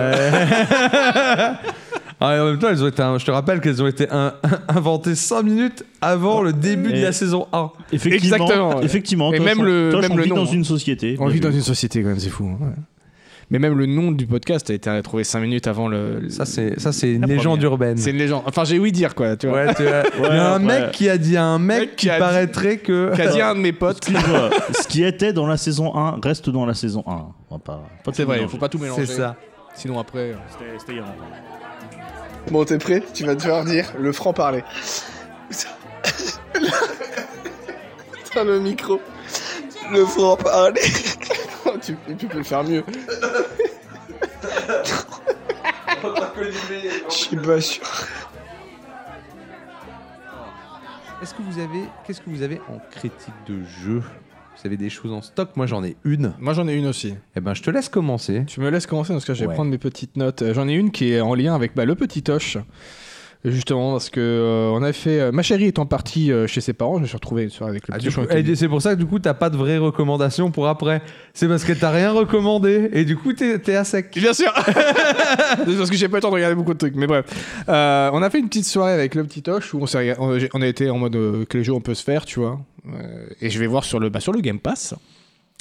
Speaker 4: Ah, et en même temps, elles ont été, je te rappelle qu'elles ont été in- inventées 5 minutes avant le début de
Speaker 3: Et-
Speaker 4: la saison 1.
Speaker 3: Effectivement,
Speaker 1: Exactement, ouais.
Speaker 3: effectivement.
Speaker 1: Et
Speaker 3: Tosh,
Speaker 1: même
Speaker 3: on-
Speaker 1: le-
Speaker 3: Tosh,
Speaker 1: même
Speaker 3: on
Speaker 1: le
Speaker 3: vit
Speaker 1: nom,
Speaker 3: dans
Speaker 1: hein.
Speaker 3: une société.
Speaker 1: On
Speaker 3: bien
Speaker 1: vit dans
Speaker 3: [laughs] vu.
Speaker 1: une société quand même, c'est fou. hein, ouais. Mais même le nom du podcast a été trouvé 5 minutes avant le. le-
Speaker 4: Ça, c'est ça, c'est une
Speaker 3: La
Speaker 4: légende
Speaker 3: première.
Speaker 4: urbaine.
Speaker 1: C'est une légende. Enfin, j'ai ouï dire quoi, tu vois.
Speaker 4: Ouais, tu vois. Il y a un
Speaker 3: ouais.
Speaker 4: mec qui a dit à un mec
Speaker 1: Mec qui
Speaker 4: qui
Speaker 1: a dit-
Speaker 4: paraîtrait que.
Speaker 1: [laughs] Qu'a dit un de mes potes.
Speaker 3: Excuse-moi, ce qui était dans la saison 1 reste dans la saison 1. On va pas- pas
Speaker 1: C'est
Speaker 3: tout
Speaker 1: vrai,
Speaker 3: mélanger.
Speaker 1: faut pas tout
Speaker 4: [laughs]
Speaker 1: mélanger.
Speaker 4: C'est ça.
Speaker 1: Sinon après. euh,
Speaker 3: C'était- c'était il y a longtemps.
Speaker 5: Bon, t'es prêt Tu vas devoir dire le franc-parler. Putain, le micro. Le franc-parler. Oh, tu, tu peux faire mieux. Je suis pas sûr.
Speaker 4: Est-ce que vous avez, qu'est-ce que vous avez en critique de jeu Vous avez des choses en stock Moi, j'en ai une.
Speaker 1: Moi j'en ai une aussi.
Speaker 4: Eh ben, je te laisse commencer.
Speaker 1: Tu me laisses commencer parce que je vais
Speaker 4: Ouais.
Speaker 1: prendre mes petites notes. Euh, J'en ai une qui est en lien avec bah, le petit Toche. Justement, parce que euh, on a fait. euh, ma chérie est en partie euh, chez ses parents, je me suis retrouvé une soirée avec le
Speaker 4: Ah, du
Speaker 1: petit Toche, on
Speaker 4: coup-
Speaker 1: était-
Speaker 4: et c'est pour ça que du coup t'as pas de vraies recommandations pour après. C'est parce que t'as rien recommandé et du coup t'es t'es à sec.
Speaker 1: Bien sûr [laughs] C'est Parce que j'ai pas eu le temps de regarder beaucoup de trucs, mais bref. Euh, on a fait une petite soirée avec le petit Toche où on, s'est rega- on- j'ai- on a été en mode euh, que les jeux on peut se faire, tu vois. Euh, et je vais voir sur le, bah, sur le Game Pass.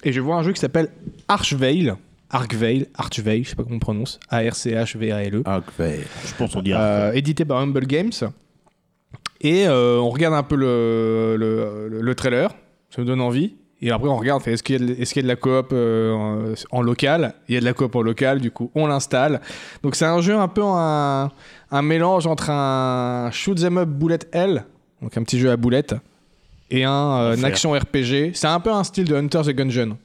Speaker 1: Et je vois un jeu qui s'appelle Archvale. Archvale, Archvale, je sais pas comment on prononce. A-R-C-H-V-A-L-E.
Speaker 3: Je pense qu'on dira.
Speaker 1: Euh, édité par Humble Games. Et euh, on regarde un peu le, le, le- le trailer, ça nous donne envie. Et Et après, on regarde, on fait, est-ce qu'il y, a de- est-ce qu'il y a de la coop euh, en- en local Il y a de la coop en local, du coup, on l'installe. Donc, c'est un jeu un peu un, un mélange entre un shoot 'em up bullet hell, donc un petit jeu à boulettes, et un euh,
Speaker 3: Enfer.
Speaker 1: action RPG. C'est un peu un style de Hunter the Gungeon.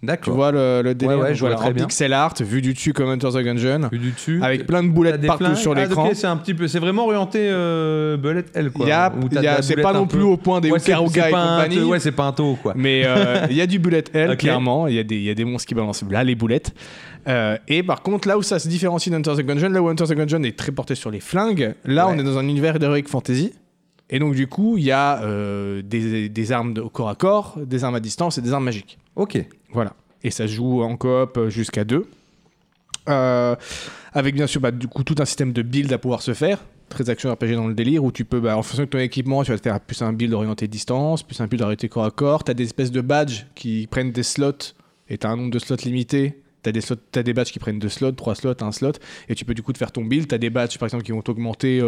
Speaker 1: Tu
Speaker 4: D'accord.
Speaker 1: vois le, le délire
Speaker 4: ouais,
Speaker 1: donc
Speaker 4: je vois
Speaker 1: voilà,
Speaker 4: très
Speaker 1: en
Speaker 4: bien.
Speaker 1: pixel art, vu du dessus comme Hunter the Gungeon,
Speaker 4: Vu du dessus.
Speaker 1: avec plein de
Speaker 4: t'as
Speaker 1: boulettes
Speaker 4: des
Speaker 1: partout
Speaker 4: flingues.
Speaker 1: sur
Speaker 4: Ah,
Speaker 1: l'écran.
Speaker 4: ok, c'est un petit peu, c'est vraiment orienté euh, bullet hell quoi.
Speaker 1: Il y a,
Speaker 4: Où t'as
Speaker 1: il y a-
Speaker 4: de la
Speaker 1: c'est
Speaker 4: boulette
Speaker 1: pas
Speaker 4: un
Speaker 1: non
Speaker 4: peu-
Speaker 1: plus au point des
Speaker 4: Ouais, c'est-
Speaker 1: Ukaruga
Speaker 4: c'est
Speaker 1: et
Speaker 4: pas un-
Speaker 1: compagnie.
Speaker 4: Ouais, c'est pas un taux quoi.
Speaker 1: Mais euh, il y a du bullet hell,
Speaker 4: [laughs] Ok.
Speaker 1: clairement. Il y, a des- il y a des monstres qui balancent là les boulettes. Euh, et par contre, là où ça se différencie d'Hunter the Gungeon, là où Hunter the Gungeon est très porté sur les flingues, là
Speaker 4: Ouais.
Speaker 1: on est dans un univers d'heroic fantasy. Et donc, du coup, il y a euh, des, des armes de- au corps à corps, des armes à distance et des armes magiques.
Speaker 4: Ok.
Speaker 1: Voilà. Et ça se joue en coop euh, jusqu'à deux. Euh, avec bien sûr, bah, du coup, tout un système de build à pouvoir se faire. Très action RPG dans le délire où tu peux, bah, en fonction de ton équipement, tu vas te faire plus un build orienté distance, plus un build orienté corps à corps. T'as des espèces de badges qui prennent des slots et t'as un nombre de slots limité. T'as des, slots- t'as des badges qui prennent deux slots, trois slots, un slot, et tu peux du coup te faire ton build. T'as des badges par exemple qui vont augmenter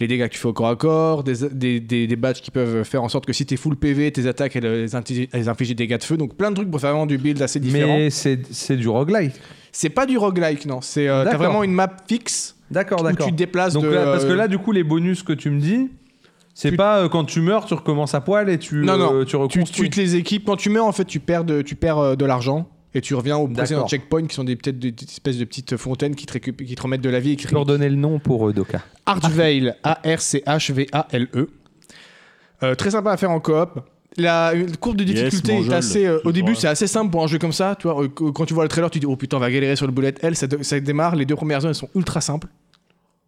Speaker 1: les dégâts que tu fais au corps à corps, des, des, des, des badges qui peuvent faire en sorte que si t'es full PV, tes attaques, elles, elles inti- elles infligent des dégâts de feu. Donc plein de trucs pour faire vraiment du build assez différent.
Speaker 4: Mais c'est c'est du roguelite.
Speaker 1: C'est pas du roguelike, non. C'est euh, t'as
Speaker 4: D'accord.
Speaker 1: vraiment une map fixe
Speaker 4: D'accord,
Speaker 1: où
Speaker 4: d'accord.
Speaker 1: tu te déplaces
Speaker 4: Donc
Speaker 1: de,
Speaker 4: là, parce que
Speaker 1: euh,
Speaker 4: là, du coup, les bonus que tu me dis, c'est
Speaker 1: tu-
Speaker 4: pas euh, quand tu meurs, tu recommences à poil et tu,
Speaker 1: Non, non.
Speaker 4: euh, tu
Speaker 1: tu,
Speaker 4: reconstruis.
Speaker 1: tu te les équipes. Quand tu meurs, en fait, tu perds de, tu perds euh, de l'argent et tu reviens au précédent
Speaker 4: D'accord.
Speaker 1: checkpoint qui sont des peut-être des, des espèces de petites fontaines qui te, récup- qui te remettent de la vie et qui
Speaker 4: Je peux leur donner le nom pour euh, Doka.
Speaker 1: Archvale, A-R-C-H-V-A-L-E. E. Euh, très sympa à faire en coop. La une courbe de
Speaker 3: Yes,
Speaker 1: difficulté est
Speaker 3: mangeole,
Speaker 1: assez. euh, au
Speaker 3: toujours
Speaker 1: début,
Speaker 3: là.
Speaker 1: c'est assez simple pour un jeu comme ça. Tu vois, euh, qu- quand tu vois le trailer, tu dis Oh putain, on va galérer sur le bullet L. Ça, de- ça démarre. Les deux premières zones elles sont ultra simples.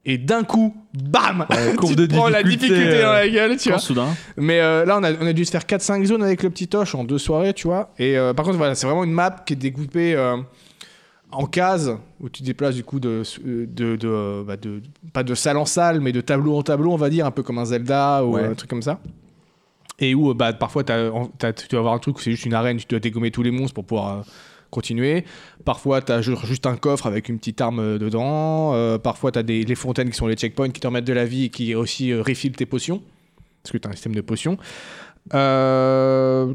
Speaker 1: Et d'un coup, bam [laughs]
Speaker 4: courbe
Speaker 1: Tu
Speaker 4: de
Speaker 1: te prends la
Speaker 4: difficulté,
Speaker 1: difficulté
Speaker 4: euh,
Speaker 1: dans la gueule, tu
Speaker 3: Quand
Speaker 1: vois.
Speaker 3: soudain,
Speaker 1: Mais euh, là, on a, on a dû se faire 4-5 zones avec le petit Toche en deux soirées, tu vois. Et euh, par contre, voilà, c'est vraiment une map qui est découpée euh, en cases où tu te déplaces du coup de, de, de, euh, bah, de- pas de salle en salle, mais de tableau en tableau, on va dire, un peu comme un Zelda ou
Speaker 4: Ouais.
Speaker 1: un truc comme ça. Et où euh, bah, parfois, t'as- en- t'as- tu dois avoir un truc où c'est juste une arène, tu dois dégommer tous les monstres pour pouvoir. euh, continuer. Parfois, tu as juste un coffre avec une petite arme euh, dedans. Euh, parfois, tu as des, les fontaines qui sont les checkpoints qui te remettent de la vie et qui aussi euh, refillent tes potions. Parce que tu as un système de potions. Euh,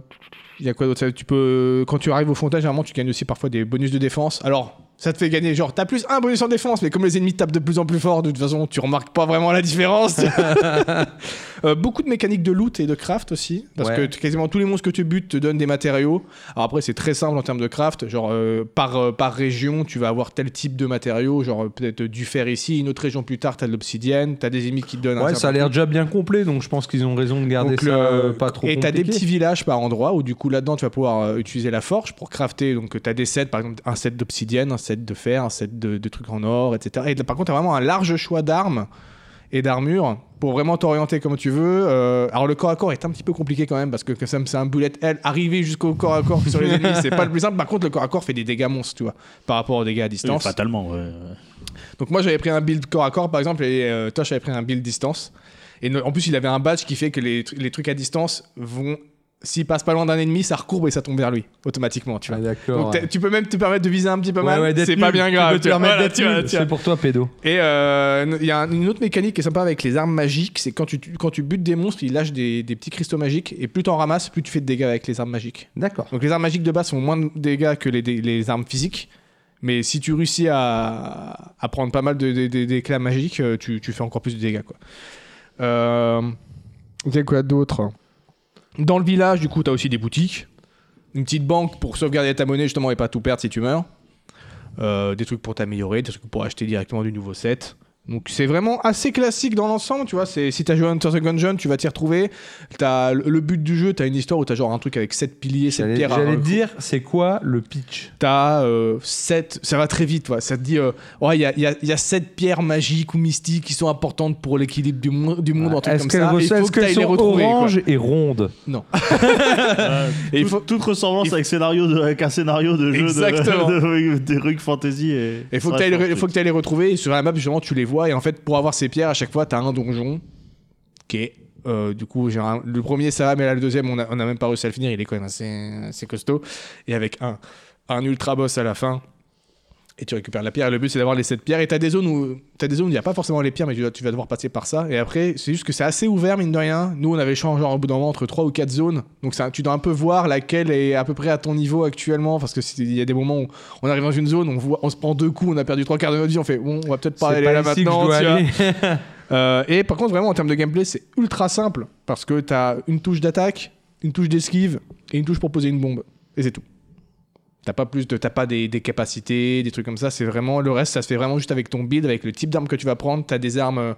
Speaker 1: Il y a quoi d'autre Ça, tu peux, Quand tu arrives aux fontaines, généralement, tu gagnes aussi parfois des bonus de défense. Alors, ça te fait gagner. Genre, tu as plus un bonus en défense, mais comme les ennemis te tapent de plus en plus fort, de toute façon, tu remarques pas vraiment la différence. Euh, beaucoup de mécaniques de loot et de craft aussi. Parce
Speaker 4: Ouais.
Speaker 1: que t- quasiment tous les monstres que tu butes te donnent des matériaux. Alors après, c'est très simple en termes de craft. Genre, euh, par, euh, par région, tu vas avoir tel type de matériaux. Genre, euh, peut-être euh, du fer ici. Une autre région plus tard, t'as de l'obsidienne. T'as des ennemis qui te donnent un
Speaker 4: Ouais,
Speaker 1: certain
Speaker 4: ça a l'air déjà bien complet, donc je pense qu'ils ont raison de garder
Speaker 1: donc,
Speaker 4: ça
Speaker 1: le-
Speaker 4: euh, pas trop
Speaker 1: Et t'as des
Speaker 4: compliqué.
Speaker 1: petits villages par endroit où du coup là-dedans tu vas pouvoir euh, utiliser la forge pour crafter. Donc t'as des sets, par exemple un set d'obsidienne, un set de fer, un set de, de trucs en or, etc. Et par contre t'as vraiment un large choix d'armes et d'armures pour vraiment t'orienter comme tu veux. Euh, alors le corps à corps est un petit peu compliqué quand même parce que comme ça, c'est un bullet hell. Arriver jusqu'au corps à corps sur les ennemis c'est pas le plus simple. Par contre le corps à corps fait des dégâts monstres, tu vois, par rapport aux dégâts à
Speaker 3: oui,
Speaker 1: distance.
Speaker 3: fatalement. ouais.
Speaker 1: Donc moi j'avais pris un build corps à corps par exemple et euh, Tosh avait pris un build distance. Et no- en plus il avait un badge qui fait que les, tru- les trucs à distance vont... S'il passe pas loin d'un ennemi, ça recourbe et ça tombe vers lui automatiquement, tu vois.
Speaker 4: Ah, d'accord.
Speaker 1: Donc t'as-
Speaker 4: ouais.
Speaker 1: tu peux même te permettre de viser un petit peu mal,
Speaker 4: Ouais, ouais, d'être
Speaker 1: c'est pas
Speaker 4: nul.
Speaker 1: bien
Speaker 4: Tu
Speaker 1: grave.
Speaker 4: peux te
Speaker 1: tu vois.
Speaker 4: permettre
Speaker 1: Voilà,
Speaker 4: d'être
Speaker 1: tu vois,
Speaker 4: nul.
Speaker 1: tu vois.
Speaker 4: C'est pour toi, pédo.
Speaker 1: Et euh, il y a un- une autre mécanique qui est sympa avec les armes magiques, c'est quand tu, tu- quand tu butes des monstres, ils lâchent des, des petits cristaux magiques, et plus t'en ramasses, plus tu fais de dégâts avec les armes magiques.
Speaker 4: D'accord.
Speaker 1: Donc les armes magiques de base font moins de dégâts que les, dé- les armes physiques. Mais si tu réussis à, à prendre pas mal de- de- de- d'éclats magiques, euh, tu, tu fais encore plus de dégâts. Quoi. Euh, il y a quoi d'autre Dans le village, du coup, tu as aussi des boutiques. Une petite banque pour sauvegarder ta monnaie, justement, et pas tout perdre si tu meurs. Euh, des trucs pour t'améliorer, des trucs pour acheter directement du nouveau set. Donc c'est vraiment assez classique dans l'ensemble, tu vois. c'est- Si t'as joué à Hunter the Gungeon, tu vas t'y retrouver. T'as le- le but du jeu, t'as une histoire où t'as genre un truc avec 7 piliers, 7
Speaker 4: J'allais
Speaker 1: pierres. à
Speaker 4: j'allais
Speaker 1: recou-
Speaker 4: te dire, c'est quoi le pitch
Speaker 1: T'as 7, ça va très vite, ouais. ça te dit, euh, ouais, il y a, il y a- il y a 7 pierres magiques ou mystiques qui sont importantes pour l'équilibre du, monde du monde, un truc
Speaker 4: Est-ce
Speaker 1: comme
Speaker 4: qu'elles
Speaker 1: ça. Et il
Speaker 4: reço-
Speaker 1: faut
Speaker 4: est-ce
Speaker 1: que t'ailles
Speaker 4: qu'elles
Speaker 1: les
Speaker 4: sont
Speaker 1: retrouver. quoi.
Speaker 4: oranges et rondes
Speaker 3: Euh,
Speaker 1: Et il
Speaker 3: tout-
Speaker 1: faut-
Speaker 3: Toute ressemblance
Speaker 1: il-
Speaker 3: avec, scénario de, avec un scénario de jeu
Speaker 1: Exactement.
Speaker 3: [laughs] de, de, de Heroic Fantasy. Et
Speaker 1: Et faut que
Speaker 3: Ouais,
Speaker 1: t'ailles
Speaker 3: je pense
Speaker 1: les- faut que t'ailles les retrouver. Et sur la map, justement, tu les vois. Et en fait, pour avoir ces pierres, à chaque fois, t'as un donjon qui est. euh, du coup, j'ai un- le premier ça va, mais là le deuxième, on a, on a même pas réussi à le finir. Il est quand même assez, assez costaud. Et avec un, un ultra boss à la fin, Et tu récupères la pierre. Et le but, c'est d'avoir les 7 pierres. Et t'as des zones où t'as des zones où il n'y a pas forcément les pierres, mais tu, dois- tu vas devoir passer par ça. Et après, c'est juste que c'est assez ouvert, mine de rien. Nous, on avait changé genre, au bout d'un moment entre 3 ou 4 zones. Donc ça- tu dois un peu voir laquelle est à peu près à ton niveau actuellement. Parce que si- il y a des moments où on arrive dans une zone, on, voit, on se prend deux coups, on a perdu trois quarts de notre vie, on fait bon, on va peut-être pas aller là
Speaker 4: ici que je
Speaker 1: maintenant.
Speaker 4: dois
Speaker 1: tu vois.
Speaker 4: aller.
Speaker 1: Euh, et par contre, vraiment, en termes de gameplay, c'est ultra simple parce que t'as une touche d'attaque, une touche d'esquive et une touche pour poser une bombe. Et c'est tout. T'as pas plus de, t'as pas des, des capacités, des trucs comme ça. C'est vraiment le reste, ça se fait vraiment juste avec ton build, avec le type d'arme que tu vas prendre. T'as des armes, euh,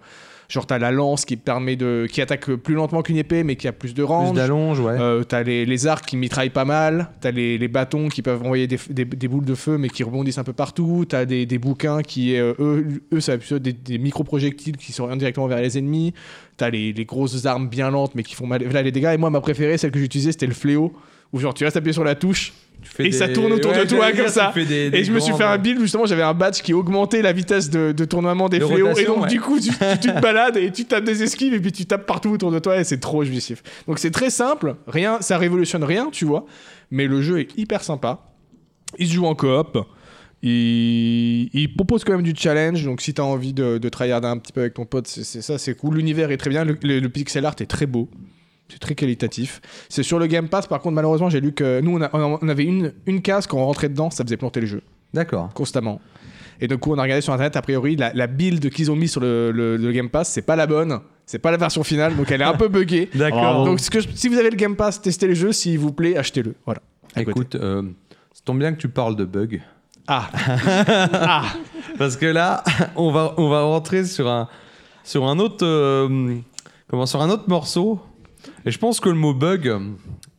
Speaker 1: genre t'as la lance qui permet de, qui attaque plus lentement qu'une épée, mais qui a plus de
Speaker 4: Plus
Speaker 1: range.
Speaker 4: d'allonge, ouais.
Speaker 1: Euh, t'as les, les arcs qui mitraillent pas mal, t'as les, les bâtons qui peuvent envoyer des, des- des boules de feu mais qui rebondissent un peu partout, t'as des, des bouquins qui, euh, eux, eux, ça va plutôt être des, des micro-projectiles qui s'orientent directement vers les ennemis, t'as les, les grosses armes bien lentes mais qui font mal là, les dégâts, et moi ma préférée, celle que j'utilisais, c'était le fléau, où genre tu restes appuyé sur la touche,
Speaker 4: Tu fais
Speaker 1: et ça tourne autour de
Speaker 4: j'allais
Speaker 1: toi,
Speaker 4: dire,
Speaker 1: comme
Speaker 4: tu
Speaker 1: ça.
Speaker 4: fais des-
Speaker 1: et
Speaker 4: des
Speaker 1: je me suis
Speaker 4: grands,
Speaker 1: fait un
Speaker 4: ouais.
Speaker 1: build, justement, j'avais un badge qui augmentait la vitesse de, de tournement des
Speaker 4: De
Speaker 1: fléaux. et
Speaker 4: rotation,
Speaker 1: donc,
Speaker 4: ouais.
Speaker 1: du coup, tu, tu-
Speaker 4: [laughs]
Speaker 1: tu te balades et tu tapes des esquives et puis tu tapes partout autour de toi et c'est trop jouissif. Donc, c'est très simple. Rien, ça révolutionne rien, tu vois. Mais le jeu est hyper sympa. Il se joue en coop. Il, il propose quand même du challenge, donc si t'as envie de, de tryharder un petit peu avec ton pote, c'est c'est ça, c'est cool. L'univers est très bien, le, le- le pixel art est très beau, c'est très qualitatif. C'est sur le Game Pass, par contre, malheureusement, j'ai lu que nous, on, a- on avait une, une case, quand on rentrait dedans, ça faisait planter le jeu,
Speaker 4: D'accord.
Speaker 1: constamment. Et du coup, on a regardé sur internet, a priori, la, la build qu'ils ont mis sur le, le- le Game Pass, c'est pas la bonne, c'est pas la version finale, donc elle est un peu [laughs] buggée.
Speaker 3: D'accord.
Speaker 1: Donc, ce que je- si vous avez le Game Pass, testez le jeu, s'il vous plaît, achetez-le. Voilà. À côté.
Speaker 4: Écoute, euh, ça tombe bien que tu parles de bugs. [laughs]
Speaker 1: Ah,
Speaker 4: Parce que là, on va, on va rentrer sur un, sur un autre. euh, comment Sur un autre morceau. Et je pense que le mot bug, euh,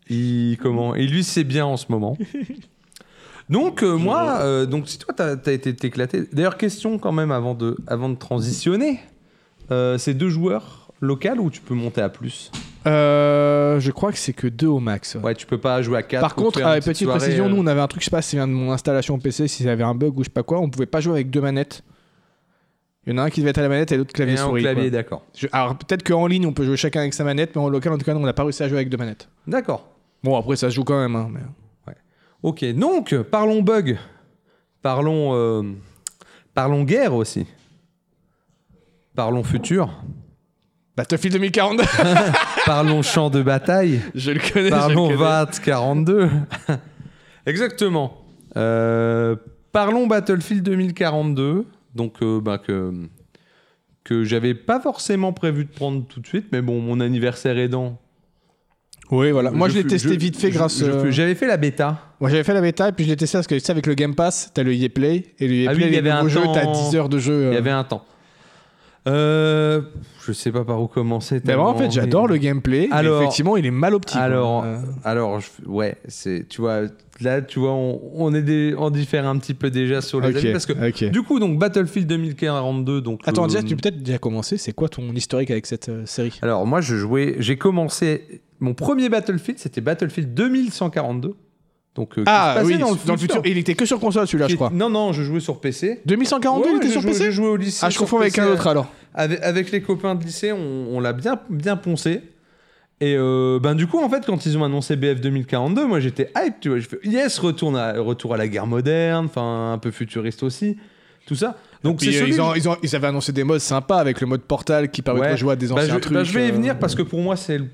Speaker 4: il, comment, il lui sait bien en ce moment. Donc, euh, moi, euh, donc, si toi, t'as as été éclaté. D'ailleurs, question quand même avant de, avant de transitionner. Euh, c'est deux joueurs locaux ou tu peux monter à plus
Speaker 1: Euh, je crois que c'est que 2 au max.
Speaker 4: Ouais, tu peux pas jouer à 4.
Speaker 1: Par contre, euh, petite, précision, nous on avait un truc, je sais pas si ça vient de mon installation PC, si ça avait un bug ou je sais pas quoi, on pouvait pas jouer avec deux manettes. Il y en a un qui devait être à la manette et l'autre clavier
Speaker 4: clavier
Speaker 1: souris.
Speaker 4: clavier,
Speaker 1: quoi.
Speaker 4: d'accord.
Speaker 1: Je- alors peut-être qu'en ligne on peut jouer chacun avec sa manette, mais en local en tout cas nous, on n'a pas réussi à jouer avec deux manettes.
Speaker 4: D'accord.
Speaker 1: Bon après ça se joue quand même. hein, mais-
Speaker 4: Ok, donc parlons bug, parlons, euh, parlons guerre aussi, parlons futur,
Speaker 1: Battlefield 2042 [laughs]
Speaker 4: parlons champ de bataille,
Speaker 1: Je le connais. je le
Speaker 4: parlons
Speaker 1: connais.
Speaker 4: 20 42. [laughs] Exactement. Euh, parlons Battlefield 2042, donc euh, bah, que que j'avais pas forcément prévu de prendre tout de suite, mais bon, mon anniversaire aidant.
Speaker 1: Oui voilà. Moi je, l'ai
Speaker 4: fais-
Speaker 1: testé vite fait
Speaker 4: je-
Speaker 1: grâce.
Speaker 4: je
Speaker 1: euh,
Speaker 4: fais- J'avais fait la bêta.
Speaker 1: Moi j'avais fait la bêta et puis je l'ai testé parce que tu sais, avec le Game Pass t'as le Play et le
Speaker 4: Ah oui,
Speaker 1: Play
Speaker 4: il y avait un
Speaker 1: jeu
Speaker 4: temps-
Speaker 1: t'as 10 heures de jeu.
Speaker 4: Il y
Speaker 1: euh.
Speaker 4: avait un temps. Euh, je sais pas par où commencer.
Speaker 1: Mais moi, en fait
Speaker 4: tellement-
Speaker 1: j'adore le gameplay. Alors...
Speaker 4: Alors-
Speaker 1: Effectivement il est mal Euh, optique.
Speaker 4: Alors, alors je- ouais, c'est tu vois là tu vois on, on est des, on diffère un petit peu déjà sur les
Speaker 1: Ok,
Speaker 4: avis, parce que
Speaker 1: ok.
Speaker 4: du Euh, coup donc Battlefield 2042 donc
Speaker 1: Attends,
Speaker 4: le-
Speaker 1: déjà, tu peux peut-être déjà commencer. C'est quoi ton historique avec cette euh, série
Speaker 4: Alors moi je jouais, j'ai commencé mon premier Battlefield c'était Battlefield 2142. Donc euh, qui
Speaker 1: Ah,
Speaker 4: se passait dans le futur.
Speaker 1: Il était que sur console, celui-là,
Speaker 4: Qui est- Non non, je jouais sur PC.
Speaker 1: 2142,
Speaker 4: Ouais,
Speaker 1: il était
Speaker 4: j'ai
Speaker 1: sur
Speaker 4: joué-
Speaker 1: PC
Speaker 4: j'ai joué au lycée.
Speaker 1: Ah, je
Speaker 4: sur
Speaker 1: confonds avec
Speaker 4: PC,
Speaker 1: un autre alors.
Speaker 4: avec, avec les copains de lycée, on, on l'a bien, bien poncé. Et euh, ben du coup, en fait, quand ils ont annoncé BF 2042, moi j'étais hype, tu vois. Je fais yes, retourne à, retour à la guerre moderne, enfin un peu futuriste aussi, tout ça. Donc c'est
Speaker 1: Puis, euh,
Speaker 4: celui
Speaker 1: ils, ont-
Speaker 4: que- Ouais.
Speaker 1: de jouer à des
Speaker 4: Bah,
Speaker 1: anciens
Speaker 4: je, bah,
Speaker 1: trucs.
Speaker 4: je vais y
Speaker 1: euh,
Speaker 4: venir parce que pour moi, c'est le-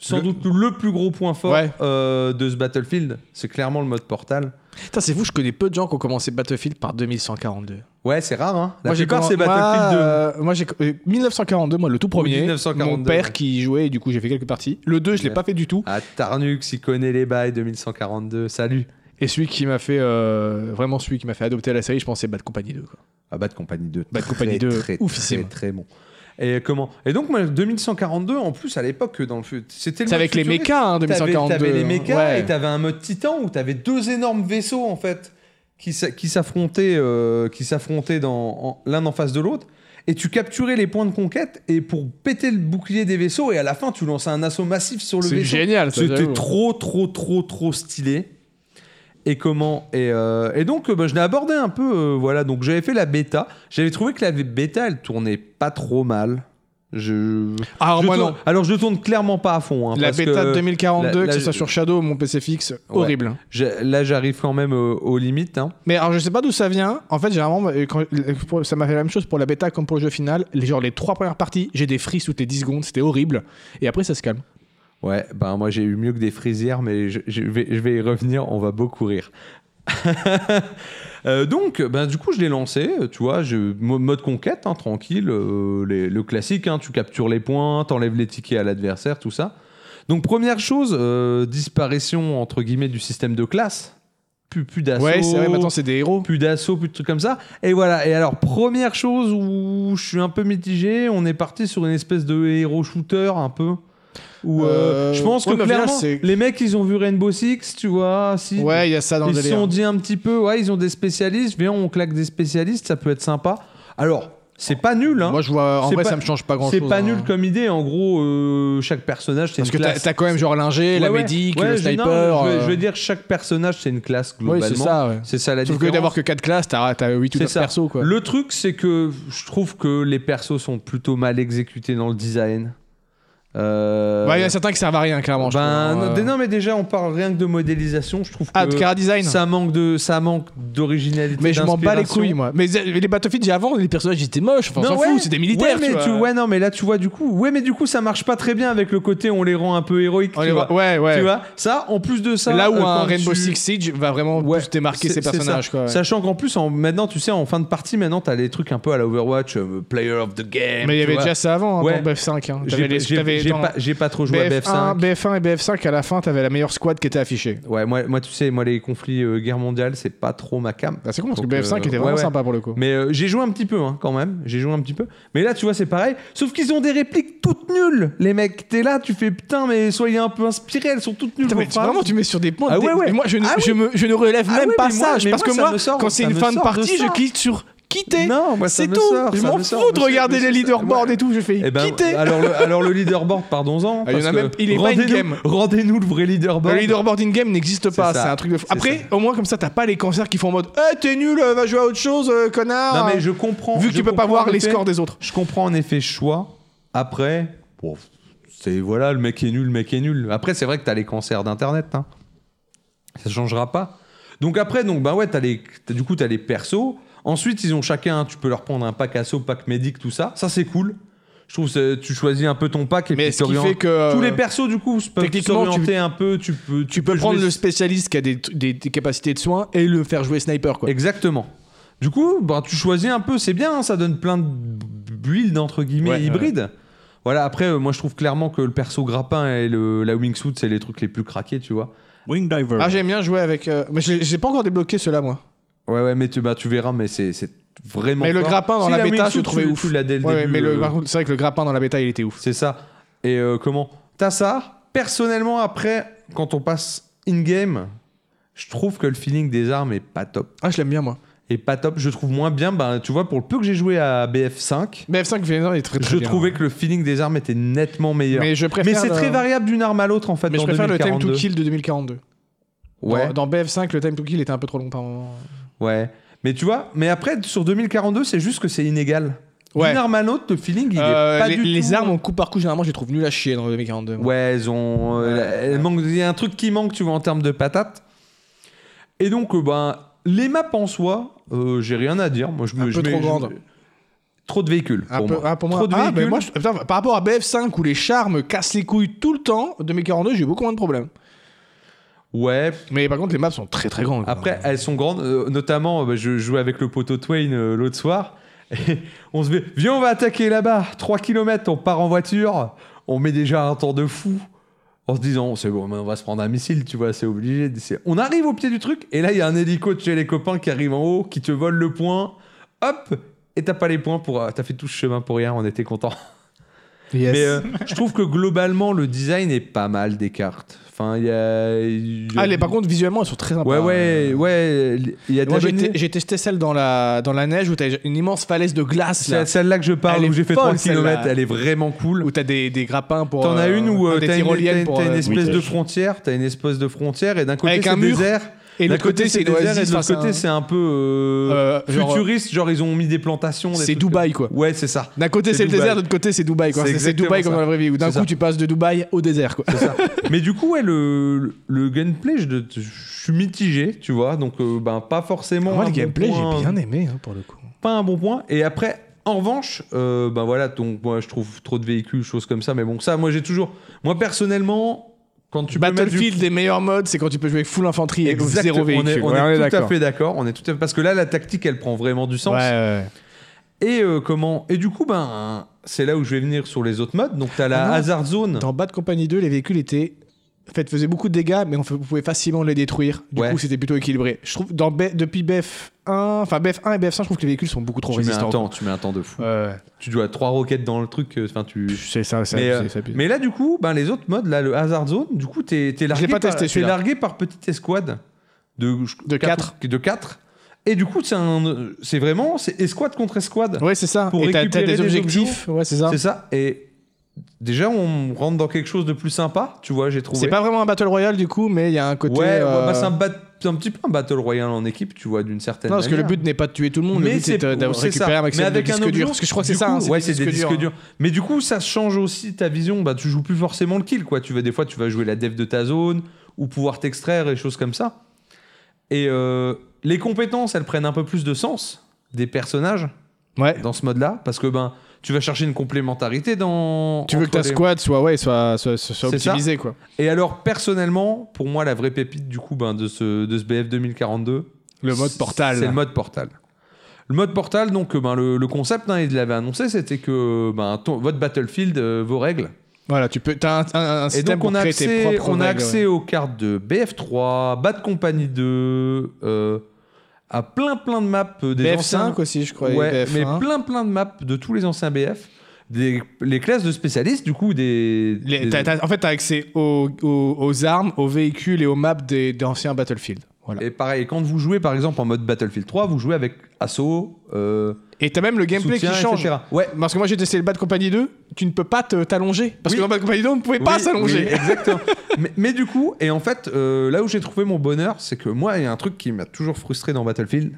Speaker 4: sans
Speaker 1: Le-
Speaker 4: doute le plus gros point fort
Speaker 1: Ouais.
Speaker 4: euh, de ce Battlefield. C'est clairement le mode portal.
Speaker 1: Putain, c'est fou, je connais peu de gens qui ont commencé Battlefield par 2142.
Speaker 4: Ouais, c'est rare, hein. La
Speaker 1: moi, j'ai
Speaker 4: plupart, c'est
Speaker 1: commen-
Speaker 4: Battlefield 2.
Speaker 1: moi, euh, moi, j'ai euh, 1942, moi, le tout premier.
Speaker 4: 1942,
Speaker 1: mon père
Speaker 4: ouais.
Speaker 1: qui y jouait, et du coup, j'ai fait quelques parties. Le 2, je l'ai
Speaker 4: Ouais.
Speaker 1: pas fait du tout.
Speaker 4: Ah, Tarnux, il connaît les bails 2142, salut.
Speaker 1: Et celui qui m'a fait, euh, vraiment celui qui m'a fait adopter la série, je pense, c'est Bad Company 2. quoi.
Speaker 4: Ah, Bad Company 2.
Speaker 1: Bad
Speaker 4: très,
Speaker 1: Company 2,
Speaker 4: très,
Speaker 1: oufissime.
Speaker 4: Très, très bon. Et comment Et donc, moi, 2142, en plus, à l'époque, dans le fut- c'était le
Speaker 1: C'est
Speaker 4: mode
Speaker 1: avec les
Speaker 4: futuriste.
Speaker 1: mechas, hein,
Speaker 4: T'avais-
Speaker 1: 2042.
Speaker 4: T'avais les
Speaker 1: hein.
Speaker 4: mechas
Speaker 1: Ouais.
Speaker 4: et t'avais un mode titan où t'avais deux énormes vaisseaux, en fait, qui s'a- qui s'affrontaient euh, qui s'affrontaient dans en- l'un en face de l'autre. Et tu capturais les points de conquête et pour péter le bouclier des vaisseaux, et à la fin, tu lançais un assaut massif sur le
Speaker 1: C'est
Speaker 4: vaisseau.
Speaker 1: génial, ça,
Speaker 4: C'était
Speaker 1: j'avoue. hein.
Speaker 4: trop, trop, trop, trop stylé. Et comment Et, euh, et donc, euh, bah, je l'ai abordé un peu. euh, voilà, donc j'avais fait la bêta. J'avais trouvé que la bêta, elle tournait pas trop mal. Je...
Speaker 1: Alors,
Speaker 4: je
Speaker 1: Ah, moi,
Speaker 4: tourne-
Speaker 1: non.
Speaker 4: Alors je tourne clairement pas à fond. hein,
Speaker 1: La
Speaker 4: parce
Speaker 1: bêta
Speaker 4: que
Speaker 1: de 2042,
Speaker 4: la-
Speaker 1: que
Speaker 4: la-
Speaker 1: ce soit sur Shadow, mon PC fixe, horrible.
Speaker 4: j'ai- Là j'arrive quand même euh, aux limites. hein.
Speaker 1: Mais alors, je sais pas d'où ça vient. En fait, généralement, euh, quand- euh, pour- ça m'a fait la même chose pour la bêta comme pour le jeu final. Les- Genre, les trois premières parties, j'ai des frises toutes les 10 secondes, c'était horrible. Et après, ça se calme.
Speaker 4: Ouais, ben moi j'ai eu mieux que des frisières, mais je, je vais, je vais y revenir, on va beaucoup rire. [laughs] Euh, donc, ben, du coup, je l'ai lancé, euh, tu vois, je, mo- mode conquête, hein, tranquille, euh, les- le classique, hein, tu captures les points, t'enlèves les tickets à l'adversaire, tout ça. Donc, première chose, euh, disparition entre guillemets du système de classe, plus, plus d'assaut,
Speaker 1: Ouais, c'est vrai, maintenant, c'est des héros.
Speaker 4: Oh. plus d'assaut, plus de trucs comme ça. Et voilà, et alors, première chose où je suis un peu mitigé, on est parti sur une espèce de héros shooter un peu. Où, euh,
Speaker 1: Euh,
Speaker 4: je pense
Speaker 1: ouais,
Speaker 4: que
Speaker 1: mais au final,
Speaker 4: clairement,
Speaker 1: c'est-
Speaker 4: les mecs, ils ont vu Rainbow Six, tu vois. Si,
Speaker 1: Ouais, il y a ça dans
Speaker 4: ils
Speaker 1: le
Speaker 4: se
Speaker 1: délire.
Speaker 4: sont dit un petit peu, ouais, ils ont des spécialistes, viens, on claque des spécialistes, ça peut être sympa. Alors, c'est pas nul, hein.
Speaker 1: Moi, je vois, en
Speaker 4: C'est
Speaker 1: vrai,
Speaker 4: pas-
Speaker 1: ça me change pas grand chose.
Speaker 4: c'est pas nul comme idée, en gros, euh, chaque personnage, c'est
Speaker 1: Parce
Speaker 4: une
Speaker 1: que t'as
Speaker 4: classe.
Speaker 1: t'as quand même, genre, l'ingé, la
Speaker 4: Ouais, ouais.
Speaker 1: médic,
Speaker 4: Ouais,
Speaker 1: le
Speaker 4: je- non,
Speaker 1: sniper.
Speaker 4: je, veux- je veux
Speaker 1: euh,
Speaker 4: dire, chaque personnage, c'est une classe
Speaker 1: Oui,
Speaker 4: globalement.
Speaker 1: c'est ça, ouais.
Speaker 4: C'est ça la
Speaker 1: Sauf que
Speaker 4: différence.
Speaker 1: d'avoir que 4 classes, t'as 8 ou
Speaker 4: C'est
Speaker 1: 9
Speaker 4: ça.
Speaker 1: persos, quoi.
Speaker 4: Le truc, c'est que je trouve que les persos sont plutôt mal exécutés dans le design. Euh,
Speaker 1: Bah, il y en a certains qui servent à rien, clairement. je
Speaker 4: ben,
Speaker 1: trouve, hein.
Speaker 4: non, non, mais déjà, on parle rien que de modélisation. Je trouve
Speaker 1: Ah, de
Speaker 4: que
Speaker 1: cara design
Speaker 4: ça manque de, ça manque d'originalité.
Speaker 1: Mais je m'en bats les
Speaker 4: d'inspiration.
Speaker 1: couilles, moi. Mais euh, les Battlefield, avant, les personnages ils étaient moches. Enfin, on s'en
Speaker 4: ouais.
Speaker 1: fout, c'est des militaires.
Speaker 4: Ouais, mais
Speaker 1: tu vois.
Speaker 4: ouais, non, mais là, tu vois, du coup, ouais, mais du coup, ça marche pas très bien avec le côté on les rend un peu héroïques.
Speaker 1: On
Speaker 4: tu
Speaker 1: les
Speaker 4: vois.
Speaker 1: voit- ouais, ouais.
Speaker 4: Tu vois, ça, en plus de ça,
Speaker 1: Là où
Speaker 4: euh,
Speaker 1: un
Speaker 4: quand
Speaker 1: Rainbow
Speaker 4: tu-
Speaker 1: Six Siege va vraiment
Speaker 4: Ouais,
Speaker 1: plus démarquer
Speaker 4: c'est-
Speaker 1: ses
Speaker 4: c'est
Speaker 1: personnages.
Speaker 4: ça.
Speaker 1: Quoi, ouais.
Speaker 4: Sachant qu'en plus, en, maintenant, tu sais, en fin de partie, maintenant, t'as les trucs un peu à la Overwatch, euh, Player of the Game.
Speaker 1: mais il y
Speaker 4: tu
Speaker 1: avait
Speaker 4: vois.
Speaker 1: déjà ça avant, hein,
Speaker 4: Ouais.
Speaker 1: dans BF5. hein. T'avais
Speaker 4: J'ai
Speaker 1: les-
Speaker 4: j'ai-
Speaker 1: t'avais
Speaker 4: j'ai
Speaker 1: dans
Speaker 4: pas, j'ai pas trop joué à BF5.
Speaker 1: BF1, BF1 et BF5, à la fin, t'avais la meilleure squad qui était affichée.
Speaker 4: Ouais, moi, moi, tu sais, moi, les conflits euh, guerre mondiale, c'est pas trop ma cam.
Speaker 1: Bah, c'est con parce que
Speaker 4: Donc, euh,
Speaker 1: BF5 était vraiment
Speaker 4: ouais, ouais.
Speaker 1: sympa pour le coup.
Speaker 4: Mais euh, j'ai joué un petit peu, hein, quand même. J'ai joué un petit peu. Mais là, tu vois, c'est pareil. Sauf qu'ils ont des répliques toutes nulles. Les mecs, t'es là, tu fais putain, mais soyez un peu inspirés, elles sont toutes nulles.
Speaker 1: Putain,
Speaker 4: vos
Speaker 1: mais tu-
Speaker 4: phrases.
Speaker 1: vraiment, tu mets sur des points.
Speaker 4: Ah
Speaker 1: de-
Speaker 4: ouais, ouais.
Speaker 1: Moi, je ne,
Speaker 4: Ah oui.
Speaker 1: je me- je ne relève
Speaker 4: Ah
Speaker 1: même
Speaker 4: ouais,
Speaker 1: pas
Speaker 4: mais moi-
Speaker 1: ça. je-
Speaker 4: mais
Speaker 1: parce
Speaker 4: moi,
Speaker 1: que
Speaker 4: ça
Speaker 1: moi,
Speaker 4: me sort-
Speaker 1: quand
Speaker 4: ça
Speaker 1: c'est une
Speaker 4: me
Speaker 1: fin de
Speaker 4: sort de
Speaker 1: partie,
Speaker 4: ça.
Speaker 1: je clique sur quitter.
Speaker 4: Non, moi, ça
Speaker 1: C'est
Speaker 4: me
Speaker 1: tout.
Speaker 4: sort,
Speaker 1: je
Speaker 4: ça
Speaker 1: m'en
Speaker 4: me
Speaker 1: fous
Speaker 4: sort,
Speaker 1: de
Speaker 4: me sort,
Speaker 1: regarder
Speaker 4: me
Speaker 1: les
Speaker 4: sort.
Speaker 1: leaderboards et tout. Je fais
Speaker 4: Eh ben,
Speaker 1: quitter.
Speaker 4: alors, le, alors le leaderboard, pardons-en.
Speaker 1: Ah, il y en
Speaker 4: parce
Speaker 1: a
Speaker 4: que
Speaker 1: même- il est pas
Speaker 4: rendez-nous-
Speaker 1: in-game.
Speaker 4: Rendez-nous le vrai leaderboard.
Speaker 1: Le leaderboard in-game n'existe pas,
Speaker 4: ça.
Speaker 1: c'est un truc de fou.
Speaker 4: C'est
Speaker 1: Après, au moins comme ça, t'as pas les cancers qui font en mode Eh, t'es nul, euh, va jouer à autre chose, euh, connard
Speaker 4: Non, mais je comprends.
Speaker 1: Vu que
Speaker 4: je
Speaker 1: tu peux pas
Speaker 4: comprends,
Speaker 1: voir
Speaker 4: en
Speaker 1: les
Speaker 4: effet.
Speaker 1: scores des autres.
Speaker 4: Je comprends en effet ce choix. Après, bon, c'est voilà, le mec est nul, le mec est nul. Après, c'est vrai que t'as les cancers d'internet, hein. ça changera pas. Donc après, donc bah ouais, t'as les, t'as- du coup t'as les persos. Ensuite, ils ont chacun, hein, tu peux leur prendre un pack assaut, pack médic, tout ça. Ça c'est cool. Je trouve que c'est- tu choisis un peu ton pack et
Speaker 1: Mais
Speaker 4: puis
Speaker 1: ce qui
Speaker 4: t'orientes-
Speaker 1: fait que euh,
Speaker 4: Tous les persos du coup peuvent
Speaker 1: techniquement, tu-
Speaker 4: s'orienter un peu. Tu peux,
Speaker 1: tu peux prendre
Speaker 4: jouer-
Speaker 1: le spécialiste qui a des, des- des capacités de soins et le faire jouer sniper quoi.
Speaker 4: Exactement. Du coup, bah, tu choisis un peu, c'est bien, hein, ça donne plein de builds entre guillemets
Speaker 1: Ouais,
Speaker 4: hybrides. Voilà, après, euh, moi je trouve clairement que le perso grappin et le, la wingsuit, c'est les trucs les plus craqués, tu vois.
Speaker 3: Wing Diver.
Speaker 1: Ah j'aime bien jouer avec. euh, Mais j'ai j'ai pas encore débloqué ceux-là moi.
Speaker 4: Ouais, ouais, mais tu, bah, tu verras, mais c'est c'est vraiment.
Speaker 1: Mais le
Speaker 4: fort.
Speaker 1: grappin dans
Speaker 4: Si
Speaker 1: la bêta,
Speaker 4: wingsuit,
Speaker 1: je le trouvais
Speaker 4: tu-
Speaker 1: ouf.
Speaker 4: tu l'as dès le
Speaker 1: Ouais,
Speaker 4: début,
Speaker 1: mais le-
Speaker 4: euh,
Speaker 1: par contre, c'est vrai que le grappin dans la bêta il était ouf.
Speaker 4: C'est ça. Et euh, comment T'as ça. Personnellement, après, quand on passe in-game, je trouve que le feeling des armes est pas top.
Speaker 1: Ah je l'aime bien moi.
Speaker 4: Et pas top, je trouve moins bien. Bah, tu vois, pour le peu que j'ai joué à BF5,
Speaker 1: Mais F5 Venom il est très très
Speaker 4: je
Speaker 1: bien. hein.
Speaker 4: trouvais que le feeling des armes était nettement meilleur.
Speaker 1: Mais je préfère.
Speaker 4: Mais c'est
Speaker 1: le-
Speaker 4: très variable d'une arme à l'autre en fait.
Speaker 1: Mais je
Speaker 4: dans
Speaker 1: préfère le time to
Speaker 4: 2042.
Speaker 1: kill de 2042.
Speaker 4: Ouais,
Speaker 1: Dans, dans BF5 le time to kill était un peu trop long par moment.
Speaker 4: ouais. Mais tu vois, mais après sur 2042, c'est juste que c'est inégal.
Speaker 1: Ouais.
Speaker 4: D'une arme à l'autre, le feeling il
Speaker 1: Euh,
Speaker 4: est pas
Speaker 1: les,
Speaker 4: du
Speaker 1: les
Speaker 4: tout-
Speaker 1: armes en coup par coup, généralement, je les trouve nulles à chier dans le 2042. moi.
Speaker 4: Ouais, elles ont. euh, elles manquent- Il y a un truc qui manque, tu vois, en termes de patates. Et donc, euh, ben, les maps en soi, euh, j'ai rien à dire. Moi, je me.
Speaker 1: Un
Speaker 4: je
Speaker 1: peu trop
Speaker 4: mets- je
Speaker 1: grandes.
Speaker 4: mets- Trop de véhicules.
Speaker 1: Un
Speaker 4: pour
Speaker 1: peu-
Speaker 4: moi.
Speaker 1: ah, pour moi,
Speaker 4: Trop de
Speaker 1: ah,
Speaker 4: véhicules.
Speaker 1: ben moi, je- putain, par rapport à BF5 où les chars me cassent les couilles tout le temps, 2042, j'ai eu beaucoup moins de problèmes.
Speaker 4: Ouais,
Speaker 1: Mais par contre, les maps sont très très grandes. quoi.
Speaker 4: Après, elles sont grandes, euh, notamment, euh, bah, je jouais avec le poteau Twain euh, l'autre soir, [laughs] et on se fait, viens, on va attaquer là-bas, 3 km, on part en voiture, on met déjà un temps de fou, en se disant, c'est bon, mais on va se prendre un missile, tu vois, c'est obligé. C'est- On arrive au pied du truc, et là, il y a un hélico de chez les copains qui arrive en haut, qui te vole le point, hop, et t'as pas les points pour. euh, T'as fait tout ce chemin pour rien, on était content. [laughs]
Speaker 1: Yes.
Speaker 4: Mais euh, je trouve que globalement, le design est pas mal des cartes. Enfin, il y a. il y a-
Speaker 1: Ah, les- par contre, visuellement, elles sont très
Speaker 4: Ouais,
Speaker 1: sympas.
Speaker 4: ouais, ouais. Il y a de
Speaker 1: Ah bah,
Speaker 4: la
Speaker 1: euh, Moi, j'ai
Speaker 4: bonne-
Speaker 1: te- j'ai testé celle dans la, dans la neige où t'as une immense falaise de glace
Speaker 4: C'est
Speaker 1: là,
Speaker 4: à celle-là que je parle,
Speaker 1: Elle
Speaker 4: où
Speaker 1: est
Speaker 4: j'ai fait
Speaker 1: folle,
Speaker 4: 30 km,
Speaker 1: celle-là.
Speaker 4: elle est vraiment cool.
Speaker 1: où t'as des, des grappins pour.
Speaker 4: T'en as
Speaker 1: euh,
Speaker 4: une où
Speaker 1: enfin,
Speaker 4: euh,
Speaker 1: des
Speaker 4: t'as une,
Speaker 1: tyroliennes
Speaker 4: t'as-
Speaker 1: pour.
Speaker 4: t'as une
Speaker 1: euh,
Speaker 4: espèce
Speaker 3: Oui,
Speaker 4: de
Speaker 3: t'as-
Speaker 4: frontière, t'as une espèce de frontière, et d'un côté
Speaker 1: Avec
Speaker 4: c'est
Speaker 1: un mur.
Speaker 4: désert,
Speaker 1: Et
Speaker 4: D'un
Speaker 1: l'autre côté, c'est une
Speaker 4: désert et
Speaker 1: oasis
Speaker 4: de l'autre
Speaker 1: face à
Speaker 4: côté,
Speaker 1: un-
Speaker 4: c'est un peu euh,
Speaker 1: Euh, genre-
Speaker 4: futuriste. Genre, ils ont mis des plantations. des
Speaker 1: C'est
Speaker 4: trucs comme-
Speaker 1: Dubaï, quoi.
Speaker 4: Ouais, c'est ça.
Speaker 1: D'un côté,
Speaker 4: C'est
Speaker 1: c'est le
Speaker 4: Dubaï.
Speaker 1: désert, de l'autre côté, c'est Dubaï, quoi.
Speaker 4: C'est
Speaker 1: C'est- C'est
Speaker 4: exactement
Speaker 1: Dubaï comme
Speaker 4: ça.
Speaker 1: dans la vraie vie, où d'un
Speaker 4: C'est
Speaker 1: coup,
Speaker 4: ça.
Speaker 1: tu passes de Dubaï au désert, quoi.
Speaker 4: C'est ça. Mais du coup, ouais, le, le gameplay, je, je suis mitigé, tu vois. Donc, euh, ben, pas forcément.
Speaker 1: Moi,
Speaker 4: un
Speaker 1: le
Speaker 4: bon
Speaker 1: gameplay,
Speaker 4: point-
Speaker 1: j'ai bien aimé, hein, pour le coup.
Speaker 4: Pas un bon point. Et après, en revanche, euh, ben voilà, donc moi, je trouve trop de véhicules, choses comme ça. Mais bon, ça, moi, j'ai toujours. Moi, personnellement, quand tu peux mettre du-
Speaker 1: Battlefield, les meilleurs modes, c'est quand tu peux jouer avec full infanterie et
Speaker 4: Exact,
Speaker 1: zéro
Speaker 4: on est,
Speaker 1: véhicule.
Speaker 4: on
Speaker 1: Ouais,
Speaker 4: est
Speaker 1: on est
Speaker 4: tout à
Speaker 1: d'accord.
Speaker 4: fait d'accord. On est tout à fait parce que là, la tactique, elle prend vraiment du sens.
Speaker 1: Ouais, ouais, ouais.
Speaker 4: Et euh, comment Et du coup, ben, c'est là où je vais venir sur les autres modes. Donc, t'as la
Speaker 1: Ah non.
Speaker 4: Hazard Zone.
Speaker 1: [laughs] Dans Bad Company 2, les véhicules étaient. En fait, faisaient beaucoup de dégâts, mais on f- pouvait facilement les détruire. Du
Speaker 4: Ouais.
Speaker 1: coup, c'était plutôt équilibré. Je trouve, dans Be- depuis BF1, enfin BF1 et BF5, je trouve que les véhicules sont beaucoup trop
Speaker 4: Tu mets, un
Speaker 1: résistants.
Speaker 4: temps, tu mets un temps de fou.
Speaker 1: Ouais, ouais.
Speaker 4: Tu dois trois roquettes dans le truc. euh, Enfin, tu.
Speaker 1: C'est ça, ça,
Speaker 4: Mais, euh,
Speaker 1: c'est- ça,
Speaker 4: mais là, du coup, ben, les autres modes, là, le Hazard Zone, du coup, t'es t'es largué,
Speaker 1: l'ai pas
Speaker 4: par-
Speaker 1: testé,
Speaker 4: t'es
Speaker 1: celui-là.
Speaker 4: largué par petite escouade de,
Speaker 1: De quatre.
Speaker 4: ou- de quatre. Et du coup, c'est un- c'est vraiment c'est escouade contre escouade.
Speaker 1: Ouais, c'est ça.
Speaker 4: Pour
Speaker 1: et t'as t'as
Speaker 4: récupérer
Speaker 1: des
Speaker 4: des
Speaker 1: objectifs. Ouais, c'est ça.
Speaker 4: C'est ça. Et déjà, on rentre dans quelque chose de plus sympa, tu vois, j'ai trouvé.
Speaker 1: C'est pas vraiment un Battle Royale, du coup, mais il y a un côté.
Speaker 4: ouais, ouais,
Speaker 1: euh,
Speaker 4: bah, c'est un, bat- c'est un petit peu un battle royale en équipe, tu vois, d'une certaine
Speaker 1: Non, parce
Speaker 4: manière.
Speaker 1: que le but n'est pas de tuer tout le monde,
Speaker 4: mais
Speaker 1: le but c'est de-
Speaker 4: c'est
Speaker 1: de
Speaker 4: ça.
Speaker 1: récupérer un
Speaker 4: Mais
Speaker 1: maximum de
Speaker 4: avec un
Speaker 1: disques
Speaker 4: objet,
Speaker 1: durs. Parce que je crois que c'est
Speaker 4: du
Speaker 1: ça, hein,
Speaker 4: coup, ouais,
Speaker 1: c'est des disques durs.
Speaker 4: Mais du coup, ça change aussi ta vision. Bah, tu joues plus forcément le kill, quoi. Tu vas des fois, tu vas jouer la dev de ta zone ou pouvoir t'extraire et choses comme ça. Et euh, les compétences, elles prennent un peu plus de sens des personnages
Speaker 1: Ouais.
Speaker 4: dans ce mode-là, parce que ben, tu vas chercher une complémentarité dans.
Speaker 1: Tu veux que
Speaker 4: entre
Speaker 1: ta
Speaker 4: les-
Speaker 1: squad soit, ouais, soit, soit, soit- soit
Speaker 4: C'est ça.
Speaker 1: optimisée, quoi.
Speaker 4: Et alors, personnellement, pour moi, la vraie pépite du coup, ben, de ce de ce BF 2042,
Speaker 1: Le mode portal.
Speaker 4: C'est le mode portal. Le mode portal, donc, euh, ben, le, le concept, hein, il l'avait annoncé, c'était que ben, ton- votre Battlefield, euh, vos règles.
Speaker 1: Voilà, tu peux. T'as un, un, un
Speaker 4: Et
Speaker 1: système
Speaker 4: donc, on
Speaker 1: pour
Speaker 4: a
Speaker 1: créer tes
Speaker 4: accès,
Speaker 1: propres
Speaker 4: on a
Speaker 1: règles,
Speaker 4: accès
Speaker 1: ouais.
Speaker 4: aux cartes de BF3, Bad Company 2, euh, à plein plein de maps euh, des
Speaker 1: BF5
Speaker 4: anciens.
Speaker 1: aussi, je crois. et
Speaker 4: Ouais,
Speaker 1: BF1.
Speaker 4: mais plein plein de maps de tous les anciens BF. Des, les classes de spécialistes, du coup, des.
Speaker 1: Les-
Speaker 4: des-
Speaker 1: t'as- t'as- en fait, t'as accès aux, aux, aux armes, aux véhicules et aux maps des, des anciens Battlefield. Voilà.
Speaker 4: Et pareil, quand vous jouez par exemple en mode Battlefield 3, vous jouez avec assaut, euh,
Speaker 1: Et t'as même le gameplay
Speaker 4: soutien,
Speaker 1: qui change.
Speaker 4: etc. Ouais,
Speaker 1: Parce que moi j'ai testé le Bad Company 2, tu ne peux pas te- t'allonger. Parce
Speaker 4: Oui.
Speaker 1: que dans Bad Company 2, on ne pouvait [laughs] pas
Speaker 4: Oui,
Speaker 1: s'allonger.
Speaker 4: oui, exactement. mais, mais du coup, et en fait, euh, là où j'ai trouvé mon bonheur, c'est que moi, il y a un truc qui m'a toujours frustré dans Battlefield,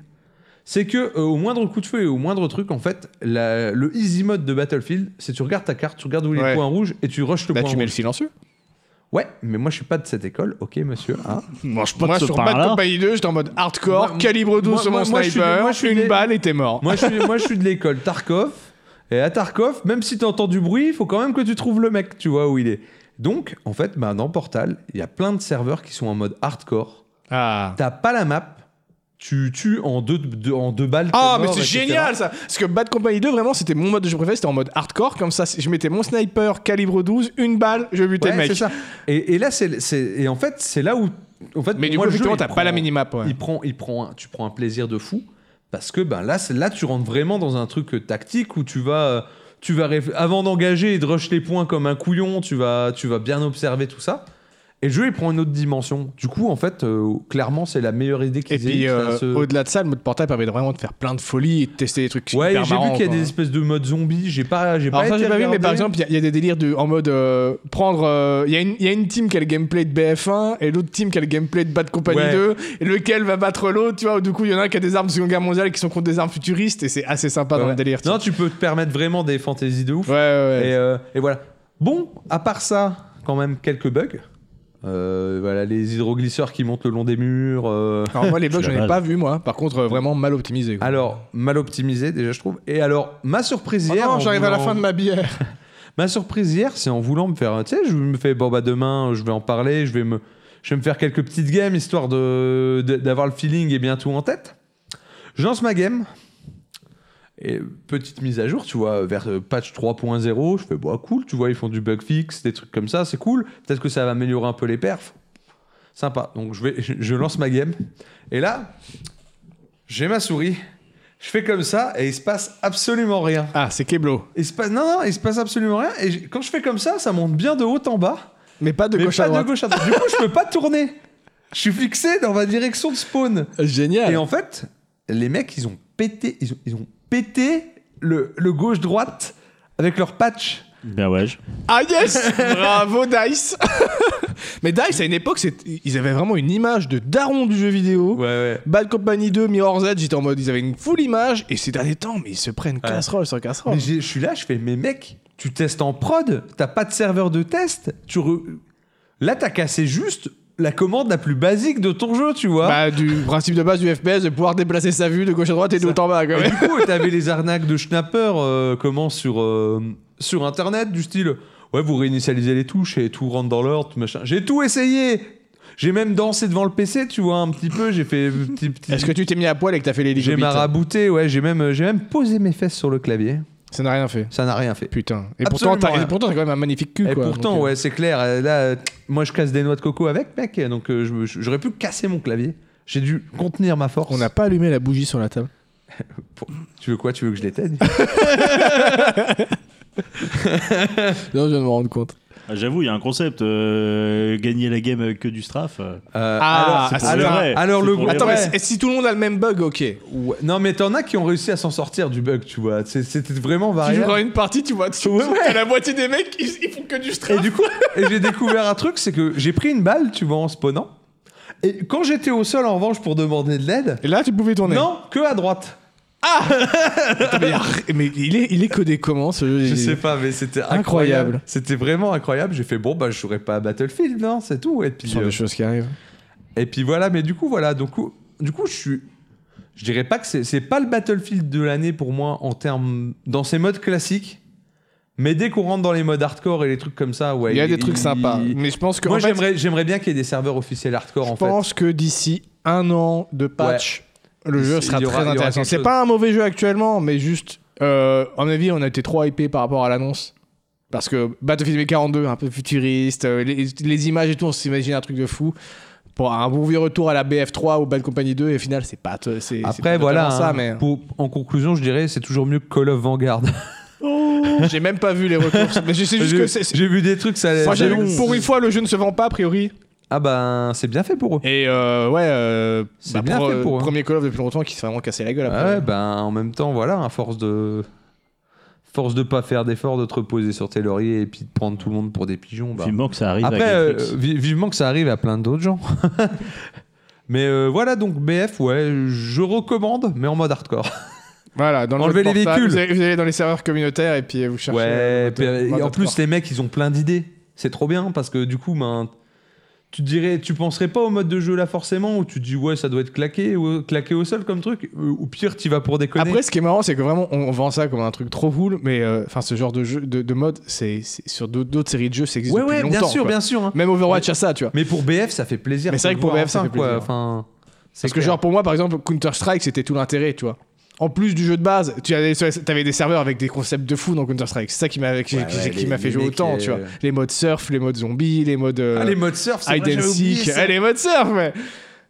Speaker 4: c'est que euh, au moindre coup de feu et au moindre truc, en fait, la- le easy mode de Battlefield, c'est tu regardes ta carte, tu regardes où il est
Speaker 1: Ouais.
Speaker 4: le point rouge et tu rushes le
Speaker 1: Là
Speaker 4: point
Speaker 1: Bah, tu mets le
Speaker 4: rouge.
Speaker 1: silencieux.
Speaker 4: Ouais, mais moi, je suis pas de cette école, ok, monsieur.
Speaker 1: [laughs]
Speaker 4: hein.
Speaker 3: Moi, je pas
Speaker 1: moi
Speaker 3: de ce
Speaker 1: sur Bad
Speaker 3: là
Speaker 1: Company 2, j'étais en mode hardcore,
Speaker 4: Moi-
Speaker 1: calibre 12
Speaker 4: moi-
Speaker 1: sur mon
Speaker 4: moi- moi, je suis-
Speaker 1: sniper,
Speaker 4: moi, je suis
Speaker 1: une
Speaker 4: né-
Speaker 1: balle et t'es mort.
Speaker 4: moi, je suis, moi, je suis de l'école Tarkov. Et à Tarkov, même si t'entends du bruit, il faut quand même que tu trouves le mec, tu vois où il est. Donc, en fait, bah, dans Portal, il y a plein de serveurs qui sont en mode hardcore.
Speaker 1: Ah.
Speaker 4: T'as pas la map, tu tues en deux, deux- en deux balles.
Speaker 1: Ah,
Speaker 4: t'es
Speaker 1: mais
Speaker 4: mort,
Speaker 1: c'est
Speaker 4: etc.
Speaker 1: génial ça! Parce que Bad Company 2, vraiment, c'était mon mode de jeu préféré, c'était en mode hardcore, comme ça, je mettais mon sniper calibre 12, une balle, je butais
Speaker 4: Ouais,
Speaker 1: le mec.
Speaker 4: c'est ça. Et, et là, c'est, c'est- et en fait, c'est là où, en fait,
Speaker 1: Mais
Speaker 4: pour
Speaker 1: du
Speaker 4: moi, le
Speaker 1: coup,
Speaker 4: jeu,
Speaker 1: justement,
Speaker 4: il
Speaker 1: t'as
Speaker 4: prend-
Speaker 1: pas la minimap. Ouais.
Speaker 4: Il prend, il prend, un- tu prends un plaisir de fou parce que ben là, c'est- là, tu rentres vraiment dans un truc euh, tactique où tu vas, euh, tu vas réf- avant d'engager et de rush les points comme un couillon, tu vas, tu vas bien observer tout ça. Et le jeu, il prend une autre dimension. Du coup, en fait, euh, clairement, c'est la meilleure idée
Speaker 1: Et
Speaker 4: qu'ils aient
Speaker 1: puis,
Speaker 4: eue, ça,
Speaker 1: euh,
Speaker 4: ce-
Speaker 1: au-delà de ça, le mode portable permet vraiment de faire plein de folies et de tester des trucs
Speaker 4: Ouais, et
Speaker 1: super
Speaker 4: j'ai vu
Speaker 1: marrants.
Speaker 4: qu'il y a
Speaker 1: quoi.
Speaker 4: des espèces de modes zombies. J'ai pas, j'ai
Speaker 1: Alors
Speaker 4: pas
Speaker 1: ça,
Speaker 4: été
Speaker 1: j'ai pas vu, mais par
Speaker 4: regarder.
Speaker 1: exemple, il y a- il y, a des délires de, en mode euh, prendre. euh, Il y, a une- il y a une team qui a le gameplay de BF1 et l'autre team qui a le gameplay de Bad Company
Speaker 4: Ouais.
Speaker 1: 2, et lequel va battre l'autre, tu vois. Du coup, il y en a un qui a des armes de Seconde Guerre mondiale qui sont contre des armes futuristes, et c'est assez sympa dans
Speaker 4: Ouais.
Speaker 1: le délire. tu
Speaker 4: Non,
Speaker 1: vois.
Speaker 4: tu peux te permettre vraiment des fantaisies de ouf.
Speaker 1: Ouais, ouais, ouais.
Speaker 4: Et, euh, et voilà. Bon, à part ça, quand même quelques bugs. Euh, voilà, les hydroglisseurs qui montent le long des murs. euh.
Speaker 1: Alors, moi, les bugs,
Speaker 3: Je
Speaker 1: j'en ai
Speaker 3: l'avale.
Speaker 1: pas vu, moi. Par contre, euh, vraiment mal optimisé. quoi.
Speaker 4: Alors, mal optimisé déjà, je trouve. Et alors, ma surprise
Speaker 1: Oh
Speaker 4: hier.
Speaker 1: non,
Speaker 4: en
Speaker 1: j'arrive à la
Speaker 4: voulant-
Speaker 1: fin de ma bière.
Speaker 4: Ma surprise hier, c'est en voulant me faire. Tu sais, je me fais, bon, bah demain, je vais en parler, je vais me, je vais me faire quelques petites games histoire de, de- d'avoir le feeling et bien tout en tête. Je lance ma game. Et petite mise à jour, tu vois, vers euh, patch 3.0, je fais, bah cool, tu vois, ils font du bug fix, des trucs comme ça, c'est cool. Peut-être que ça va améliorer un peu les perfs. Sympa. Donc je, vais, je, je lance ma game. Et là, j'ai ma souris. Je fais comme ça et il se passe absolument rien.
Speaker 1: Ah, c'est Keblo.
Speaker 4: Il se passe, non, non, il se passe absolument rien. Et j- quand je fais comme ça, ça monte bien de haut en bas.
Speaker 1: Mais pas de
Speaker 4: mais
Speaker 1: gauche
Speaker 4: pas
Speaker 1: à droite.
Speaker 4: de gauche à droite. Du coup, je peux pas tourner. Je suis fixé dans ma direction de spawn.
Speaker 1: Génial.
Speaker 4: Et en fait, les mecs, ils ont pété, ils ont, ils ont pété le, le gauche-droite avec leur patch.
Speaker 3: Ben ouais. je-
Speaker 1: Ah yes Bravo Dice [laughs] Mais Dice, à une époque, c'est- ils avaient vraiment une image de daron du jeu vidéo.
Speaker 4: Ouais, ouais.
Speaker 1: Bad Company 2, Mirror's Edge, j'étais en mode, ils avaient une full image. Et ces derniers temps, mais ils se prennent casserole sur casserole.
Speaker 4: Mais j'ai- je suis là, je fais, mais mec, tu testes en prod, t'as pas de serveur de test, tu re- là t'as cassé juste la commande la plus basique de ton jeu, tu vois.
Speaker 1: Bah, du principe de base du FPS, de pouvoir déplacer sa vue de gauche à droite et de
Speaker 4: Ça.
Speaker 1: haut en bas, quand
Speaker 4: Et [laughs]
Speaker 1: même.
Speaker 4: du coup, t'avais les arnaques de schnappers, euh, comment sur euh, sur internet du style, ouais, vous réinitialisez les touches et tout rentre dans l'ordre, machin. J'ai tout essayé. J'ai même dansé devant le PC, tu vois, un petit peu. J'ai fait petit petit.
Speaker 1: Est-ce que tu t'es mis à poil et que t'as hein fait les
Speaker 4: J'ai
Speaker 1: Lego Bits
Speaker 4: marabouté, ouais. J'ai même j'ai même posé mes fesses sur le clavier.
Speaker 1: Ça n'a rien fait.
Speaker 4: Ça n'a rien fait.
Speaker 1: Putain. Et
Speaker 4: Absolument
Speaker 1: pourtant, t'as
Speaker 4: rien.
Speaker 1: et pourtant, t'as quand même un magnifique cul,
Speaker 4: Et
Speaker 1: quoi.
Speaker 4: pourtant,
Speaker 1: Donc, euh,
Speaker 4: ouais, c'est clair. euh, Là, euh, moi, je casse des noix de coco avec, mec. Donc, euh, je me- je- j'aurais pu casser mon clavier. J'ai dû contenir ma force.
Speaker 1: On n'a pas allumé la bougie sur la table.
Speaker 4: Tu veux quoi Tu veux que je l'éteigne
Speaker 1: Non, je viens de me rendre compte.
Speaker 3: Ah, J'avoue, il y a un concept. euh, gagner la game avec que du strafe. euh.
Speaker 4: Euh,
Speaker 1: Ah, c'est pour
Speaker 4: alors,
Speaker 3: le vrai.
Speaker 4: alors
Speaker 3: C'est
Speaker 4: le
Speaker 3: pour
Speaker 4: gros-
Speaker 3: le
Speaker 1: Attends,
Speaker 4: ouais.
Speaker 1: mais c- et si tout le monde a le même bug, ok.
Speaker 4: Ouais. Non, mais t'en as qui ont réussi à s'en sortir du bug, tu vois. C'est- C'était vraiment
Speaker 1: Tu
Speaker 4: variable.
Speaker 1: joues à une partie, tu vois, tu,
Speaker 4: Ouais, ouais.
Speaker 1: t'as la moitié des mecs, ils, ils font que du stress.
Speaker 4: Et du coup, [laughs] et j'ai découvert un truc, c'est que j'ai pris une balle, tu vois, en spawnant. Et quand j'étais au sol, en revanche, pour demander de l'aide,
Speaker 1: Et là, tu pouvais tourner.
Speaker 4: non, que à droite.
Speaker 1: Attends, mais, ah, mais il est, il est codé comment ce jeu
Speaker 4: Je sais pas, mais c'était incroyable.
Speaker 1: Incroyable.
Speaker 4: C'était vraiment incroyable. J'ai fait, bon, bah, je jouerai pas à Battlefield, non, c'est tout. Et
Speaker 1: Ce
Speaker 4: puis,
Speaker 1: sont
Speaker 4: euh,
Speaker 1: des choses qui arrivent.
Speaker 4: Et puis voilà, mais du coup, voilà. Du coup, du coup je suis. Je dirais pas que c'est- c'est pas le Battlefield de l'année pour moi en termes. dans ses modes classiques. Mais dès qu'on rentre dans les modes hardcore et les trucs comme ça, ouais.
Speaker 1: il y a des trucs sympas. Mais je pense que.
Speaker 4: Moi,
Speaker 1: en fait,
Speaker 4: j'aimerais j'aimerais bien qu'il y ait des serveurs officiels hardcore
Speaker 1: Je
Speaker 4: en fait.
Speaker 1: pense que d'ici un an de patch, le jeu
Speaker 4: Il
Speaker 1: sera
Speaker 4: y aura- il y
Speaker 1: très
Speaker 4: aura
Speaker 1: intéressant.
Speaker 4: quelque
Speaker 1: C'est
Speaker 4: chose.
Speaker 1: pas un mauvais jeu actuellement, mais juste, euh, à mon avis, on a été trop hypé par rapport à l'annonce. Parce que Battlefield 42, un peu futuriste, euh, les, les images et tout, on s'imagine un truc de fou. Pour un bon vieux retour à la BF3 ou Bad Company 2, et au final, c'est pas. t- c'est- c'est
Speaker 4: Après,
Speaker 1: pas
Speaker 4: voilà.
Speaker 1: totalement ça,
Speaker 4: hein,
Speaker 1: mais.
Speaker 4: pour- en conclusion, je dirais c'est toujours mieux que Call of Vanguard.
Speaker 1: euh, J'ai même pas vu les retours.
Speaker 4: [laughs]
Speaker 1: mais je sais juste que c'est. c'est-
Speaker 4: J'ai vu des trucs, ça.
Speaker 1: Moi,
Speaker 4: ça-
Speaker 1: j'ai vu que pour une fois, le jeu ne se vend pas, a priori.
Speaker 4: Ah ben, c'est bien fait pour eux.
Speaker 1: Et euh, ouais, euh,
Speaker 4: C'est bien fait pour, hein.
Speaker 1: premier Call of depuis longtemps qui s'est vraiment cassé la gueule après.
Speaker 4: Ouais, ben en même temps, voilà, à force de force de pas faire d'efforts, de te reposer sur tes lauriers et puis de prendre tout le monde pour des pigeons. bah.
Speaker 3: Vivement que ça arrive
Speaker 4: Après,
Speaker 3: à
Speaker 4: euh,
Speaker 3: Gatrix.
Speaker 4: vi- vivement que ça arrive à plein d'autres gens. [laughs] mais euh, voilà, donc BF, ouais, je recommande, mais en mode hardcore.
Speaker 1: Voilà, dans le
Speaker 4: Enlevez
Speaker 1: jeu de
Speaker 4: les
Speaker 1: portable,
Speaker 4: véhicules.
Speaker 1: Vous allez, vous allez dans les serveurs communautaires et puis euh, vous cherchez. euh,
Speaker 4: ouais,
Speaker 1: votre-
Speaker 4: puis, euh,
Speaker 1: votre
Speaker 4: en plus
Speaker 1: portable.
Speaker 4: les mecs, ils ont plein d'idées. C'est trop bien parce que du coup, ben, tu te dirais, tu penserais pas au mode de jeu là forcément, où tu te dis ouais, ça doit être claqué, ou claqué au sol comme truc, ou ou pire, tu vas pour déconner.
Speaker 1: Après, ce qui est marrant, c'est que vraiment, on on vend ça comme un truc trop cool, mais euh, enfin, ce genre de jeu, de, de mode, c'est c'est- sur d'autres d'autres séries de jeux, ça existe
Speaker 4: ouais,
Speaker 1: depuis
Speaker 4: ouais,
Speaker 1: longtemps.
Speaker 4: bien sûr,
Speaker 1: quoi.
Speaker 4: bien sûr. hein.
Speaker 1: Même Overwatch a ça, tu vois.
Speaker 4: Mais pour BF, ça fait plaisir.
Speaker 1: Mais c'est
Speaker 4: de
Speaker 1: vrai
Speaker 4: le
Speaker 1: que pour
Speaker 4: voir
Speaker 1: BF, ça
Speaker 4: enfin,
Speaker 1: fait plaisir.
Speaker 4: quoi. Enfin, c'est
Speaker 1: Parce que
Speaker 4: clair.
Speaker 1: genre pour moi, par exemple, Counter Strike, c'était tout l'intérêt, tu vois. En plus du jeu de base, tu avais, t'avais des serveurs avec des concepts de fou dans Counter Strike. C'est ça qui m'a qui,
Speaker 4: Ouais,
Speaker 1: qui-
Speaker 4: ouais,
Speaker 1: qui
Speaker 4: les-
Speaker 1: m'a fait
Speaker 4: les
Speaker 1: jouer
Speaker 4: mecs,
Speaker 1: autant,
Speaker 4: euh,
Speaker 1: tu vois. Les modes surf, les modes zombies, les modes euh,
Speaker 4: Ah, les modes surf, c'est
Speaker 1: hide
Speaker 4: vrai,
Speaker 1: and
Speaker 4: j'avais oublié
Speaker 1: seek,
Speaker 4: ça.
Speaker 1: Eh, les modes surf, ouais.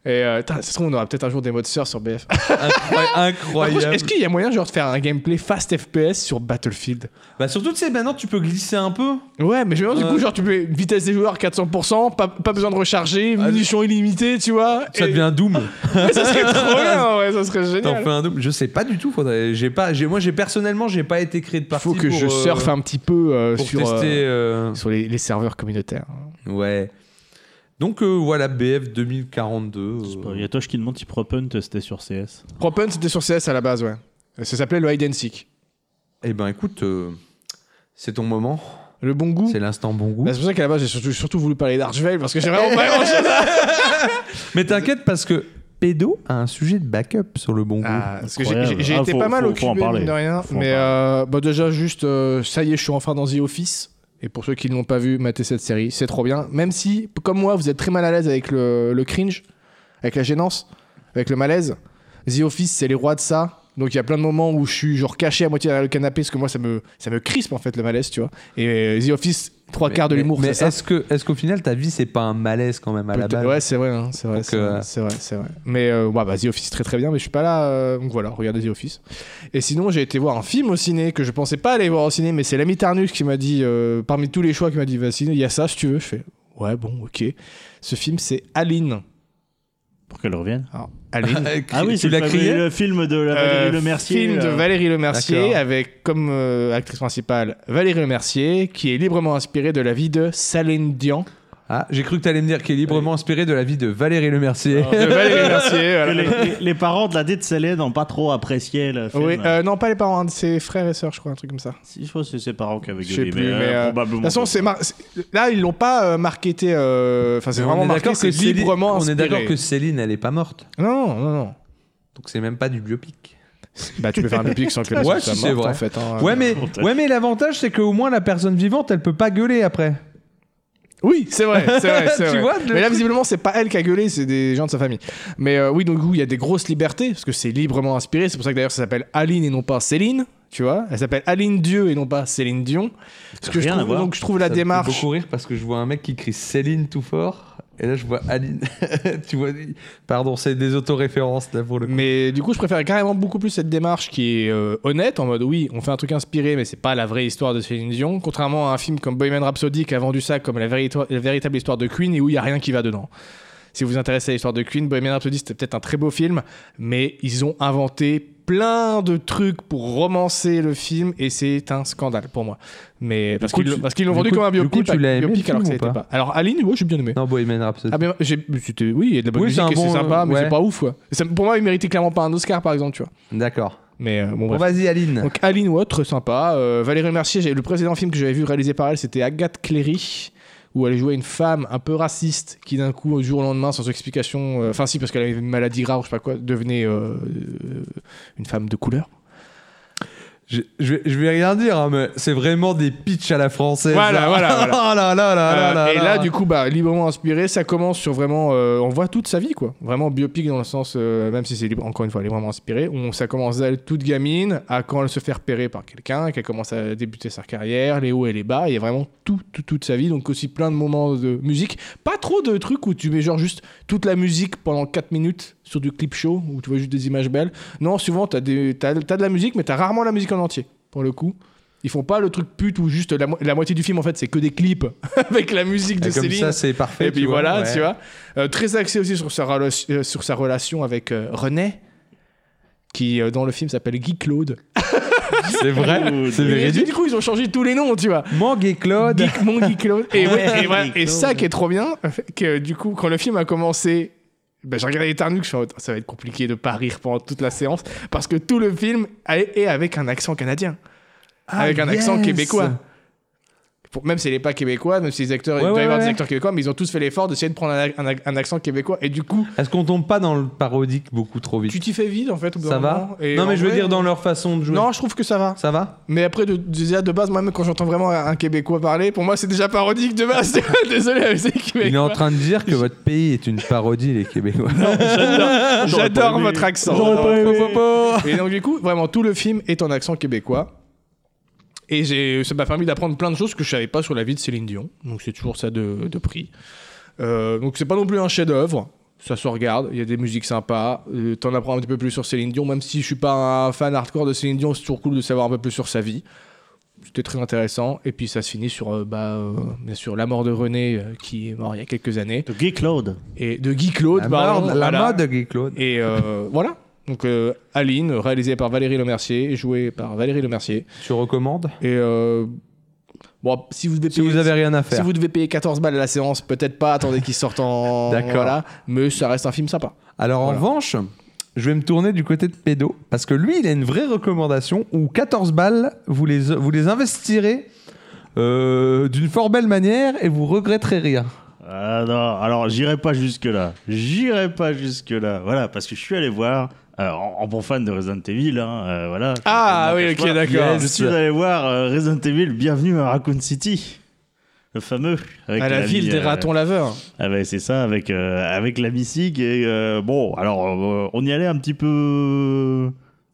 Speaker 1: Et euh, tain, ça se trouve, on aura peut-être un jour des modes surf sur BF. [laughs]
Speaker 4: Incroy-
Speaker 1: Par contre,
Speaker 4: Incroyable.
Speaker 1: Est-ce qu'il y a moyen genre de faire un gameplay fast FPS sur Battlefield
Speaker 4: Bah surtout, tu sais, maintenant tu peux glisser un peu.
Speaker 1: Ouais, mais je me demande du
Speaker 4: Ouais.
Speaker 1: coup genre tu peux vitesse des joueurs 400%, pas, pas besoin de recharger, munitions illimitées, tu vois.
Speaker 4: Ah, Ça
Speaker 1: et-
Speaker 4: devient Doom.
Speaker 1: Ouais, [laughs] ça serait
Speaker 4: [laughs]
Speaker 1: trop bien, ouais, ça serait
Speaker 4: T'en
Speaker 1: génial.
Speaker 4: fais un Doom. Je sais pas du tout. Faudrait. J'ai pas. J'ai. Moi, j'ai personnellement, j'ai pas été créé de
Speaker 1: Il
Speaker 4: partie.
Speaker 1: faut que
Speaker 4: pour,
Speaker 1: je
Speaker 4: euh,
Speaker 1: surfe un petit peu euh,
Speaker 4: pour
Speaker 1: sur
Speaker 4: tester.
Speaker 1: euh,
Speaker 4: euh,
Speaker 1: sur les, les serveurs communautaires.
Speaker 4: Ouais. Donc euh, voilà, BF 2042. euh,
Speaker 3: C'est pas- Il y a Tosh qui demande si Propunt c'était sur CS.
Speaker 1: Propen c'était sur CS à la base, ouais. Ça s'appelait le hide and seek.
Speaker 4: Eh ben écoute, euh, c'est ton moment.
Speaker 1: Le bon goût.
Speaker 4: C'est l'instant bon goût.
Speaker 1: Bah, c'est pour ça qu'à la base j'ai surtout, surtout voulu parler d'Archvale parce que j'ai
Speaker 4: [laughs]
Speaker 1: vraiment pas grand chose.
Speaker 4: Mais t'inquiète parce que Pédo a un sujet de backup sur le bon goût.
Speaker 1: parce que j'ai- j'ai
Speaker 3: Incroyable.
Speaker 1: j'ai
Speaker 3: Ah,
Speaker 1: été
Speaker 3: faut-
Speaker 1: pas mal
Speaker 3: faut- faut en
Speaker 1: occupé,
Speaker 3: parler.
Speaker 1: mine de rien.
Speaker 3: Faut en
Speaker 1: Mais
Speaker 3: parler.
Speaker 1: euh, bah, déjà, juste, euh, ça y est, je suis enfin dans The Office. Et pour ceux qui ne l'ont pas vu, matez cette série, c'est trop bien. Même si, comme moi, vous êtes très mal à l'aise avec le, le cringe, avec la gênance, avec le malaise. The Office, c'est les rois de ça. Donc il y a plein de moments où je suis genre caché à moitié derrière le canapé parce que moi ça me ça me crispe en fait le malaise tu vois. Et euh, The Office trois quarts de
Speaker 4: Mais-
Speaker 1: l'humour
Speaker 4: Mais
Speaker 1: c'est ça.
Speaker 4: est-ce que, est-ce qu'au final ta vie c'est pas un malaise quand même à la
Speaker 1: Peut-être-
Speaker 4: base
Speaker 1: Ouais, c'est vrai, hein, c'est vrai,
Speaker 4: Donc,
Speaker 1: c'est
Speaker 4: euh,
Speaker 1: vrai, c'est vrai, c'est vrai. Mais euh, ouais, bah, The Office très très bien, mais je suis pas là, euh, donc voilà, regardez The Office. Et sinon, j'ai été voir un film au ciné que je pensais pas aller voir au ciné, mais c'est l'ami Tarnus qui m'a dit, euh, parmi tous les choix, qui m'a dit, vas-y, il y a ça si tu veux. Je fais, ouais, bon, ok. Ce film, c'est Aline.
Speaker 3: Pour qu'elle revienne.
Speaker 1: Alors, [laughs] Aline.
Speaker 3: Ah oui, c'est
Speaker 4: tu l'as
Speaker 3: le,
Speaker 4: crié
Speaker 3: le film de la Valérie
Speaker 1: Euh,
Speaker 3: Le Mercier.
Speaker 1: Film de
Speaker 3: là.
Speaker 1: Valérie Le Mercier
Speaker 4: D'accord.
Speaker 1: avec comme euh, actrice principale Valérie Le Mercier qui est librement inspirée de la vie de Céline Dion.
Speaker 4: Ah, j'ai cru que t'allais me dire qu'il est librement inspiré de la vie de Valérie Le Mercier.
Speaker 1: De Valérie Le Mercier.
Speaker 3: Que
Speaker 1: [laughs] voilà.
Speaker 3: les, les- les parents de la dette Célène n'ont pas trop apprécié le film.
Speaker 1: Oui, euh, non, pas les parents, un de ses frères et sœurs, je crois, un truc comme ça.
Speaker 3: Si, je crois que c'est ses parents qui avaient
Speaker 1: Je sais
Speaker 3: gueulé,
Speaker 1: plus,
Speaker 3: mais,
Speaker 1: mais,
Speaker 3: euh,
Speaker 1: euh,
Speaker 3: probablement.
Speaker 1: De toute façon, c'est mar- c'est- là, ils l'ont pas euh, marketé. euh, Enfin, c'est
Speaker 4: Mais
Speaker 1: vraiment marqué, c'est
Speaker 4: Céline-
Speaker 1: librement
Speaker 4: on est
Speaker 1: inspiré.
Speaker 4: d'accord que Céline, elle est pas morte.
Speaker 1: Non, non, non.
Speaker 4: Donc c'est même pas du biopic.
Speaker 1: Bah, tu peux faire un public sans que les
Speaker 4: Ouais,
Speaker 1: personnes
Speaker 4: si,
Speaker 1: soient
Speaker 4: c'est
Speaker 1: mortes,
Speaker 4: vrai.
Speaker 1: en fait. hein.
Speaker 4: Ouais, mais,
Speaker 3: bon, t'as-
Speaker 4: ouais, mais l'avantage, c'est qu'au moins la personne vivante, elle peut pas gueuler après.
Speaker 1: Oui, c'est vrai,
Speaker 4: [laughs]
Speaker 1: c'est vrai, c'est
Speaker 4: Tu
Speaker 1: vrai.
Speaker 4: vois, le
Speaker 1: mais là,
Speaker 4: truc-
Speaker 1: visiblement, c'est pas elle qui a gueulé, c'est des gens de sa famille. Mais euh, oui, donc, du coup, il y a des grosses libertés, parce que c'est librement inspiré. C'est pour ça que d'ailleurs, ça s'appelle Aline et non pas Céline, tu vois. Elle s'appelle Aline Dieu et non pas Céline Dion. Parce que je
Speaker 3: Rien à
Speaker 1: trouve,
Speaker 3: voir.
Speaker 1: donc, je trouve la
Speaker 4: Ça me fait
Speaker 1: démarche.
Speaker 4: beaucoup rire parce que je vois un mec qui crie Céline tout fort. Et là, je vois Aline. [laughs] tu vois. Pardon, c'est des autoréférences là pour le coup.
Speaker 1: Mais du coup, je préfère carrément beaucoup plus cette démarche qui est euh, honnête, en mode oui, on fait un truc inspiré, mais c'est pas la vraie histoire de Céline Dion. Contrairement à un film comme Bohemian Rhapsody qui a vendu ça comme la, véritoi- la véritable histoire de Queen et où il y a rien qui va dedans. Si vous vous intéressez à l'histoire de Queen, Bohemian Rhapsody c'était peut-être un très beau film, mais ils ont inventé plein de trucs pour romancer le film et c'est un scandale pour moi. Mais parce
Speaker 4: coup,
Speaker 1: qu'ils l'ont-
Speaker 4: tu-
Speaker 1: parce qu'ils l'ont
Speaker 4: du
Speaker 1: vendu
Speaker 4: coup-
Speaker 1: comme un
Speaker 4: du
Speaker 1: biopic,
Speaker 4: coup, tu l'as aimé, le
Speaker 1: biopic alors que ça
Speaker 4: film, ou
Speaker 1: l'était pas. Alors Aline, ouais, j'ai bien aimé.
Speaker 4: Non, Bohemian Rhapsody.
Speaker 1: Ah ben, j'ai- c'était- oui, il y a de la bonne
Speaker 4: Oui, c'est
Speaker 1: musique
Speaker 4: un
Speaker 1: et c'est
Speaker 4: bon,
Speaker 1: sympa, mais
Speaker 4: ouais.
Speaker 1: c'est pas ouf. ouais. Ça- pour moi, il méritait clairement pas un Oscar, par exemple, tu vois.
Speaker 4: D'accord.
Speaker 1: Mais euh, bon,
Speaker 4: Bon,
Speaker 1: bref.
Speaker 4: vas-y, Aline.
Speaker 1: Donc Aline Watt, très sympa. Euh, Valérie Mercier, j'ai- le précédent film que j'avais vu réalisé par elle, c'était Agathe Cléry, où elle jouait une femme un peu raciste qui d'un coup, au jour au lendemain, sans explication, euh, enfin si, parce qu'elle avait une maladie grave, je sais pas quoi, devenait euh, euh, une femme de couleur.
Speaker 4: Je, je vais, je vais rien dire, hein, mais c'est vraiment des pitchs à la française.
Speaker 1: Voilà,
Speaker 4: hein. [laughs]
Speaker 1: voilà,
Speaker 4: oh là là là là là.
Speaker 1: Euh, et là, du coup, bah, librement inspiré, ça commence sur vraiment, euh, on voit toute sa vie, quoi. Vraiment biopic dans le sens, euh, même si c'est libre, encore une fois, librement inspiré, où ça commence d'elle toute gamine à quand elle se fait repérer par quelqu'un, qu'elle commence à débuter sa carrière, les hauts et les bas. Il y a vraiment tout, tout, toute sa vie, donc aussi plein de moments de musique. Pas trop de trucs où tu mets genre juste toute la musique pendant 4 minutes sur du clip show, où tu vois juste des images belles. Non, souvent, t'as des- t'as- t'as de la musique, mais t'as rarement la musique en entier, pour le coup. Ils font pas le truc pute où juste la, mo- la moitié du film en fait c'est que des clips [laughs] avec la musique de
Speaker 4: Et Ah, comme
Speaker 1: Céline.
Speaker 4: ça, c'est parfait.
Speaker 1: et puis
Speaker 4: tu vois,
Speaker 1: voilà,
Speaker 4: ouais.
Speaker 1: tu vois. Euh, très axé aussi sur sa, rela- euh, sur sa relation avec euh, René, qui euh, dans le film s'appelle Guy Claude.
Speaker 4: C'est vrai, c'est
Speaker 1: Et
Speaker 4: véridique.
Speaker 1: du coup, ils ont changé tous les noms, tu vois.
Speaker 4: Mangue et Claude.
Speaker 1: Guy- mon Guy Claude. [laughs] Et, ouais, et, voilà.
Speaker 3: Guy
Speaker 1: Et ça
Speaker 3: Claude.
Speaker 1: qui est trop bien, que du coup, quand le film a commencé, ben, j'ai regardé les Tarnux, je suis en mode, ça va être compliqué de pas rire pendant toute la séance, parce que tout le film est est avec un accent canadien,
Speaker 4: Ah,
Speaker 1: avec un accent
Speaker 4: yes.
Speaker 1: québécois. Pour- même s'il n'est pas québécois, même si les acteurs,
Speaker 4: Ouais,
Speaker 1: il doit y
Speaker 4: ouais,
Speaker 1: avoir des
Speaker 4: ouais.
Speaker 1: acteurs québécois, mais ils ont tous fait l'effort d'essayer de prendre un, un- un accent québécois. Et du coup,
Speaker 4: Est-ce qu'on tombe pas dans le parodique beaucoup trop vite
Speaker 1: tu t'y fais vite en fait. au bout
Speaker 4: Ça
Speaker 1: d'un
Speaker 4: va
Speaker 1: moment. Et
Speaker 4: Non, mais
Speaker 1: en
Speaker 4: je veux
Speaker 1: vrai,
Speaker 4: dire dans leur façon de jouer.
Speaker 1: Non, je trouve que ça va.
Speaker 4: Ça va
Speaker 1: Mais après, de, de, de base, moi-même, quand j'entends vraiment un Québécois parler, pour moi, c'est déjà parodique de base. [laughs] Désolé, mais c'est Québécois.
Speaker 4: Il est en train de dire que votre pays est une parodie, les Québécois.
Speaker 1: J'adore votre accent.
Speaker 4: [laughs] Po, po, po.
Speaker 1: Et donc du coup, vraiment tout le film est en accent québécois. Et j'ai, ça m'a permis d'apprendre plein de choses que je savais pas sur la vie de Céline Dion. Donc c'est toujours ça de, de prix. Euh, donc c'est pas non plus un chef-d'œuvre. Ça se regarde. Il y a des musiques sympas. Euh, T'en apprends un petit peu plus sur Céline Dion, même si je suis pas un fan hardcore de Céline Dion, c'est toujours cool de savoir un peu plus sur sa vie. C'était très intéressant. Et puis ça se finit sur, euh, bah, euh, bien sûr, la mort de René, euh, qui est mort il y a quelques années,
Speaker 3: De Guy Claude.
Speaker 1: et de Guy Claude.
Speaker 4: La
Speaker 1: pardon,
Speaker 4: mode, la
Speaker 1: voilà.
Speaker 4: mode, Guy Claude.
Speaker 1: Et euh, voilà. Donc euh, Aline, réalisée par Valérie Lemercier, jouée par Valérie Lemercier.
Speaker 4: Tu recommandes
Speaker 1: Et euh, bon, si vous devez
Speaker 4: Si
Speaker 1: payer,
Speaker 4: vous avez rien à
Speaker 1: si
Speaker 4: faire.
Speaker 1: vous devez payer 14 balles à la séance, peut-être pas, attendez qu'il sorte
Speaker 4: [laughs]
Speaker 1: en
Speaker 4: D'accord.
Speaker 1: voilà, mais ça reste un film sympa.
Speaker 4: Alors
Speaker 1: Voilà.
Speaker 4: en revanche, je vais me tourner du côté de Pédo, parce que lui, il a une vraie recommandation où 14 balles, vous les, vous les investirez euh, d'une fort belle manière et vous regretterez rien.
Speaker 3: Ah non, alors j'irai pas jusque-là. J'irai pas jusque-là. Voilà, parce que je suis allé voir, euh, en, en bon fan de Resident Evil, hein, euh, voilà.
Speaker 1: Ah,
Speaker 3: Je
Speaker 1: oui,
Speaker 3: m'en cache
Speaker 1: ok,
Speaker 3: pas.
Speaker 1: d'accord.
Speaker 3: Je
Speaker 4: Yes.
Speaker 3: suis allé voir euh, Resident Evil, bienvenue à Raccoon City. Le fameux. Avec
Speaker 1: à la
Speaker 3: l'ami,
Speaker 1: ville des
Speaker 3: euh,
Speaker 1: ratons laveurs.
Speaker 3: Ah ben, c'est ça, avec, euh, avec la Missig. Et euh, bon, alors, euh, on y allait un petit peu.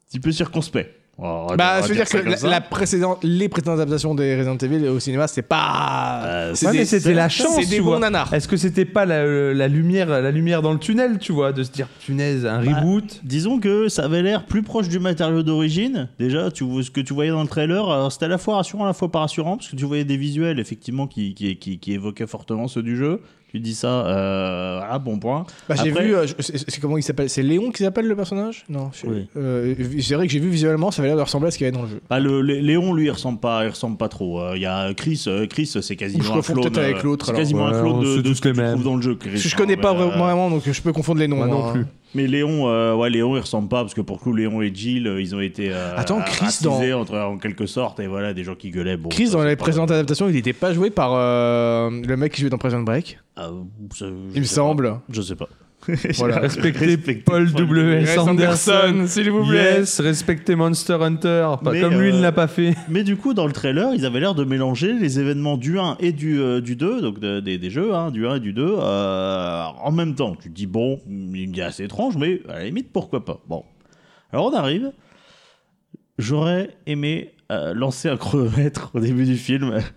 Speaker 3: petit peu circonspect. On va- on
Speaker 1: Bah,
Speaker 3: va
Speaker 1: je veux dire que
Speaker 3: ça comme
Speaker 1: la,
Speaker 3: ça.
Speaker 1: la précédente, les précédentes adaptations des Resident Evil au cinéma, c'est pas.
Speaker 3: Euh,
Speaker 1: c'est
Speaker 4: Ouais,
Speaker 1: des-
Speaker 4: mais c'était la chance,
Speaker 1: C'est des
Speaker 4: tu
Speaker 1: bons
Speaker 4: vois.
Speaker 1: nanars.
Speaker 4: Est-ce que c'était pas la, euh, la lumière, la lumière dans le tunnel, tu vois, de se dire punaise, un
Speaker 3: Bah,
Speaker 4: reboot
Speaker 3: Disons que ça avait l'air plus proche du matériau d'origine. Déjà, tu, vois- ce que tu voyais dans le trailer, alors, c'était à la fois rassurant, à la fois pas rassurant, parce que tu voyais des visuels effectivement qui, qui, qui, qui évoquaient fortement ceux du jeu. Tu dis ça, euh, voilà, bon point.
Speaker 1: Bah, j'ai
Speaker 3: Après-
Speaker 1: vu, euh, je- c'est c'est comment il s'appelle C'est Léon qui s'appelle le personnage Non. je-
Speaker 3: Oui.
Speaker 1: euh, c'est vrai que j'ai vu visuellement, ça avait l'air de ressembler à ce qu'il y avait dans le jeu.
Speaker 3: Bah, le, le- Léon, lui, il ressemble pas, il ressemble pas trop. Euh, Il y a Chris, euh, Chris c'est
Speaker 1: Ou je
Speaker 3: quasiment un
Speaker 1: confonds
Speaker 3: clone.
Speaker 1: peut-être avec
Speaker 3: euh,
Speaker 1: l'autre,
Speaker 3: C'est
Speaker 1: alors.
Speaker 3: quasiment
Speaker 4: Ouais,
Speaker 3: un
Speaker 4: on
Speaker 3: clone de,
Speaker 4: se
Speaker 3: de
Speaker 4: doute
Speaker 3: ce que
Speaker 4: les
Speaker 3: tu
Speaker 4: mêmes.
Speaker 3: trouves dans le jeu, Chris.
Speaker 1: Parce que je
Speaker 3: hein,
Speaker 1: connais pas
Speaker 3: mais, euh,
Speaker 1: vraiment, vraiment, donc je peux confondre les noms.
Speaker 4: Moi non
Speaker 1: hein.
Speaker 4: plus.
Speaker 3: Mais Léon, euh, ouais, Léon, il ressemble pas parce que pour le coup, Léon et Jill, euh, ils ont été euh,
Speaker 1: Attends, Chris
Speaker 3: racisés
Speaker 1: dans-
Speaker 3: entre en quelque sorte et voilà des gens qui gueulaient. Bon,
Speaker 1: Chris,
Speaker 3: ça,
Speaker 1: dans
Speaker 3: c'est
Speaker 1: les
Speaker 3: pas-
Speaker 1: présentes adaptations, il n'était pas joué par euh, le mec qui jouait dans Prison Break,
Speaker 3: Ah, ça, je
Speaker 1: il me
Speaker 3: sais pas.
Speaker 1: semble.
Speaker 3: Je
Speaker 1: [laughs]
Speaker 3: sais pas.
Speaker 1: Voilà.
Speaker 4: Respectez,
Speaker 3: Respectez
Speaker 4: Paul
Speaker 3: Paul
Speaker 4: W.
Speaker 1: Wes
Speaker 4: Anderson.
Speaker 1: s'il
Speaker 4: Yes, respectez Monster Hunter. Pas
Speaker 3: Mais,
Speaker 4: comme lui, il
Speaker 3: euh,
Speaker 4: ne l'a pas fait.
Speaker 3: Mais du coup, dans le trailer, ils avaient l'air de mélanger les événements du 1 et du, euh, du 2, donc de- des, des jeux, hein, du 1 et du 2, euh, en même temps. Tu te dis, bon, il est assez étrange, mais à la limite, pourquoi pas. Bon. Alors on arrive. J'aurais aimé euh, lancer un chronomètre au début du film. [laughs]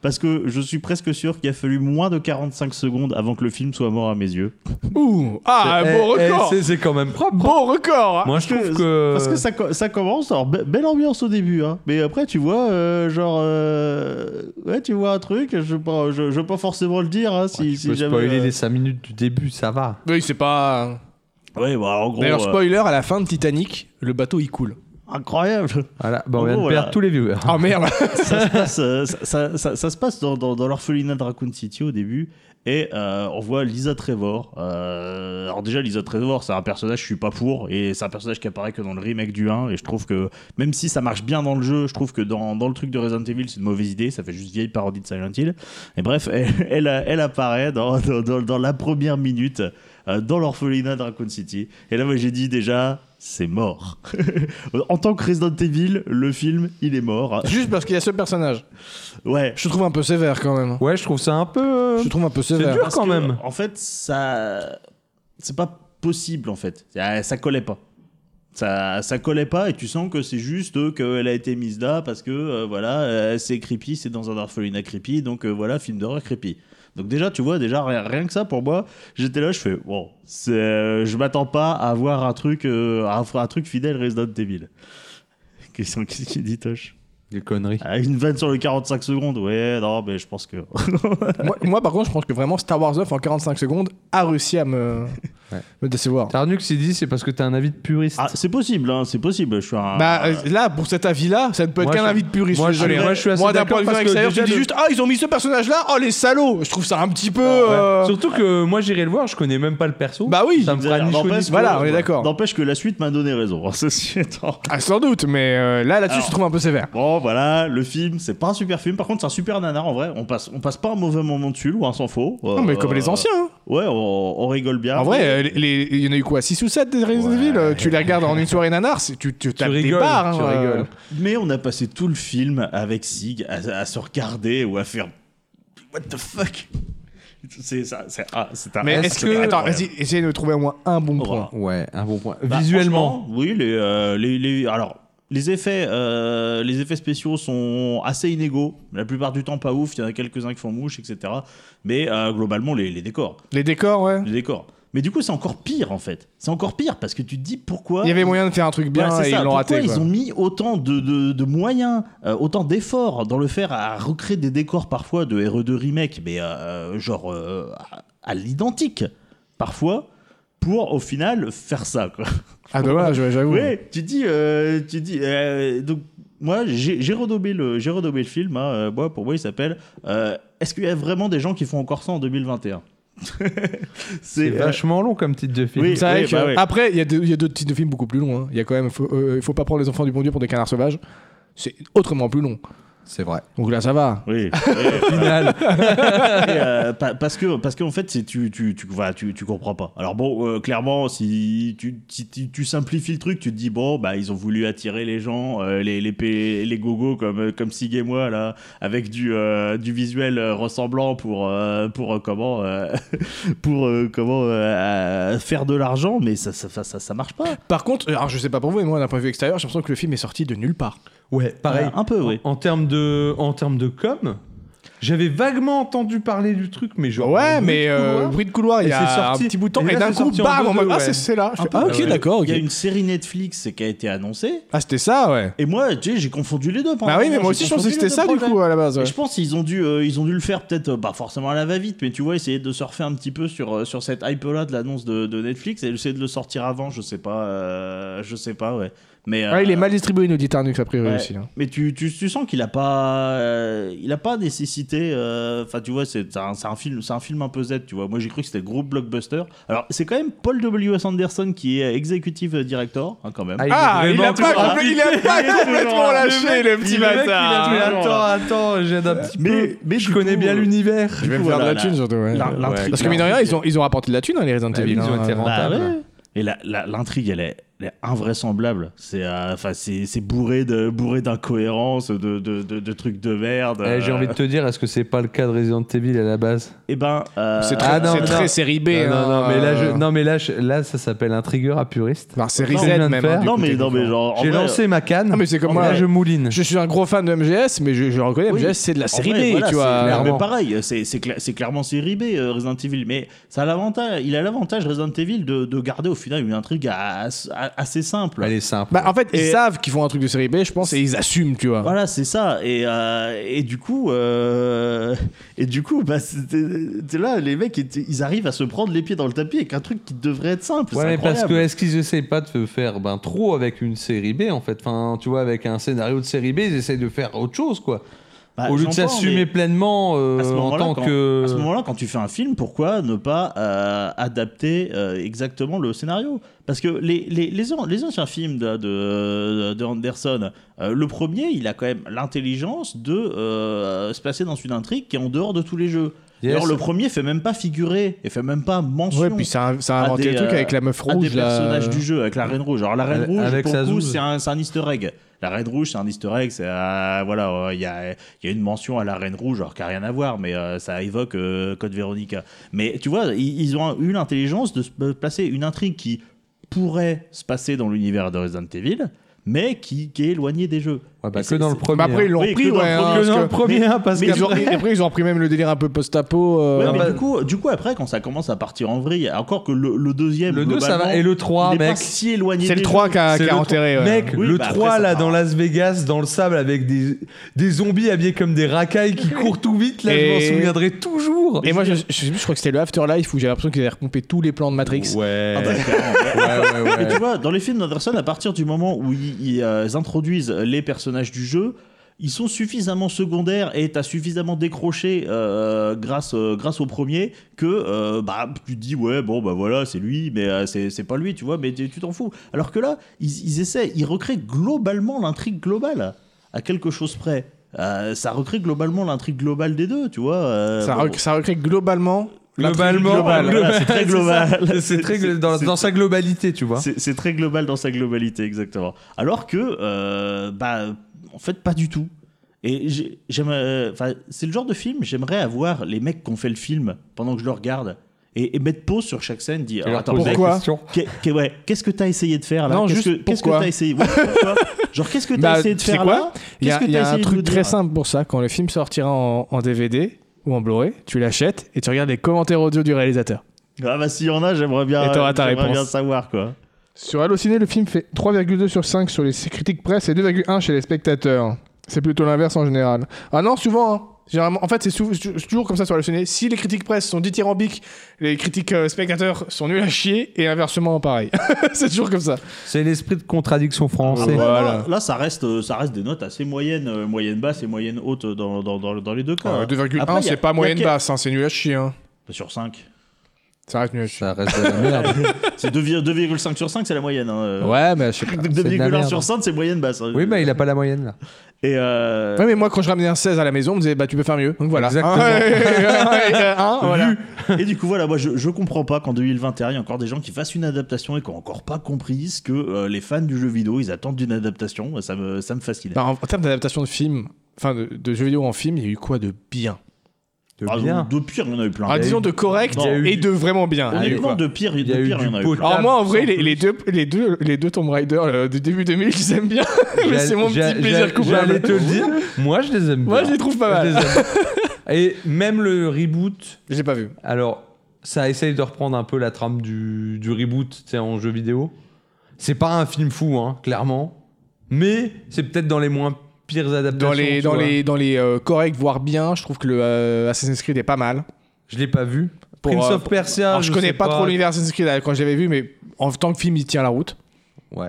Speaker 3: Parce que je suis presque sûr qu'il a fallu moins de 45 secondes avant que le film soit mort à mes yeux.
Speaker 1: Ouh, ah,
Speaker 4: [laughs] Eh,
Speaker 1: un bon
Speaker 4: eh,
Speaker 1: record
Speaker 4: c'est- C'est quand même propre.
Speaker 1: Bon record hein.
Speaker 4: Moi, je trouve que.
Speaker 3: Parce que ça, co- ça commence, alors be- belle ambiance au début, hein. mais après tu vois, euh, genre, euh, ouais, tu vois un truc, je vais pas, je, je vais pas forcément le dire, hein, si,
Speaker 4: Ouais, tu
Speaker 3: si
Speaker 4: peux
Speaker 3: jamais,
Speaker 4: spoiler
Speaker 3: euh,
Speaker 4: les 5 minutes du début, ça va.
Speaker 1: Oui, c'est pas...
Speaker 3: Ouais, bah, en gros,
Speaker 1: D'ailleurs,
Speaker 3: euh,
Speaker 1: spoiler, à la fin de Titanic, le bateau, il coule.
Speaker 3: incroyable,
Speaker 4: Voilà, bah,
Speaker 3: En
Speaker 4: on vient de
Speaker 3: gros, voilà.
Speaker 4: perdre tous les viewers.
Speaker 1: Ah merde [laughs]
Speaker 3: ça se passe, euh, ça, ça- ça- ça se passe dans, dans, dans l'orphelinat de Raccoon City au début, et euh, on voit Lisa Trevor. Euh, alors déjà, Lisa Trevor, c'est un personnage, je suis pas pour, et c'est un personnage qui apparaît que dans le remake du 1, et je trouve que, même si ça marche bien dans le jeu, je trouve que dans, dans le truc de Resident Evil, c'est une mauvaise idée, ça fait juste vieille parodie de Silent Hill. Et bref, elle, [laughs] elle, a- elle apparaît dans, dans, dans- dans la première minute euh, dans l'orphelinat de Raccoon City. Et là, moi, j'ai dit déjà, c'est mort. [laughs] en tant que Resident Evil, le film, il est mort.
Speaker 1: Juste parce qu'il y a ce personnage.
Speaker 3: Ouais.
Speaker 1: Je trouve un peu sévère quand même.
Speaker 4: Ouais, je trouve ça un peu. euh,
Speaker 1: Je trouve un peu
Speaker 4: C'est
Speaker 1: sévère.
Speaker 4: dur
Speaker 3: Parce
Speaker 4: quand
Speaker 3: que,
Speaker 4: même.
Speaker 3: En fait, ça. C'est pas possible, en fait. Ça, ça collait pas. Ça, ça collait pas et tu sens que c'est juste euh, qu'elle a été mise là parce que euh, voilà euh, c'est creepy c'est dans un orphelinat creepy donc euh, voilà film d'horreur creepy donc déjà tu vois déjà rien, rien que ça pour moi j'étais là je fais bon c'est, euh, je m'attends pas à voir un truc euh, un, un truc fidèle Resident Evil [laughs] qu'est-ce qu'est-ce qu'il dit Tosh
Speaker 4: Des conneries.
Speaker 3: Ah, une vanne sur les 45 secondes ouais non mais je pense que
Speaker 1: moi, moi, par contre, je pense que vraiment Star Wars 9 en 45 secondes a réussi à me,
Speaker 4: Ouais.
Speaker 1: me décevoir.
Speaker 4: Tarnuk s'est dit, c'est parce que t'as un avis de puriste.
Speaker 3: Ah, c'est possible, hein, c'est possible. Je suis un.
Speaker 1: Bah euh, là, pour cet avis-là, ça ne peut être
Speaker 4: Ah. Moi,
Speaker 1: qu'un
Speaker 4: je-
Speaker 1: avis de puriste.
Speaker 4: moi,
Speaker 1: suis
Speaker 4: je-
Speaker 1: désolé,
Speaker 4: moi,
Speaker 1: hein.
Speaker 4: je suis assez
Speaker 1: Moi, d'un point
Speaker 4: d'accord
Speaker 1: de vue
Speaker 4: parce que
Speaker 1: extérieur, je
Speaker 4: déjà,
Speaker 1: dis
Speaker 4: le-
Speaker 1: juste Ah, ils ont mis ce personnage-là, oh les salauds Je trouve ça un petit peu.
Speaker 4: Ouais.
Speaker 1: euh,
Speaker 4: Surtout que moi, j'irai le voir, je connais même pas le perso.
Speaker 1: Bah oui
Speaker 4: ça me fera ni chaud ni
Speaker 3: N'empêche
Speaker 4: froid.
Speaker 3: que-
Speaker 1: Voilà, on est d'accord.
Speaker 3: N'empêche que la suite m'a donné raison. [laughs] hein, Ceci étant.
Speaker 1: Ah, sans doute, mais euh, là, là-dessus,
Speaker 3: Alors.
Speaker 1: je trouve un peu sévère.
Speaker 3: Bon, voilà, le film, c'est pas un super film. Par contre, c'est un super nanar en vrai. On passe, on passe pas un mauvais moment dessus, loin s'en faut.
Speaker 1: Non, mais comme
Speaker 3: Euh,
Speaker 1: les anciens. hein.
Speaker 3: Ouais, on, on rigole bien.
Speaker 1: En vrai, euh, les- les- il y en a eu quoi 6 ou 7 des Resident
Speaker 3: Ouais.
Speaker 1: Evil euh, Tu les regardes en une soirée nanar, c'est- tu, tu
Speaker 4: Tu
Speaker 1: tapes des
Speaker 4: rigoles,
Speaker 1: barres. hein,
Speaker 4: tu
Speaker 1: euh.
Speaker 4: rigoles.
Speaker 3: Mais on a passé tout le film avec Sig à, à se regarder ou à faire. What the fuck C'est ça, c'est ah, c'est un.
Speaker 1: Mais
Speaker 4: Est-ce
Speaker 1: est-ce
Speaker 4: que-
Speaker 1: que. Attends, vas-y, essayez de trouver au moins un bon
Speaker 4: Oh,
Speaker 3: Voilà.
Speaker 1: point.
Speaker 4: Ouais, un bon point.
Speaker 3: Bah,
Speaker 4: Visuellement.
Speaker 3: franchement, Oui, les, euh, les, les- alors, les effets, euh, les effets spéciaux sont assez inégaux. La plupart du temps, pas ouf. Il y en a quelques-uns qui font mouche, etc. Mais euh, globalement, les, les décors.
Speaker 1: Les décors, ouais.
Speaker 3: Les décors. Mais du coup, c'est encore pire, en fait. C'est encore pire parce que tu te dis pourquoi.
Speaker 1: Il y avait moyen de faire un truc bien
Speaker 3: Voilà, c'est
Speaker 1: et
Speaker 3: ça.
Speaker 1: ils l'ont
Speaker 3: Pourquoi
Speaker 1: raté.
Speaker 3: ils
Speaker 1: quoi.
Speaker 3: ont mis autant de, de- de moyens, euh, autant d'efforts dans le faire à recréer des décors parfois de RE2 remake, mais euh, genre euh, à, à l'identique parfois, pour au final faire ça. Quoi.
Speaker 1: Ah, dommage, ouais, j'avoue.
Speaker 3: Ouais, tu dis, euh, tu dis. euh, donc moi, j'ai j'ai renommé le, j'ai renommé le film. hein, euh, moi, pour moi, il s'appelle. euh, Est-ce qu'il y a vraiment des gens qui font encore ça en 2021
Speaker 4: C'est
Speaker 3: [laughs] C'est euh,
Speaker 4: vachement long comme titre de film.
Speaker 3: Oui.
Speaker 1: C'est vrai que-
Speaker 3: bah ouais.
Speaker 1: Après, il y a deux- il y a d'autres types de films beaucoup plus longs. hein. Il y a quand même, faut- euh, il faut pas prendre les enfants du bon Dieu pour des canards sauvages. C'est autrement plus long.
Speaker 4: C'est vrai.
Speaker 1: Donc là, ça va.
Speaker 4: [laughs]
Speaker 3: Oui. euh,
Speaker 4: Final.
Speaker 3: [laughs] Et, euh, pa- parce que parce qu'en fait c'est tu tu tu, voilà, tu tu comprends pas alors bon euh, clairement si tu, si tu tu simplifies le truc tu te dis bon bah ils ont voulu attirer les gens euh, les les pé- les gogos comme euh, comme Sig et moi là avec du euh, du visuel euh, ressemblant pour euh, pour euh, comment euh, [laughs] pour euh, comment euh, euh, faire de l'argent mais ça ça, ça ça ça marche pas
Speaker 1: Par contre, alors je sais pas pour vous, mais moi, d'un point de vue extérieur, j'ai l'impression que le film est sorti de nulle part.
Speaker 3: Euh,
Speaker 4: Ouais, pareil.
Speaker 3: Ouais, un peu oui
Speaker 4: En termes de, en termes de com, J'avais vaguement entendu parler du truc, mais genre.
Speaker 1: Bah Ouais,
Speaker 4: dans le
Speaker 1: mais
Speaker 4: couloir.
Speaker 1: euh, bruit de couloir, il y
Speaker 4: Et c'est
Speaker 1: a un
Speaker 4: sorti.
Speaker 1: petit bouton.
Speaker 4: Et
Speaker 1: Et
Speaker 4: là,
Speaker 1: d'un
Speaker 4: c'est
Speaker 1: coup,
Speaker 4: sorti en
Speaker 1: bam,
Speaker 4: deux,
Speaker 1: en mode,
Speaker 4: ouais.
Speaker 1: Ah, c'est- c'est là. Je fais,
Speaker 6: Ah, ok,
Speaker 4: ouais.
Speaker 6: d'accord. ok.
Speaker 3: Il y a une série Netflix qui a été annoncée.
Speaker 1: Ah, c'était ça, ouais.
Speaker 3: Et moi, tu sais, j'ai confondu les deux. pendant
Speaker 1: Bah oui,
Speaker 3: un
Speaker 1: mais
Speaker 3: moment,
Speaker 1: moi
Speaker 3: j'ai
Speaker 1: aussi, je pensais que
Speaker 3: confondu les
Speaker 1: c'était ça,
Speaker 3: deux
Speaker 1: du
Speaker 3: projets.
Speaker 1: coup, à la base.
Speaker 3: Et
Speaker 1: ouais.
Speaker 3: je pense qu'ils ont dû, euh, ils ont dû le faire peut-être, euh, pas forcément à la va-vite, mais tu vois, essayer de surfer un petit peu sur euh, sur cette hype-là de l'annonce de, de Netflix et essayer de le sortir avant, je sais pas, euh, je sais pas, ouais. Mais euh,
Speaker 1: Ouais, Ah, il est mal distribué, nous dit Tarnux, a priori
Speaker 3: ouais.
Speaker 1: aussi. hein.
Speaker 3: Mais tu, tu, tu sens qu'il a pas, euh, il a pas nécessité. euh, Enfin, tu vois, c'est c'est un, c'est un film, c'est un film un peu Z, tu vois. Moi, j'ai cru que c'était le gros blockbuster. Alors, c'est quand même Paul W. S. Anderson qui est executive director, hein, quand même.
Speaker 4: Ah,
Speaker 1: Ah, il a
Speaker 4: vraiment
Speaker 1: pas,
Speaker 4: tout [laughs]
Speaker 1: compl- [laughs] il a pas complètement lâché, le petit
Speaker 4: Le mec, il
Speaker 1: bâtard.
Speaker 4: a fait,
Speaker 3: Toujours
Speaker 4: attends,
Speaker 3: là.
Speaker 4: attends, j'aide un petit peu.
Speaker 3: Mais- mais
Speaker 4: je
Speaker 3: du
Speaker 4: connais
Speaker 3: coup,
Speaker 4: bien
Speaker 3: euh,
Speaker 4: l'univers.
Speaker 1: Je vais me faire
Speaker 3: Voilà,
Speaker 1: de la
Speaker 3: la-
Speaker 1: thune, surtout. ouais.
Speaker 3: L'in-
Speaker 1: Ouais.
Speaker 3: l'intrigue-
Speaker 1: Parce que, mine de rien, ils ont, ils ont rapporté de la thune, hein, les Resident
Speaker 4: Bah oui,
Speaker 1: Evil.
Speaker 4: ils ont
Speaker 1: hein.
Speaker 4: été rentables.
Speaker 3: ouais. Et la- la- l'intrigue, elle est, elle est invraisemblable. C'est euh, enfin, c'est c'est bourré de bourré d'incohérences, de, de, de, de trucs de merde.
Speaker 4: Eh, J'ai envie de te dire, est-ce que c'est pas le cas de Resident Evil à la base
Speaker 3: Et ben, euh,
Speaker 1: C'est très,
Speaker 4: Ah, non,
Speaker 1: c'est
Speaker 4: non.
Speaker 1: très série B.
Speaker 4: non, Bah non,
Speaker 1: hein,
Speaker 4: non, mais là, je-
Speaker 1: euh.
Speaker 4: non, mais là, je- là, ça s'appelle un trigger à puriste.
Speaker 1: Enfin, série
Speaker 4: Non,
Speaker 1: Z,
Speaker 4: on vient de
Speaker 1: même. hein,
Speaker 4: faire.
Speaker 1: du
Speaker 3: ah, non
Speaker 1: coup,
Speaker 3: mais non mais
Speaker 1: techniquement.
Speaker 3: genre. Bah, en
Speaker 4: J'ai
Speaker 3: vrai, euh,
Speaker 4: lancé ma canne.
Speaker 1: Ah, mais c'est comme
Speaker 4: là,
Speaker 1: moi.
Speaker 4: je mouline.
Speaker 1: Je suis un gros fan de MGS, mais je, je reconnais,
Speaker 3: Oui.
Speaker 1: MGS, c'est de la
Speaker 3: en
Speaker 1: série
Speaker 3: vrai,
Speaker 1: B,
Speaker 3: voilà,
Speaker 1: tu
Speaker 3: c'est
Speaker 1: vois.
Speaker 3: clair-
Speaker 1: clairement.
Speaker 3: mais pareil, c'est c'est cla- c'est clairement série B euh, Resident Evil, mais ça a l'avantage, il a l'avantage Resident Evil de, de garder au final une intrigue à- à- assez simple.
Speaker 4: Elle est simple.
Speaker 1: Bah, en fait, ils
Speaker 3: Et-
Speaker 1: savent qu'ils font un truc de série B, je pense, et ils assument,
Speaker 4: Hein.
Speaker 1: tu vois.
Speaker 3: Voilà, c'est ça. Et, euh, et du coup, euh, et du coup, bah, c'était- c'est là, les mecs, ils, ils arrivent à se prendre les pieds dans le tapis avec un truc qui devrait être simple.
Speaker 4: Ouais,
Speaker 3: c'est
Speaker 4: mais parce que
Speaker 3: incroyable.
Speaker 4: est-ce qu'ils essayent pas de faire ben, trop avec une série B en fait Enfin, tu vois, avec un scénario de série B, ils essayent de faire autre chose quoi.
Speaker 3: Bah,
Speaker 4: Au lieu de
Speaker 3: j'entends,
Speaker 4: s'assumer
Speaker 3: mais
Speaker 4: pleinement euh,
Speaker 3: à ce
Speaker 4: en
Speaker 3: moment-là,
Speaker 4: tant
Speaker 3: quand-
Speaker 4: que.
Speaker 3: à ce moment-là, quand tu fais un film, pourquoi ne pas euh, adapter euh, exactement le scénario Parce que les, les, les, an- les anciens films de, de, de Anderson, euh, le premier, il a quand même l'intelligence de euh, se placer dans une intrigue qui est en dehors de tous les jeux.
Speaker 4: Yes.
Speaker 3: D'ailleurs, le premier fait même pas figurer et fait même pas mention.
Speaker 1: Ouais, puis ça a, ça a
Speaker 3: à
Speaker 1: inventé
Speaker 3: des,
Speaker 1: le truc
Speaker 3: euh,
Speaker 1: avec la meuf
Speaker 3: un
Speaker 1: rouge.
Speaker 3: des
Speaker 1: là.
Speaker 3: personnages du jeu avec la reine rouge. Alors la reine
Speaker 4: Avec-
Speaker 3: rouge,
Speaker 4: avec
Speaker 3: pour
Speaker 4: sa
Speaker 3: le coup,
Speaker 4: zouze.
Speaker 3: c'est un, c'est un Easter egg. La reine rouge, c'est un Easter egg. C'est euh, voilà, euh, il y, a, il y a une mention à la reine rouge, alors qui a rien à voir, mais euh, ça évoque euh, Code Veronica. Mais tu vois, ils, ils ont eu l'intelligence de se placer une intrigue qui pourrait se passer dans l'univers de Resident Evil, mais qui, qui est éloignée des jeux.
Speaker 4: Ouais, bah,
Speaker 3: Et
Speaker 4: que
Speaker 3: c'est-
Speaker 4: dans le
Speaker 3: c'est-
Speaker 4: premier.
Speaker 1: Mais après, ils l'ont
Speaker 3: Oui,
Speaker 1: repris,
Speaker 3: que dans le
Speaker 1: ouais. hein,
Speaker 3: premier-
Speaker 1: parce
Speaker 4: que dans
Speaker 1: que-
Speaker 4: le premier, hein, parce
Speaker 1: Mais
Speaker 4: que
Speaker 1: ils ont- Après, ils ont repris même le délire un peu post-apo. euh,
Speaker 3: Ouais, mais
Speaker 4: bah-
Speaker 3: du, coup, du coup, après, quand ça commence à partir en vrille, encore que le, le deuxième,
Speaker 4: hein. le 2 ça
Speaker 3: globalement,
Speaker 4: va et le
Speaker 3: il
Speaker 4: 3
Speaker 3: est pas
Speaker 4: mec.
Speaker 3: si éloigné
Speaker 1: C'est le
Speaker 3: des
Speaker 1: 3 qui a,
Speaker 4: C'est
Speaker 1: qui a
Speaker 4: le
Speaker 1: enterré. ouais.
Speaker 4: Mec,
Speaker 3: Oui,
Speaker 4: le
Speaker 3: bah, après,
Speaker 4: 3
Speaker 3: ça
Speaker 4: là
Speaker 3: part.
Speaker 4: dans Las Vegas, dans le sable, avec des, des zombies habillés comme des racailles qui courent tout vite, là je
Speaker 1: Et-
Speaker 4: m'en souviendrai toujours.
Speaker 1: Et moi, je, je sais plus, je crois que c'était le Afterlife où j'ai l'impression qu'ils avaient repompé tous les plans de Matrix.
Speaker 4: Ouais.
Speaker 3: Ah bah, clairement, ouais.
Speaker 4: ouais, ouais, [laughs]
Speaker 3: Mais
Speaker 4: ouais.
Speaker 3: tu vois, dans les films d'Anderson, à partir du moment où ils, ils, euh, introduisent les personnages du jeu, ils sont suffisamment secondaires et t'as suffisamment décroché euh, grâce, euh, grâce au premier que euh, bah, tu te dis ouais bon bah voilà c'est lui mais euh, c'est c'est pas lui tu vois mais tu tu t'en fous. Alors que là ils, ils essaient, ils recréent globalement l'intrigue globale à quelque chose près. Euh, ça recrée globalement l'intrigue globale des deux tu vois. euh,
Speaker 1: ça,
Speaker 3: bon.
Speaker 1: rec- ça recrée globalement.
Speaker 4: Globalement,
Speaker 1: globale.
Speaker 4: global.
Speaker 3: Voilà, [laughs] c'est très global.
Speaker 4: ça. C'est très glo- dans,
Speaker 3: c'est-
Speaker 4: dans hein. sa globalité, tu vois.
Speaker 3: C'est c'est très global dans sa globalité, exactement. Alors que, euh, bah, en fait, pas du tout. Et j'ai- j'aime, euh, enfin, c'est le genre de film, j'aimerais avoir les mecs qui ont fait le film pendant que je le regarde et, et mettre pause sur chaque scène, dire
Speaker 4: Alors,
Speaker 3: attends,
Speaker 4: poser
Speaker 3: mec,
Speaker 1: pourquoi
Speaker 4: la question.
Speaker 3: qu'est- qu'est- ouais, qu'est-ce que t'as essayé de faire là
Speaker 1: Non,
Speaker 3: Qu'est-ce
Speaker 1: juste
Speaker 3: que- Qu'est-ce que
Speaker 1: pourquoi
Speaker 3: t'as essayé Ouais, pourquoi Genre, qu'est-ce que
Speaker 1: [laughs]
Speaker 3: t'as
Speaker 1: Bah,
Speaker 3: essayé de
Speaker 1: tu sais
Speaker 3: faire
Speaker 1: quoi
Speaker 3: là
Speaker 1: Il y a,
Speaker 3: Qu'est-ce que
Speaker 1: il y a
Speaker 3: t'as
Speaker 1: un
Speaker 3: essayé de nous
Speaker 1: truc très
Speaker 3: dire
Speaker 1: simple pour ça. Quand le film sortira en, en DVD ou en Blu-ray, tu l'achètes et tu regardes les commentaires audio du réalisateur.
Speaker 3: Ah bah, s'il y en a, j'aimerais bien,
Speaker 1: Et t'auras ta
Speaker 3: j'aimerais bien
Speaker 1: réponse.
Speaker 3: savoir quoi.
Speaker 1: Sur Allociné, le film fait 3,2 sur 5 sur les critiques presse et 2,1 chez les spectateurs. C'est plutôt l'inverse en général. Ah non, souvent, hein. Généralement, en fait, c'est sou- c'est toujours comme ça sur Allociné. Si les critiques presse sont dithyrambiques, les critiques euh, spectateurs sont nuls à chier et inversement pareil. [laughs] c'est toujours comme ça.
Speaker 4: C'est l'esprit de contradiction
Speaker 3: Ah
Speaker 4: français.
Speaker 1: ouais. Voilà.
Speaker 3: Là, là, ça reste, euh, ça reste des notes assez moyennes, euh, moyenne basse et moyenne haute dans, dans, dans, dans les deux cas.
Speaker 1: Euh, 2,1,
Speaker 3: Ah. Après, y a-
Speaker 1: c'est pas
Speaker 3: y a
Speaker 1: moyenne
Speaker 3: quel-
Speaker 1: basse, hein, c'est nul à chier. hein.
Speaker 3: Sur 5.
Speaker 1: Ça reste nul à chier.
Speaker 4: Ça reste de la merde.
Speaker 3: C'est 2,- 2,5 sur 5, c'est la moyenne. hein. [laughs]
Speaker 4: ouais, mais je sais pas.
Speaker 3: Donc
Speaker 4: c'est de la
Speaker 3: 2,1
Speaker 4: merde.
Speaker 3: sur 5, c'est moyenne basse. hein.
Speaker 4: Oui, mais il a pas la moyenne là.
Speaker 3: Et euh,
Speaker 1: Ouais, mais moi, quand je ramenais un 16 à la maison, on me disait, bah, tu peux faire mieux. Donc voilà. Ah,
Speaker 4: Exactement.
Speaker 1: Hein, voilà.
Speaker 3: et du coup, voilà, moi je, je comprends pas qu'en 2021, il y a encore des gens qui fassent une adaptation et qui ont encore pas compris ce que euh, les fans du jeu vidéo ils attendent d'une adaptation. Ça me, ça me fascine.
Speaker 1: Bah, en, en termes d'adaptation de film, enfin de, de jeux vidéo en film, il y a eu quoi de bien
Speaker 4: De
Speaker 3: Ah,
Speaker 4: bien.
Speaker 3: de pire, il y en a eu plein.
Speaker 1: Ah, Disons de correct
Speaker 3: Non.
Speaker 1: et de vraiment bien. Il y a eu
Speaker 3: Honnêtement,
Speaker 1: quoi
Speaker 3: de pire, de
Speaker 4: Il y a eu
Speaker 3: pire,
Speaker 4: du
Speaker 3: il y en a eu
Speaker 4: pot-
Speaker 3: plein.
Speaker 1: Alors moi en vrai
Speaker 4: sans
Speaker 1: les,
Speaker 4: plus.
Speaker 1: les deux les deux les deux Tomb Raider euh, du début 2000 je les aime bien. [laughs] Mais
Speaker 4: J'allais-
Speaker 1: c'est mon
Speaker 4: j'a-
Speaker 1: petit
Speaker 4: j'a-
Speaker 1: plaisir
Speaker 4: J'allais
Speaker 1: coupable.
Speaker 4: te le dire. Moi, je les aime
Speaker 1: Moi
Speaker 4: bien.
Speaker 1: je les trouve pas
Speaker 4: Je
Speaker 1: mal.
Speaker 4: les aime. Et même le reboot,
Speaker 1: J'ai pas vu.
Speaker 4: alors ça essaye de reprendre un peu la trame du, du reboot tu sais, en jeu vidéo. C'est pas un film fou, hein, clairement. Mais c'est peut-être dans les moins pires adaptations.
Speaker 1: Dans les,
Speaker 4: tu
Speaker 1: dans
Speaker 4: vois.
Speaker 1: les, dans les euh, corrects, voire bien, je trouve que le euh, Assassin's Creed est pas mal.
Speaker 4: Je l'ai pas vu.
Speaker 1: Pour,
Speaker 4: Prince
Speaker 1: euh,
Speaker 4: of Persia.
Speaker 1: Alors, je,
Speaker 4: Ah,
Speaker 1: connais
Speaker 4: sais
Speaker 1: pas, trop l'univers Assassin's Creed euh, quand je l'avais vu, mais en tant que film, il tient la route.
Speaker 4: Ouais.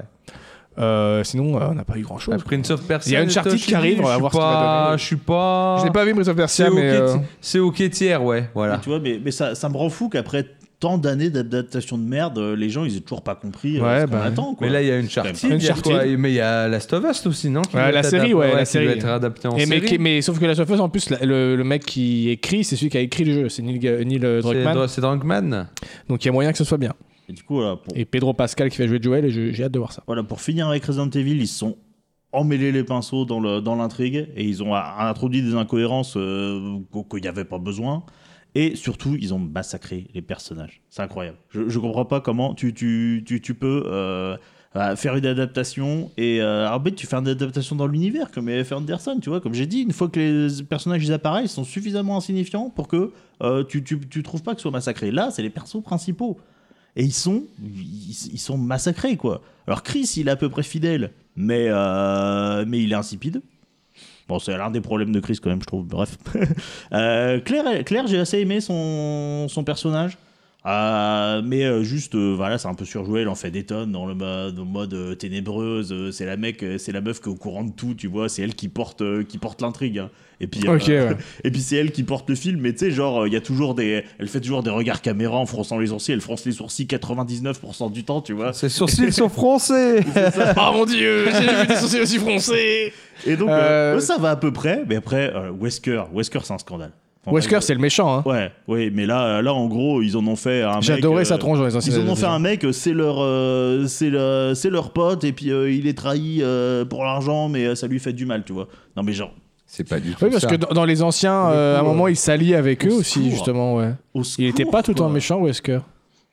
Speaker 1: Euh, sinon, euh, on n'a pas eu grand chose.
Speaker 4: Ah, Prince of Persia.
Speaker 1: Il y a Uncharted
Speaker 4: Toshi,
Speaker 1: qui arrive, on va
Speaker 4: je suis
Speaker 1: voir ce qu'il va
Speaker 4: pas-
Speaker 1: donner.
Speaker 4: Je suis pas.
Speaker 1: Je n'ai pas vu Prince of Persia,
Speaker 4: C'est ok,
Speaker 1: mais. euh,
Speaker 4: ti- c'est ok tiers, ouais. Voilà.
Speaker 3: Mais tu vois, mais, mais ça, ça me rend fou qu'après tant d'années d'adaptation de merde, euh, les gens, ils aient toujours pas compris euh,
Speaker 1: Ouais,
Speaker 3: ce qu'on
Speaker 1: bah ouais.
Speaker 3: attend. Quoi.
Speaker 4: Mais là, il y a une
Speaker 1: même pas- Uncharted.
Speaker 4: Mais il y a Last of Us aussi, non qui
Speaker 1: Ouais,
Speaker 4: doit
Speaker 1: la
Speaker 4: être
Speaker 1: série,
Speaker 4: adapté-
Speaker 1: ouais, la
Speaker 4: qui doit
Speaker 1: série.
Speaker 4: être adaptée en
Speaker 1: et mais,
Speaker 4: série.
Speaker 1: qui- mais sauf que la surface, en plus, la- le, le mec qui écrit, c'est celui qui a écrit le jeu, c'est Neil, Ga- Neil, euh,
Speaker 4: C'est
Speaker 1: Druckmann.
Speaker 4: Dr- C'est Drunkman.
Speaker 1: Donc il y a moyen que ce soit bien.
Speaker 3: Et du coup, voilà, pour,
Speaker 1: Et Pedro Pascal qui va jouer Joel, et je- j'ai hâte de voir ça.
Speaker 3: voilà, pour finir avec Resident Evil, ils se sont emmêlés les pinceaux dans le- dans l'intrigue et ils ont a- introduit des incohérences euh, qu'au- qu'il n'y avait pas besoin. Et surtout, ils ont massacré les personnages. C'est incroyable. Je, je comprends pas comment tu, tu, tu, tu peux euh, euh, faire une adaptation et euh, alors, bête, tu fais une adaptation dans l'univers comme avait fait Anderson, tu vois. Comme j'ai dit, une fois que les personnages ils apparaissent, ils sont suffisamment insignifiants pour que euh, tu, tu, tu trouves pas que ce soit massacré. Là, c'est les persos principaux. Et ils sont, ils, ils sont massacrés, quoi. Alors Chris, il est à peu près fidèle, mais, euh, mais il est insipide. Bon, c'est l'un des problèmes de Chris quand même, je trouve. Bref. [laughs] Euh, Claire, elle- Claire j'ai assez aimé son, son personnage. Euh, mais euh, juste, euh, voilà, c'est un peu surjoué, elle en fait des tonnes dans le mode, au mode euh, ténébreuse. euh, c'est la mec, euh, c'est la meuf qui est au courant de tout, tu vois. C'est elle qui porte, euh, qui porte l'intrigue. hein. Et puis, euh,
Speaker 1: Ok, ouais.
Speaker 3: et puis c'est elle qui porte le film, mais tu sais, genre, il y a toujours des. Elle fait toujours des regards caméra en fronçant les sourcils, elle fronce les sourcils 99% du temps, tu vois.
Speaker 4: Ses sourcils
Speaker 1: [laughs]
Speaker 4: sont français.
Speaker 1: oh mon dieu, j'ai vu des sourcils aussi froncés
Speaker 3: Et donc, euh,
Speaker 1: Euh,
Speaker 3: eux, ça va à peu près, mais après, euh, Wesker, Wesker, c'est un scandale. Enfin,
Speaker 1: Wesker,
Speaker 3: euh,
Speaker 1: c'est le méchant, hein.
Speaker 3: Ouais, oui, mais là, euh, là, en gros, ils en ont fait un. mec,
Speaker 1: J'adorais
Speaker 3: euh,
Speaker 1: sa tronche dans les anciens.
Speaker 3: Ils en ont fait un mec, euh, c'est leur, euh, c'est le- c'est leur pote, et puis euh, il est trahi euh, pour l'argent, mais euh, ça lui fait du mal, tu vois. Non, mais genre,
Speaker 4: C'est pas du tout.
Speaker 1: Oui, parce
Speaker 4: ça.
Speaker 1: que dans, dans les anciens, euh, à un moment, il s'allie avec
Speaker 3: Au
Speaker 1: eux aussi,
Speaker 3: secours.
Speaker 1: justement, ouais.
Speaker 3: au
Speaker 1: Il était
Speaker 3: secours,
Speaker 1: pas tout le temps
Speaker 3: quoi.
Speaker 1: méchant, Wesker.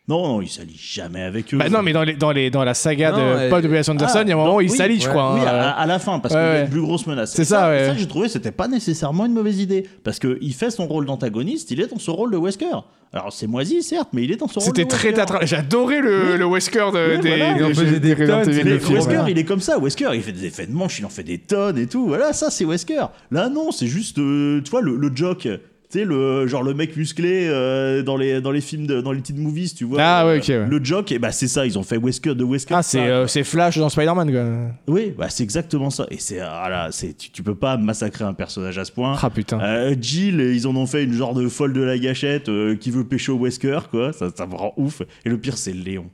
Speaker 3: Non, non, il s'allie jamais avec eux.
Speaker 1: Bah non, mais dans, les, dans, les, dans la saga
Speaker 4: Non,
Speaker 1: de
Speaker 4: et-
Speaker 1: Paul W.S. Anderson,
Speaker 3: Ah,
Speaker 1: il y a un moment
Speaker 3: dans-
Speaker 1: où il
Speaker 3: oui,
Speaker 1: s'allie, je
Speaker 4: ouais.
Speaker 1: crois. hein.
Speaker 3: Oui, à, à la fin, parce
Speaker 1: Ouais,
Speaker 3: qu'il y a
Speaker 1: ouais.
Speaker 3: une plus grosse menace.
Speaker 1: C'est
Speaker 3: Et
Speaker 1: ça, ouais.
Speaker 3: ça, j'ai trouvé, c'était pas nécessairement une mauvaise idée. Parce qu'il fait son rôle d'antagoniste, il est dans son rôle de Wesker. Alors, c'est moisi, certes, mais il est dans son rôle
Speaker 1: C'était
Speaker 3: de
Speaker 1: très
Speaker 3: Wesker.
Speaker 1: tatral. J'adorais le, le Wesker de,
Speaker 3: Oui,
Speaker 1: des,
Speaker 3: voilà.
Speaker 4: Il en faisait des
Speaker 1: Resident
Speaker 4: tonnes,
Speaker 1: Evil,
Speaker 3: Mais
Speaker 1: le film,
Speaker 3: Wesker,
Speaker 1: ouais.
Speaker 3: il est comme ça. Wesker, il fait des effets de manche, il en fait des tonnes et tout. Voilà, ça, c'est Wesker. Là, non, c'est juste, euh, tu vois, le, le jock. Tu sais, le, genre le mec musclé euh, dans, les, dans les films, de- dans les teen movies, tu vois.
Speaker 1: Ah,
Speaker 3: Euh,
Speaker 1: ouais, ok, ouais.
Speaker 3: Le jock, et bah c'est ça, ils ont fait Wesker de Wesker.
Speaker 1: Ah, c'est
Speaker 3: ça.
Speaker 1: euh, c'est Flash dans Spider-Man, quoi.
Speaker 3: Oui, bah c'est exactement ça. Et c'est, ah là, c'est, tu, tu peux pas massacrer un personnage à ce point.
Speaker 1: Ah, putain.
Speaker 3: Euh, Jill, ils en ont fait une genre de folle de la gâchette euh, qui veut pécho Wesker, quoi. Ça, ça me rend ouf. Et le pire, c'est Léon.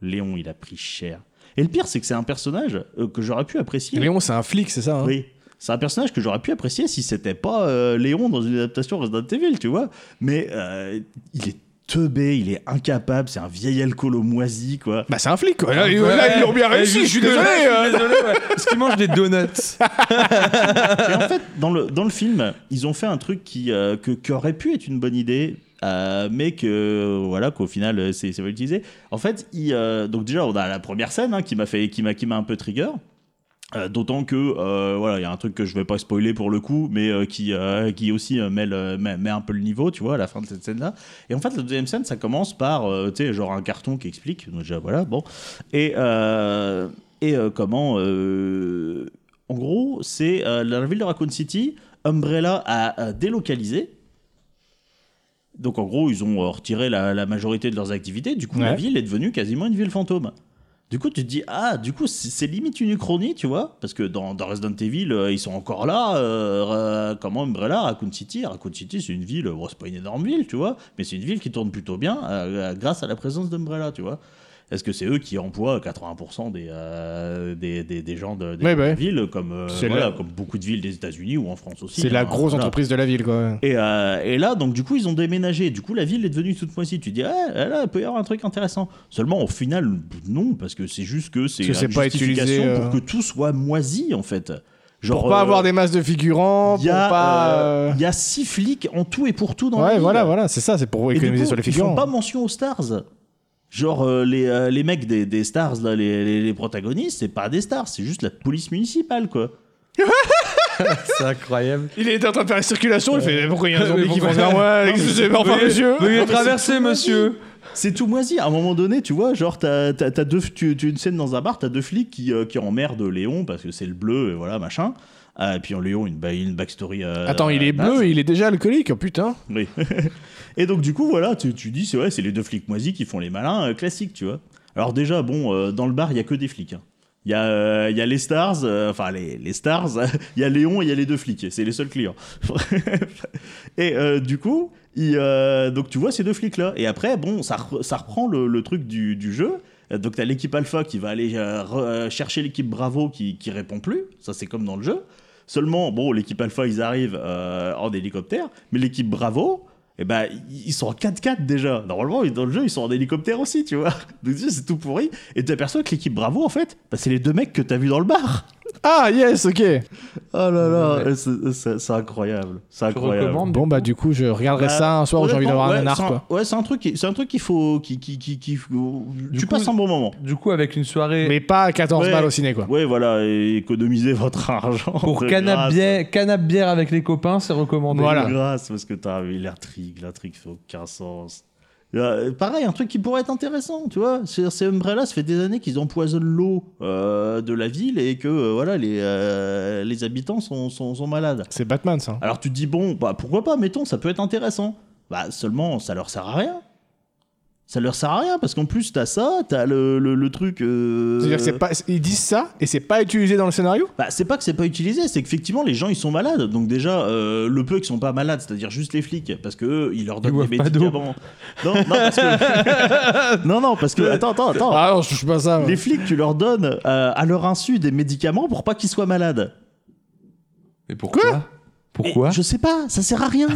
Speaker 3: Léon, il a pris cher. Et le pire, c'est que c'est un personnage euh, que j'aurais pu apprécier.
Speaker 1: Léon, c'est un flic, c'est ça hein
Speaker 3: Oui. C'est un personnage que j'aurais pu apprécier si c'était pas euh, Léon dans une adaptation Resident Evil, tu vois. Mais euh, il est teubé, il est incapable, c'est un vieil alcoolo moisi, quoi.
Speaker 1: Bah, c'est un flic,
Speaker 3: Ah,
Speaker 1: quoi. Là, ils-
Speaker 4: Ouais.
Speaker 1: là, ils l'ont bien
Speaker 4: Ouais,
Speaker 3: Eh,
Speaker 1: réussi, je suis
Speaker 4: jusque-là,
Speaker 1: désolé.
Speaker 4: je suis
Speaker 1: euh.
Speaker 4: désolé, ouais. Parce qu'il mange des
Speaker 1: [laughs]
Speaker 4: donuts.
Speaker 3: Et en fait, dans le, dans le film, ils ont fait un truc qui, euh, que, qui aurait pu être une bonne idée, euh, mais que euh, voilà qu'au final, euh, c'est c'est pas utilisé. En fait, il, euh, donc déjà, on a la première scène hein, qui m'a fait, qui m'a, qui m'a un peu trigger. Euh, D'autant que euh, voilà, il y a un truc que je vais pas spoiler pour le coup, mais euh, qui euh, qui aussi euh, met, le- met, met un peu le niveau, tu vois, à la fin de cette scène-là. Et en fait, la deuxième scène, ça commence par euh, tu sais genre un carton qui explique. Donc déjà voilà, bon. Et euh, et euh, comment euh, en gros, c'est euh, la ville de Raccoon City, Umbrella a, a délocalisé. Donc en gros, ils ont euh, retiré la, la majorité de leurs activités. Du coup, la
Speaker 1: Ouais.
Speaker 3: ville est devenue quasiment une ville fantôme. Du coup, tu te dis, ah, du coup, c'est c'est limite une uchronie, tu vois Parce que dans, dans Resident Evil, euh, ils sont encore là. euh, Ra- comment Umbrella, Raccoon City Raccoon City, c'est une ville, euh, bon, c'est pas une énorme ville, tu vois, mais c'est une ville qui tourne plutôt bien euh, grâce à la présence d'Umbrella, tu vois est-ce que c'est eux qui emploient 80% des, euh, des, des, des gens de, des
Speaker 1: Ouais, ouais.
Speaker 3: villes, comme, euh,
Speaker 1: C'est
Speaker 3: voilà,
Speaker 1: la-
Speaker 3: comme beaucoup de villes des États-Unis ou en France aussi
Speaker 1: C'est la
Speaker 3: hein,
Speaker 1: grosse
Speaker 3: voilà.
Speaker 1: entreprise de la ville, quoi.
Speaker 3: Et, euh, et là, donc, du coup, ils ont déménagé. Du coup, la ville est devenue toute moisie. Tu dis, ah, là, il peut y avoir un truc intéressant. Seulement, au final, non, parce que c'est juste que c'est une
Speaker 1: Parce que c'est pas
Speaker 3: justification
Speaker 1: utilisé, euh,
Speaker 3: pour que tout soit moisi, en fait. Genre,
Speaker 1: Pour pas
Speaker 3: euh,
Speaker 1: avoir des masses de figurants,
Speaker 3: il y
Speaker 1: pour
Speaker 3: a,
Speaker 1: pas.
Speaker 3: euh,
Speaker 1: euh,
Speaker 3: il y a six flics en tout et pour tout dans la
Speaker 1: Ouais,
Speaker 3: ville.
Speaker 1: voilà, voilà, c'est ça, c'est pour
Speaker 3: Et du
Speaker 1: économiser
Speaker 3: coup,
Speaker 1: sur les
Speaker 3: ils font
Speaker 1: figurants.
Speaker 3: pas mention aux stars. Genre euh, les, euh, les mecs des, des stars là, les, les- les protagonistes, c'est pas des stars, c'est juste la police municipale quoi.
Speaker 4: C'est incroyable.
Speaker 1: Il était en train de faire la circulation, il fait pourquoi il y
Speaker 3: [laughs]
Speaker 1: a un
Speaker 4: Mais
Speaker 1: zombie qui
Speaker 4: pourquoi
Speaker 1: fonce vers moi
Speaker 4: Non, mais-
Speaker 1: Excusez-moi, enfin, monsieur
Speaker 4: Veuillez traverser, monsieur.
Speaker 3: C'est tout moisi. À un moment donné, tu vois, genre, t'as, t'as- t'as deux, tu, tu- une scène dans un bar, t'as deux flics qui, euh, qui emmerdent Léon parce que c'est le bleu et voilà, machin. Ah, et puis en Léon, une, ba- une backstory. euh,
Speaker 1: Attends, il est
Speaker 3: naze.
Speaker 1: bleu, il est déjà alcoolique, oh, putain
Speaker 3: Oui. [laughs] et donc, du coup, voilà, tu, tu dis, c'est ouais, c'est les deux flics moisis qui font les malins euh, classiques, tu vois. Alors, déjà, bon, euh, dans le bar, il y a que des flics. hein. Il y, a, euh, il y a les stars, euh, enfin les, les stars, [laughs] il y a Léon et il y a les deux flics, et c'est les seuls clients. [laughs] et euh, du coup, il, euh, donc tu vois ces deux flics-là. Et après, bon, ça, re- ça reprend le, le truc du, du jeu. Euh, Donc t'as l'équipe Alpha qui va aller euh, re- euh, chercher l'équipe Bravo qui, qui répond plus. Ça, c'est comme dans le jeu. Seulement, bon, l'équipe Alpha, ils arrivent euh, en hélicoptère, mais l'équipe Bravo, eh ben, ils ils sont en 4x4 déjà. Normalement, ils- dans le jeu, ils sont en hélicoptère aussi, tu vois. [laughs] Donc, tu sais, c'est tout pourri. Et tu t'aperçois que l'équipe Bravo, en fait, bah, c'est les deux mecs que t'as vu dans le bar.
Speaker 1: Ah, yes, ok
Speaker 3: Oh là là,
Speaker 4: Ouais.
Speaker 3: euh, c'est- c'est c'est incroyable. C'est incroyable.
Speaker 4: recommandes
Speaker 1: Bon, bah, du coup, je regarderai
Speaker 3: Bah,
Speaker 1: ça un soir où j'ai envie
Speaker 3: Honnêtement,
Speaker 1: d'avoir un
Speaker 3: ouais,
Speaker 1: nanar,
Speaker 3: c'est
Speaker 1: quoi.
Speaker 3: Ouais, c'est un truc, qui- c'est un truc qu'il faut, qui, qui, qui, qui- tu
Speaker 4: coup,
Speaker 3: passes un bon moment.
Speaker 4: Du coup, avec une soirée
Speaker 1: Mais pas à 14
Speaker 3: Ouais.
Speaker 1: balles au ciné, quoi.
Speaker 3: Ouais, voilà, et économisez votre argent.
Speaker 4: pour
Speaker 3: de grâce.
Speaker 4: canap bière, canap bière avec les copains, c'est recommandé.
Speaker 1: Voilà.
Speaker 3: De grâce, parce que t'as vu l'intrigue, l'intrigue fait aucun sens. Euh, pareil, un truc qui pourrait être intéressant, tu vois. C'est c'est Umbrella, ça fait des années qu'ils empoisonnent l'eau euh, de la ville et que euh, voilà, les, euh, les habitants sont, sont, sont malades.
Speaker 1: C'est Batman, ça.
Speaker 3: Alors tu te dis, bon, bah, pourquoi pas, mettons, ça peut être intéressant. Bah, seulement, ça leur sert à rien. Ça leur sert à rien, parce qu'en plus, t'as ça, t'as le, le, le truc. euh,
Speaker 1: C'est-à-dire que c'est pas, ils disent ça et c'est pas utilisé dans le scénario
Speaker 3: Bah, c'est pas que c'est pas utilisé, c'est qu'effectivement les gens ils sont malades. Donc déjà euh, le peu qui sont pas malades, c'est-à-dire juste les flics, parce que eux, ils leur donnent
Speaker 4: boivent
Speaker 3: des
Speaker 4: pas d'eau.
Speaker 3: médicaments. Non, non, parce
Speaker 4: [laughs]
Speaker 3: que non, non, parce que attends, attends, attends.
Speaker 1: Ah non, je touche pas ça. moi.
Speaker 3: Les flics, tu leur donnes euh, à leur insu des médicaments pour pas qu'ils soient malades.
Speaker 4: Mais pourquoi Pourquoi
Speaker 3: Mais Je sais pas, ça sert
Speaker 4: [laughs]
Speaker 3: à rien.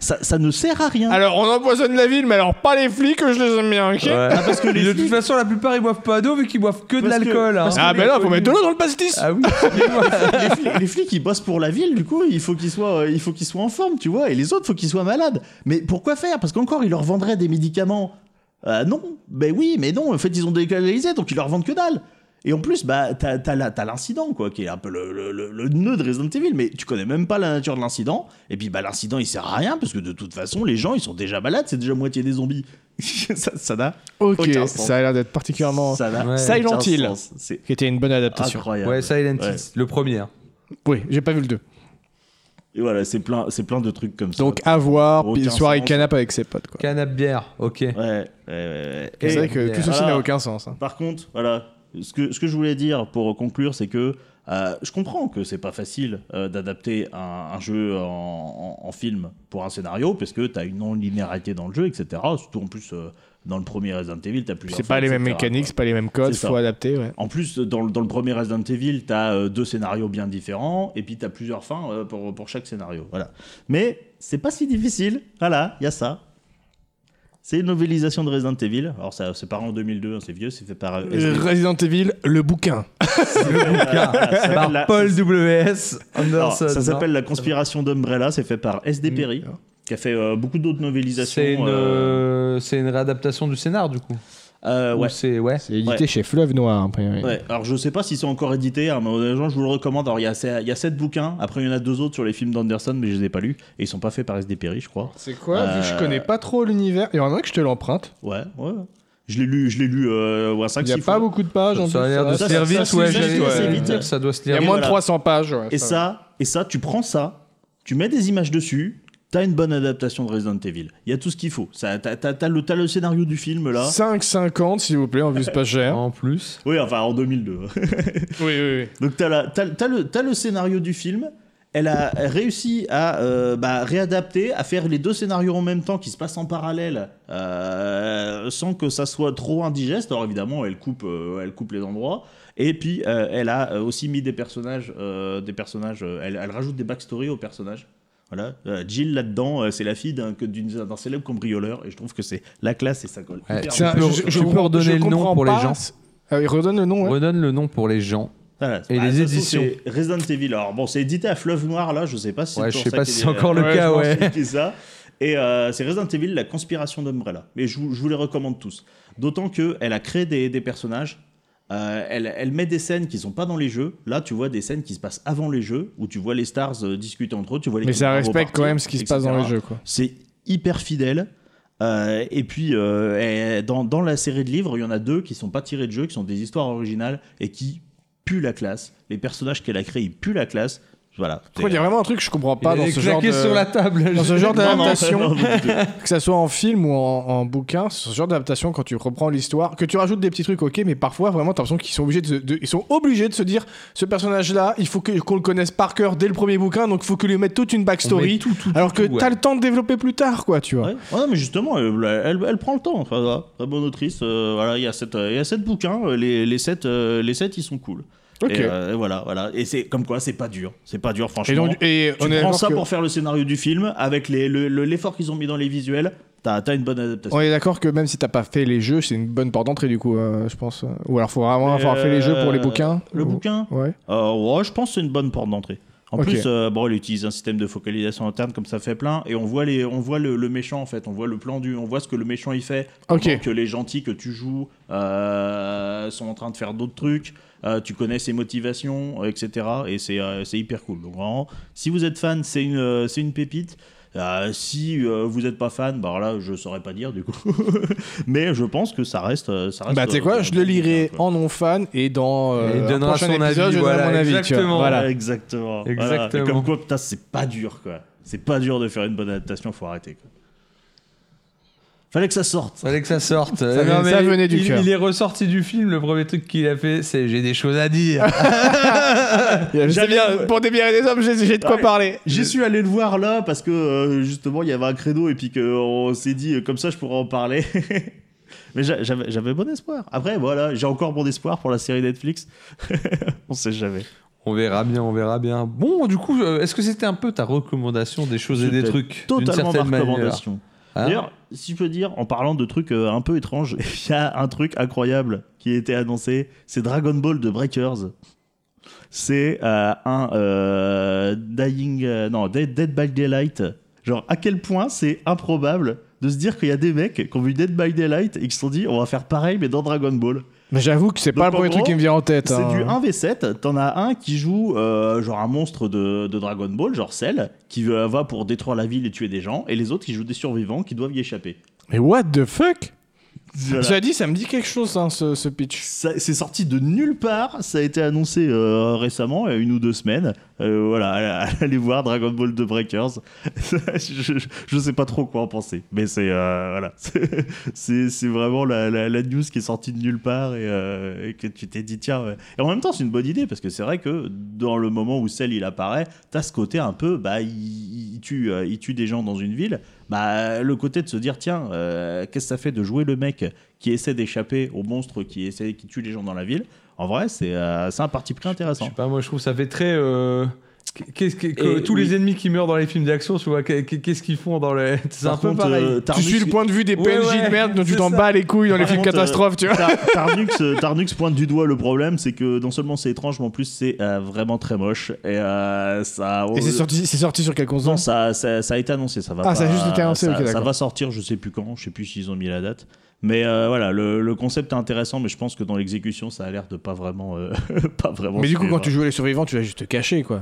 Speaker 3: ça, ça ne sert à rien.
Speaker 1: Alors, on empoisonne la ville, mais alors pas les flics, je les aime bien, ok
Speaker 4: Ouais.
Speaker 3: Ah, parce que les
Speaker 4: de
Speaker 3: flics-
Speaker 4: toute façon, la plupart ils boivent pas d'eau vu qu'ils boivent que de
Speaker 3: Parce que-
Speaker 4: l'alcool. hein.
Speaker 3: parce
Speaker 1: Ah, ben là, faut mettre de l'eau dans le pastis
Speaker 4: Ah oui.
Speaker 3: les, flics, les flics, ils bossent pour la ville, du coup, il faut qu'ils soient, euh, il faut qu'ils soient en forme, tu vois, et les autres, faut qu'ils soient malades. Mais pourquoi faire Parce qu'encore, ils leur vendraient des médicaments. Euh, non, ben oui, mais non, en fait, ils ont délocalisé, donc ils leur vendent que dalle. Et en plus, bah, t'as, t'as la- t'as l'incident, quoi, qui est un peu le, le- le- le nœud de Resident Evil, mais tu connais même pas la nature de l'incident, et puis bah, l'incident, il sert à rien, parce que de toute façon, les gens, ils sont déjà malades, c'est déjà moitié des zombies. [laughs] ça, ça n'a
Speaker 1: Ok,
Speaker 3: aucun sens.
Speaker 1: ça a l'air d'être particulièrement.
Speaker 3: ça n'a
Speaker 4: Ouais.
Speaker 1: Silent
Speaker 3: aucun
Speaker 1: Hill.
Speaker 3: sens. Ah, C'est
Speaker 1: Qui était une bonne adaptation.
Speaker 4: [laughs]
Speaker 3: incroyable.
Speaker 4: Ouais, Silent Hill,
Speaker 3: Ouais.
Speaker 4: le premier. hein.
Speaker 1: Oui, j'ai pas vu le 2.
Speaker 3: Et voilà, c'est plein, c'est plein de trucs comme ça.
Speaker 1: Donc, à voir,
Speaker 3: Aucun
Speaker 1: puis soirée
Speaker 3: sens.
Speaker 1: canap avec ses potes, quoi.
Speaker 4: Canap bière, ok.
Speaker 3: Ouais, ouais, ouais, ouais.
Speaker 1: C'est
Speaker 3: Et
Speaker 1: vrai que tout ceci
Speaker 3: Voilà.
Speaker 1: n'a aucun sens. hein.
Speaker 3: Par contre, voilà, ce que, ce que je voulais dire pour conclure, c'est que euh, je comprends que c'est pas facile euh, d'adapter un, un jeu en, en- en film pour un scénario, parce que t'as une non-linéarité dans le jeu, etc. Surtout en plus, euh, dans le premier Resident Evil, t'as plusieurs.
Speaker 1: C'est pas
Speaker 3: fins,
Speaker 1: les mêmes
Speaker 3: etc.,
Speaker 1: mécaniques,
Speaker 3: quoi.
Speaker 1: c'est pas les mêmes codes,
Speaker 3: C'est ça.
Speaker 1: faut adapter, ouais.
Speaker 3: En plus, dans, le- dans le premier Resident Evil, t'as euh, deux scénarios bien différents, et puis t'as plusieurs fins euh, pour, pour chaque scénario. Voilà. Mais c'est pas si difficile. Voilà, il y a ça. C'est une novélisation de Resident Evil. Alors, ça, c'est pas en 2002, hein, c'est vieux, c'est fait par. euh, SD.
Speaker 1: Resident Evil, le bouquin.
Speaker 4: Bouquin par
Speaker 3: la-
Speaker 4: Paul W.S. Anderson.
Speaker 3: Alors, ça
Speaker 4: hein.
Speaker 3: s'appelle La conspiration d'Umbrella, c'est fait par SD Perry, qui a fait euh, beaucoup d'autres novélisations.
Speaker 4: C'est une,
Speaker 3: euh,
Speaker 4: euh, c'est une réadaptation du scénar du coup.
Speaker 3: euh,
Speaker 4: Ou
Speaker 3: ouais.
Speaker 4: C'est ouais.
Speaker 1: C'est édité
Speaker 3: Ouais.
Speaker 1: chez Fleuve Noir, a priori.
Speaker 3: Ouais, alors je sais pas si c'est encore édité, hein, mais honnêtement, je vous le recommande. Alors il y a, sept- il y a sept bouquins, après il y en a deux autres sur les films d'Anderson, mais je les ai pas lus, et ils sont pas faits par SD Perry, je crois.
Speaker 1: C'est quoi Vu que je
Speaker 3: Euh,
Speaker 1: connais pas trop l'univers, il y en a un que je te l'emprunte.
Speaker 3: Ouais, ouais. Je l'ai lu, je l'ai lu euh, ouais, 5
Speaker 1: Il y a pas beaucoup de pages. en
Speaker 4: Ça a
Speaker 1: plus,
Speaker 4: l'air de
Speaker 3: ça,
Speaker 4: se lire
Speaker 1: va.
Speaker 3: ça,
Speaker 4: vite,
Speaker 3: ça,
Speaker 4: ouais,
Speaker 3: ça,
Speaker 4: j'allais-
Speaker 3: ça,
Speaker 4: ouais,
Speaker 3: vite.
Speaker 4: Ça doit se
Speaker 1: Il y
Speaker 4: lire
Speaker 1: a
Speaker 4: vite.
Speaker 1: moins de
Speaker 3: voilà.
Speaker 1: 300 pages. ouais,
Speaker 3: Et
Speaker 1: ça va.
Speaker 3: ça, et ça, tu prends ça, tu mets des images dessus, t'as une bonne adaptation de Resident Evil. Il y a tout ce qu'il faut. Ça, t'as, t'as- t'as le, t'as le scénario du film là.
Speaker 1: 5,50 s'il vous plaît, en plus c'est pas cher.
Speaker 4: En plus.
Speaker 3: Oui, enfin en 2002.
Speaker 1: oui, oui, oui.
Speaker 3: Donc t'as, la- t'as- t'as le, t'as le scénario du film. Elle a réussi à euh, bah, réadapter, à faire les deux scénarios en même temps qui se passent en parallèle, euh, sans que ça soit trop indigeste. Alors évidemment, elle coupe, euh, elle coupe les endroits. Et puis, euh, elle a euh, aussi mis des personnages, euh, des personnages. euh, elle, elle rajoute des backstories aux personnages. Voilà. Euh, Jill là-dedans, euh, c'est la fille d'un, que- d'une- d'un célèbre cambrioleur, et je trouve que c'est la classe et ça colle.
Speaker 4: Ouais,
Speaker 3: hyper
Speaker 4: tu
Speaker 3: bien.
Speaker 4: peux- je- tu peux
Speaker 1: comprends-
Speaker 4: redonner
Speaker 1: je
Speaker 4: le nom
Speaker 1: comprends
Speaker 4: pour les
Speaker 1: pas.
Speaker 4: gens
Speaker 1: Ah oui, redonne le nom, ouais.
Speaker 4: Redonne le nom pour les gens.
Speaker 3: Voilà.
Speaker 4: Et les
Speaker 3: Bah, de toute façon,
Speaker 4: éditions.
Speaker 3: c'est Resident Evil. Alors bon, c'est édité à Fleuve Noir là, je sais pas si
Speaker 4: Ouais,
Speaker 3: c'est
Speaker 4: je
Speaker 3: toujours
Speaker 4: sais
Speaker 3: ça
Speaker 4: pas
Speaker 3: qui
Speaker 4: si
Speaker 3: est-
Speaker 4: c'est encore le
Speaker 1: Ouais,
Speaker 4: cas,
Speaker 1: je pense,
Speaker 4: ouais.
Speaker 3: C'est édité ça. Et euh, c'est Resident Evil, la conspiration d'Umbrella. Mais je, vous je vous les recommande tous. D'autant que elle a créé des, des personnages. Euh, elle, elle met des scènes qui sont pas dans les jeux. Là, tu vois des scènes qui se passent avant les jeux, où tu vois les stars euh, discuter entre eux, tu vois les
Speaker 1: Mais ça
Speaker 3: clients
Speaker 1: respecte
Speaker 3: repartir,
Speaker 1: quand même ce qui se passe
Speaker 3: etc.
Speaker 1: dans les jeux, quoi.
Speaker 3: C'est hyper fidèle. Euh, et puis, euh, et dans, dans la série de livres, il y en a deux qui sont pas tirés de jeux, qui sont des histoires originales et qui puent la classe. Les personnages qu'elle a créés, ils puent la classe. Voilà.
Speaker 1: Faut dire vraiment un truc que je comprends pas dans ce genre de...
Speaker 4: sur la table.
Speaker 1: dans ce genre
Speaker 4: [laughs]
Speaker 3: Non, non,
Speaker 1: d'adaptation.
Speaker 3: non, non, du tout.
Speaker 1: Que ça soit en film ou en, en bouquin, c'est ce genre d'adaptation quand tu reprends l'histoire, que tu rajoutes des petits trucs, ok, mais parfois vraiment t'as l'impression qu'ils sont obligés de, se- de- ils sont obligés de se dire ce personnage-là, il faut que- qu'on le connaisse par cœur dès le premier bouquin, donc il faut que lui mette toute une backstory.
Speaker 4: tout, tout,
Speaker 1: alors que
Speaker 4: tout,
Speaker 1: t'as
Speaker 4: ouais.
Speaker 1: le temps de développer plus tard, quoi, tu vois.
Speaker 3: Ouais. Ouais, mais justement, elle, elle- elle prend le temps. Enfin, voilà. Très bonne autrice. euh, voilà, il y a sept, euh, il y a sept bouquins. euh, Les, les sept, euh, les sept, ils sont cool.
Speaker 1: Ok.
Speaker 3: Et, euh, et voilà, voilà. Et c'est comme quoi, c'est pas dur. C'est pas dur, franchement.
Speaker 1: Et donc, et on
Speaker 3: tu
Speaker 1: est
Speaker 3: prends
Speaker 1: d'accord
Speaker 3: ça
Speaker 1: que-
Speaker 3: pour faire le scénario du film avec les- le- le- l'effort qu'ils ont mis dans les visuels. T'as t'as une bonne adaptation.
Speaker 1: on est d'accord que même si t'as pas fait les jeux, c'est une bonne porte d'entrée du coup, euh, je pense. Ou alors faut vraiment avoir fait les jeux pour les
Speaker 3: Euh,
Speaker 1: bouquins.
Speaker 3: Le
Speaker 1: Ou-
Speaker 3: bouquin,
Speaker 1: Ouais.
Speaker 3: Euh, ouais, je pense que c'est une bonne porte d'entrée. En
Speaker 1: Mmh. Ok.
Speaker 3: plus, euh, bon, il utilise un système de focalisation interne comme ça fait plein, et on voit les, on voit le, le méchant en fait, on voit le plan du, on voit ce que le méchant il fait,
Speaker 1: Ok.
Speaker 3: pendant que les gentils que tu joues euh, sont en train de faire d'autres trucs, euh, tu connais ses motivations, euh, etc. Et c'est, euh, c'est hyper cool. Donc vraiment, si vous êtes fan, c'est une, euh, c'est une pépite. Euh, si euh, vous n'êtes pas fan, bah alors là, je saurais pas dire du coup, [laughs] mais je pense que ça reste, euh, ça reste.
Speaker 1: Bah tu sais
Speaker 3: euh,
Speaker 1: quoi, je le lirai
Speaker 3: quoi.
Speaker 1: en non fan et dans euh,
Speaker 4: Il
Speaker 1: un
Speaker 4: donnera
Speaker 1: prochain
Speaker 4: son avis,
Speaker 1: épisode, je donnerai
Speaker 4: voilà,
Speaker 1: mon avis. tu vois.
Speaker 4: exactement.
Speaker 1: [laughs] Voilà.
Speaker 3: Exactement.
Speaker 4: Exactement.
Speaker 3: Voilà. Et comme quoi, putain, c'est pas dur, quoi. C'est pas dur de faire une bonne adaptation, faut arrêter, quoi. Fallait que ça sorte.
Speaker 4: Fallait que ça sorte. Euh,
Speaker 1: venait- ça
Speaker 4: il-
Speaker 1: venait du
Speaker 4: il,
Speaker 1: cœur.
Speaker 4: il est ressorti du film. Le premier truc qu'il a fait, c'est j'ai des choses à dire.
Speaker 1: Il y a- je sais
Speaker 3: J'avais-
Speaker 1: bien, Pour des bières et des hommes, j'ai j'ai de quoi
Speaker 3: Ouais.
Speaker 1: parler.
Speaker 3: J'ai su aller le voir là parce que euh, justement il y avait un créneau et puis qu'on s'est dit euh, comme ça je pourrais en parler. [laughs] Mais j'a- j'avais j'avais bon espoir. Après voilà, j'ai encore bon espoir pour la série Netflix. [laughs] On sait jamais.
Speaker 4: [laughs] on verra bien, on verra bien. Bon, du coup, euh, est-ce que c'était un peu ta recommandation des choses et des
Speaker 3: C'était
Speaker 4: trucs d'une
Speaker 3: Totalement ma
Speaker 4: certaine manière
Speaker 3: recommandation.
Speaker 4: Hein
Speaker 3: D'ailleurs, si je peux dire, en parlant de trucs euh, un peu étranges, [laughs] il y a un truc incroyable qui a été annoncé, c'est Dragon Ball de Breakers. C'est euh, un euh, Dying... euh, non, Dead, Dead by Daylight. Genre, à quel point c'est improbable de se dire qu'il y a des mecs qui ont vu Dead by Daylight et qui se sont dit, on va faire pareil, mais dans Dragon Ball.
Speaker 1: Mais j'avoue que c'est
Speaker 3: Donc,
Speaker 1: pas le
Speaker 3: en
Speaker 1: premier
Speaker 3: gros,
Speaker 1: truc qui me vient en tête.
Speaker 3: C'est
Speaker 1: hein.
Speaker 3: du 1v7, t'en as un qui joue euh, genre un monstre de, de Dragon Ball, genre Cell, qui euh, va pour détruire la ville et tuer des gens, et les autres qui jouent des survivants qui doivent y échapper.
Speaker 1: Mais what the fuck
Speaker 3: Voilà.
Speaker 1: Cela dit, ça me dit quelque chose, hein, ce, ce pitch.
Speaker 3: Ça- C'est sorti de nulle part, ça a été annoncé euh, récemment, il y a une ou deux semaines. Euh, voilà, [laughs] allez voir Dragon Ball 2 Breakers. [laughs] je, je- je sais pas trop quoi en penser, mais c'est euh, voilà, [laughs] C'est- c'est c'est vraiment la, la- la news qui est sortie de nulle part et, euh, et que tu t'es dit tiens. ouais. Et en même temps, c'est une bonne idée parce que c'est vrai que dans le moment où Cell il apparaît, t'as ce côté un peu, bah, il, il tue, euh, il tue des gens dans une ville. Bah, le côté de se dire tiens, euh, qu'est-ce que ça fait de jouer le mec qui essaie d'échapper au monstre qui essaie qui tue les gens dans la ville. En vrai, c'est euh, c'est un parti pris
Speaker 4: Je
Speaker 3: intéressant.
Speaker 4: sais pas, moi je trouve ça fait très. euh, qu'est-ce que- que-
Speaker 3: Et
Speaker 4: tous
Speaker 3: oui.
Speaker 4: les ennemis qui meurent dans les films d'action, tu vois, qu'est- qu'est-ce qu'ils font dans les. [laughs] C'est
Speaker 3: Par
Speaker 4: un peu
Speaker 3: contre,
Speaker 4: pareil.
Speaker 3: euh,
Speaker 1: Tu
Speaker 3: Tarnus-
Speaker 1: suis le point de vue des
Speaker 4: Ouais,
Speaker 1: PNJ de
Speaker 4: ouais,
Speaker 1: merde [laughs] dont tu
Speaker 4: c'est
Speaker 1: t'en
Speaker 4: ça.
Speaker 1: bats les couilles dans les
Speaker 3: Par
Speaker 1: films
Speaker 3: contre, euh,
Speaker 1: catastrophes, tu vois.
Speaker 3: Tar- Tarnux, euh, Tarnux pointe du doigt le problème, c'est que non seulement c'est étrange, mais en plus c'est euh, vraiment très moche. Et euh, ça.
Speaker 1: Et c'est sorti, c'est sorti sur quelle
Speaker 3: Non,
Speaker 1: console
Speaker 3: ça, ça, ça a été annoncé, ça va
Speaker 1: Ah, ça a
Speaker 3: pas-
Speaker 1: juste été annoncé,
Speaker 3: ça,
Speaker 1: ok,
Speaker 3: ça
Speaker 1: d'accord.
Speaker 3: va sortir, je sais plus quand, je sais plus s'ils ont mis la date. Mais euh, voilà, le, le concept est intéressant, mais je pense que dans l'exécution, ça a l'air de pas vraiment, euh, [laughs] pas vraiment.
Speaker 1: Mais du coup,
Speaker 3: suivre.
Speaker 1: quand tu jouais les survivants, tu l'as juste caché, quoi.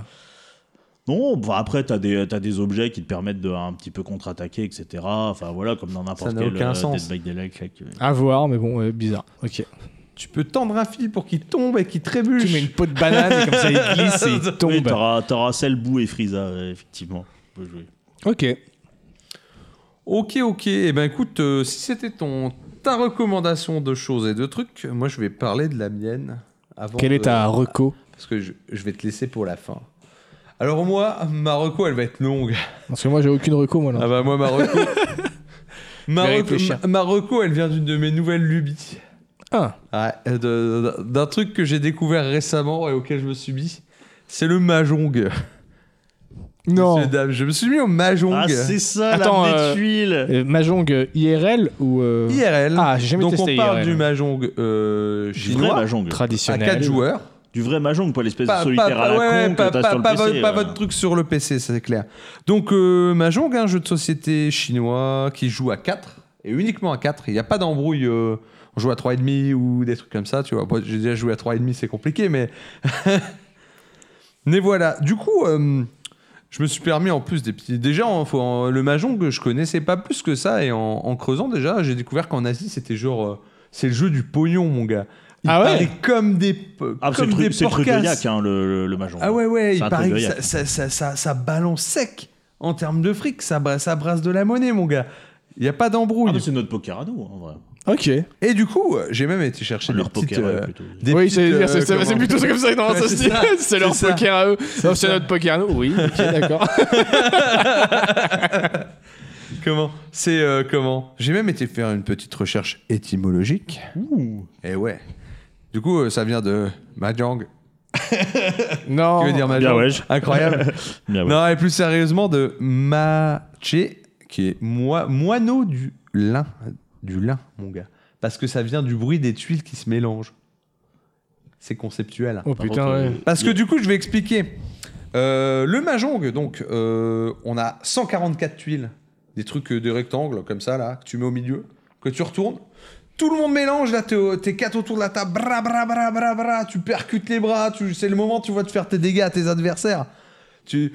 Speaker 3: non, bah après t'as des, t'as des objets qui te permettent de un petit peu contre-attaquer, etc. Enfin voilà, comme dans n'importe
Speaker 4: Ça n'a
Speaker 3: quel
Speaker 4: aucun
Speaker 3: euh,
Speaker 4: sens.
Speaker 3: Dead by Daylight, là, que-
Speaker 1: À voir, mais bon, euh, bizarre. Ok.
Speaker 4: Tu peux tendre un fil pour qu'il tombe et qu'il
Speaker 1: Tu mets
Speaker 4: trébuche.
Speaker 1: une peau de banane et comme ça, il glisse
Speaker 4: [laughs]
Speaker 1: et il
Speaker 3: Oui,
Speaker 1: tombe.
Speaker 3: t'auras, t'auras Selbu et Frieza, euh, effectivement. Faut jouer.
Speaker 1: Ok.
Speaker 4: Ok, ok. Eh ben écoute, euh, si c'était ton ta recommandation de choses et de trucs, moi je vais parler de la mienne. Avant
Speaker 1: Quelle est
Speaker 4: de-
Speaker 1: ta reco
Speaker 4: Parce que je, je vais te laisser pour la fin. Alors moi, ma reco, elle va être longue.
Speaker 1: Parce que moi, j'ai aucune reco, moi, là.
Speaker 4: Ah bah moi, ma reco...
Speaker 1: [laughs]
Speaker 4: [laughs] ma,
Speaker 1: Je vais
Speaker 4: reco
Speaker 1: réfléchir.
Speaker 4: ma- ma reco, elle vient d'une de mes nouvelles lubies.
Speaker 1: Ah,
Speaker 4: Ouais, de- de- D'un truc que j'ai découvert récemment et auquel je me suis mis. C'est le mahjong. [laughs]
Speaker 1: non.
Speaker 4: Messieurs, dames, je me suis mis au mahjong.
Speaker 3: Ah, c'est ça,
Speaker 1: Attends,
Speaker 3: la
Speaker 1: euh,
Speaker 3: des tuiles
Speaker 1: Euh, Mahjong euh, IRL ou. euh,
Speaker 4: IRL.
Speaker 1: Ah, j'ai jamais
Speaker 4: Donc
Speaker 1: testé
Speaker 4: on parle
Speaker 1: IRL.
Speaker 4: du mahjong euh,
Speaker 3: Du vrai
Speaker 4: chinois
Speaker 3: Mahjong.
Speaker 4: à
Speaker 1: Traditionnel.
Speaker 4: 4 joueurs.
Speaker 3: Du vrai Mahjong, pas l'espèce de
Speaker 4: Pas-
Speaker 3: solitaire
Speaker 4: pas-
Speaker 3: à la
Speaker 4: ouais,
Speaker 3: con
Speaker 4: pas-
Speaker 3: que t'as
Speaker 4: pas-
Speaker 3: sur le
Speaker 4: pas
Speaker 3: PC,
Speaker 4: votre- pas
Speaker 3: euh.
Speaker 4: votre truc sur le PC, ça, c'est clair. Donc, euh, Mahjong, un jeu de société chinois qui joue à 4, et uniquement à 4. Il n'y a pas d'embrouille euh, on joue à 3,5 ou des trucs comme ça, tu vois. Bon, J'ai déjà joué à 3,5, c'est compliqué, mais. [laughs] mais voilà. Du coup, euh, je me suis permis en plus des petits. Déjà, en- faut- en- le Mahjong, je connaissais pas plus que ça, et en, en creusant déjà, j'ai découvert qu'en Asie, c'était genre. euh, c'est le jeu du pognon, mon gars. Il
Speaker 1: Ah ouais
Speaker 4: paraît comme des. p-
Speaker 3: Ah, c'est
Speaker 4: comme
Speaker 3: le
Speaker 4: des
Speaker 3: truc, c'est le truc de
Speaker 4: porcasses.
Speaker 3: Yak, hein, le, le, le Mahjong.
Speaker 4: Ah ouais, ouais,
Speaker 3: C'est
Speaker 4: il
Speaker 3: un
Speaker 4: paraît
Speaker 3: truc de
Speaker 4: que ça,
Speaker 3: Yak.
Speaker 4: ça, ça, ça- ça balance sec en termes de fric. Ça, bra- ça brasse de la monnaie, mon gars. Il n'y a pas
Speaker 3: Ah,
Speaker 4: d'embrouille.
Speaker 3: mais c'est notre poker à nous, hein, en vrai.
Speaker 1: Ok.
Speaker 4: Et du coup, euh, j'ai même été chercher des
Speaker 3: Leur
Speaker 4: petites...
Speaker 3: poker, ouais,
Speaker 4: euh,
Speaker 3: plutôt.
Speaker 4: des
Speaker 1: oui,
Speaker 4: petites,
Speaker 1: c'est
Speaker 4: euh,
Speaker 1: c'est- c'est
Speaker 4: comment-
Speaker 1: plutôt comme ça. Non,
Speaker 4: Ouais,
Speaker 1: ça
Speaker 4: c'est
Speaker 1: se dit.
Speaker 4: ça,
Speaker 1: [laughs] C'est leur
Speaker 4: c'est ça.
Speaker 1: poker à eux. Non, C'est
Speaker 4: ça.
Speaker 1: notre poker à nous. Oui,
Speaker 4: [laughs]
Speaker 1: ok, d'accord.
Speaker 4: Comment C'est euh, comment J'ai même été faire une petite recherche étymologique. Et ouais. Du coup, euh, ça vient de Mahjong.
Speaker 1: non. Oh.
Speaker 4: Que veut dire
Speaker 3: Bien
Speaker 4: Mahjong
Speaker 3: ouais, je-
Speaker 4: Incroyable.
Speaker 3: Bien ouais.
Speaker 4: non, et plus sérieusement de Maché, qui est moi, moineau du lin. Du lin, mon gars. Parce que ça vient du bruit des tuiles qui se mélangent. C'est conceptuel.
Speaker 1: Oh
Speaker 3: Par
Speaker 1: putain,
Speaker 3: contre, euh,
Speaker 1: ouais.
Speaker 4: Parce que du coup, je vais expliquer. Euh, le Mahjong, donc, euh, on a 144 tuiles, des trucs, euh, des rectangles comme ça, là, que tu mets au milieu, que tu retournes. Tout le monde mélange, là, t'es au- t'es quatre autour de la table, bra, bra, bra, bra, bra, tu percutes les bras, tu- c'est le moment, tu vois, de faire tes dégâts à tes adversaires. Tu,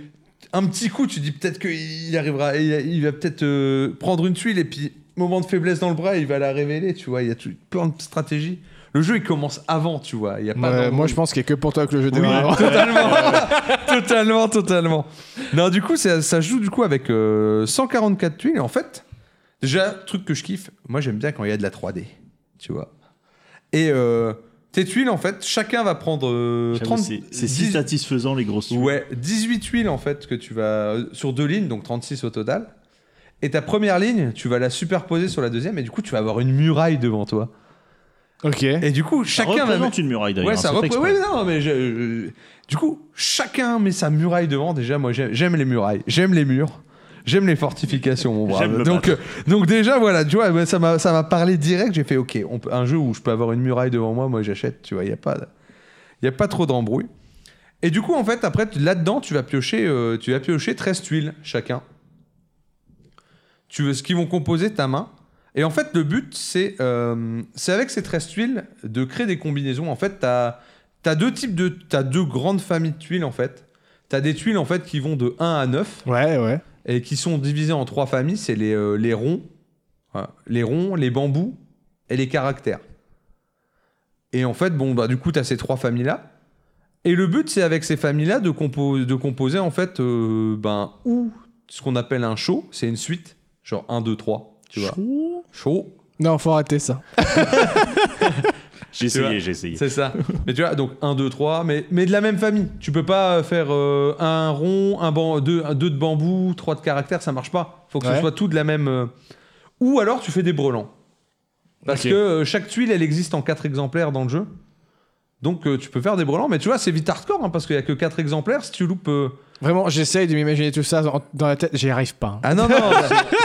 Speaker 4: un petit coup, tu dis peut-être qu'il arrivera, il, il va peut-être euh, prendre une tuile, et puis, moment de faiblesse dans le bras, il va la révéler, tu vois, il y a tout, plein de stratégies. Le jeu, il commence avant, tu vois, il y a pas
Speaker 1: Ouais,
Speaker 4: d'embrouille.
Speaker 1: moi, je pense qu'il n'y a que pour toi que le jeu démarre.
Speaker 4: Oui, totalement. [laughs] totalement, totalement. Non, du coup, ça, ça joue du coup avec euh, 144 tuiles. Et en fait, déjà, truc que je kiffe, moi j'aime bien quand il y a de la 3D. Tu vois. Et euh, tes tuiles, en fait, chacun va prendre euh,
Speaker 3: J'avoue,
Speaker 4: 30
Speaker 3: C'est c'est si
Speaker 4: 10
Speaker 3: satisfaisant, les grosses tuiles.
Speaker 4: Ouais, 18 tuiles en fait que tu vas euh, sur deux lignes, donc 36 au total. Et ta première ligne, tu vas la superposer sur la deuxième, et du coup, tu vas avoir une muraille devant toi.
Speaker 1: Ok.
Speaker 4: Et du coup,
Speaker 3: Ça
Speaker 4: chacun va.
Speaker 3: représente une muraille, d'ailleurs.
Speaker 4: Ouais,
Speaker 3: hein,
Speaker 4: ça
Speaker 3: c'est fait
Speaker 4: représente.
Speaker 3: exprès.
Speaker 4: Ouais, non, mais je- je- du coup, chacun met sa muraille devant. Déjà, moi, j'ai- j'aime les murailles, j'aime les murs, j'aime les fortifications, mon brave.
Speaker 3: J'aime le
Speaker 4: Donc, euh, donc déjà, voilà, tu vois, ouais, ça m'a, ça m'a parlé direct. J'ai fait, ok, on peut- un jeu où je peux avoir une muraille devant moi, moi, j'achète. Tu vois, il y a pas, il y a pas trop d'embrouille. Et du coup, en fait, après, tu- là-dedans, tu vas piocher, euh, tu vas piocher 13 tuiles chacun. Tu veux ce qu'ils vont composer ta main. Et en fait, le but, c'est euh, c'est avec ces 13 tuiles de créer des combinaisons. En fait, tu as, deux types de. Tu deux grandes familles de tuiles, en fait. Tu as des tuiles, en fait, qui vont de 1 à 9
Speaker 1: Ouais, ouais.
Speaker 4: et qui sont divisées en trois familles. C'est les, euh, les ronds, voilà. les ronds, les bambous et les caractères. Et en fait, bon, bah, du coup, tu as ces trois familles-là. Et le but, c'est avec ces familles-là de, compo- de composer, en fait, euh, ben, ou ce qu'on appelle un show, c'est une suite, genre 1, 2, 3, tu vois. Show,
Speaker 1: Non, faut arrêter ça.
Speaker 3: J'ai essayé, j'ai essayé.
Speaker 4: C'est ça. [laughs] mais tu vois, donc 1, 2, 3, mais, mais de la même famille. Tu peux pas euh, faire euh, un rond, un ban deux, un- deux de bambou, trois de caractère, ça marche pas. Faut que
Speaker 1: Ouais.
Speaker 4: ce soit tout de la même. euh. Ou alors tu fais des brelans. Parce
Speaker 1: Ok.
Speaker 4: que euh, chaque tuile, elle existe en quatre exemplaires dans le jeu. Donc euh, tu peux faire des brelans, mais tu vois, c'est vite hardcore hein, parce qu'il y a que quatre exemplaires. Si tu loupes. euh,
Speaker 1: Vraiment, j'essaye de m'imaginer tout ça en- dans la tête. J'y arrive pas. hein.
Speaker 4: Ah [laughs] non, non,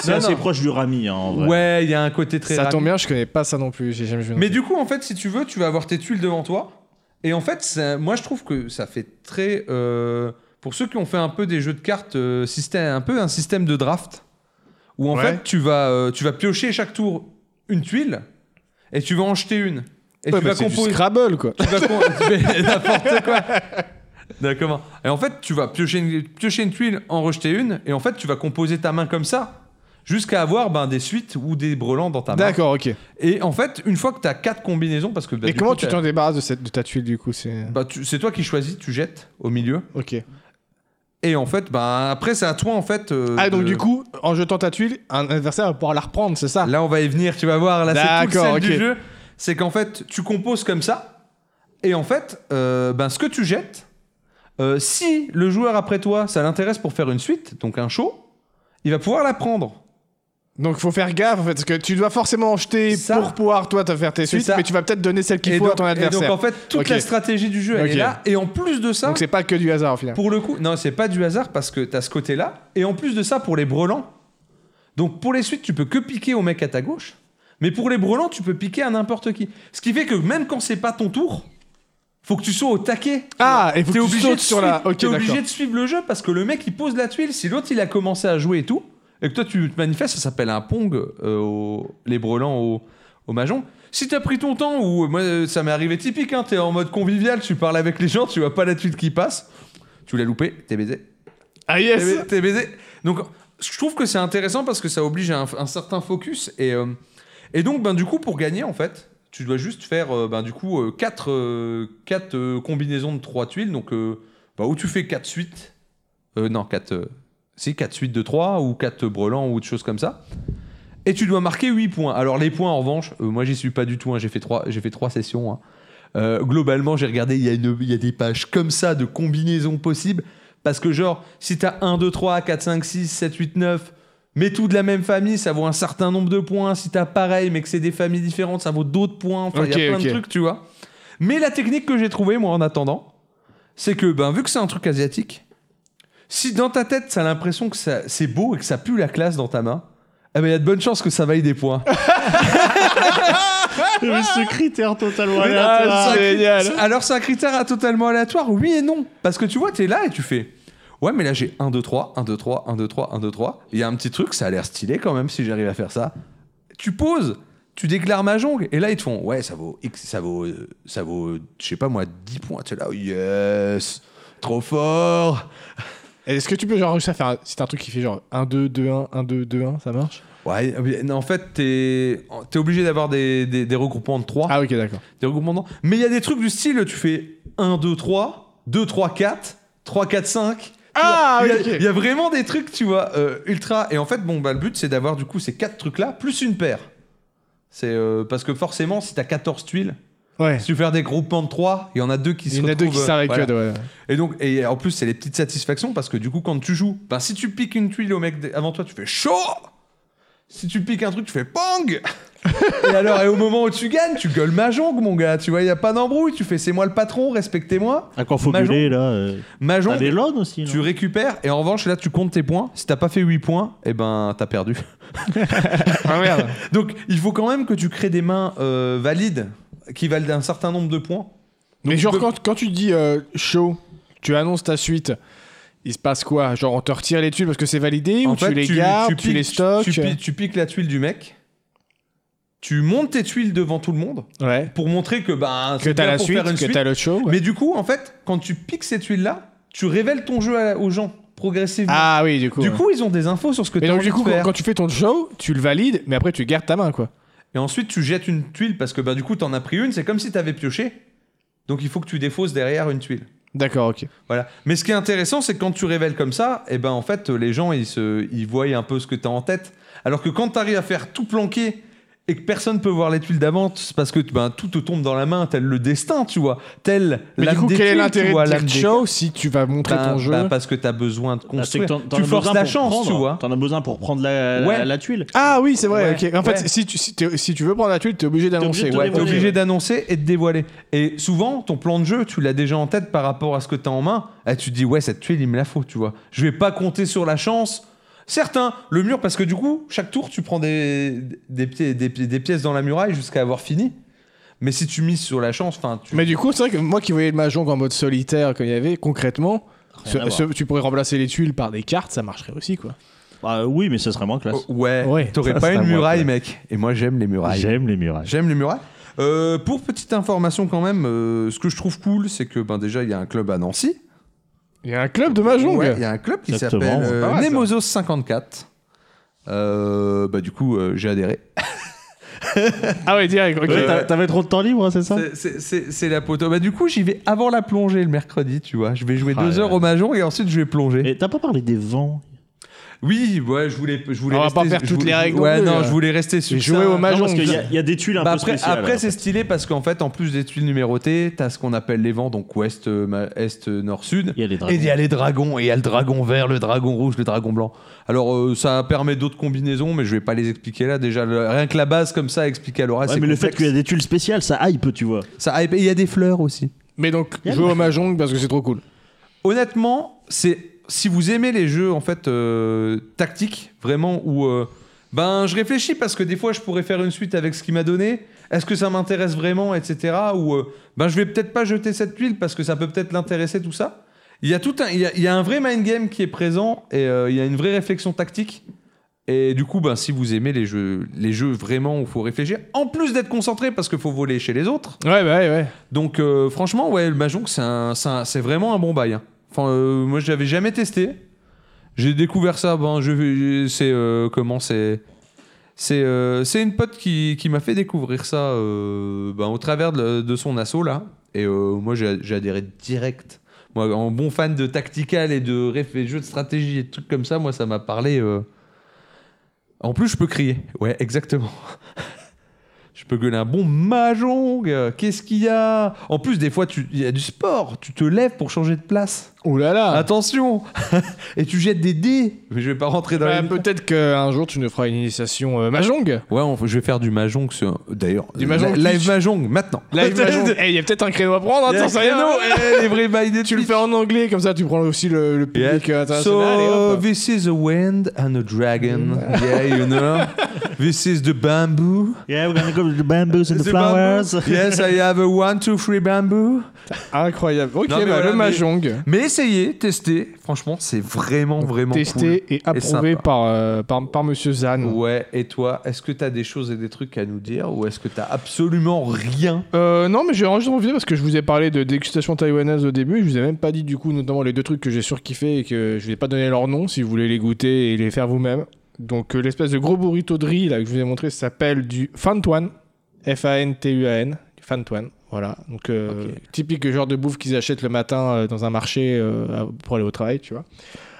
Speaker 3: C'est
Speaker 4: non,
Speaker 3: assez
Speaker 4: non.
Speaker 3: proche du Rami, hein, en vrai. [laughs]
Speaker 4: Ouais, il y a un côté Ah, très.
Speaker 1: Ça
Speaker 4: rapide.
Speaker 1: tombe bien, je connais pas ça non plus. J'ai jamais joué. non
Speaker 4: Mais
Speaker 1: plus.
Speaker 4: du coup, en fait, si tu veux, tu vas avoir tes tuiles devant toi. Et en fait, ça- moi, je trouve que ça fait très. euh, pour ceux qui ont fait un peu des jeux de cartes, euh, système, un peu un système de draft, où en
Speaker 1: Ouais.
Speaker 4: fait, tu vas, euh, tu vas piocher chaque tour une tuile et tu vas en jeter une. Et
Speaker 1: Ouais,
Speaker 4: tu
Speaker 1: bah,
Speaker 4: vas
Speaker 1: c'est du
Speaker 4: composer.
Speaker 1: Scrabble, quoi.
Speaker 4: Tu vas con- tu fais [laughs] n'importe quoi. D'accord. Et en fait, tu vas piocher une, piocher une tuile, en rejeter une, et en fait, tu vas composer ta main comme ça, jusqu'à avoir ben, des suites ou des brelans dans ta main.
Speaker 1: D'accord, ok.
Speaker 4: Et en fait, une fois que tu as quatre combinaisons, parce que. bah,
Speaker 1: Mais
Speaker 4: du
Speaker 1: comment
Speaker 4: coup,
Speaker 1: tu
Speaker 4: t'as-
Speaker 1: t'en débarrasses de, cette, de ta tuile du coup C'est.
Speaker 4: bah, tu- C'est toi qui choisis, tu jettes au milieu.
Speaker 1: Ok.
Speaker 4: Et en fait, bah, après, c'est à toi, en fait. euh,
Speaker 1: Ah, donc
Speaker 4: de-
Speaker 1: du coup, en jetant ta tuile, un adversaire va pouvoir la reprendre, c'est ça
Speaker 4: Là, on va y venir, tu vas voir, là, c'est tout le sel
Speaker 1: D'accord, ok.
Speaker 4: du jeu. C'est qu'en fait, tu composes comme ça. Et en fait, euh, ben, ce que tu jettes, euh, si le joueur après toi, ça l'intéresse pour faire une suite, donc un show, il va pouvoir la prendre.
Speaker 1: Donc faut faire gaffe en fait, parce que tu dois forcément en jeter
Speaker 4: Ça.
Speaker 1: pour pouvoir toi te faire tes
Speaker 4: C'est
Speaker 1: suites,
Speaker 4: ça.
Speaker 1: mais tu vas peut-être donner celle qu'il
Speaker 4: Et
Speaker 1: faut
Speaker 4: donc,
Speaker 1: à ton
Speaker 4: et donc,
Speaker 1: adversaire.
Speaker 4: en
Speaker 1: Donc
Speaker 4: fait, toute
Speaker 1: Ok.
Speaker 4: la stratégie du jeu, elle
Speaker 1: Ok.
Speaker 4: est là. Et en plus de ça,
Speaker 1: c'est pas que du hasard au final.
Speaker 4: Pour le coup, non, c'est pas du hasard parce que t'as ce côté-là. Et en plus de ça, pour les brelans, donc pour les suites, tu peux que piquer au mec à ta gauche. Mais pour les brelans, tu peux piquer à n'importe qui. Ce qui fait que même quand c'est pas ton tour, faut que tu sois au taquet.
Speaker 1: Ah, et faut
Speaker 4: T'es
Speaker 1: que tu
Speaker 4: obligé,
Speaker 1: sautes
Speaker 4: de
Speaker 1: sur
Speaker 4: suivre-
Speaker 1: la. Ok,
Speaker 4: t'es
Speaker 1: d'accord.
Speaker 4: obligé de suivre le jeu parce que le mec il pose la tuile. Si l'autre il a commencé à jouer et tout, et que toi tu te manifestes, ça s'appelle un pong, euh, au- les brelans au, au Mahjong. si t'as pris ton temps, ou euh, moi, euh, ça m'est arrivé typique, hein, t'es en mode convivial, tu parles avec les gens, tu vois pas la suite qui passe, tu l'as loupé, t'es baisé.
Speaker 1: Ah
Speaker 4: T'es
Speaker 1: yes
Speaker 4: ba- T'es baisé. Donc, je trouve que c'est intéressant parce que ça oblige à un, un certain focus. Et, euh, et donc, ben, du coup, pour gagner, en fait, tu dois juste faire, euh, ben, du coup, 4 quatre, euh, quatre, euh, combinaisons de 3 tuiles. Donc, euh, ben, ou tu fais 4 suites. euh, non, 4. si, 4 suites de 3 ou 4 brelans ou autre chose comme ça. Et tu dois marquer 8 points. Alors, les points, en revanche, euh, moi, j'y suis pas du tout. hein, j'ai fait 3 j'ai fait trois sessions. hein. Euh, globalement, j'ai regardé, il y, a une- il y a des pages comme ça de combinaisons possibles. Parce que, genre, si t'as 1, 2, 3, 4, 5, 6, 7, 8, 9, mais tout de la même famille, ça vaut un certain nombre de points. Si t'as pareil, mais que c'est des familles différentes, ça vaut d'autres points. Enfin, il
Speaker 1: Ok,
Speaker 4: y a plein
Speaker 1: ok.
Speaker 4: de trucs, tu vois. Mais la technique que j'ai trouvée, moi, en attendant, c'est que, ben, vu que c'est un truc asiatique, si dans ta tête, ça a l'impression que ça- c'est beau et que ça pue la classe dans ta main, eh ben, il y a de bonnes chances que ça vaille des points.
Speaker 3: Mais ce critère totalement
Speaker 4: Ah,
Speaker 3: aléatoire.
Speaker 4: c'est un cri-
Speaker 1: génial.
Speaker 4: c'est- Alors c'est un critère à totalement aléatoire, oui et non. Parce que tu vois, t'es là et tu fais. Ouais, mais là j'ai 1, 2, 3, 1, 2, 3, 1, 2, 3, 1, 2, 3. Il y a un petit truc, ça a l'air stylé quand même si j'arrive à faire ça. Tu poses, tu déclares ma jongle, et là ils te font Ouais, ça vaut X, ça vaut, euh, ça vaut, je sais pas moi, 10 points. Tu es là, oh, yes, trop fort.
Speaker 1: Est-ce que tu peux genre réussir à faire un- si t'as un truc qui fait genre 1 2 2 1 1 2 2 1 ça marche
Speaker 4: Ouais, mais en fait, t'es es obligé d'avoir des, des- des regroupements de 3.
Speaker 1: Ah OK d'accord.
Speaker 4: Des regroupements de- Mais il y a des trucs du style, tu fais 1, 2, 3, 2, 3, 4, 3, 4, 5.
Speaker 1: Ah,
Speaker 4: Il y a-
Speaker 1: ok.
Speaker 4: Il y a vraiment des trucs, tu vois, euh, ultra. Et en fait, bon, bah, le but, c'est d'avoir du coup ces quatre trucs-là, plus une paire. C'est euh, parce que forcément, si t'as 14 tuiles,
Speaker 1: Ouais.
Speaker 4: si tu fais des groupements de 3, il y en a deux qui
Speaker 1: Il
Speaker 4: se
Speaker 1: y en a deux qui
Speaker 4: retrouvent, euh,
Speaker 1: s'arrêtent
Speaker 4: voilà.
Speaker 1: ouais.
Speaker 4: Et donc, et en plus, c'est les petites satisfactions parce que du coup, quand tu joues, ben, si tu piques une tuile au mec d- avant toi, tu fais chaud. Si tu piques un truc, tu fais pang. et alors, et au moment où tu gagnes, tu gueules ma jonque, mon gars. Tu vois, il y a pas d'embrouille. Tu fais c'est moi le patron, respectez-moi.
Speaker 3: À quoi Ah, faut
Speaker 4: Majon.
Speaker 3: gueuler là euh,
Speaker 4: Ma
Speaker 3: T'as des
Speaker 4: jonque,
Speaker 3: lodes aussi. non
Speaker 4: tu récupères et en revanche, là, tu comptes tes points. Si t'as pas fait 8 points, eh ben, t'as perdu.
Speaker 1: Ah merde.
Speaker 4: [laughs] Donc, il faut quand même que tu crées des mains euh, valides qui valent un certain nombre de points.
Speaker 1: [laughs] Mais genre
Speaker 4: peux-
Speaker 1: quand, quand tu dis euh, show, tu annonces ta suite, il se passe quoi Genre on te retire les tuiles parce que c'est validé ou
Speaker 4: En fait,
Speaker 1: tu les gardes, tu,
Speaker 4: piques-
Speaker 1: les stocks
Speaker 4: tu, pi- tu piques la tuile du mec, tu montes tes tuiles devant tout le monde
Speaker 1: Ouais.
Speaker 4: pour montrer que ben
Speaker 1: Que
Speaker 4: c'est
Speaker 1: t'as
Speaker 4: bien
Speaker 1: la
Speaker 4: pour
Speaker 1: suite,
Speaker 4: faire une
Speaker 1: que t'as le show. ouais.
Speaker 4: Mais du coup, en fait, quand tu piques ces tuiles là, tu révèles ton jeu à- aux gens progressivement.
Speaker 1: Ah oui, du coup.
Speaker 4: du
Speaker 1: ouais.
Speaker 4: coup, ils ont des infos sur ce que
Speaker 1: Mais
Speaker 4: t'as
Speaker 1: donc
Speaker 4: envie
Speaker 1: du coup
Speaker 4: de
Speaker 1: quand,
Speaker 4: faire.
Speaker 1: quand tu fais ton show, tu le valides mais après tu gardes ta main quoi.
Speaker 4: Et ensuite, tu jettes une tuile parce que ben, du coup, t'en as pris une. C'est comme si t'avais pioché. Donc, il faut que tu défausses derrière une tuile.
Speaker 1: D'accord, OK.
Speaker 4: Voilà. Mais ce qui est intéressant, c'est que quand tu révèles comme ça, eh ben en fait, les gens, ils, se, ils voient un peu ce que tu as en tête. Alors que quand tu arrives à faire tout planquer et que personne peut voir les tuiles d'avant, c'est parce que ben, tout te tombe dans la main, tel le destin, tu vois. Tel
Speaker 1: Mais
Speaker 4: l'âme
Speaker 1: du coup,
Speaker 4: des
Speaker 1: quel est
Speaker 4: tuiles,
Speaker 1: l'intérêt
Speaker 4: tu vois,
Speaker 1: de dire
Speaker 4: l'âme des-
Speaker 1: show si tu vas montrer
Speaker 4: Ben,
Speaker 1: ton jeu
Speaker 4: ben, Parce que tu as besoin de
Speaker 3: Ah, c'est
Speaker 4: construire.
Speaker 3: que t'en- t'en
Speaker 4: tu
Speaker 3: as
Speaker 4: forces
Speaker 3: besoin
Speaker 4: la
Speaker 3: pour
Speaker 4: chance,
Speaker 3: prendre. hein.
Speaker 4: tu vois.
Speaker 3: T'en as besoin pour prendre la, la-
Speaker 4: Ouais.
Speaker 3: la tuile.
Speaker 1: Ah oui, c'est vrai.
Speaker 4: Ouais,
Speaker 1: ok. En fait,
Speaker 4: ouais.
Speaker 1: si, tu, si t'es- si tu veux prendre la tuile, t'es obligé d'annoncer.
Speaker 3: obligé de
Speaker 1: ouais.
Speaker 4: Ouais, t'es
Speaker 3: dévoiler,
Speaker 4: obligé
Speaker 3: ouais.
Speaker 4: d'annoncer et de dévoiler. Et souvent, ton plan de jeu, tu l'as déjà en tête par rapport à ce que t'as en main. Et tu te dis, ouais, cette tuile, il me la faut, tu vois. Je vais pas compter sur la chance. Certain, le mur, parce que du coup, chaque tour, tu prends des, des, pi- des pi- des pièces dans la muraille jusqu'à avoir fini. Mais si tu mises sur la chance, enfin, tu.
Speaker 1: Mais du coup, c'est vrai que moi qui voyais le Mahjong en mode solitaire comme il y avait, concrètement,
Speaker 3: Rien
Speaker 1: ce-
Speaker 3: à voir.
Speaker 1: ce- tu pourrais remplacer les tuiles par des cartes, ça marcherait aussi, quoi.
Speaker 3: Bah, oui, mais ça serait moins classe.
Speaker 4: Oh, ouais,
Speaker 1: Ouais,
Speaker 4: t'aurais
Speaker 3: ça,
Speaker 4: pas
Speaker 3: c'est à
Speaker 4: une
Speaker 3: moi,
Speaker 4: muraille,
Speaker 3: ouais.
Speaker 4: mec. Et moi, j'aime les murailles.
Speaker 3: J'aime les murailles.
Speaker 4: J'aime les murailles. Euh, pour petite information, quand même, euh, ce que je trouve cool, c'est que ben, déjà, il y a un club à Nancy.
Speaker 1: Il y a un club de Mahjong
Speaker 4: Ouais, Il y a un club qui
Speaker 3: Exactement,
Speaker 4: s'appelle
Speaker 3: ouais.
Speaker 4: euh,
Speaker 1: Pas mal, ça.
Speaker 4: Nemosos 54. Euh, bah du coup euh, j'ai adhéré.
Speaker 1: Ah ouais, direct, ok.
Speaker 3: Ouais, t'a- Euh, T'avais trop de temps libre, hein, c'est ça
Speaker 4: C'est- C'est c'est- c'est la poteau. Bah du coup j'y vais avant la plongée le mercredi tu vois. Je vais jouer
Speaker 3: Ah,
Speaker 4: deux
Speaker 3: ouais.
Speaker 4: heures au Mahjong et ensuite je vais plonger.
Speaker 3: Et t'as pas parlé des vents
Speaker 4: Oui ouais je voulais je voulais.
Speaker 1: On va
Speaker 4: rester-
Speaker 1: pas faire
Speaker 4: je
Speaker 1: toutes
Speaker 4: vou-
Speaker 1: les
Speaker 4: je-
Speaker 1: règles
Speaker 4: Ouais
Speaker 1: non plus,
Speaker 4: non
Speaker 1: euh.
Speaker 4: je voulais rester sur
Speaker 1: Mais jouer au
Speaker 3: Non,
Speaker 1: Mahjong.
Speaker 3: parce qu'il y, a- il y a des tuiles un
Speaker 4: Bah
Speaker 3: peu
Speaker 4: après,
Speaker 3: spéciales.
Speaker 4: après c'est stylé parce qu'en fait, en plus des tuiles numérotées, t'as ce qu'on appelle les vents, donc ouest, euh, ma- est, euh, nord, sud.
Speaker 3: Il y a les
Speaker 4: Et
Speaker 3: dragons.
Speaker 4: il y a les dragons, et il y a le dragon vert, le dragon rouge, le dragon blanc. Alors euh, ça permet d'autres combinaisons, mais je vais pas les expliquer là. Déjà, le- rien que la base comme ça, expliquer à Laura,
Speaker 3: Ouais,
Speaker 4: Ah, c'est
Speaker 3: mais le fait
Speaker 4: complexe.
Speaker 3: qu'il y a des tuiles spéciales, ça hype, tu vois.
Speaker 4: Ça hype. Et il y a des fleurs aussi.
Speaker 1: Mais donc,
Speaker 3: Il y a
Speaker 1: jouer au Mahjong parce que c'est trop cool.
Speaker 4: Honnêtement, c'est si vous aimez les jeux en fait euh, tactiques, vraiment où euh, ben je réfléchis parce que des fois je pourrais faire une suite avec ce qu'il m'a donné. Est-ce que ça m'intéresse vraiment, etc. Ou euh, ben je vais peut-être pas jeter cette tuile parce que ça peut peut-être l'intéresser tout ça. Il y a tout un, il y a, il y a un vrai mind game qui est présent et euh, il y a une vraie réflexion tactique. Et du coup, ben, si vous aimez les jeux, les jeux vraiment où il faut réfléchir, en plus d'être concentré parce qu'il faut voler chez les autres,
Speaker 1: Ouais, bah ouais, ouais.
Speaker 4: donc euh, franchement, ouais, le Mahjong, c'est un- c'est un- c'est vraiment un bon bail. hein. Enfin, euh, moi, je l'avais jamais testé. J'ai découvert ça. Ben, je, c'est euh, comment c'est. C'est euh, c'est une pote qui, qui m'a fait découvrir ça euh, ben, au travers de, de son assaut là. Et euh, moi, j'ai j'ai adhéré direct. Moi, en bon fan de tactical et de réf- et jeux de stratégie et de trucs comme ça, moi, ça m'a parlé. euh. En plus, je peux crier. Ouais, exactement. Je peux gueuler un bon mahjong. euh, Qu'est-ce qu'il y a En plus, des fois, tu- il y a du sport. Tu te lèves pour changer de place.
Speaker 1: Ouh là là.
Speaker 4: Attention [laughs] Et tu jettes des dés. Mais je vais pas rentrer dans
Speaker 1: Bah,
Speaker 4: les...
Speaker 1: peut-être qu'un jour tu nous feras une initiation euh, Mahjong.
Speaker 4: Ouais, on- je vais faire du mahjong. sur- D'ailleurs,
Speaker 1: Du mahjong
Speaker 4: li- live
Speaker 1: Twitch.
Speaker 4: mahjong maintenant.
Speaker 1: Live Mahjong. Eh, il y a peut-être un créneau à prendre, hein, t'en sais rien.
Speaker 4: les vrais bails des
Speaker 1: [laughs] Tu le fais en anglais, comme ça tu prends aussi le, le public euh,
Speaker 4: So,
Speaker 1: international. et hop. Mm.
Speaker 4: this is a wind and a dragon. [laughs] Yeah, you know. This is the bamboo.
Speaker 3: Yeah, we're gonna go with the bamboos
Speaker 4: [laughs]
Speaker 3: and the,
Speaker 4: The bamboo.
Speaker 3: flowers.
Speaker 4: Yes, I have a one, two, three bamboo.
Speaker 1: Incroyable. Ok,
Speaker 4: Non, mais
Speaker 1: bah,
Speaker 4: voilà,
Speaker 1: le
Speaker 4: mais-
Speaker 1: Mahjong.
Speaker 4: Mais essayez, testez. Franchement, c'est vraiment, vraiment
Speaker 1: Testé et approuvé
Speaker 4: sympa.
Speaker 1: par, euh, par, par Monsieur Zan.
Speaker 4: cool. Ouais, et toi, est-ce que t'as des choses et des trucs à nous dire ou est-ce que t'as absolument rien
Speaker 1: Euh, non, mais j'ai envie de revenir parce que je vous ai parlé de dégustation taïwanaise au début. Je vous ai même pas dit, du coup, notamment les deux trucs que j'ai surkiffé et que je vais pas donner leur nom si vous voulez les goûter et les faire vous-même. Donc, euh, l'espèce de gros burrito de riz là, que je vous ai montré ça s'appelle du Fantuan. F-A-N-T-U-A-N. Du Fantuan. Voilà. Donc, euh, typique genre de bouffe qu'ils achètent le matin euh, dans un marché euh, pour aller au travail, tu vois.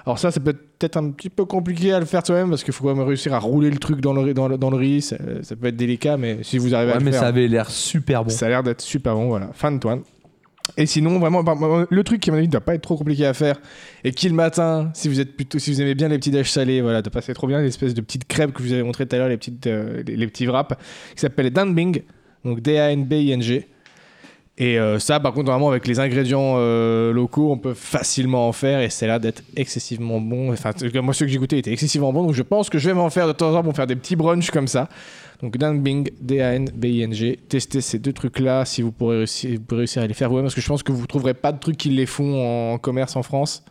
Speaker 1: Alors ça, c'est peut-être un petit peu compliqué à le faire soi-même parce qu'il faut quand même réussir à rouler le truc dans le, riz- dans le, dans le riz. Ça, ça peut être délicat, mais si vous arrivez à
Speaker 4: Ouais,
Speaker 1: le
Speaker 4: mais
Speaker 1: faire...
Speaker 4: ça avait l'air super bon.
Speaker 1: Ça a l'air d'être super bon, voilà. Fin de Toine. Et sinon, vraiment, par- par- le truc qui, à mon avis, ne doit pas être trop compliqué à faire, et qui le matin, si vous êtes plutôt, si vous aimez bien les petits déj salés, voilà, de passer trop bien l'espèce de petites crêpes que je vous avais montré tout à l'heure, les petites, euh, les, les petits wraps, qui s'appelle Danbing, donc D-A-N-B-I-N-G. Et euh, ça, par contre, vraiment, avec les ingrédients euh, locaux, on peut facilement en faire, et ça a l'air d'être excessivement bon. Enfin, en tout cas, moi, ceux que j'ai goûté étaient excessivement bons, donc je pense que je vais m'en faire de temps en temps pour faire des petits brunchs comme ça. Donc Danbing, D-A-N-B-I-N-G, testez ces deux trucs-là si vous pourrez réussir, vous pourrez réussir à les faire vous-même, parce que je pense que vous ne trouverez pas de trucs qui les font en commerce en France.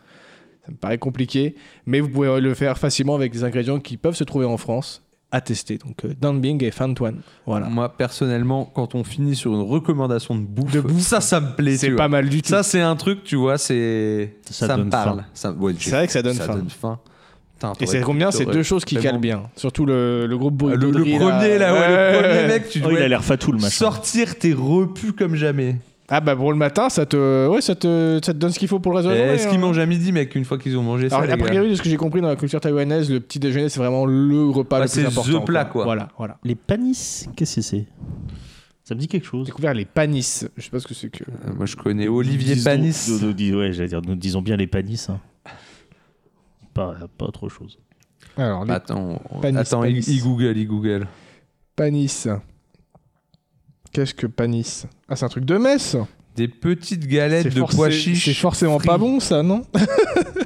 Speaker 1: Ça me paraît compliqué, mais vous pouvez le faire facilement avec des ingrédients qui peuvent se trouver en France à tester. Donc euh, Danbing et Fantuan. Voilà.
Speaker 4: Moi, personnellement, quand on finit sur une recommandation de bouffe,
Speaker 1: De bouffe.
Speaker 4: ça, ça me plaît.
Speaker 1: C'est
Speaker 4: tu
Speaker 1: pas
Speaker 4: vois.
Speaker 1: mal du tout.
Speaker 4: Ça, c'est un truc, tu vois, c'est.
Speaker 3: Ça
Speaker 4: me
Speaker 3: donne
Speaker 4: parle.
Speaker 3: faim.
Speaker 4: Ça... ouais, j'ai-
Speaker 1: c'est vrai que ça donne
Speaker 4: ça
Speaker 1: faim.
Speaker 4: donne faim. Putain,
Speaker 1: Et
Speaker 4: t'aurais
Speaker 1: c'est
Speaker 4: pu-
Speaker 1: combien C'est
Speaker 4: t'aurais-
Speaker 1: deux choses qui
Speaker 4: vraiment-
Speaker 1: calent bien. Surtout le, le groupe
Speaker 4: Le,
Speaker 1: bruit.
Speaker 4: le premier, là, ouais, le premier mec, tu
Speaker 3: Oh,
Speaker 4: dois
Speaker 3: il a l'air fatou le machin.
Speaker 4: sortir tes repus comme jamais.
Speaker 1: Ah bah pour le matin, ça te, ouais, ça te, ça te donne ce qu'il faut pour le reste de la journée.
Speaker 4: Est-ce Eh, qu'ils
Speaker 1: hein.
Speaker 4: mangent à midi, mec, une fois qu'ils ont mangé ça
Speaker 1: Alors, a
Speaker 4: les gars
Speaker 1: priori, de ce que j'ai compris dans la culture taïwanaise, le petit déjeuner, c'est vraiment le repas
Speaker 4: Bah,
Speaker 1: le plus
Speaker 4: c'est
Speaker 1: important.
Speaker 4: the plat, quoi.
Speaker 1: Voilà, voilà.
Speaker 3: Les panis, qu'est-ce que c'est Ça me dit quelque
Speaker 1: J'ai
Speaker 3: chose.
Speaker 1: découvert les panis. Je sais pas ce que c'est que.
Speaker 4: Euh, Moi, je connais Olivier
Speaker 3: Disons-
Speaker 4: Panis.
Speaker 3: nous- nous dis- ouais, j'allais dire, nous disons bien les panis. hein. Pas, pas autre chose.
Speaker 1: Alors, les
Speaker 4: Attends, on-
Speaker 1: Panis,
Speaker 4: attends,
Speaker 1: Panis.
Speaker 4: il il Google, il Google.
Speaker 1: panis. Qu'est-ce que panis Ah, c'est un truc de messe
Speaker 4: Des petites galettes
Speaker 1: C'est
Speaker 4: de
Speaker 1: forcé-
Speaker 4: pois
Speaker 1: C'est
Speaker 4: chiches.
Speaker 1: forcément
Speaker 4: frits.
Speaker 1: pas bon, ça, non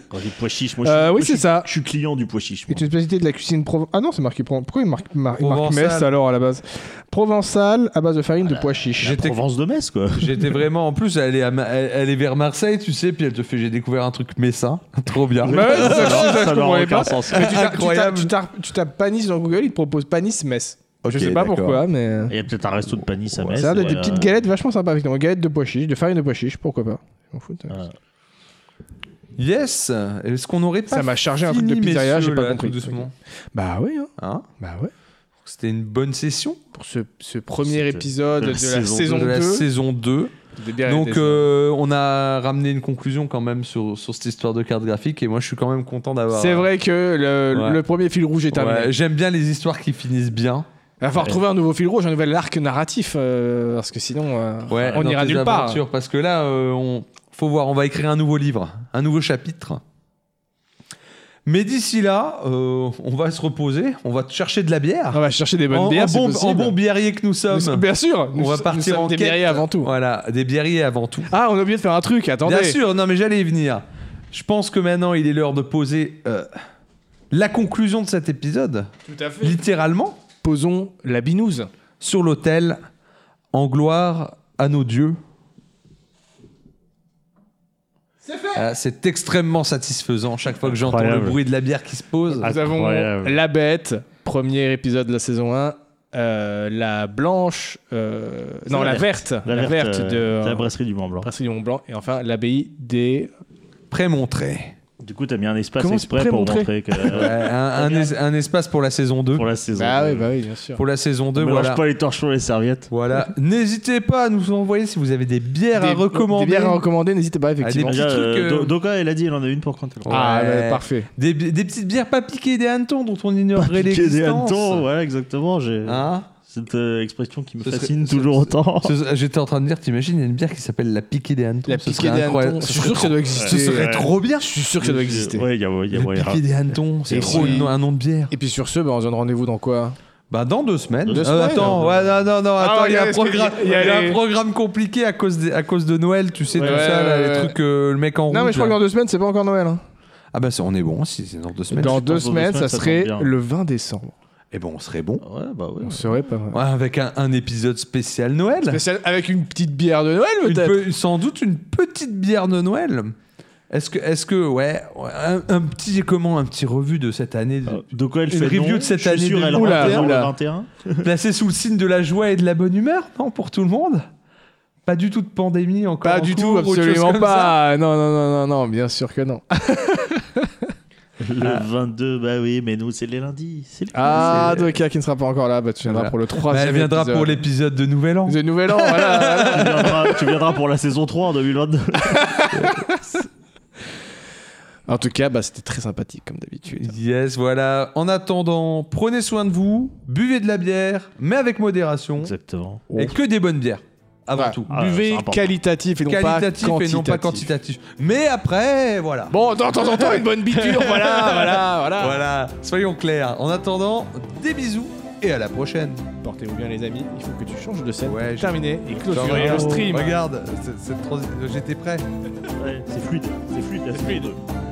Speaker 3: Quand j'ai pois chiche, moi je suis-
Speaker 1: Euh,
Speaker 3: moi,
Speaker 1: Oui,
Speaker 3: je
Speaker 1: c'est
Speaker 3: suis-
Speaker 1: ça.
Speaker 3: Je suis client du pois chiche. moi.
Speaker 1: C'est une spécialité de la cuisine provençale. Ah non, c'est marqué. Pro- Pourquoi il marque, mar- il marque
Speaker 4: Provençal.
Speaker 1: messe alors à la base Provençal à base de farine de pois chiche.
Speaker 3: La
Speaker 4: J'étais-
Speaker 3: Provence de
Speaker 1: [laughs]
Speaker 3: Metz, quoi.
Speaker 4: J'étais vraiment. En plus, elle est, à Ma- elle, elle est vers Marseille, tu sais, puis elle te fait. J'ai découvert un truc messin. [laughs] Trop bien.
Speaker 1: Ouais, c'est Ah, ça,
Speaker 3: Non,
Speaker 1: c'est ça, je
Speaker 3: n'a
Speaker 1: comprenais
Speaker 3: aucun
Speaker 1: pas.
Speaker 3: sens.
Speaker 1: Mais tu tapes- tu tapes-
Speaker 4: Incroyable.
Speaker 1: tu tapes- Tu tapes panis dans Google, il te propose panis messe. Je
Speaker 4: Ok,
Speaker 1: sais pas
Speaker 4: d'accord.
Speaker 1: pourquoi, mais.
Speaker 3: Il y a peut-être un resto de panis à
Speaker 1: Ça
Speaker 3: Metz.
Speaker 1: a l'air d'être des
Speaker 3: ouais.
Speaker 1: petites galettes vachement sympas avec des galettes de pois chiches, de farine de pois chiches, pourquoi pas. Je m'en fous.
Speaker 3: Ah.
Speaker 4: Yes Est-ce qu'on aurait pas.
Speaker 1: Ça m'a chargé un truc de
Speaker 4: fini,
Speaker 1: pizzeria, j'ai
Speaker 4: messieurs,
Speaker 1: pas
Speaker 4: là,
Speaker 1: compris.
Speaker 4: tout doucement
Speaker 1: Bah oui, hein.
Speaker 4: Hein
Speaker 1: bah ouais.
Speaker 4: C'était une bonne session
Speaker 1: Pour ce, ce premier
Speaker 3: C'était
Speaker 1: épisode
Speaker 3: de
Speaker 1: de
Speaker 3: la
Speaker 1: la
Speaker 3: saison
Speaker 1: saison
Speaker 4: euh, de
Speaker 1: 2.
Speaker 4: la saison 2.
Speaker 1: des bières et des
Speaker 4: Donc
Speaker 1: dessins.
Speaker 4: euh, on a ramené une conclusion quand même sur, sur cette histoire de carte graphique et moi je suis quand même content d'avoir...
Speaker 1: C'est vrai que le,
Speaker 4: Ouais.
Speaker 1: le premier fil rouge est terminé.
Speaker 4: Ouais, J'aime bien les histoires qui finissent bien.
Speaker 1: Il va falloir trouver un nouveau fil rouge, un nouvel arc narratif, euh, parce que sinon euh,
Speaker 4: Ouais,
Speaker 1: on
Speaker 4: dans
Speaker 1: ira
Speaker 4: tes
Speaker 1: nulle part.
Speaker 4: aventures, parce que là, euh, on... faut voir, on va écrire un nouveau livre, un nouveau chapitre. Mais d'ici là, euh, on va se reposer, on va chercher de la bière.
Speaker 1: On va chercher des bonnes
Speaker 4: en,
Speaker 1: bières,
Speaker 4: en
Speaker 1: Ah, c'est
Speaker 4: bon,
Speaker 1: possible.
Speaker 4: en bon biérier que nous sommes.
Speaker 1: Nous- bien sûr,
Speaker 4: on va partir en
Speaker 1: des
Speaker 4: quête.
Speaker 1: bières avant tout.
Speaker 4: Voilà, des biériers avant tout.
Speaker 1: Ah, on a oublié de faire un truc, attendez.
Speaker 4: Bien sûr, non mais j'allais y venir. Je pense que maintenant il est l'heure de poser euh, la conclusion de cet épisode,
Speaker 1: Tout à fait.
Speaker 4: littéralement,
Speaker 1: Posons la binouse.
Speaker 4: sur l'autel, en gloire à nos dieux. Euh, c'est extrêmement satisfaisant chaque fois que j'entends le
Speaker 3: Incroyable. Ah.
Speaker 4: bruit de la bière qui se pose.
Speaker 1: Nous avons
Speaker 3: Incroyable.
Speaker 1: La Bête, premier épisode de la saison 1. euh, la blanche, euh,
Speaker 3: C'est
Speaker 1: non
Speaker 3: la
Speaker 1: la verte, la, verte,
Speaker 3: euh,
Speaker 1: de
Speaker 3: la brasserie du Mont Blanc.
Speaker 1: brasserie du Mont Blanc, et enfin l'abbaye des
Speaker 4: Prémontré.
Speaker 3: Du coup, t'as mis un espace
Speaker 1: Comment
Speaker 3: exprès
Speaker 1: c'est
Speaker 3: pour
Speaker 1: pré-montré [laughs]
Speaker 3: montrer que
Speaker 4: Ouais, un,
Speaker 3: euh,
Speaker 4: un es- un espace pour la saison 2.
Speaker 3: pour la saison.
Speaker 1: Ah
Speaker 3: euh,
Speaker 1: oui, bah oui, bien sûr.
Speaker 4: Pour la saison 2,
Speaker 3: on mélange
Speaker 4: voilà.
Speaker 3: pas les torchons et les serviettes.
Speaker 4: Voilà. N'hésitez pas à nous envoyer si vous avez des bières à recommander.
Speaker 1: Des bières à recommander, Ah, n'hésitez pas, effectivement.
Speaker 4: Un
Speaker 3: Déjà,
Speaker 4: petit truc,
Speaker 3: euh,
Speaker 4: euh,
Speaker 3: Do- Doka, elle a dit, elle en a une pour quand elle rentre.
Speaker 1: Ah,
Speaker 4: Ouais.
Speaker 1: bah, parfait.
Speaker 4: Des, bi- des petites bières pas piquées des hannetons dont on ignorerait
Speaker 3: Piquer des
Speaker 4: l'existence.
Speaker 3: hannetons, voilà, exactement. J'ai
Speaker 4: Hein
Speaker 3: cette euh, expression qui me
Speaker 4: Ce serait-
Speaker 3: fascine
Speaker 4: ce-
Speaker 3: toujours autant.
Speaker 4: Ce- J'étais en train de dire, t'imagines, il y a une bière qui s'appelle la piquée des hannetons.
Speaker 1: La
Speaker 4: Ce
Speaker 1: piquée
Speaker 4: serait
Speaker 1: des
Speaker 4: incroyable.
Speaker 1: hannetons, je
Speaker 4: Ce
Speaker 1: suis
Speaker 4: serait
Speaker 1: sûr que ça doit exister.
Speaker 4: Ce serait
Speaker 3: Ouais.
Speaker 4: trop bien.
Speaker 1: Je suis sûr que ça doit exister.
Speaker 3: Ouais, il y a, il y a
Speaker 4: Le
Speaker 3: moyen.
Speaker 4: piqué des hannetons, c'est
Speaker 1: Et
Speaker 4: trop
Speaker 1: si-
Speaker 4: une- un nom de bière.
Speaker 1: Et puis sur ce, bah, on se donne rendez-vous dans quoi
Speaker 4: Bah dans deux semaines.
Speaker 1: Deux
Speaker 4: Euh,
Speaker 1: semaines.
Speaker 4: attends, ouais, non, non, non,
Speaker 1: Ah,
Speaker 4: attends, il y a
Speaker 1: regarde,
Speaker 4: un programme,
Speaker 1: il y a
Speaker 4: il y a
Speaker 1: les-
Speaker 4: un programme compliqué à cause des- à cause de Noël, tu sais
Speaker 1: Ouais,
Speaker 4: tout
Speaker 1: ouais,
Speaker 4: ça, là,
Speaker 1: ouais,
Speaker 4: les
Speaker 1: ouais.
Speaker 4: trucs, euh, le mec en
Speaker 1: Non, mais
Speaker 4: rouge,
Speaker 1: je crois que
Speaker 4: là.
Speaker 1: dans deux semaines, c'est pas encore Noël. hein.
Speaker 4: Ah bah ça, on est bon, si c'est dans deux semaines.
Speaker 1: Dans deux
Speaker 3: pense dans deux
Speaker 1: semaines,
Speaker 3: semaines,
Speaker 1: ça
Speaker 3: ça
Speaker 1: serait
Speaker 3: tombe bien.
Speaker 1: le 20 décembre.
Speaker 4: Et bon, on serait bon.
Speaker 3: Ouais, bah ouais.
Speaker 1: On serait pas mal.
Speaker 4: Ouais, avec un, un épisode spécial Noël.
Speaker 1: Spécial- Avec une petite bière de Noël,
Speaker 4: Une
Speaker 1: peut-être
Speaker 4: pe- sans doute une petite bière de Noël. Est-ce que, est-ce que, ouais, ouais, un, un petit comment, un petit revue de cette année de-
Speaker 3: Euh, Doka, elle
Speaker 4: Une
Speaker 3: fait
Speaker 4: review
Speaker 3: non,
Speaker 4: de cette
Speaker 3: je suis
Speaker 4: année
Speaker 3: sûr,
Speaker 4: de-
Speaker 3: elle
Speaker 1: Oula,
Speaker 3: rentre dans le
Speaker 1: oula.
Speaker 3: 21.
Speaker 4: placée sous le signe de la joie et de la bonne humeur, non, pour tout le monde. Pas du tout de pandémie encore.
Speaker 1: Pas
Speaker 4: en
Speaker 1: du tout,
Speaker 4: cours, autre chose
Speaker 1: absolument
Speaker 4: comme ça.
Speaker 1: pas. Non, non, non, non, non, bien sûr que
Speaker 4: [laughs]
Speaker 1: non.
Speaker 3: Le
Speaker 4: Ah.
Speaker 3: 22, bah oui, mais nous, c'est les lundis. C'est les
Speaker 1: Ah,
Speaker 3: lundis,
Speaker 1: Doka qui ne sera pas encore là, bah, tu viendras
Speaker 4: Voilà.
Speaker 1: pour le
Speaker 4: Bah,
Speaker 1: troisième.
Speaker 4: elle viendra pour l'épisode de Nouvel An.
Speaker 1: De Nouvel An, voilà.
Speaker 4: Ah. [laughs]
Speaker 1: voilà.
Speaker 3: c'est- tu, viendras, tu viendras pour la saison 3 en 2022.
Speaker 1: En tout cas, bah, c'était très sympathique comme d'habitude.
Speaker 4: Yes, voilà. En attendant, prenez soin de vous, buvez de la bière, mais avec modération,
Speaker 3: Exactement.
Speaker 4: et que des bonnes bières, avant
Speaker 1: Ouais.
Speaker 4: tout.
Speaker 3: Ah, c'est
Speaker 1: Buvez
Speaker 3: important.
Speaker 1: qualitatif et non
Speaker 4: Qualitatif
Speaker 1: pas quantitatif.
Speaker 4: et non pas quantitatif. Mais après, voilà.
Speaker 1: Bon, ah. de temps en temps, une
Speaker 4: [laughs]
Speaker 1: bonne biture, voilà, voilà, voilà.
Speaker 4: Voilà, soyons clairs. En attendant, des bisous et à la prochaine.
Speaker 1: Portez-vous bien, les amis. Il faut que tu changes de scène
Speaker 4: Ouais,
Speaker 1: pour
Speaker 4: je-
Speaker 1: terminer et clôturer
Speaker 4: Genre,
Speaker 1: le stream.
Speaker 4: Regarde, cette- cette transi- j'étais prêt.
Speaker 3: Ouais, c'est fluide. C'est fluide. la saison deux.